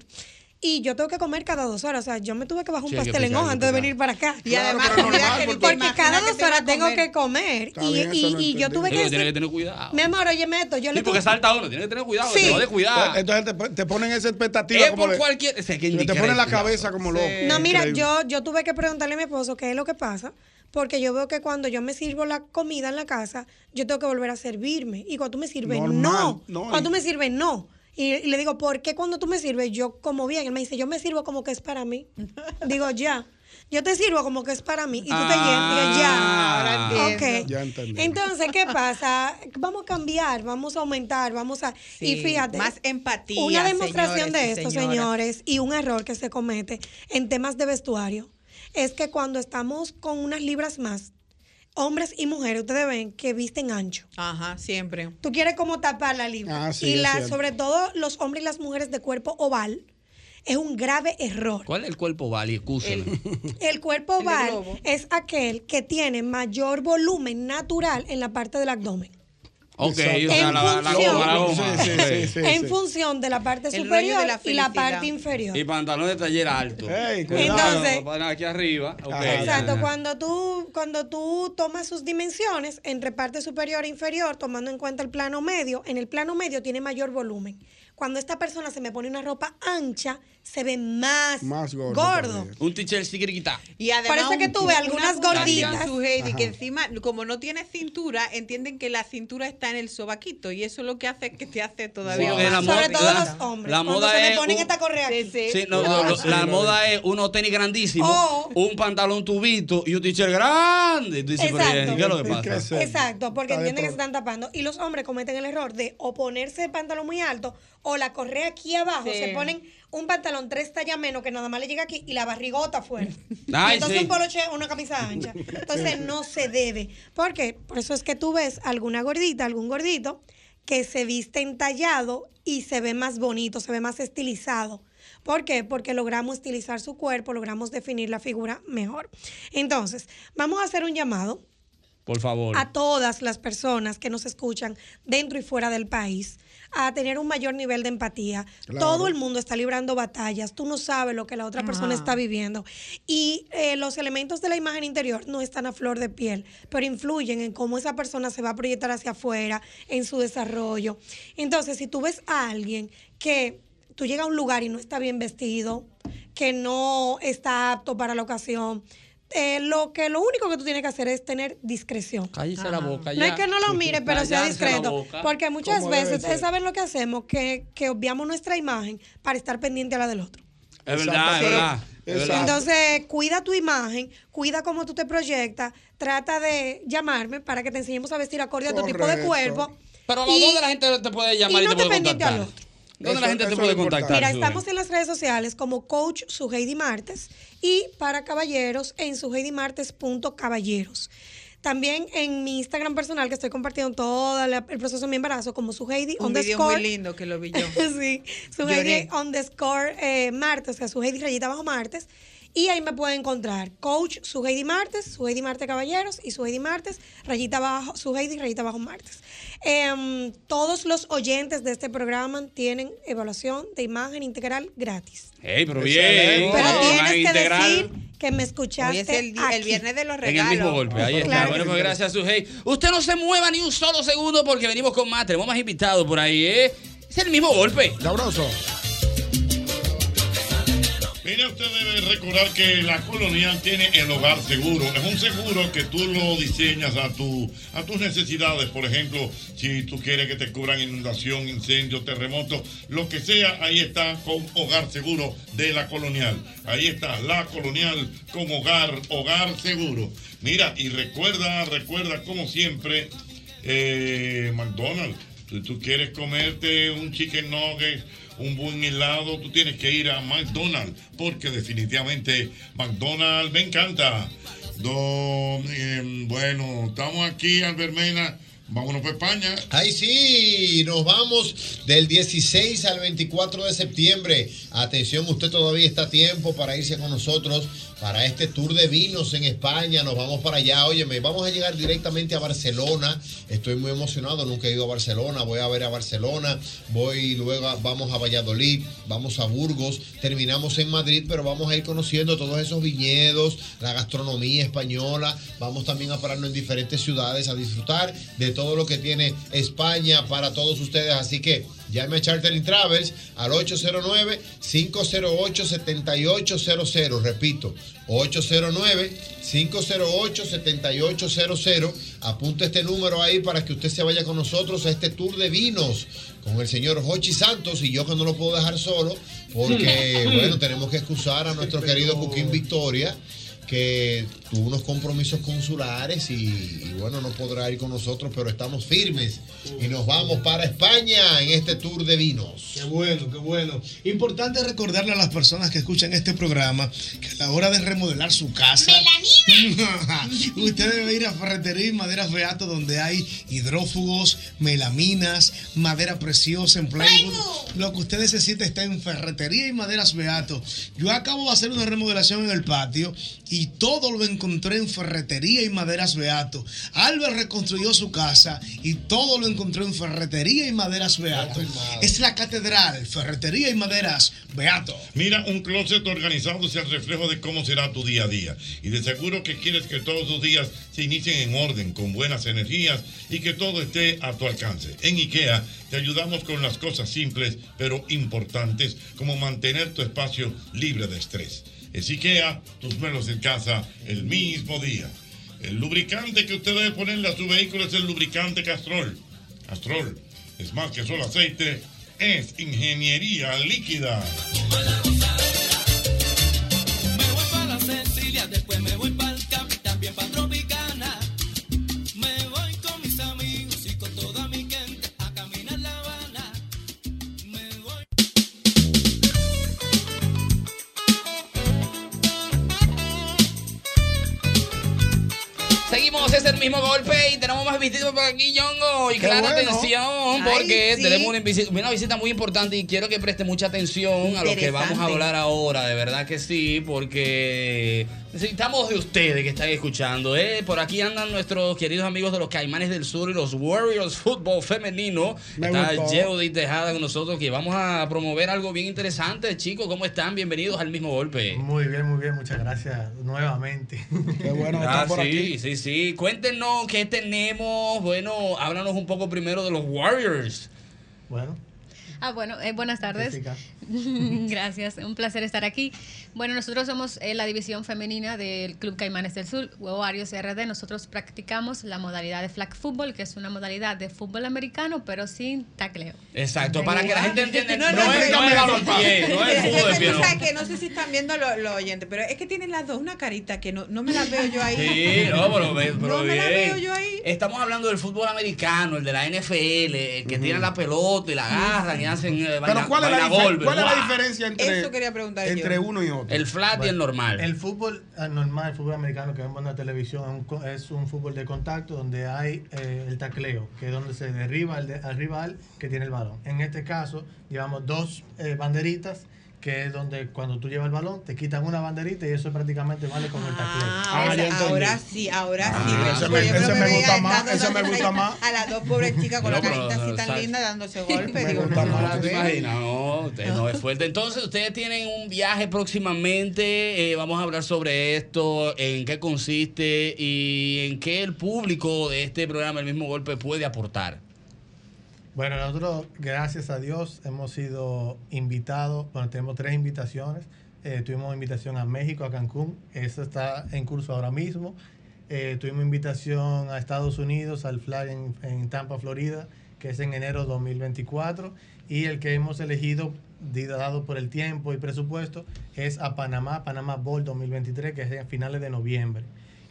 [SPEAKER 36] Y yo tengo que comer cada dos horas. O sea, yo me tuve que bajar un
[SPEAKER 1] Sí, hay que
[SPEAKER 36] pastel en
[SPEAKER 1] picar,
[SPEAKER 36] hoja
[SPEAKER 1] hay que
[SPEAKER 36] antes de
[SPEAKER 1] picar.
[SPEAKER 36] venir para acá.
[SPEAKER 5] Y además, pero
[SPEAKER 36] porque,
[SPEAKER 5] normal, porque te imaginas
[SPEAKER 36] cada
[SPEAKER 5] que
[SPEAKER 36] dos
[SPEAKER 5] te vas
[SPEAKER 36] horas
[SPEAKER 5] a
[SPEAKER 36] tengo
[SPEAKER 5] comer.
[SPEAKER 36] que comer.
[SPEAKER 30] Está
[SPEAKER 36] Y,
[SPEAKER 30] bien,
[SPEAKER 36] y-
[SPEAKER 30] eso lo
[SPEAKER 36] y yo
[SPEAKER 30] entendí.
[SPEAKER 36] tuve que
[SPEAKER 30] Digo, tiene que
[SPEAKER 36] decir,
[SPEAKER 30] tener cuidado.
[SPEAKER 36] mi amor, óyeme esto, yo
[SPEAKER 30] Sí,
[SPEAKER 36] le
[SPEAKER 30] porque
[SPEAKER 36] tuve-
[SPEAKER 30] salta uno, tiene que tener cuidado,
[SPEAKER 36] Sí.
[SPEAKER 30] te lo de cuidado.
[SPEAKER 3] Entonces te, pon- te ponen esa expectativa.
[SPEAKER 30] Es
[SPEAKER 3] como
[SPEAKER 30] por
[SPEAKER 3] de-
[SPEAKER 30] cualquier- o sea, que
[SPEAKER 3] Te ponen la
[SPEAKER 30] indiscreción.
[SPEAKER 3] cabeza como loco.
[SPEAKER 36] No, mira,
[SPEAKER 3] Increíble.
[SPEAKER 36] yo, yo tuve que preguntarle a mi esposo qué es lo que pasa, porque yo veo que cuando yo me sirvo la comida en la casa, yo tengo que volver a servirme. Y cuando tú me sirves,
[SPEAKER 1] Normal,
[SPEAKER 36] no.
[SPEAKER 1] no,
[SPEAKER 36] Cuando
[SPEAKER 1] y-
[SPEAKER 36] tú me sirves, no. Y, y le digo, ¿por qué cuando tú me sirves yo como bien? Él me dice, yo me sirvo como que es para mí. digo, ya. Yo te sirvo como que es para mí. Y tú
[SPEAKER 1] Ah,
[SPEAKER 36] te llenas. Digo, ya.
[SPEAKER 1] ahora entiendo.
[SPEAKER 36] Ok.
[SPEAKER 1] Ya entendí.
[SPEAKER 36] Entonces, ¿qué pasa? Vamos a cambiar, vamos a aumentar, vamos a... y
[SPEAKER 5] Sí,
[SPEAKER 36] fíjate.
[SPEAKER 5] más empatía,
[SPEAKER 36] Una demostración
[SPEAKER 5] señores y
[SPEAKER 36] de esto,
[SPEAKER 5] señoras.
[SPEAKER 36] señores errores y un error que se comete en temas de vestuario es que cuando estamos con unas libras más, hombres y mujeres, ustedes ven que visten ancho.
[SPEAKER 5] Ajá, siempre.
[SPEAKER 36] Tú quieres como tapar la libra.
[SPEAKER 5] Ah, sí,
[SPEAKER 36] y
[SPEAKER 5] es
[SPEAKER 36] la,
[SPEAKER 5] cierto.
[SPEAKER 36] sobre todo los hombres y las mujeres de cuerpo oval es un grave error.
[SPEAKER 30] ¿Cuál es el cuerpo vale? Escúchame.
[SPEAKER 36] El cuerpo
[SPEAKER 5] El de
[SPEAKER 36] oval
[SPEAKER 5] globo.
[SPEAKER 36] es aquel que tiene mayor volumen natural en la parte del abdomen.
[SPEAKER 30] Ok, o
[SPEAKER 1] En
[SPEAKER 30] sea, la, la, la
[SPEAKER 1] función.
[SPEAKER 30] goma, la goma.
[SPEAKER 1] Sí, sí, sí,
[SPEAKER 36] en función de la parte
[SPEAKER 5] El rollo
[SPEAKER 36] superior
[SPEAKER 5] de la
[SPEAKER 36] y la
[SPEAKER 5] felicidad.
[SPEAKER 36] parte inferior.
[SPEAKER 30] Y pantalón de taller alto.
[SPEAKER 36] cuidado. Entonces-
[SPEAKER 30] Para aquí arriba. ok, ya,
[SPEAKER 36] Exacto,
[SPEAKER 30] ya.
[SPEAKER 36] cuando tú, cuando tú tomas sus dimensiones entre parte superior e inferior, tomando en cuenta el plano medio, en el plano medio tiene mayor volumen. Cuando esta persona se me pone una ropa ancha, se ve más, gordo.
[SPEAKER 30] Un teacher sicriquita.
[SPEAKER 5] Y además
[SPEAKER 36] Parece que
[SPEAKER 5] un-
[SPEAKER 36] tuve
[SPEAKER 5] una
[SPEAKER 36] algunas
[SPEAKER 5] puntuación,
[SPEAKER 36] gorditas.
[SPEAKER 5] su Heidi, que
[SPEAKER 36] Ajá.
[SPEAKER 5] encima, como no tiene cintura, entienden que la cintura está en el sobaquito. Y eso es lo que hace que te hace todavía
[SPEAKER 30] Porque
[SPEAKER 5] más.
[SPEAKER 30] la moda- la- La moda es. un-
[SPEAKER 36] correa
[SPEAKER 30] sí, no, no, no, la moda es unos tenis grandísimos,
[SPEAKER 36] Oh.
[SPEAKER 30] un pantalón tubito y un teacher grande. Y tú dices, pero
[SPEAKER 36] Exacto.
[SPEAKER 30] ¿qué es lo que pasa?
[SPEAKER 36] Exacto, porque
[SPEAKER 30] Está de
[SPEAKER 36] entienden que se
[SPEAKER 30] pro-
[SPEAKER 36] están tapando. Y los hombres cometen el error de o ponerse el pantalón muy alto o o la correa aquí abajo,
[SPEAKER 7] Sí.
[SPEAKER 36] se ponen un pantalón tres tallas menos que nada más le llega aquí y la barrigota afuera. Y
[SPEAKER 1] Ay,
[SPEAKER 36] entonces
[SPEAKER 1] sí.
[SPEAKER 36] un poloche, una camisa ancha. Entonces no se debe. Porque por eso es que tú ves alguna gordita, algún gordito que se viste entallado y se ve más bonito, se ve más estilizado. ¿Por qué? Porque logramos estilizar su cuerpo, logramos definir la figura mejor. Entonces, vamos a hacer un llamado
[SPEAKER 30] Por favor.
[SPEAKER 36] a todas las personas que nos escuchan dentro y fuera del país a tener un mayor nivel de empatía.
[SPEAKER 1] Claro.
[SPEAKER 36] Todo el mundo está librando batallas, tú no sabes lo que la otra persona
[SPEAKER 1] Ajá.
[SPEAKER 36] está viviendo y eh, los elementos de la imagen interior no están a flor de piel, pero influyen en cómo esa persona se va a proyectar hacia afuera, en su desarrollo. Entonces, si tú ves a alguien que tú llegas a un lugar y no está bien vestido, que no está apto para la ocasión, eh, lo que lo único que tú tienes que hacer es tener discreción.
[SPEAKER 30] Cállese la boca
[SPEAKER 36] No
[SPEAKER 30] ya.
[SPEAKER 36] es que no lo mire, pero sea
[SPEAKER 30] Callarse la
[SPEAKER 36] discreto.
[SPEAKER 30] boca.
[SPEAKER 36] Porque muchas
[SPEAKER 30] Como debe
[SPEAKER 36] veces,
[SPEAKER 30] ser.
[SPEAKER 36] ustedes saben lo que hacemos, que, que obviamos nuestra imagen para estar pendiente a la del otro.
[SPEAKER 30] Es verdad, es verdad. es verdad.
[SPEAKER 36] Entonces, cuida tu imagen, cuida cómo tú te proyectas, trata de llamarme para que te enseñemos a vestir acorde a tu tipo de
[SPEAKER 30] Correcto.
[SPEAKER 36] cuerpo.
[SPEAKER 30] Pero
[SPEAKER 36] Y-
[SPEAKER 30] ¿dónde la gente te puede llamar
[SPEAKER 36] y
[SPEAKER 30] y,
[SPEAKER 36] no
[SPEAKER 30] te puede
[SPEAKER 36] dependiente
[SPEAKER 30] contactar?
[SPEAKER 36] al
[SPEAKER 30] ¿Dónde la gente te puede contactar?
[SPEAKER 36] Mira,
[SPEAKER 30] Sue?
[SPEAKER 36] estamos en las redes sociales como Coach Suheidi Martes y para caballeros en suheidimartes.caballeros. También en mi Instagram personal, que estoy compartiendo todo la- el proceso de mi embarazo, como Suheidi
[SPEAKER 5] Un video
[SPEAKER 36] underscore-
[SPEAKER 5] muy lindo que lo vi yo.
[SPEAKER 36] sí, Suheidi underscore eh, Martes, o sea, Suheidi rayita bajo Martes. Y ahí me pueden encontrar Coach Suheidi Martes, Suheidi Martes Caballeros y Suheidi Martes, rayita bajo, Suheidi rayita bajo Martes. Em, todos los oyentes de este programa tienen evaluación de imagen integral gratis.
[SPEAKER 30] Ey, pero
[SPEAKER 36] Pero
[SPEAKER 30] bien. Imagen
[SPEAKER 36] tienes que
[SPEAKER 30] integral.
[SPEAKER 36] decir que me escuchaste
[SPEAKER 5] Hoy es el, di- el
[SPEAKER 36] aquí.
[SPEAKER 5] viernes de los
[SPEAKER 30] En el
[SPEAKER 5] regalos.
[SPEAKER 30] mismo golpe, ahí está.
[SPEAKER 5] Claro.
[SPEAKER 30] bueno, pues gracias, Sujei. Usted no se mueva ni un solo segundo porque venimos con más. Tenemos más invitados por ahí, ¿eh? Es el mismo golpe.
[SPEAKER 3] Sabroso.
[SPEAKER 12] Mire, usted debe recordar que la Colonial tiene el hogar seguro. Es un seguro que tú lo diseñas a, tu, a tus necesidades. Por ejemplo, si tú quieres que te cubran inundación, incendio, terremoto, lo que sea, ahí está con hogar seguro de la Colonial. Ahí está la Colonial con hogar, hogar seguro. Mira, y recuerda, recuerda como siempre, eh, McDonald's. Si tú quieres comerte un chicken nugget, un buen helado, tú tienes que ir a McDonald's, porque definitivamente McDonald's me encanta. Do- eh, bueno, estamos aquí, Albermena. Vámonos para España.
[SPEAKER 19] Ahí sí, nos vamos del 16 al 24 de septiembre. Atención, usted todavía está a tiempo para irse con nosotros para este tour de vinos en España. Nos vamos para allá. Óyeme, vamos a llegar directamente a Barcelona. Estoy muy emocionado, nunca he ido a Barcelona. Voy a ver a Barcelona. Voy luego, a- vamos a Valladolid, vamos a Burgos. Terminamos en Madrid, pero vamos a ir conociendo todos esos viñedos, la gastronomía española. Vamos también a pararnos en diferentes ciudades a disfrutar de todo lo que tiene España para todos ustedes. Así que llame a Chartering Travels al 809-508-7800. Repito, 809-508-7800. Apunta este número ahí para que usted se vaya con nosotros a este tour de vinos con el señor Jochi Santos y yo que no lo puedo dejar solo porque, bueno, tenemos que excusar a nuestro querido Cuquín Victoria que tuvo unos compromisos consulares y, y bueno, no podrá ir con nosotros, pero estamos firmes y nos vamos para España en este tour de vinos.
[SPEAKER 14] Qué bueno, qué bueno. Importante recordarle a las personas que escuchan este programa que a la hora de remodelar su casa. usted debe ir a Ferretería y Maderas Beato, donde hay hidrófugos, melaminas, madera preciosa en playwood. Lo que usted necesita está en Ferretería y Maderas Beato. Yo acabo de hacer una remodelación en el patio y todo lo encontré en Ferretería y Maderas Beato. Albert reconstruyó su casa y todo lo encontró en Ferretería y Maderas Beato. Es la catedral, Ferretería y Maderas Beato.
[SPEAKER 12] Mira, un closet organizado es el reflejo de cómo será tu día a día. Y de seguro que quieres que todos tus días se inicien en orden, con buenas energías y que todo esté a tu alcance. En IKEA te ayudamos con las cosas simples pero importantes, como mantener tu espacio libre de estrés. Es IKEA, tus muebles en casa el mismo día. El lubricante que usted debe ponerle a su vehículo es el lubricante Castrol. Castrol es más que solo aceite, es ingeniería líquida.
[SPEAKER 1] Me voy para Cecilia, después me voy para el Cap, también para Tropicana. Me voy con mis amigos y con toda mi gente a caminar La Habana. Me voy
[SPEAKER 2] mismo golpe y tenemos más visitas por aquí, Ñongo. Y
[SPEAKER 1] Qué
[SPEAKER 2] clara
[SPEAKER 1] bueno.
[SPEAKER 2] atención,
[SPEAKER 1] Ay,
[SPEAKER 2] porque
[SPEAKER 1] sí.
[SPEAKER 2] tenemos una visita, una visita muy importante y quiero que preste mucha atención a lo que vamos a
[SPEAKER 1] Interesante.
[SPEAKER 2] hablar ahora. De verdad que sí, porque necesitamos de ustedes que están escuchando. ¿eh? Por aquí andan nuestros queridos amigos de los Caimanes del Sur y los Warriors Fútbol Femenino.
[SPEAKER 1] Me
[SPEAKER 2] Está
[SPEAKER 1] gustó.
[SPEAKER 2] Yeudi Tejada con nosotros que vamos a promover algo bien interesante. Chicos, ¿cómo están? Bienvenidos al mismo golpe.
[SPEAKER 30] Muy bien, muy bien, muchas gracias nuevamente.
[SPEAKER 3] Qué bueno que
[SPEAKER 2] Ah,
[SPEAKER 3] están por
[SPEAKER 2] sí,
[SPEAKER 3] aquí.
[SPEAKER 2] sí, sí. Cuéntenos qué tenemos. Bueno, háblanos un poco primero de los Warriors.
[SPEAKER 30] Bueno.
[SPEAKER 37] Ah, bueno, eh, buenas tardes.
[SPEAKER 30] Jessica.
[SPEAKER 37] Gracias, un placer estar aquí. Bueno, nosotros somos eh, la división femenina del Club Caimanes del Sur, Warriors RD. Nosotros practicamos la modalidad de flag football, que es una modalidad de fútbol americano, pero sin tacleo.
[SPEAKER 2] Exacto, para que la gente entienda. No,
[SPEAKER 5] no,
[SPEAKER 2] es no
[SPEAKER 5] explícame
[SPEAKER 2] es
[SPEAKER 5] la
[SPEAKER 2] balón
[SPEAKER 5] ropa.
[SPEAKER 2] pie, no es
[SPEAKER 5] Yo
[SPEAKER 2] fútbol de
[SPEAKER 5] sé,
[SPEAKER 2] pie,
[SPEAKER 5] tú
[SPEAKER 2] no.
[SPEAKER 5] sabes que no sé si están viendo los lo los oyentes, pero es que tienen las dos una carita que no, no me la veo yo ahí.
[SPEAKER 2] Sí, no, pero, ve- pero
[SPEAKER 5] No me la
[SPEAKER 2] bien.
[SPEAKER 5] veo yo ahí.
[SPEAKER 2] Estamos hablando del fútbol americano, el de la NFL, el que tiran la pelota y la agarran y hacen. eh, baila-
[SPEAKER 3] Pero ¿cuál es la,
[SPEAKER 2] baila
[SPEAKER 3] difer-
[SPEAKER 2] golpe,
[SPEAKER 3] cuál es la
[SPEAKER 2] ¡guau!
[SPEAKER 3] diferencia entre, entre uno y otro?
[SPEAKER 2] El flat y el normal.
[SPEAKER 30] El fútbol eh, normal, el fútbol americano que vemos en la televisión, es un co- es un fútbol de contacto donde hay eh, el tacleo, que es donde se derriba al, de- al rival que tiene el balón. En este caso, llevamos dos eh, banderitas, que es donde cuando tú llevas el balón, te quitan una banderita y eso prácticamente vale como el tacleo.
[SPEAKER 5] Ah, esa- ahora sí, ahora sí.
[SPEAKER 30] Ah,
[SPEAKER 5] Yo
[SPEAKER 30] ese me-
[SPEAKER 5] creo
[SPEAKER 30] ese
[SPEAKER 5] que
[SPEAKER 30] me
[SPEAKER 5] veía
[SPEAKER 30] gusta
[SPEAKER 5] estas
[SPEAKER 30] más,
[SPEAKER 5] dos
[SPEAKER 30] ese me
[SPEAKER 5] dando
[SPEAKER 30] gusta
[SPEAKER 5] carita
[SPEAKER 30] más.
[SPEAKER 5] A las dos pobres chicas con la
[SPEAKER 2] No, pero,
[SPEAKER 5] carita así tan
[SPEAKER 2] ¿sabes?
[SPEAKER 5] linda dándose golpes.
[SPEAKER 2] Me
[SPEAKER 5] Digo,
[SPEAKER 2] gusta
[SPEAKER 5] no, no
[SPEAKER 2] más,
[SPEAKER 5] la
[SPEAKER 2] ¿tú te
[SPEAKER 5] veo.
[SPEAKER 2] imaginas? No, usted no es fuerte. Entonces, ustedes tienen un viaje próximamente. eh, vamos a hablar sobre esto, en qué consiste y en qué el público de este programa, el mismo golpe, puede aportar.
[SPEAKER 30] Bueno, nosotros, gracias a Dios, hemos sido invitados. Bueno, tenemos tres invitaciones. Eh, tuvimos invitación a México, a Cancún. Eso está en curso ahora mismo. Eh, tuvimos invitación a Estados Unidos, al FLAG en, en Tampa, Florida, que es en enero 2024. Y el que hemos elegido, di- dado por el tiempo y presupuesto, es a Panamá, Panamá Bowl 2023, que es a finales de noviembre.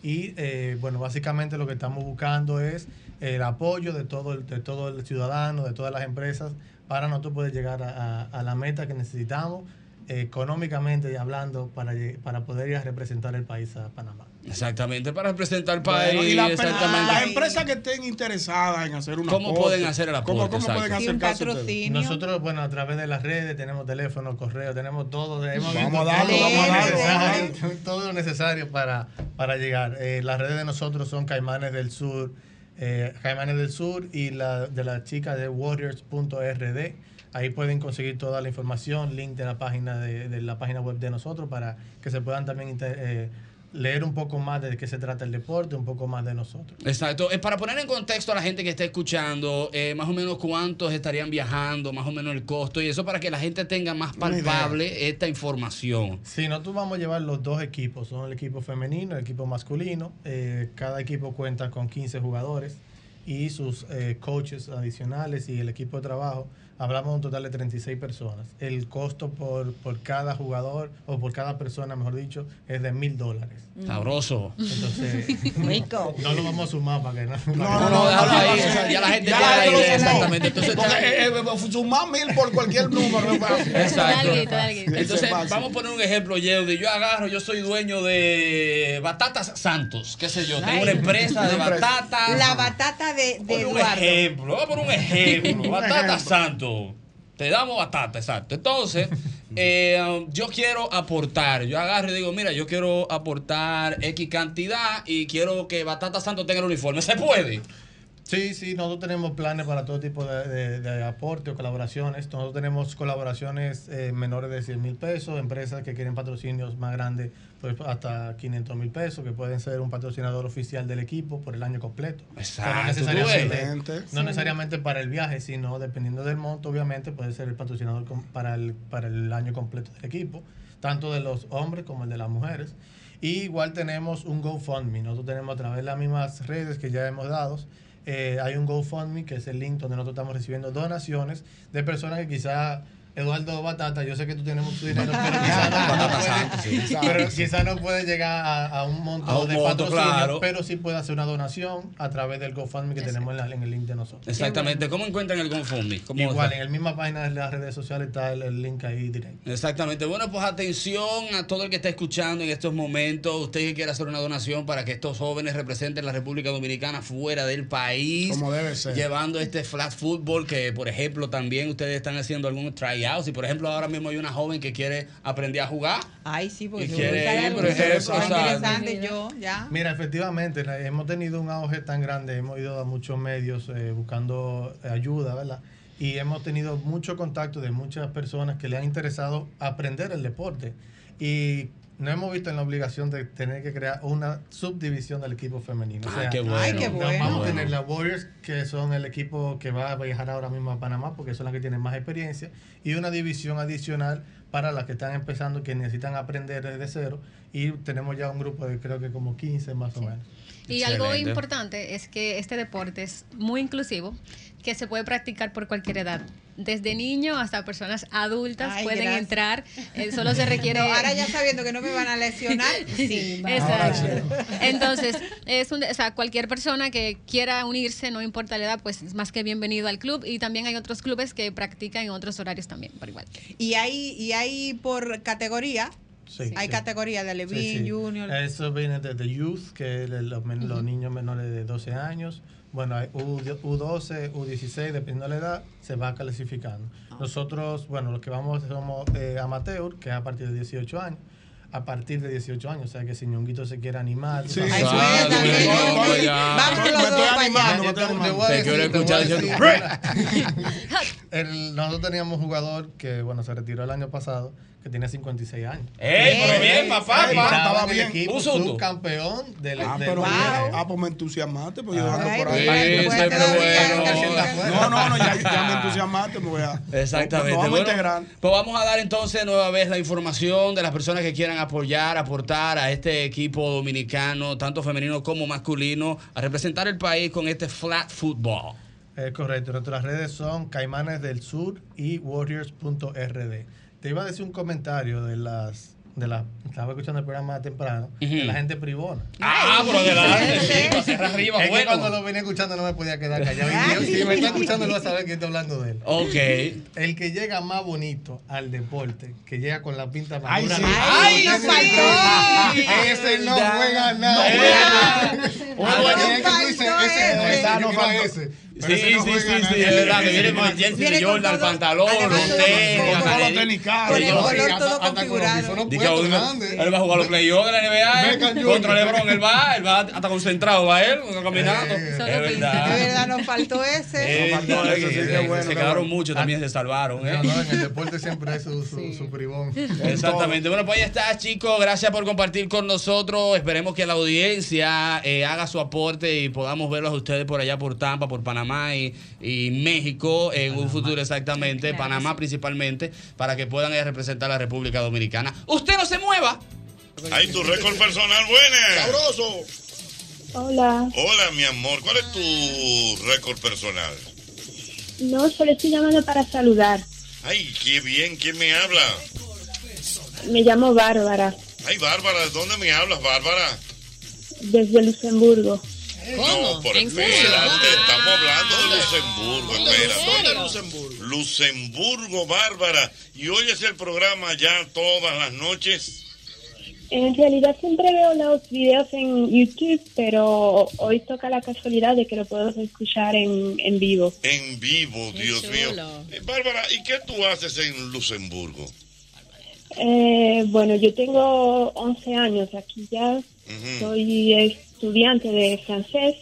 [SPEAKER 30] Y eh, bueno, básicamente lo que estamos buscando es el apoyo de todo el, de todo el ciudadano, de todas las empresas, para nosotros poder llegar a, a- a la meta que necesitamos, eh, económicamente hablando, para, lle- para poder ir a representar el país a Panamá.
[SPEAKER 2] Exactamente, para presentar el país.
[SPEAKER 3] Bueno, y la-
[SPEAKER 2] exactamente.
[SPEAKER 3] las empresas que estén interesadas en hacer una
[SPEAKER 2] ¿Cómo pueden hacer el
[SPEAKER 3] ¿Cómo,
[SPEAKER 2] aporte?
[SPEAKER 3] cómo
[SPEAKER 2] Exacto.
[SPEAKER 3] pueden hacer caso ustedes?
[SPEAKER 30] Nosotros, bueno, a través de las redes tenemos teléfono, correo, tenemos todo. Hemos
[SPEAKER 3] Vamos
[SPEAKER 30] visto
[SPEAKER 3] a darlo,
[SPEAKER 30] todo
[SPEAKER 3] vamos a
[SPEAKER 30] lo
[SPEAKER 3] darlo,
[SPEAKER 30] necesario,
[SPEAKER 3] vamos a darlo.
[SPEAKER 30] Todo lo necesario para, para llegar. Eh, las redes de nosotros son Caimanes del Sur, eh, Caimanes del Sur y la de la chica de warriors.rd. Ahí pueden conseguir toda la información, link de la página de, de la página web de nosotros para que se puedan también inter- eh, leer un poco más de qué se trata el deporte, un poco más de nosotros.
[SPEAKER 2] Exacto. Eh, para poner en contexto a la gente que está escuchando, eh, más o menos cuántos estarían viajando, más o menos el costo y eso para que la gente tenga más
[SPEAKER 30] Una idea.
[SPEAKER 2] palpable esta información.
[SPEAKER 30] Si nosotros vamos a llevar los dos equipos, son el equipo femenino, el equipo masculino. Eh, cada equipo cuenta con 15 jugadores y sus eh, coaches adicionales y el equipo de trabajo. Hablamos de un total de 36 personas. El costo por, por cada jugador o por cada persona, mejor dicho, es de mil dólares.
[SPEAKER 3] Mm.
[SPEAKER 2] Sabroso.
[SPEAKER 30] Entonces, no lo vamos a sumar para que no.
[SPEAKER 3] No, no, no, déjalo ahí.
[SPEAKER 2] ya la gente tiene
[SPEAKER 3] Ya la
[SPEAKER 2] la
[SPEAKER 3] gente
[SPEAKER 2] idea,
[SPEAKER 3] lo sumó.
[SPEAKER 2] exactamente. Entonces,
[SPEAKER 3] Porque, eh, eh, sumar mil por cualquier número.
[SPEAKER 2] Exacto.
[SPEAKER 3] Alguito, alguito.
[SPEAKER 2] Entonces,
[SPEAKER 3] Ese paso.
[SPEAKER 2] vamos a poner un ejemplo, Yeudi. Yo agarro, yo soy dueño de Batatas Santos, qué sé yo. Tengo una empresa de
[SPEAKER 5] Una empresa.
[SPEAKER 2] batatas.
[SPEAKER 5] La batata de, de
[SPEAKER 2] Por un
[SPEAKER 5] Eduardo.
[SPEAKER 2] ejemplo, vamos por un ejemplo,
[SPEAKER 5] Un
[SPEAKER 2] batata
[SPEAKER 5] ejemplo.
[SPEAKER 2] santo. Te damos batata, exacto. Entonces, eh, um, yo quiero aportar. Yo agarro y digo, mira, yo quiero aportar X cantidad y quiero que Batata Santo tenga el uniforme. ¿Se puede?
[SPEAKER 30] Sí, sí, nosotros tenemos planes para todo tipo de, de- de aporte o colaboraciones. Nosotros tenemos colaboraciones eh, menores de 100 mil pesos, empresas que quieren patrocinios más grandes, pues hasta 500 mil pesos, que pueden ser un patrocinador oficial del equipo por el año completo.
[SPEAKER 2] Exacto,
[SPEAKER 30] no necesariamente,
[SPEAKER 2] tú ves.
[SPEAKER 30] no necesariamente para el viaje, sino dependiendo del monto, obviamente, puede ser el patrocinador com- para el, para el año completo del equipo, tanto de los hombres como el de las mujeres. Y igual tenemos un GoFundMe. Nosotros tenemos a través de las mismas redes que ya hemos dado. eh, hay un GoFundMe que es el link donde nosotros estamos recibiendo donaciones de personas que quizá Eduardo Batata, yo sé que tú tienes mucho dinero, pero quizás no,
[SPEAKER 38] Batata
[SPEAKER 30] puede-
[SPEAKER 38] Santos, sí, exacto.
[SPEAKER 30] pero quizá no puede llegar a, a un monto
[SPEAKER 38] A un
[SPEAKER 30] de
[SPEAKER 38] monto,
[SPEAKER 30] patrocinio,
[SPEAKER 38] claro.
[SPEAKER 30] pero sí puede hacer una donación a través del GoFundMe que tenemos en, la- en el link de nosotros.
[SPEAKER 2] Exactamente. ¿Cómo encuentran el GoFundMe? ¿Cómo
[SPEAKER 30] Igual,
[SPEAKER 2] está?
[SPEAKER 30] en la misma página de las redes sociales está el, el link ahí directo.
[SPEAKER 2] Exactamente. Bueno, pues atención a todo el que está escuchando en estos momentos. Usted que quiera hacer una donación para que estos jóvenes representen la República Dominicana fuera del país.
[SPEAKER 3] Como debe ser.
[SPEAKER 2] Llevando este flat football que, por ejemplo, también ustedes están haciendo algún tryout. Si, por ejemplo, ahora mismo hay una joven que quiere aprender a jugar.
[SPEAKER 5] Ay, sí,
[SPEAKER 2] porque... Y
[SPEAKER 30] yo voy
[SPEAKER 2] quiere,
[SPEAKER 30] a
[SPEAKER 2] ir,
[SPEAKER 30] estar
[SPEAKER 2] Eh, por
[SPEAKER 30] en-
[SPEAKER 2] ejemplo, o sea,
[SPEAKER 5] Interesante, yo, ya.
[SPEAKER 30] Mira, efectivamente, la- hemos tenido un auge tan grande, hemos ido a muchos medios eh, buscando eh, ayuda, ¿verdad? Y hemos tenido mucho contacto de muchas personas que le han interesado aprender el deporte. Y no hemos visto en la obligación de tener que crear una subdivisión del equipo femenino. O
[SPEAKER 2] Ay,
[SPEAKER 30] sea,
[SPEAKER 2] Ah, qué bueno. Ay, qué
[SPEAKER 30] no
[SPEAKER 2] bueno.
[SPEAKER 30] Vamos a
[SPEAKER 2] Bueno.
[SPEAKER 30] tener las Warriors, que son el equipo que va a viajar ahora mismo a Panamá, porque son las que tienen más experiencia, y una división adicional para las que están empezando, que necesitan aprender desde cero. Y tenemos ya un grupo de creo que como 15 más o menos.
[SPEAKER 37] Y algo importante es que este deporte es muy inclusivo, que se puede practicar por cualquier edad. Desde niño hasta personas adultas
[SPEAKER 5] Ay,
[SPEAKER 37] pueden
[SPEAKER 5] gracias.
[SPEAKER 37] entrar, eh, solo se requiere...
[SPEAKER 5] No, ahora ya sabiendo que no me van a lesionar, sí.
[SPEAKER 37] Exacto. Entonces, es un, o sea, cualquier persona que quiera unirse, no importa la edad, pues es más que bienvenido al club. Y también hay otros clubes que practican en otros horarios también, por igual.
[SPEAKER 5] Y hay, y hay por categoría,
[SPEAKER 30] Sí,
[SPEAKER 5] hay
[SPEAKER 30] sí.
[SPEAKER 5] categoría de
[SPEAKER 30] Sí,
[SPEAKER 5] Levin,
[SPEAKER 30] sí. Eh,
[SPEAKER 5] Junior.
[SPEAKER 30] Eso viene desde Youth, que es de los, men- los niños menores de 12 años. Bueno, hay U, 12 U16, dependiendo de la edad, se va clasificando. Nosotros, bueno, los que vamos somos eh, amateur, que es a partir de 18 años. A partir de 18 años, o sea que si Ñonguito se quiere animar.
[SPEAKER 2] Sí.
[SPEAKER 30] vamos
[SPEAKER 2] Ay, suéltame, Ñonguito. Vamos los dos para allá. Te quiero escuchar diciendo,
[SPEAKER 30] El- nosotros teníamos un jugador que, bueno, se retiró el año pasado, que tiene 56 años.
[SPEAKER 2] ¡Ey, pero bien,
[SPEAKER 30] Y
[SPEAKER 2] papá, papá!
[SPEAKER 30] Estaba
[SPEAKER 2] Estaba
[SPEAKER 30] en el
[SPEAKER 2] bien.
[SPEAKER 30] equipo,
[SPEAKER 2] Un susto.
[SPEAKER 30] subcampeón del...
[SPEAKER 3] Ah,
[SPEAKER 30] del-
[SPEAKER 3] pero
[SPEAKER 30] del-
[SPEAKER 3] bien. ah, pues me entusiasmaste, pues yo ando
[SPEAKER 30] Ay,
[SPEAKER 3] por
[SPEAKER 30] sí,
[SPEAKER 3] ahí.
[SPEAKER 30] sí, pero
[SPEAKER 2] bueno.
[SPEAKER 3] No, no, no, ya, ya me entusiasmaste, me voy a.
[SPEAKER 2] Exactamente.
[SPEAKER 3] Nos vamos a
[SPEAKER 2] Bueno,
[SPEAKER 3] integrar.
[SPEAKER 2] Pues vamos a dar entonces nueva vez la información de las personas que quieran apoyar, aportar a este equipo dominicano, tanto femenino como masculino, a representar el país con este flat football.
[SPEAKER 30] Es Eh, correcto, nuestras redes son Caimanes del Sur y Warriors.rd. Te iba a decir un comentario de las... De la, estaba escuchando el programa temprano, de la gente privona.
[SPEAKER 2] Ah, pero adelante, sí, para cerrar arriba,
[SPEAKER 30] Es que
[SPEAKER 2] bueno.
[SPEAKER 30] cuando lo venía escuchando no me podía quedar callado. Y Dios, si me está escuchando, lo va a saber que estoy hablando de él.
[SPEAKER 2] Ok.
[SPEAKER 30] El que llega más bonito al deporte, que llega con la pinta más
[SPEAKER 3] Ay,
[SPEAKER 30] dura.
[SPEAKER 3] sí.
[SPEAKER 1] Ay,
[SPEAKER 30] no
[SPEAKER 1] no faltó.
[SPEAKER 30] Ese no
[SPEAKER 1] Da-
[SPEAKER 30] juega
[SPEAKER 1] no
[SPEAKER 30] nada.
[SPEAKER 1] juega.
[SPEAKER 30] Bueno,
[SPEAKER 1] No
[SPEAKER 30] bueno, es que tú
[SPEAKER 1] faltó
[SPEAKER 30] dices, ese no
[SPEAKER 1] ese.
[SPEAKER 30] está, no
[SPEAKER 1] Yo
[SPEAKER 30] faltó.
[SPEAKER 1] quiero
[SPEAKER 30] Ese.
[SPEAKER 2] Sí,
[SPEAKER 30] Pero ese
[SPEAKER 2] sí,
[SPEAKER 30] no
[SPEAKER 2] sí,
[SPEAKER 30] juega
[SPEAKER 2] sí,
[SPEAKER 30] nada.
[SPEAKER 2] es verdad, que viene con el jersey
[SPEAKER 30] Viene
[SPEAKER 2] de
[SPEAKER 30] con
[SPEAKER 2] Jordan, el pantalón, los tenis,
[SPEAKER 30] con
[SPEAKER 2] hasta
[SPEAKER 30] todo
[SPEAKER 2] el-
[SPEAKER 30] dominicano.
[SPEAKER 2] Con el
[SPEAKER 30] Hasta-
[SPEAKER 2] color
[SPEAKER 30] hasta con los bisonos
[SPEAKER 2] Dice
[SPEAKER 30] puestos
[SPEAKER 2] que
[SPEAKER 30] grandes.
[SPEAKER 2] él va a jugar los playoffs de la NBA eh,
[SPEAKER 30] Beckham
[SPEAKER 2] contra
[SPEAKER 30] Jr.
[SPEAKER 2] LeBron. Él va, él va hasta concentrado, va él caminando. Es
[SPEAKER 30] ah.
[SPEAKER 5] De
[SPEAKER 2] verdad.
[SPEAKER 5] verdad, nos faltó ese.
[SPEAKER 2] Eh,
[SPEAKER 30] Nos
[SPEAKER 2] no,
[SPEAKER 30] faltó
[SPEAKER 2] es
[SPEAKER 30] eso,
[SPEAKER 2] que-
[SPEAKER 30] sí,
[SPEAKER 2] es
[SPEAKER 30] qué
[SPEAKER 2] que
[SPEAKER 30] bueno,
[SPEAKER 2] se
[SPEAKER 30] qué
[SPEAKER 2] quedaron
[SPEAKER 30] bueno.
[SPEAKER 2] mucho, también se salvaron. ¿eh?
[SPEAKER 30] No, no, en el deporte siempre es su, su, su privón.
[SPEAKER 2] Exactamente. Bueno, pues ya está, chicos. Gracias por compartir con nosotros. Esperemos que la audiencia eh, haga su aporte y podamos verlos a ustedes por allá, por Tampa, por Panamá y, y México en un futuro, exactamente.
[SPEAKER 38] Claro,
[SPEAKER 2] Panamá
[SPEAKER 38] sí.
[SPEAKER 2] principalmente, para que puedan eh, representar a la República Dominicana. ¡Usted no se mueva!
[SPEAKER 12] Ahí tu récord personal, buena.
[SPEAKER 39] ¡Sabroso!
[SPEAKER 26] Hola,
[SPEAKER 12] Hola, mi amor. ¿Cuál es tu récord personal?
[SPEAKER 26] no, solo estoy llamando para saludar.
[SPEAKER 12] Ay, qué bien. ¿Quién me habla?
[SPEAKER 26] Me llamo Bárbara,
[SPEAKER 12] Ay, Bárbara, ¿de dónde me hablas, Bárbara?
[SPEAKER 26] desde Luxemburgo.
[SPEAKER 12] No, por espérate, estamos hablando de Luxemburgo, espérate. Luxemburgo? Luxemburgo, Bárbara. ¿Y oyes el programa ya todas las noches?
[SPEAKER 26] En realidad siempre veo los videos en YouTube, pero hoy toca la casualidad de que lo puedo escuchar en, en vivo.
[SPEAKER 12] En vivo, Dios mío. Eh, Bárbara, ¿y qué tú haces en Luxemburgo?
[SPEAKER 26] Eh, bueno, yo tengo 11 años aquí ya,
[SPEAKER 12] Ujú,
[SPEAKER 26] soy estudiante de francés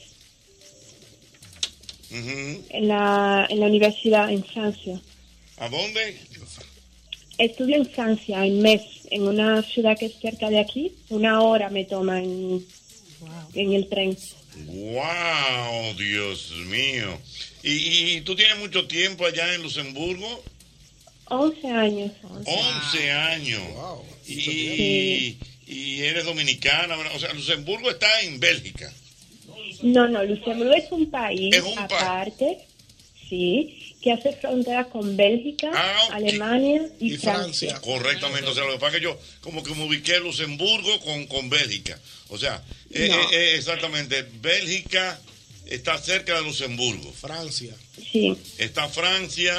[SPEAKER 12] ujú.
[SPEAKER 26] en la, en la universidad en Francia.
[SPEAKER 12] ¿A dónde?
[SPEAKER 26] Estudio en Francia, en Metz, en una ciudad que es cerca de aquí. Una hora me toma en, en el tren.
[SPEAKER 12] ¡Wow! Dios mío. ¿Y, y- y tú tienes mucho tiempo allá en Luxemburgo?
[SPEAKER 26] 11 años.
[SPEAKER 12] 11 años. Y, y eres dominicana. ¿verdad? O sea, Luxemburgo está en Bélgica.
[SPEAKER 26] No, no, Luxemburgo es un país
[SPEAKER 12] Es un país.
[SPEAKER 26] aparte. sí, que hace frontera con Bélgica, Alemania Ah, y, Francia.
[SPEAKER 12] Correctamente. O sea, lo que pasa es que yo como que me ubiqué Luxemburgo con, con Bélgica. O sea, eh,
[SPEAKER 26] No.
[SPEAKER 12] eh, eh, exactamente. Bélgica está cerca de Luxemburgo. Francia.
[SPEAKER 26] Sí.
[SPEAKER 12] Está Francia.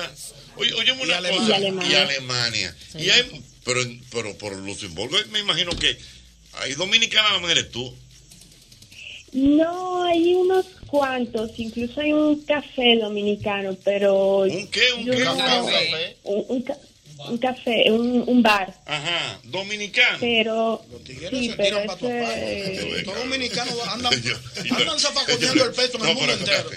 [SPEAKER 12] Oye, óyeme una
[SPEAKER 26] Alemania.
[SPEAKER 12] cosa.
[SPEAKER 26] Y Alemania.
[SPEAKER 12] Y Alemania. Y hay- pero, pero por Luxemburgo me imagino que hay dominicanas nada más eres tú.
[SPEAKER 26] No, hay unos cuantos, incluso hay un café dominicano, pero... ¿Un
[SPEAKER 12] qué? ¿Un
[SPEAKER 26] qué?
[SPEAKER 12] café?
[SPEAKER 26] Un, un ca- un café, un, un bar.
[SPEAKER 12] Ajá, dominicano.
[SPEAKER 26] Pero... sí,
[SPEAKER 12] se
[SPEAKER 26] pero
[SPEAKER 12] tiran pa' tu
[SPEAKER 26] ese-
[SPEAKER 12] Los
[SPEAKER 26] dominicanos
[SPEAKER 12] andan,
[SPEAKER 26] andan zapacoteando el peso en el mundo
[SPEAKER 12] entero.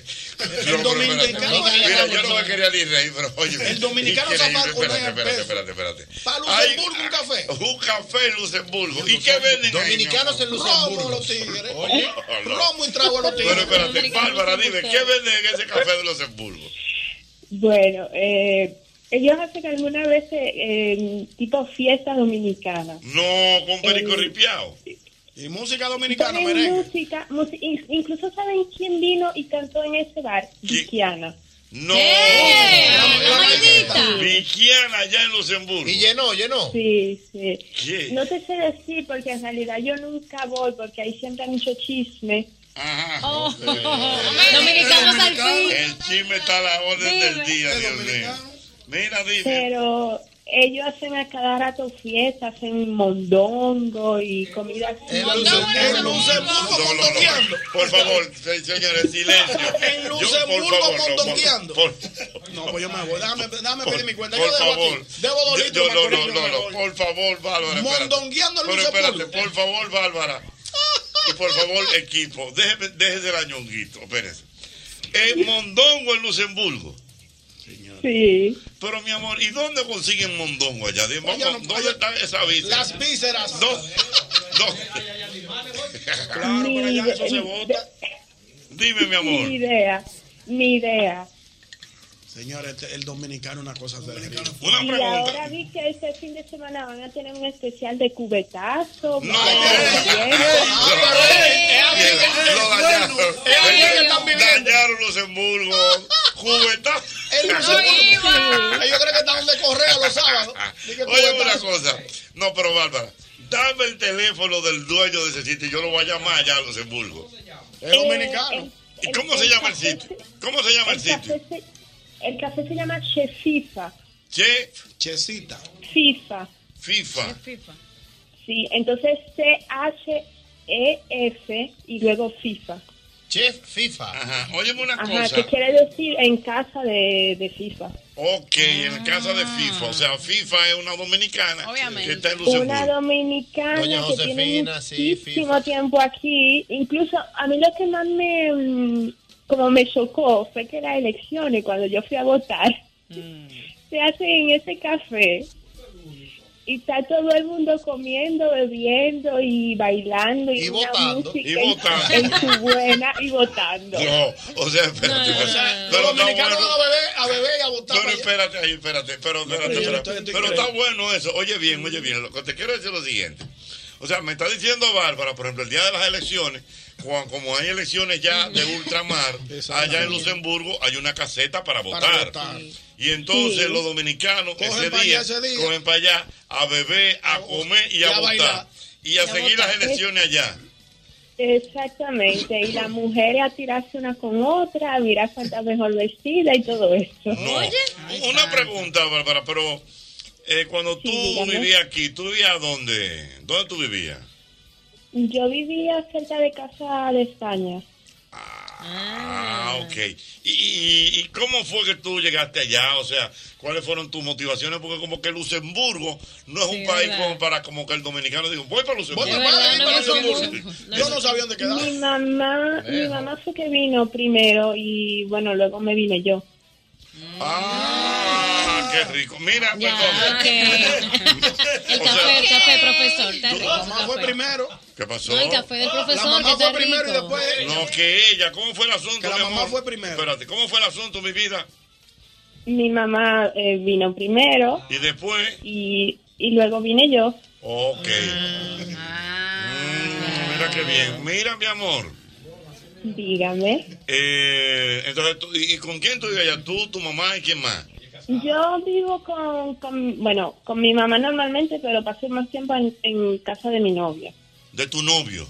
[SPEAKER 12] El
[SPEAKER 4] dominicano-
[SPEAKER 12] Mira, yo no me quería ni reír, pero oye. El
[SPEAKER 4] dominicano zapacotea
[SPEAKER 12] Espérate,
[SPEAKER 4] el
[SPEAKER 12] espérate,
[SPEAKER 4] peso.
[SPEAKER 12] espérate, espérate.
[SPEAKER 4] Para
[SPEAKER 12] Hay
[SPEAKER 4] Luxemburgo un café.
[SPEAKER 12] un café en Luxemburgo. ¿Y qué venden ahí, mi
[SPEAKER 4] Dominicanos
[SPEAKER 12] amor?
[SPEAKER 4] en Luxemburgo.
[SPEAKER 12] Romo,
[SPEAKER 4] los tigres.
[SPEAKER 12] Oye,
[SPEAKER 4] Romo y trago a los tigres.
[SPEAKER 12] Pero espérate, Bárbara, dime, ¿qué venden en ese café de Luxemburgo?
[SPEAKER 26] Bueno, eh, ellos hacen algunas veces eh, tipo fiesta dominicana.
[SPEAKER 12] No, con
[SPEAKER 26] Eh,
[SPEAKER 12] perico ripiao.
[SPEAKER 4] Y música dominicana,
[SPEAKER 26] Ponen
[SPEAKER 4] merengue.
[SPEAKER 26] música, musi- in- incluso saben quién vino y cantó en ese bar, Cristiana.
[SPEAKER 12] No.
[SPEAKER 26] maldita!
[SPEAKER 12] Viquiana allá en Luxemburgo.
[SPEAKER 4] Y llenó, llenó.
[SPEAKER 26] Sí, sí.
[SPEAKER 12] ¿Qué?
[SPEAKER 26] No te sé decir porque en realidad yo nunca voy porque ahí siempre hay mucho chisme.
[SPEAKER 12] Dominicanos Oh. al fin. El chisme está a la orden del día, Dios mío. Mira, dime.
[SPEAKER 26] Pero ellos hacen a cada rato fiestas, hacen mondongo y comida así.
[SPEAKER 4] En Luxemburgo contoqueando.
[SPEAKER 12] Por favor, se- señores, silencio.
[SPEAKER 4] En
[SPEAKER 12] Yo,
[SPEAKER 4] Luxemburgo
[SPEAKER 12] por favor, no, por-
[SPEAKER 4] contoqueando.
[SPEAKER 12] por-
[SPEAKER 4] No, pues yo me voy. Déjame, déjame pedir mi cuenta.
[SPEAKER 12] Por
[SPEAKER 4] yo debo
[SPEAKER 12] favor.
[SPEAKER 4] aquí. Debo dos
[SPEAKER 12] Yo- yo-
[SPEAKER 4] litros. para
[SPEAKER 12] no, no,
[SPEAKER 4] Corina,
[SPEAKER 12] no,
[SPEAKER 4] me
[SPEAKER 12] no,
[SPEAKER 4] voy.
[SPEAKER 12] Por favor, Bárbara. espérate.
[SPEAKER 4] Mondongueando en
[SPEAKER 12] Pero
[SPEAKER 4] Luxemburgo.
[SPEAKER 12] espérate, por favor, Bárbara. Y por favor, equipo, déjeme, déjese el añonguito, espérense. En Mondongo, en Luxemburgo.
[SPEAKER 26] Sí.
[SPEAKER 12] Pero mi amor, ¿y dónde consiguen mondongo allá? Dime,
[SPEAKER 4] Oye,
[SPEAKER 12] vamos, ¿Dónde está esa víscera?
[SPEAKER 4] Las vísceras.
[SPEAKER 12] Dos. Dos.
[SPEAKER 4] Claro,
[SPEAKER 26] Mi-
[SPEAKER 4] por allá eso se
[SPEAKER 26] de-
[SPEAKER 4] vota.
[SPEAKER 12] Dime, mi amor.
[SPEAKER 26] Ni idea, ni idea.
[SPEAKER 4] Señores, este- el dominicano es una cosa terrible.
[SPEAKER 26] y ahora vi que este fin de semana van a tener un especial de cubetazo. No.
[SPEAKER 4] Eh,
[SPEAKER 12] Lo dañaron.
[SPEAKER 4] Es aquí eh, que están viviendo.
[SPEAKER 12] Dañaron Luxemburgo. Juventud.
[SPEAKER 4] El Luxemburgo. Ellos creen que están de correo los sábados. Dije,
[SPEAKER 12] Oye,
[SPEAKER 4] tú
[SPEAKER 12] una
[SPEAKER 4] estás-
[SPEAKER 12] cosa. No, pero Bárbara, dame el teléfono del dueño de ese sitio y yo lo voy a llamar allá a Luxemburgo.
[SPEAKER 4] Es dominicano.
[SPEAKER 12] ¿Y cómo se
[SPEAKER 4] Oh.
[SPEAKER 12] llama el sitio? ¿Cómo se llama el sitio?
[SPEAKER 26] El café se llama Chefifa.
[SPEAKER 12] Che.
[SPEAKER 4] Chesita.
[SPEAKER 26] FIFA.
[SPEAKER 12] FIFA.
[SPEAKER 26] Sí, entonces C-H-E-F y luego FIFA.
[SPEAKER 4] Chef FIFA.
[SPEAKER 12] Ajá. Óyeme una
[SPEAKER 26] Ajá,
[SPEAKER 12] cosa.
[SPEAKER 26] que quiere decir en casa de, de FIFA.
[SPEAKER 12] Ok, en casa de FIFA. O sea, FIFA es una dominicana que está en
[SPEAKER 26] Una
[SPEAKER 12] Luxemburgo.
[SPEAKER 26] dominicana
[SPEAKER 12] Doña
[SPEAKER 26] que tiene
[SPEAKER 12] Josefina, sí,
[SPEAKER 26] muchísimo tiempo aquí. Incluso a mí lo que más me, mm, como me chocó fue que las elecciones, cuando yo fui a votar,
[SPEAKER 12] Mm.
[SPEAKER 26] se hacen en ese café. Y está todo el mundo comiendo, bebiendo y bailando. Y, una música
[SPEAKER 12] Y
[SPEAKER 26] en-
[SPEAKER 12] votando.
[SPEAKER 26] en su buena y votando.
[SPEAKER 12] No, o sea, espérate. o sea, pero está
[SPEAKER 4] dominicanos
[SPEAKER 12] bueno.
[SPEAKER 4] van a beber, a beber y a votar.
[SPEAKER 12] Pero espérate ahí, espérate, pero, espérate,
[SPEAKER 4] pero yo
[SPEAKER 12] espérate. Pero está bueno eso. Oye bien, oye bien, lo que te quiero decir es lo siguiente. O sea, me está diciendo Bárbara, por ejemplo, el día de las elecciones, cuan- como hay elecciones ya de ultramar, allá en Luxemburgo hay una caseta para votar. Y entonces
[SPEAKER 4] Sí.
[SPEAKER 12] los dominicanos
[SPEAKER 4] Cogen
[SPEAKER 12] ese,
[SPEAKER 4] pa'
[SPEAKER 12] día,
[SPEAKER 4] allá ese día.
[SPEAKER 12] cogen para allá a beber, a comer y,
[SPEAKER 4] y
[SPEAKER 12] a,
[SPEAKER 4] a
[SPEAKER 12] votar.
[SPEAKER 4] bailar.
[SPEAKER 12] Y a
[SPEAKER 4] Y a
[SPEAKER 12] seguir
[SPEAKER 4] votar.
[SPEAKER 12] las elecciones allá.
[SPEAKER 26] Exactamente, y las mujeres a tirarse una con otra, a mirar cuánta mejor vestida y todo eso.
[SPEAKER 12] No. Una pregunta, Bárbara, pero eh, cuando tú vivías aquí, ¿tú vivías dónde? ¿Dónde tú vivías?
[SPEAKER 26] Yo vivía cerca de casa de España.
[SPEAKER 12] Ah, ok. ¿Y, y, y cómo fue que tú llegaste allá? O sea, ¿cuáles fueron tus motivaciones? Porque como que Luxemburgo no es un país
[SPEAKER 26] verdad.
[SPEAKER 12] como para como que el dominicano diga, voy para Luxemburgo.
[SPEAKER 4] Voy para Es Madrid, verdad, para no es Luxemburgo.
[SPEAKER 12] Yo no sabía
[SPEAKER 4] dónde
[SPEAKER 26] Mi mamá, mi mamá fue que vino primero y bueno, luego me vine yo.
[SPEAKER 12] Ah, qué rico. Mira, pues,
[SPEAKER 20] Ya,
[SPEAKER 12] perdón.
[SPEAKER 20] ok. El café, el café, profesor. Está rico.
[SPEAKER 4] mamá fue primero.
[SPEAKER 12] ¿Qué pasó?
[SPEAKER 20] No, el café del profesor.
[SPEAKER 4] La mamá
[SPEAKER 20] que
[SPEAKER 4] fue
[SPEAKER 20] está
[SPEAKER 4] primero y
[SPEAKER 20] rico.
[SPEAKER 4] después
[SPEAKER 12] No, que ella, ¿cómo fue el asunto?
[SPEAKER 4] Que la
[SPEAKER 12] mi
[SPEAKER 4] mamá
[SPEAKER 12] amor?
[SPEAKER 4] fue primero.
[SPEAKER 12] Espérate, ¿cómo fue el asunto, mi vida?
[SPEAKER 26] Mi mamá eh, vino primero
[SPEAKER 12] Y después,
[SPEAKER 26] y, y luego vine yo.
[SPEAKER 12] ok. Mm, mira qué bien. Mira, mi amor.
[SPEAKER 26] Dígame.
[SPEAKER 12] Eh, entonces, tú- ¿y y con quién tú vives allá? ¿Tú, tu mamá y quién más?
[SPEAKER 26] Yo vivo con, con- bueno, con mi mamá normalmente, pero pasé más tiempo en, en casa de mi novio.
[SPEAKER 12] De tu novio.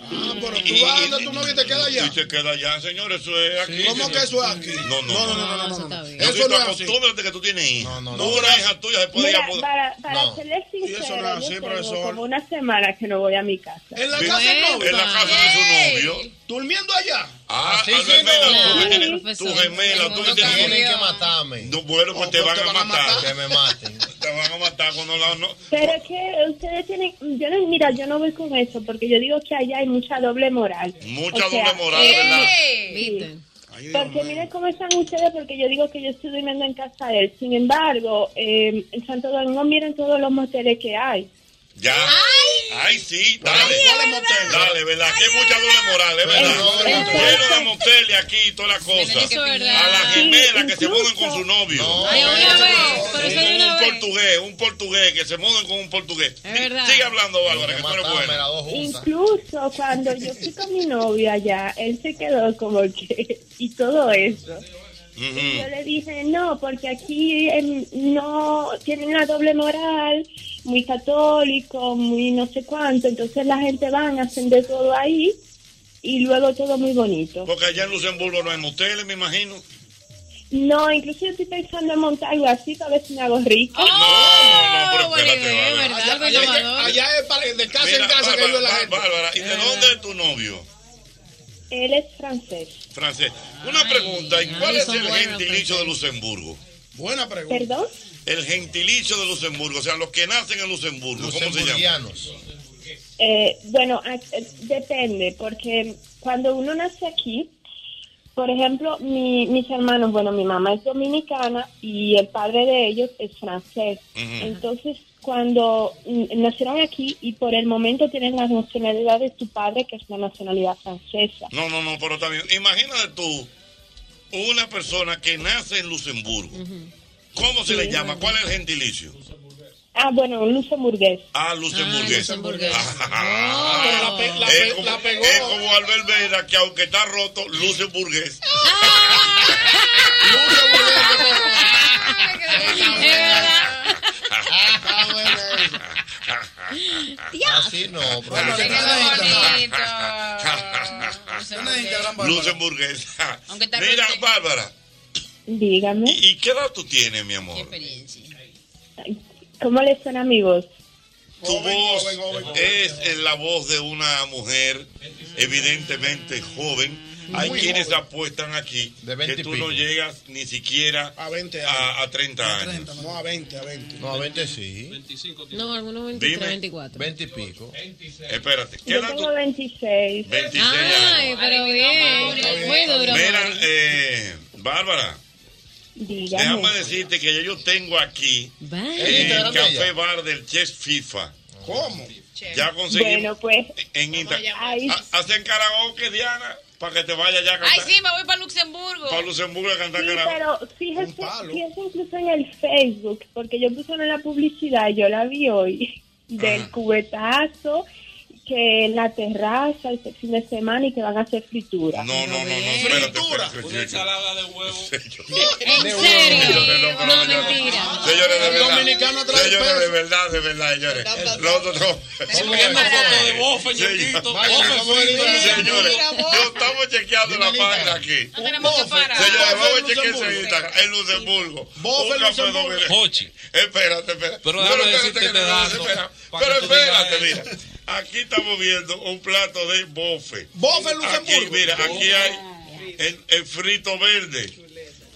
[SPEAKER 12] Ah, pero
[SPEAKER 19] tú vas donde tu novio y te quedas allá.
[SPEAKER 12] Y te quedas allá, señor, eso es aquí.
[SPEAKER 19] ¿Cómo
[SPEAKER 12] señor.
[SPEAKER 19] que eso es aquí?
[SPEAKER 12] No, no,
[SPEAKER 19] No, no, no, no, no, no, no. Eso no es así.
[SPEAKER 12] Acostúmbrate que tú tienes hija. No, no,
[SPEAKER 19] no.
[SPEAKER 12] Una hija tuya se puede ir
[SPEAKER 26] Mira,
[SPEAKER 12] a poder-
[SPEAKER 26] para, para
[SPEAKER 12] No.
[SPEAKER 26] serles sincera,
[SPEAKER 12] eso no es así,
[SPEAKER 26] yo tengo
[SPEAKER 12] profesor.
[SPEAKER 26] como una semana que no voy a mi casa.
[SPEAKER 19] En la
[SPEAKER 12] Sí.
[SPEAKER 19] casa del novio.
[SPEAKER 12] En la casa de su novio.
[SPEAKER 19] Durmiendo allá.
[SPEAKER 12] Ah,
[SPEAKER 19] Así
[SPEAKER 12] a
[SPEAKER 19] sí,
[SPEAKER 12] gemela,
[SPEAKER 19] no.
[SPEAKER 12] tú que
[SPEAKER 19] Ay,
[SPEAKER 12] tienes-
[SPEAKER 19] profesor,
[SPEAKER 12] tu gemela, tú que
[SPEAKER 19] el
[SPEAKER 12] tienes.
[SPEAKER 19] mundo cambió. Tienen que
[SPEAKER 12] matarme. No, bueno, pues te van a matar. Que me maten. Te van a matar cuando la. No,
[SPEAKER 26] Pero es que ustedes tienen, yo no, mira, yo no voy con eso, porque yo digo que allá hay mucha doble moral.
[SPEAKER 12] Mucha
[SPEAKER 26] O sea,
[SPEAKER 12] doble moral,
[SPEAKER 26] sí.
[SPEAKER 12] ¿verdad?
[SPEAKER 26] Sí. Porque miren cómo están ustedes, porque yo digo que yo estoy durmiendo en casa de él. Sin embargo, eh, en Santo Domingo miren todos los moteles que hay.
[SPEAKER 12] Ya. Ay, sí, dale. dale, motel. Dale, ¿verdad? Que mucha doble moral, es verdad. Lleno de motel y aquí y toda la cosa.
[SPEAKER 1] Eso es verdad.
[SPEAKER 12] A la gemela que se mudan con su novio.
[SPEAKER 1] Ay, una vez, por eso de
[SPEAKER 12] un,
[SPEAKER 1] una
[SPEAKER 12] un
[SPEAKER 1] vez.
[SPEAKER 12] portugués, un portugués, que se muden con un portugués.
[SPEAKER 1] Es verdad.
[SPEAKER 12] Sigue hablando, Bárbara, que tú eres buena.
[SPEAKER 26] Incluso cuando yo fui con mi novio allá, él se quedó como que, y todo eso.
[SPEAKER 12] Ujú.
[SPEAKER 26] Yo le dije, no, porque aquí em, no tienen una doble moral, muy católico, muy no sé cuánto, entonces la gente van a ascender todo ahí y luego todo muy bonito.
[SPEAKER 12] Porque allá en Luxemburgo no hay moteles, me imagino.
[SPEAKER 26] No, incluso yo estoy pensando en montar algo así para ver si me hago
[SPEAKER 1] Oh,
[SPEAKER 26] rico.
[SPEAKER 12] No, pero espérate, Bárbara.
[SPEAKER 19] Allá,
[SPEAKER 1] pues,
[SPEAKER 19] allá, allá, allá es para- de casa
[SPEAKER 12] Mira,
[SPEAKER 19] en casa que
[SPEAKER 12] Bárbara,
[SPEAKER 19] vive la gente.
[SPEAKER 12] Bárbara, ¿y de dónde es tu novio?
[SPEAKER 26] Él es francés.
[SPEAKER 12] Francés. Una pregunta, ¿y cuál
[SPEAKER 26] ay,
[SPEAKER 12] es
[SPEAKER 26] son
[SPEAKER 12] el
[SPEAKER 26] buenos,
[SPEAKER 12] gentilicio de Luxemburgo? Buena pregunta.
[SPEAKER 26] ¿Perdón?
[SPEAKER 12] El gentilicio de Luxemburgo, o sea, los que nacen en Luxemburgo, ¿cómo se llaman?
[SPEAKER 26] Eh, bueno, a- eh, depende, porque cuando uno nace aquí, por ejemplo, mi- mis hermanos, bueno, mi mamá es dominicana y el padre de ellos es francés.
[SPEAKER 1] Ujú.
[SPEAKER 26] Entonces, cuando mm, nacieron aquí y por el momento tienen la nacionalidad de tu padre, que es la nacionalidad francesa.
[SPEAKER 12] No, no, no, pero también, imagínate tú, una persona que nace en Luxemburgo, ¿cómo se le llama? ¿Cuál es el gentilicio?
[SPEAKER 26] Ah, bueno, un luxemburgués.
[SPEAKER 12] Ah, luxemburgués. Ah,
[SPEAKER 26] No, pero la
[SPEAKER 12] es
[SPEAKER 26] pe-
[SPEAKER 12] como-
[SPEAKER 26] la pegó.
[SPEAKER 12] Es como Albert Vera, que aunque está roto, luxemburgués. Ah.
[SPEAKER 19] Así no,
[SPEAKER 12] Bueno,
[SPEAKER 19] profesor.
[SPEAKER 12] Luxemburgués.
[SPEAKER 20] Aunque está
[SPEAKER 12] Mira,
[SPEAKER 20] roto.
[SPEAKER 12] Bárbara,
[SPEAKER 26] Dígame,
[SPEAKER 12] ¿y qué edad tú tienes, mi amor?
[SPEAKER 26] ¿cómo le suena a mi voz?
[SPEAKER 12] Tu voz es eh, la voz de una mujer evidentemente joven. Hay
[SPEAKER 19] Muy
[SPEAKER 12] quienes
[SPEAKER 19] joven.
[SPEAKER 12] apuestan aquí que
[SPEAKER 19] 20 y
[SPEAKER 12] tú no
[SPEAKER 19] pico.
[SPEAKER 12] llegas ni siquiera a, 20 a, 30 años.
[SPEAKER 19] No, a 20, a 20. No, a 20 sí. 25
[SPEAKER 20] No, algunos 23,
[SPEAKER 12] Dime.
[SPEAKER 20] 24.
[SPEAKER 19] 20 y pico.
[SPEAKER 12] Espérate, ¿qué
[SPEAKER 26] Yo
[SPEAKER 12] edad tú
[SPEAKER 26] tengo 26.
[SPEAKER 12] 26
[SPEAKER 20] Ay,
[SPEAKER 12] años.
[SPEAKER 20] pero bien. Muy duro.
[SPEAKER 12] Mira, eh, Bárbara,
[SPEAKER 26] Dígame.
[SPEAKER 12] déjame decirte que ya yo tengo aquí el
[SPEAKER 26] Instagram de
[SPEAKER 12] café bar del Chef FIFA.
[SPEAKER 19] ¿Cómo?
[SPEAKER 12] Ya
[SPEAKER 20] Ah.
[SPEAKER 26] Bueno,
[SPEAKER 12] conseguimos
[SPEAKER 26] pues,
[SPEAKER 12] en Instagram.
[SPEAKER 26] Ay.
[SPEAKER 12] Ha- Hacen karaoke, Diana, para que te vaya ya a
[SPEAKER 20] Ay,
[SPEAKER 12] cantar.
[SPEAKER 20] sí, me voy para Luxemburgo.
[SPEAKER 12] Para Luxemburgo a cantar
[SPEAKER 26] Sí,
[SPEAKER 12] karaoke.
[SPEAKER 26] pero fíjese, fíjese incluso en el Facebook, porque yo puse una en la publicidad, yo la vi hoy, del cubetazo, que en la terraza este fin de semana y que van a hacer fritura.
[SPEAKER 12] No, no, no, no, espérate, espérate. Una ensalada de huevo.
[SPEAKER 20] ¿En serio?
[SPEAKER 12] No,
[SPEAKER 20] No,
[SPEAKER 12] señores,
[SPEAKER 20] mentira.
[SPEAKER 12] Señores, de
[SPEAKER 20] El
[SPEAKER 12] verdad.
[SPEAKER 20] dominicano trae
[SPEAKER 12] Señores, de
[SPEAKER 20] peso.
[SPEAKER 12] verdad, de verdad, señores. Nosotros no.
[SPEAKER 1] Subiendo fotos de bofe,
[SPEAKER 12] Señores,
[SPEAKER 1] ñonguito,
[SPEAKER 12] vaya,
[SPEAKER 1] bofe
[SPEAKER 12] vamos a
[SPEAKER 1] frito,
[SPEAKER 12] ver, Señores,
[SPEAKER 1] ñonguito.
[SPEAKER 12] yo estamos chequeando la página aquí.
[SPEAKER 1] No tenemos que
[SPEAKER 12] Señores,
[SPEAKER 1] parar.
[SPEAKER 12] vamos
[SPEAKER 1] Bofe
[SPEAKER 12] a
[SPEAKER 1] en
[SPEAKER 12] chequear ese
[SPEAKER 1] Luxemburgo.
[SPEAKER 12] Instagram. En Luxemburgo.
[SPEAKER 1] Bofe en
[SPEAKER 12] Un café
[SPEAKER 1] Luxemburgo.
[SPEAKER 12] dominicano. Espérate, espérate.
[SPEAKER 1] Pero déjame
[SPEAKER 12] espérate
[SPEAKER 1] decirte
[SPEAKER 12] que
[SPEAKER 1] este
[SPEAKER 12] no,
[SPEAKER 1] dato,
[SPEAKER 12] espera.
[SPEAKER 1] pa'
[SPEAKER 12] Pero
[SPEAKER 1] que tú digas
[SPEAKER 12] espérate, mira. Aquí estamos viendo un plato de bofe.
[SPEAKER 1] Bofe
[SPEAKER 12] Aquí,
[SPEAKER 1] en Luxemburgo.
[SPEAKER 12] mira, aquí hay el, el frito verde.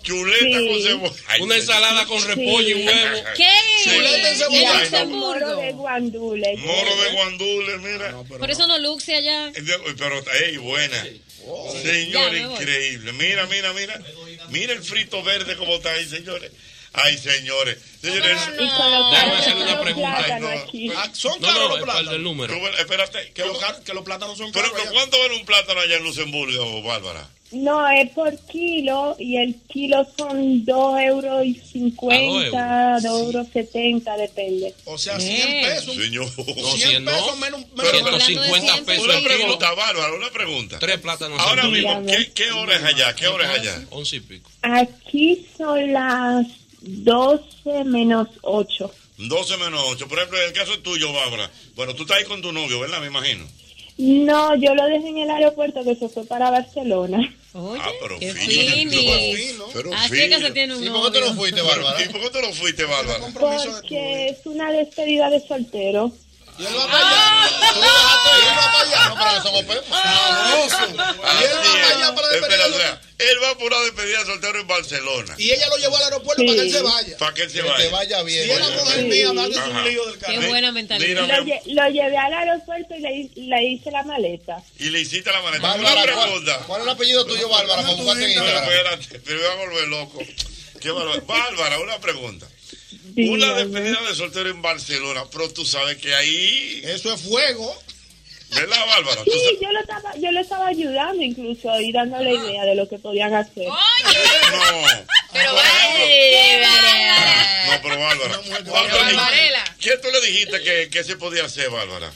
[SPEAKER 12] Chuleta
[SPEAKER 1] Sí.
[SPEAKER 12] con cebolla.
[SPEAKER 1] Una ensalada con repollo y huevo.
[SPEAKER 20] ¿Qué?
[SPEAKER 12] Chuleta en
[SPEAKER 20] Y
[SPEAKER 12] cebolla.
[SPEAKER 20] Luxemburgo.
[SPEAKER 26] de guandule.
[SPEAKER 12] Moro de guandule, mira.
[SPEAKER 1] Ah,
[SPEAKER 20] Por eso no luxe allá.
[SPEAKER 12] Eh, Pero, ey, buena. Oh. Señor,
[SPEAKER 20] Ya, me voy.
[SPEAKER 12] increíble. Mira, mira, mira. Mira el frito verde como está ahí, señores. Ay, señores. Señores,
[SPEAKER 1] Y con los Déjame hacerle una pregunta.
[SPEAKER 12] Ay, no.
[SPEAKER 19] Ah, Son
[SPEAKER 1] No,
[SPEAKER 19] caros
[SPEAKER 1] no,
[SPEAKER 19] los
[SPEAKER 1] el-
[SPEAKER 19] plátanos.
[SPEAKER 1] el número.
[SPEAKER 12] Tú, bueno, espérate.
[SPEAKER 19] Que los, car- que los plátanos son
[SPEAKER 12] Pero
[SPEAKER 19] caros. allá.
[SPEAKER 12] ¿cuánto vale un plátano allá en Luxemburgo, Bárbara?
[SPEAKER 26] No, es por kilo y el kilo son 2 euros y
[SPEAKER 12] Ah,
[SPEAKER 26] 50, 2 euros 70, depende.
[SPEAKER 19] O sea, 100 pesos.
[SPEAKER 12] Señor.
[SPEAKER 19] 100 pesos menos
[SPEAKER 12] Pero,
[SPEAKER 19] menos-
[SPEAKER 12] 50 pesos. Una pregunta, Bárbara, una pregunta. Tres
[SPEAKER 22] plátanos.
[SPEAKER 12] Ahora
[SPEAKER 26] al
[SPEAKER 12] mismo,
[SPEAKER 26] kilo.
[SPEAKER 12] ¿qué, qué hora es allá? ¿Qué hora es allá?
[SPEAKER 22] Once y pico.
[SPEAKER 26] Aquí son las 12 menos 8.
[SPEAKER 12] 12 menos 8. Por ejemplo, en el caso tuyo, Bárbara. Bueno, tú estás ahí con tu novio, ¿verdad? Me imagino.
[SPEAKER 26] No, yo lo dejé en el aeropuerto que se fue para Barcelona.
[SPEAKER 12] ah, pero
[SPEAKER 26] qué
[SPEAKER 12] fino.
[SPEAKER 26] finis.
[SPEAKER 12] Pero
[SPEAKER 26] Así
[SPEAKER 12] fino.
[SPEAKER 26] es que se tiene un ¿Y por qué tú no novio. fuiste, Bárbara?
[SPEAKER 12] ¿Y por qué tú no fuiste, Bárbara?
[SPEAKER 26] Porque es una despedida de soltero.
[SPEAKER 20] Ah.
[SPEAKER 12] Así
[SPEAKER 26] Ah,
[SPEAKER 12] es. Espera, o sea, él va por una despedida de soltero en Barcelona.
[SPEAKER 19] Y ella lo llevó al aeropuerto para que él se vaya.
[SPEAKER 12] Para que él se
[SPEAKER 19] Que
[SPEAKER 12] vaya.
[SPEAKER 19] te vaya bien. Si era mujer
[SPEAKER 12] Sí.
[SPEAKER 19] mía, date un
[SPEAKER 12] Ajá.
[SPEAKER 19] lío del
[SPEAKER 12] Qué Mi- buena mentalidad. mira,
[SPEAKER 26] Lo, lle- lo llevé al aeropuerto y le, hi- le hice la maleta.
[SPEAKER 12] Y le hiciste la maleta.
[SPEAKER 19] Bárbara,
[SPEAKER 12] una
[SPEAKER 19] ¿cuál-
[SPEAKER 12] pregunta.
[SPEAKER 19] ¿Cuál es el apellido tuyo, Bárbara? Para buscarte en
[SPEAKER 12] No,
[SPEAKER 19] Instagram.
[SPEAKER 12] espérate, pero me voy a volver loco. Qué bárbaro. Bárbara, una pregunta. una despedida de soltero en Barcelona, pero tú sabes que ahí.
[SPEAKER 19] Eso es fuego.
[SPEAKER 12] ¿Verdad, Bárbara? Tú
[SPEAKER 26] Sí,
[SPEAKER 12] sabes-
[SPEAKER 26] yo lo estaba, yo lo estaba ayudando incluso y
[SPEAKER 12] Ah.
[SPEAKER 26] dándole idea de lo que podían hacer.
[SPEAKER 12] Pero Bárbara. No, pero Bárbara. Bárbara, ¿y-
[SPEAKER 26] Barbarela.
[SPEAKER 12] ¿Qué tú le dijiste que, que se podía hacer, Bárbara?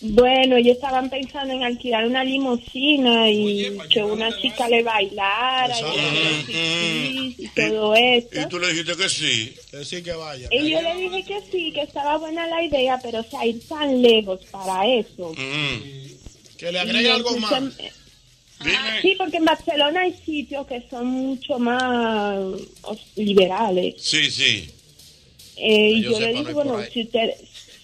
[SPEAKER 26] Bueno, ellos estaban pensando en alquilar una limusina y que una chica le bailara y, y todo eso.
[SPEAKER 12] Y tú le dijiste que sí.
[SPEAKER 19] Que sí, que vaya.
[SPEAKER 26] Y yo le dije que sí, que estaba buena la idea, pero o sea, ir tan lejos para eso.
[SPEAKER 12] Mm.
[SPEAKER 19] Que le agregue algo
[SPEAKER 26] Y
[SPEAKER 19] más.
[SPEAKER 26] entonces, Sí, porque en Barcelona hay sitios que son mucho más os- liberales.
[SPEAKER 12] Sí, sí.
[SPEAKER 26] Eh, y
[SPEAKER 12] Que yo
[SPEAKER 26] yo, le
[SPEAKER 12] sepa, no
[SPEAKER 26] dije,
[SPEAKER 12] hay
[SPEAKER 26] bueno,
[SPEAKER 12] por ahí.
[SPEAKER 26] si, usted-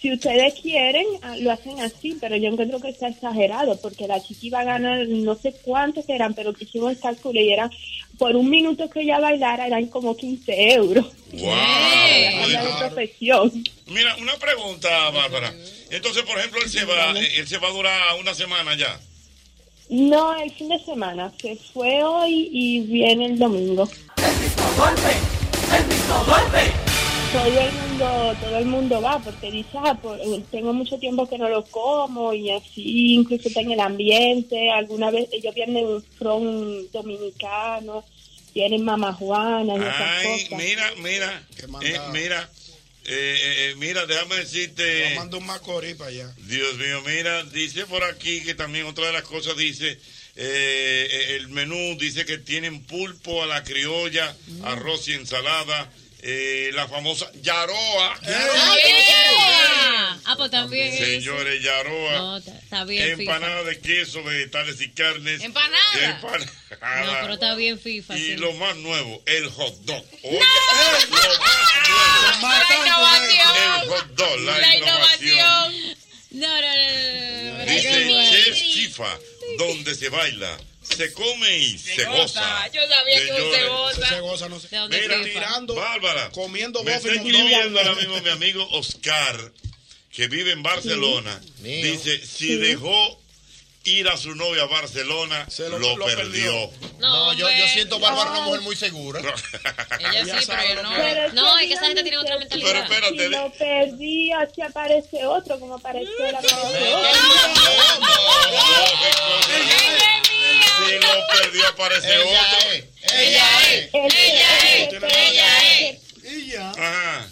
[SPEAKER 26] si ustedes quieren, ah, lo hacen así, pero yo encuentro que está exagerado, porque la chiqui iba a ganar no sé cuántos eran, pero que hicimos el cálculo y era, por un minuto que ella bailara, eran como 15 euros.
[SPEAKER 12] ¡Wow!
[SPEAKER 26] Eh, Habla de profesión.
[SPEAKER 12] Ah, Mira, una pregunta, Bárbara. Entonces, por ejemplo, él se va, él se va a durar una semana ya.
[SPEAKER 26] No, el fin de semana, se fue hoy y viene el domingo. Todo el mundo, todo el mundo va porque dice, ah, por- tengo mucho tiempo que no lo como y así, incluso está en el ambiente. Alguna vez ellos vienen un front dominicano, tienen mamá Juana y esas
[SPEAKER 12] Ay,
[SPEAKER 26] cosas.
[SPEAKER 12] mira, mira, eh, mira, eh, eh, eh, mira, déjame decirte.
[SPEAKER 19] Mando un macorí para allá.
[SPEAKER 12] Dios mío, mira, dice por aquí que también otra de las cosas dice. eh, eh, el menú dice que tienen pulpo a la criolla,
[SPEAKER 20] Mm.
[SPEAKER 12] arroz y ensalada, eh, la famosa Yaroa.
[SPEAKER 20] Ah, pues también.
[SPEAKER 12] Señores, Yaroa.
[SPEAKER 20] No, está- está bien,
[SPEAKER 12] empanada de queso, vegetales y carnes.
[SPEAKER 20] Empanada.
[SPEAKER 12] Empanada.
[SPEAKER 20] No, pero está bien FIFA.
[SPEAKER 12] Y
[SPEAKER 20] sí.
[SPEAKER 12] lo más nuevo, el hot dog. Oye,
[SPEAKER 20] La
[SPEAKER 12] el
[SPEAKER 20] innovación.
[SPEAKER 12] hot dog, la,
[SPEAKER 20] La
[SPEAKER 12] innovación.
[SPEAKER 20] innovación. No, no, no, no, no.
[SPEAKER 12] Dice
[SPEAKER 20] Ay,
[SPEAKER 12] Chef Chifa, donde se baila, se come y se, goza.
[SPEAKER 20] Yo sabía que un
[SPEAKER 12] Señores,
[SPEAKER 20] cebosa.
[SPEAKER 19] Se goza, no sé.
[SPEAKER 20] ¿De dónde
[SPEAKER 19] Mira,
[SPEAKER 20] fue?
[SPEAKER 19] tirando,
[SPEAKER 12] Bárbara,
[SPEAKER 19] comiendo
[SPEAKER 12] me
[SPEAKER 19] bofe
[SPEAKER 12] está
[SPEAKER 19] y
[SPEAKER 12] escribiendo ahora
[SPEAKER 19] mondongo.
[SPEAKER 12] mismo mi amigo Oscar, que vive en Barcelona. Dice, si
[SPEAKER 19] Sí.
[SPEAKER 12] dejó ir a su novia a Barcelona, lo, perdió.
[SPEAKER 19] No, yo, yo
[SPEAKER 20] hombre.
[SPEAKER 19] siento Bárbara una mujer muy segura.
[SPEAKER 20] Ella sí, pero yo no.
[SPEAKER 26] Pero
[SPEAKER 20] No, es que
[SPEAKER 26] digan
[SPEAKER 20] esa gente tiene otra mentalidad. Pero espérate,
[SPEAKER 26] Si lo perdí, así aparece otro, como apareció la
[SPEAKER 12] Si lo perdió, aparece otro. Ajá.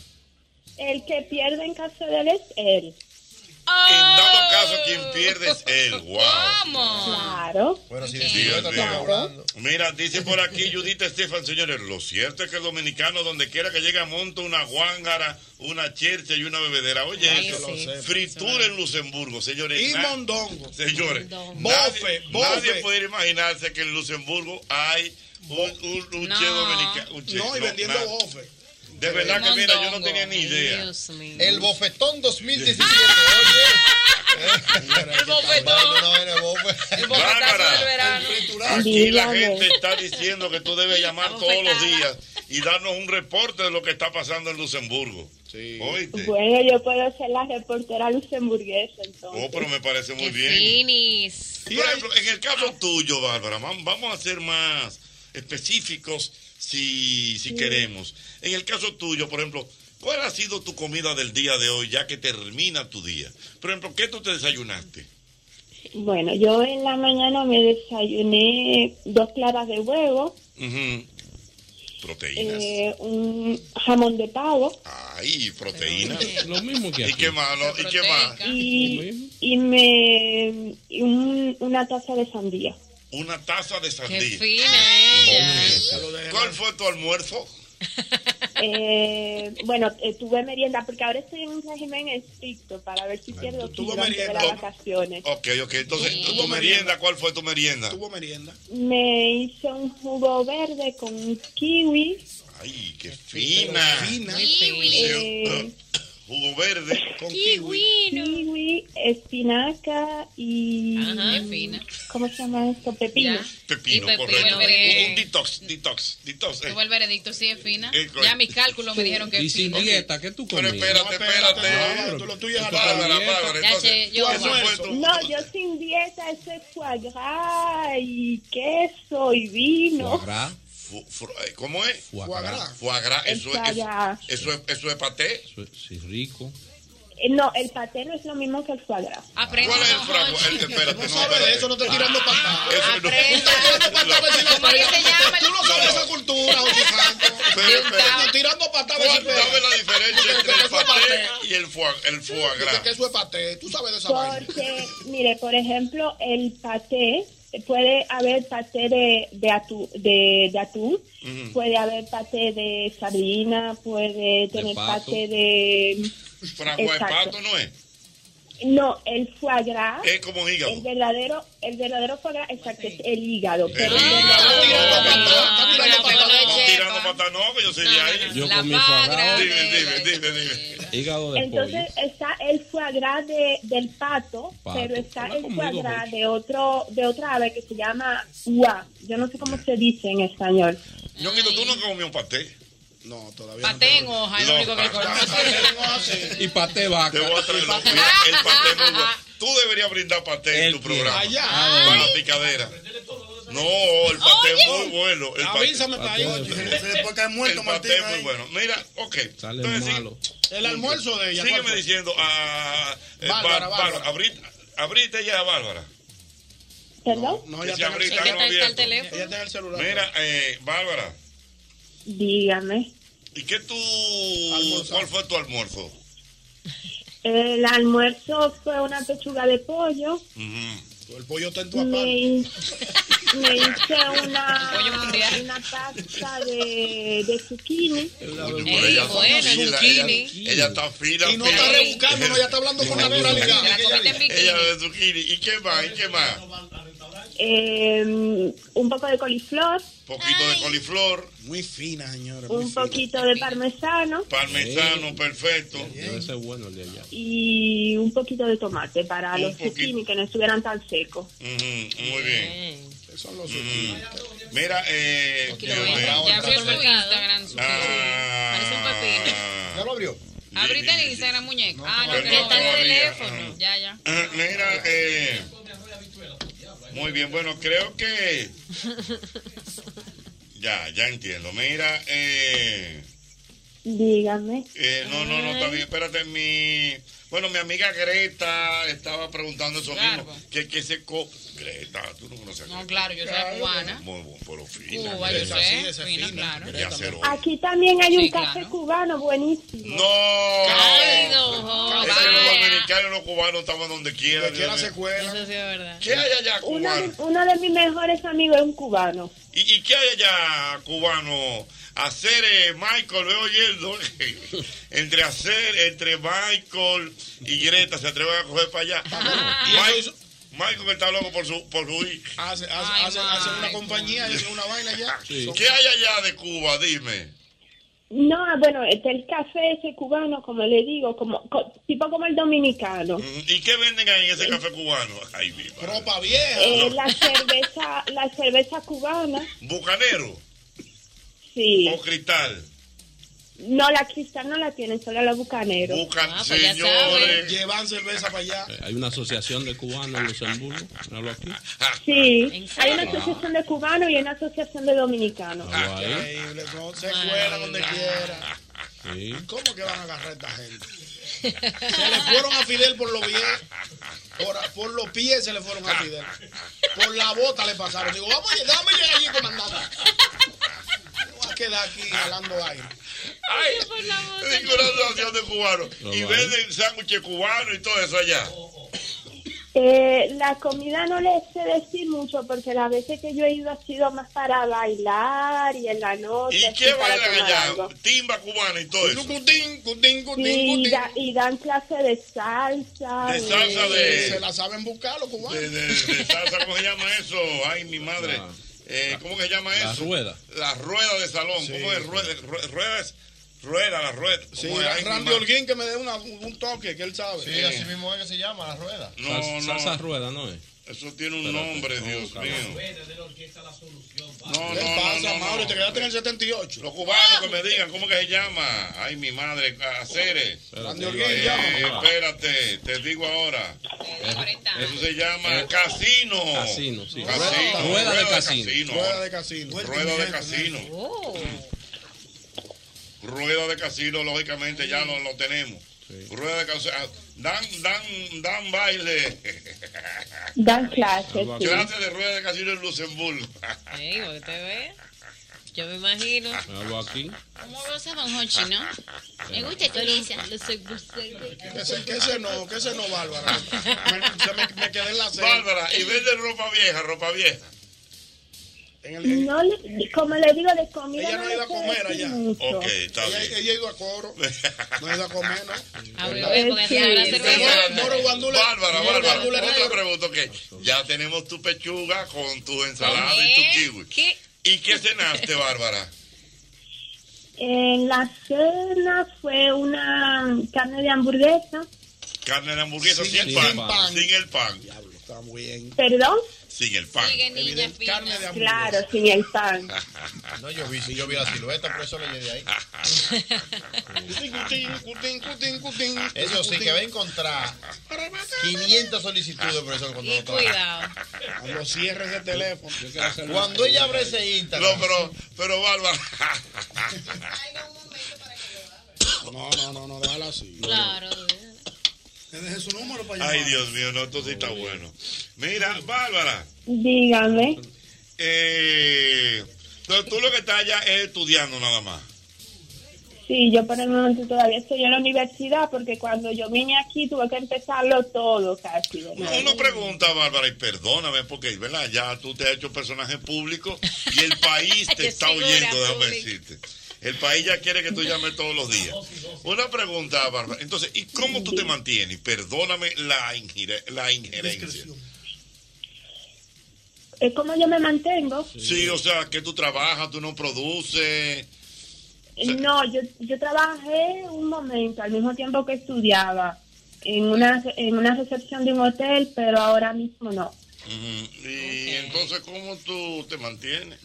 [SPEAKER 26] El que pierde en caso de él es él.
[SPEAKER 12] En dado caso, quien pierde es él. Wow.
[SPEAKER 20] Ah.
[SPEAKER 26] Claro.
[SPEAKER 12] Dios mío. Mira, dice por aquí Judith Estefan, señores, lo cierto es que el dominicano, donde quiera que llega, monta una guángara, una chercha y una bebedera. Oye,
[SPEAKER 19] Ay,
[SPEAKER 12] eso,
[SPEAKER 19] sí.
[SPEAKER 12] fritura en Luxemburgo, señores.
[SPEAKER 19] Y
[SPEAKER 12] na-
[SPEAKER 19] mondongo.
[SPEAKER 12] Señores,
[SPEAKER 19] Mondongo.
[SPEAKER 12] nadie,
[SPEAKER 19] Bofe,
[SPEAKER 12] nadie
[SPEAKER 19] bofe.
[SPEAKER 12] pudiera imaginarse que en Luxemburgo hay un, un, un
[SPEAKER 19] No.
[SPEAKER 12] che dominicano. un che,
[SPEAKER 19] No, y vendiendo
[SPEAKER 12] nada.
[SPEAKER 19] bofe.
[SPEAKER 12] De verdad que mira, yo no tenía ni idea. Ah.
[SPEAKER 19] El bofetón 2017. Oye. el bofetón. El
[SPEAKER 12] pues. Bárbara, aquí la gente está diciendo que tú debes llamar todos los días y darnos un reporte de lo que está pasando en Luxemburgo. Oíste.
[SPEAKER 26] Bueno, yo puedo ser la reportera luxemburguesa, entonces.
[SPEAKER 12] Oh, pero me parece muy bien.
[SPEAKER 20] Finis.
[SPEAKER 12] Por ejemplo, en el caso tuyo, Bárbara, vam- vamos a ser más específicos si, si
[SPEAKER 26] Sí.
[SPEAKER 12] queremos. En el caso tuyo, por ejemplo, ¿cuál ha sido tu comida del día de hoy ya que termina tu día? Por ejemplo, ¿qué tú te desayunaste?
[SPEAKER 26] Bueno, yo en la mañana me desayuné dos claras de huevo,
[SPEAKER 12] Proteínas.
[SPEAKER 26] eh, un jamón de pavo
[SPEAKER 12] Ahí, proteínas. Lo mismo que ¿Y qué más? lo- ¿Y Ah, qué más?
[SPEAKER 26] y, y me y un- una taza de sandía.
[SPEAKER 12] Una taza de sandía.
[SPEAKER 26] ella.
[SPEAKER 12] ¿Cuál fue tu almuerzo?
[SPEAKER 26] Eh, bueno, eh, tuve merienda porque ahora estoy en un régimen estricto para ver si pierdo kilo antes de las vacaciones.
[SPEAKER 12] Ok, ok. Entonces, ¿tu merienda? ¿Cuál fue tu merienda? Tuvo merienda.
[SPEAKER 26] Me hice un jugo verde con kiwi.
[SPEAKER 12] Ay, qué fina.
[SPEAKER 26] Eh,
[SPEAKER 12] Jugo verde. Con
[SPEAKER 26] kiwi, espinaca y... ¿Cómo se llama esto? Pepino.
[SPEAKER 12] Pepino,
[SPEAKER 20] Y pepino
[SPEAKER 12] correcto.
[SPEAKER 20] verde.
[SPEAKER 12] Un, un detox, detox, detox. eh.
[SPEAKER 20] Tuvo el veredicto, sí es fina.
[SPEAKER 12] Eh, correcto.
[SPEAKER 20] Ya mis cálculos me dijeron que
[SPEAKER 30] Y
[SPEAKER 20] es
[SPEAKER 30] sin
[SPEAKER 20] fina.
[SPEAKER 30] dieta, ¿qué tú comes?
[SPEAKER 12] Pero espérate, espérate. lo tuyo es Bárbara, Bárbara.
[SPEAKER 20] Ya
[SPEAKER 12] Entonces,
[SPEAKER 20] sé, yo-
[SPEAKER 12] eso fue tu-
[SPEAKER 26] No, yo sin dieta, eso es foie gras y queso y vino.
[SPEAKER 12] Fu- fru- eh, ¿Cómo es?
[SPEAKER 30] Foie
[SPEAKER 26] gras.
[SPEAKER 12] Foie gras, eso
[SPEAKER 26] El foie
[SPEAKER 12] es. Eso,
[SPEAKER 26] gras.
[SPEAKER 12] eso es, eso es paté.
[SPEAKER 30] Sí, rico.
[SPEAKER 26] Eh, No, el paté no es lo mismo que el foie gras.
[SPEAKER 12] ¿Cuál es el fragua? Eh, Espérate, no, espérate. Ah,
[SPEAKER 19] Eso no te tirando patada.
[SPEAKER 12] Eso no.
[SPEAKER 19] ¿Cómo
[SPEAKER 12] que se llama el-
[SPEAKER 19] Tú no sabes esa cultura, José Santos. No, Tirando patadas.
[SPEAKER 12] ¿Cuál sabes la diferencia entre el paté y el foie, el foie
[SPEAKER 19] Dice
[SPEAKER 12] gras?
[SPEAKER 19] que eso es paté. Tú sabes de esa vaina.
[SPEAKER 26] Porque, mire, por ejemplo, el paté, puede haber paté de, de, atu- de, de atún,
[SPEAKER 19] Ujú.
[SPEAKER 26] puede haber paté de sardina, puede tener
[SPEAKER 12] pato.
[SPEAKER 26] paté de...
[SPEAKER 12] Fragua Pues, de
[SPEAKER 26] Exacto.
[SPEAKER 12] pato no es.
[SPEAKER 26] No, el foie gras.
[SPEAKER 12] Es como hígado.
[SPEAKER 26] El verdadero, el verdadero foie gras, exacto, es el hígado. pero-
[SPEAKER 12] No tirando patada, no, que yo soy de ahí.
[SPEAKER 30] Yo La comí foie gras. madre
[SPEAKER 12] Dime, dime, dime, dime.
[SPEAKER 30] Hígado de pollo.
[SPEAKER 26] Entonces está el foie gras de- del pato,
[SPEAKER 30] Pato.
[SPEAKER 26] pero está
[SPEAKER 30] Habla
[SPEAKER 26] el foie
[SPEAKER 30] conmigo,
[SPEAKER 26] gras
[SPEAKER 30] Jorge.
[SPEAKER 26] de, otro, de otra ave que se llama ua. Yo no sé cómo se dice en español.
[SPEAKER 12] Ñonguito, ¿tú no comió un paté? No, todavía
[SPEAKER 20] Paté en hoja, es lo
[SPEAKER 12] No,
[SPEAKER 20] único que conoce.
[SPEAKER 30] Y paté vaca.
[SPEAKER 12] Te voy a traer los- mira, el paté muy bueno. Tú deberías brindar paté en tu programa.
[SPEAKER 19] Allá.
[SPEAKER 12] Para la picadera. No, el paté es muy bueno. El paté-
[SPEAKER 19] Avísame para ahí. Después cae muerto,
[SPEAKER 12] El paté es muy
[SPEAKER 19] Martín.
[SPEAKER 12] bueno. Mira, ok. Entonces, sí,
[SPEAKER 19] El almuerzo de ella.
[SPEAKER 12] Sígueme diciendo a eh,
[SPEAKER 19] Eh, Bárbara,
[SPEAKER 12] Bár-
[SPEAKER 19] Bárbara.
[SPEAKER 12] Bárbara. Abrí- Abrite ya a Bárbara.
[SPEAKER 26] ¿Perdón?
[SPEAKER 12] No, ya abriste, no abierto.
[SPEAKER 19] teléfono. Ella está en el celular.
[SPEAKER 12] Mira, eh, Bárbara,
[SPEAKER 26] Dígame.
[SPEAKER 12] ¿y qué tú. ¿Cuál fue tu almuerzo?
[SPEAKER 26] El almuerzo fue una pechuga de pollo.
[SPEAKER 19] El pollo está en tu
[SPEAKER 26] Me,
[SPEAKER 19] aparte.
[SPEAKER 26] hi- me hice una,
[SPEAKER 19] Pollo mundial.
[SPEAKER 26] una pasta de, de zucchini.
[SPEAKER 12] Pero ella está fina, Ella, ella está fina. Y no está
[SPEAKER 19] rebuscando, no, ella está hablando con naturalidad.
[SPEAKER 12] Ella,
[SPEAKER 19] Te la comiste en bikini.
[SPEAKER 12] ella de zucchini. ¿Y qué más? ¿Y qué más?
[SPEAKER 26] eh, un poco de coliflor,
[SPEAKER 12] Poquito de coliflor.
[SPEAKER 19] Muy fina, señora.
[SPEAKER 26] un poquito de parmesano
[SPEAKER 12] Parmesano, perfecto.
[SPEAKER 30] Ese es bueno el de allá.
[SPEAKER 26] y un poquito de tomate para
[SPEAKER 12] Un
[SPEAKER 26] los
[SPEAKER 12] poquito.
[SPEAKER 26] zucchini que no estuvieran tan secos.
[SPEAKER 12] Ujú, muy bien. Ujú. Mira, eh. Dios mío.
[SPEAKER 20] Ya abrió su Instagram. Ah. su- Parece un pepino.
[SPEAKER 19] ¿Ya lo abrió?
[SPEAKER 20] Abriste el Instagram, muñeco. Ah, no,
[SPEAKER 12] todavía.
[SPEAKER 20] que no está el
[SPEAKER 12] Todavía,
[SPEAKER 20] teléfono. Ya, ya.
[SPEAKER 12] Ah, Mira, eh. Muy bien, bueno, creo que. Ya, ya entiendo. Mira, eh.
[SPEAKER 26] Dígame.
[SPEAKER 12] Eh, no, no, no, está bien. Espérate, mi. Bueno, mi amiga Greta estaba preguntando eso mismo. ¿Qué, qué se co. Greta, tú no conoces a Greta.
[SPEAKER 20] No, claro, yo soy cubana.
[SPEAKER 12] Muy bueno, pero fina.
[SPEAKER 20] Cuba, yo
[SPEAKER 12] Greta, sí,
[SPEAKER 20] sé.
[SPEAKER 12] esa
[SPEAKER 20] Fina, claro.
[SPEAKER 12] Greta Cerón.
[SPEAKER 26] Aquí también hay
[SPEAKER 12] Sí,
[SPEAKER 26] un café cubano buenísimo.
[SPEAKER 12] ¡No!
[SPEAKER 26] Ay,
[SPEAKER 20] don Jorge.
[SPEAKER 12] Es que los dominicanos y los cubanos estamos donde quiera.
[SPEAKER 19] Donde quiera
[SPEAKER 12] Dios mío.
[SPEAKER 19] se cuelan.
[SPEAKER 20] Eso sí es verdad.
[SPEAKER 12] ¿Qué hay allá,
[SPEAKER 26] Uno
[SPEAKER 12] cubano?
[SPEAKER 26] de, uno de mis mejores amigos es un cubano.
[SPEAKER 12] ¿Y, y qué hay allá, cubano? Hacer eh, Michael, veo yendo. entre hacer, entre Michael y Greta se atreven a coger para allá. Michael, Michael está loco por su por su hija.
[SPEAKER 19] Hace, hace, hace, hace una compañía, hace una vaina ya.
[SPEAKER 12] ¿Qué hay allá de Cuba? Dime.
[SPEAKER 26] No, bueno, este, el café ese cubano, como le digo, como co- tipo como el dominicano.
[SPEAKER 12] ¿Y qué venden ahí en ese café cubano? Ay, mi madre. Oh,
[SPEAKER 19] Ropa vieja.
[SPEAKER 26] Eh, la cerveza, la cerveza cubana,
[SPEAKER 12] ¿Bucanero
[SPEAKER 26] sí.
[SPEAKER 12] o cristal?
[SPEAKER 26] No, la cristal no la tienen, solo la bucanero.
[SPEAKER 19] Ah, pues Llevan cerveza para allá.
[SPEAKER 30] Eh, Hay una asociación de cubanos en Luxemburgo. Míralo aquí.
[SPEAKER 14] Ah,
[SPEAKER 26] Sí, hay una asociación de cubanos y una asociación de dominicanos.
[SPEAKER 12] Ah,
[SPEAKER 30] Míralo ahí.
[SPEAKER 19] Increíble, no se cuela donde quiera.
[SPEAKER 30] Sí.
[SPEAKER 19] ¿Cómo que van a agarrar a esta gente? Se le fueron a Fidel por lo bien.
[SPEAKER 3] Por, por los pies se le fueron a Fidel. Por la bota le pasaron. Digo, vamos, lle- déjame llegar allí, comandante. Me voy a quedar aquí
[SPEAKER 12] Ah.
[SPEAKER 3] jalando aire.
[SPEAKER 12] Ay,
[SPEAKER 3] boca.
[SPEAKER 12] ninguna asociación de cubanos. y
[SPEAKER 3] No,
[SPEAKER 12] venden sándwiches cubanos y todo eso allá.
[SPEAKER 26] Eh, la comida no le sé decir mucho porque las veces que yo he ido ha sido más para bailar y en la noche.
[SPEAKER 12] ¿Y
[SPEAKER 26] así,
[SPEAKER 12] qué
[SPEAKER 26] para
[SPEAKER 12] bailan
[SPEAKER 26] tomar
[SPEAKER 12] allá?
[SPEAKER 26] algo.
[SPEAKER 12] Timba cubana y todo eso. Cutín, cutín,
[SPEAKER 26] Y, da- y dan clase de salsa.
[SPEAKER 12] De salsa de-
[SPEAKER 3] Se la saben buscar los cubanos.
[SPEAKER 12] De, de- de salsa, ¿cómo se llama eso? Ay, mi madre. Eh, ¿Cómo que se llama eso?
[SPEAKER 4] La rueda.
[SPEAKER 12] La rueda de salón. ¿Cómo es? Rueda, rueda, rueda es- rueda, la rueda. ¿Cómo
[SPEAKER 3] Sí,
[SPEAKER 12] es? Ay, mi
[SPEAKER 3] Randy
[SPEAKER 12] madre.
[SPEAKER 3] Holguín que me dé una- un toque, que él sabe.
[SPEAKER 12] Sí, así
[SPEAKER 3] mismo es que se llama, la rueda.
[SPEAKER 12] No,
[SPEAKER 4] Sal-
[SPEAKER 12] no.
[SPEAKER 4] Salsa rueda, ¿no es?
[SPEAKER 12] Eso tiene un
[SPEAKER 4] Espérate.
[SPEAKER 12] nombre,
[SPEAKER 4] No,
[SPEAKER 12] Dios
[SPEAKER 4] cabrón.
[SPEAKER 12] mío.
[SPEAKER 3] No,
[SPEAKER 12] No,
[SPEAKER 3] ¿Qué
[SPEAKER 12] no,
[SPEAKER 3] pasa,
[SPEAKER 12] no, no,
[SPEAKER 3] Mauro?
[SPEAKER 12] no.
[SPEAKER 3] Te quedaste en el 78.
[SPEAKER 12] Los cubanos que me digan cómo que se llama. Ay, mi madre, Aceres.
[SPEAKER 3] Randy Holguín, llama.
[SPEAKER 12] espérate, te digo ahora. Eso se llama
[SPEAKER 4] Eh,
[SPEAKER 12] casino.
[SPEAKER 4] casino, sí.
[SPEAKER 12] Casino,
[SPEAKER 4] Rueda- rueda de casino.
[SPEAKER 3] Rueda de casino.
[SPEAKER 12] Rueda de casino. Rueda de casino, lógicamente, ya lo, lo tenemos. Rueda de casino. Ah, Dan, dan, dan baile.
[SPEAKER 26] Dan clases. sí.
[SPEAKER 12] Clase de rueda de casino en Luxemburgo.
[SPEAKER 20] Ey, porque te ve. Yo me imagino.
[SPEAKER 12] Ah,
[SPEAKER 4] Hago aquí.
[SPEAKER 20] ¿Cómo lo sabe Don Hochi, no? Me gusta tu Lisa.
[SPEAKER 3] Que se, que se no, que se no, Bárbara. Me, se me, me quedé en la serie.
[SPEAKER 12] Bárbara, y vende ropa vieja, ropa vieja.
[SPEAKER 26] No le- como le digo, de comida.
[SPEAKER 3] Ella
[SPEAKER 26] no
[SPEAKER 3] no
[SPEAKER 26] le
[SPEAKER 3] iba a
[SPEAKER 26] sé
[SPEAKER 3] comer
[SPEAKER 26] decir
[SPEAKER 3] allá.
[SPEAKER 26] mucho.
[SPEAKER 12] Ok, está
[SPEAKER 3] Ella,
[SPEAKER 12] bien.
[SPEAKER 3] ella iba a coro. No iba a comer, ¿no?
[SPEAKER 20] A
[SPEAKER 3] beber, porque Sí. ahora se bebe. Moro guandule-
[SPEAKER 12] Bárbara,
[SPEAKER 3] moro
[SPEAKER 12] Bárbara,
[SPEAKER 3] guandule
[SPEAKER 12] otra
[SPEAKER 3] negro.
[SPEAKER 12] pregunta, ok. Ya tenemos tu pechuga con tu ensalada y tu kiwi.
[SPEAKER 20] ¿Qué?
[SPEAKER 12] ¿Y qué cenaste, Bárbara?
[SPEAKER 26] En la cena fue una carne de hamburguesa.
[SPEAKER 12] Carne de hamburguesa sin,
[SPEAKER 3] el
[SPEAKER 12] pan,
[SPEAKER 3] pan.
[SPEAKER 12] Sin el pan.
[SPEAKER 3] Está muy bien.
[SPEAKER 26] Perdón.
[SPEAKER 12] Sin el pan.
[SPEAKER 3] Evidente, carne de hamburguesa.
[SPEAKER 26] Claro, sin el pan.
[SPEAKER 19] No, yo vi, sí, yo vi la silueta, por eso le llegué ahí. Eso sí, que va a encontrar 500 solicitudes, profesor, cuando lo trabaja.
[SPEAKER 3] A los cierres de teléfono.
[SPEAKER 19] Ah, Cuando ella abre ese Instagram.
[SPEAKER 12] No, pero, pero Bárbara.
[SPEAKER 3] No, no, no, no, déjala así.
[SPEAKER 20] Claro.
[SPEAKER 3] Que deje su número para llamar.
[SPEAKER 12] Ay, Dios mío, no, esto sí está bueno. Mira, Bárbara,
[SPEAKER 26] Dígame.
[SPEAKER 12] eh, tú- tú lo que estás allá es estudiando nada más.
[SPEAKER 26] Sí, yo por el momento todavía estoy en la universidad porque cuando yo vine aquí tuve que empezarlo todo casi. de nuevo.
[SPEAKER 12] Uno pregunta, Bárbara, y perdóname, porque ¿verdad? ya tú te has hecho personaje público y el país te
[SPEAKER 26] Yo
[SPEAKER 12] está
[SPEAKER 26] soy una
[SPEAKER 12] oyendo, déjame
[SPEAKER 26] pública.
[SPEAKER 12] decirte. El país ya quiere que tú llames todos los días. Una pregunta, Bárbara. Entonces, ¿y cómo tú te mantienes? Perdóname la, ingire- la injerencia.
[SPEAKER 26] Es como yo me mantengo.
[SPEAKER 12] Sí, o sea, que tú trabajas, tú no produces.
[SPEAKER 26] No, yo, yo trabajé un momento al mismo tiempo que estudiaba en una, en una recepción de un hotel, pero ahora mismo no.
[SPEAKER 12] Ujú. Y entonces, ¿cómo tú te mantienes?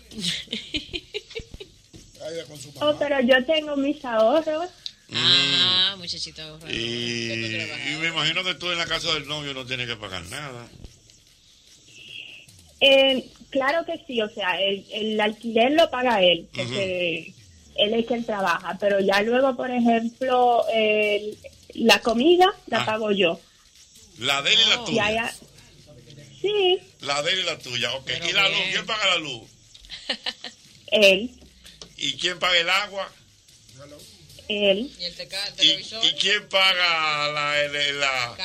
[SPEAKER 26] Oh, pero yo tengo mis ahorros.
[SPEAKER 20] Ah, muchachito ahorrado.
[SPEAKER 12] Mm. Y, y me imagino que tú en la casa del novio no tienes que pagar nada.
[SPEAKER 26] Eh, claro que sí, o sea, el, el alquiler lo paga él, porque él es quien trabaja, pero ya luego, por ejemplo, el- la comida la pago yo.
[SPEAKER 12] La de él y la
[SPEAKER 26] Y
[SPEAKER 12] tuya.
[SPEAKER 26] allá, sí,
[SPEAKER 12] La de él y la tuya, ok. ¿Y la luz? ¿Quién paga la luz?
[SPEAKER 26] él,
[SPEAKER 12] ¿Y quién paga el agua?
[SPEAKER 26] él.
[SPEAKER 12] ¿Y, y quién paga la, el- la,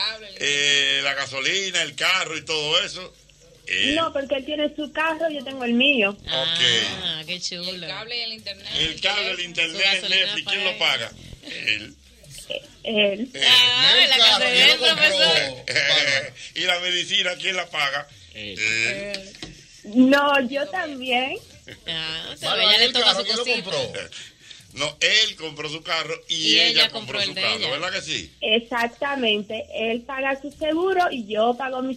[SPEAKER 12] eh, la gasolina, el carro y todo eso? Eh, Él.
[SPEAKER 26] No, porque él tiene su carro, yo tengo el mío.
[SPEAKER 12] Ok.
[SPEAKER 20] Ah, qué chulo. El cable y el internet.
[SPEAKER 12] El cable, el internet, el Netflix, ¿quién lo paga? Él.
[SPEAKER 26] Eh, Él.
[SPEAKER 20] Ah, la casa de él, profesor.
[SPEAKER 12] Eh, ¿Y la medicina, quién la paga? Eh. Él.
[SPEAKER 26] No, yo también.
[SPEAKER 20] Ah,
[SPEAKER 12] Bueno,
[SPEAKER 20] ya le
[SPEAKER 12] el
[SPEAKER 20] toca
[SPEAKER 12] carro,
[SPEAKER 20] su
[SPEAKER 12] ¿quién lo
[SPEAKER 20] cosita.
[SPEAKER 12] compró? No, él compró su carro y,
[SPEAKER 26] Y
[SPEAKER 12] ella,
[SPEAKER 26] ella
[SPEAKER 12] compró,
[SPEAKER 26] compró el
[SPEAKER 12] su
[SPEAKER 26] de
[SPEAKER 12] carro,
[SPEAKER 26] ella.
[SPEAKER 12] ¿verdad que sí?
[SPEAKER 26] Exactamente, él paga su seguro y yo pago mi...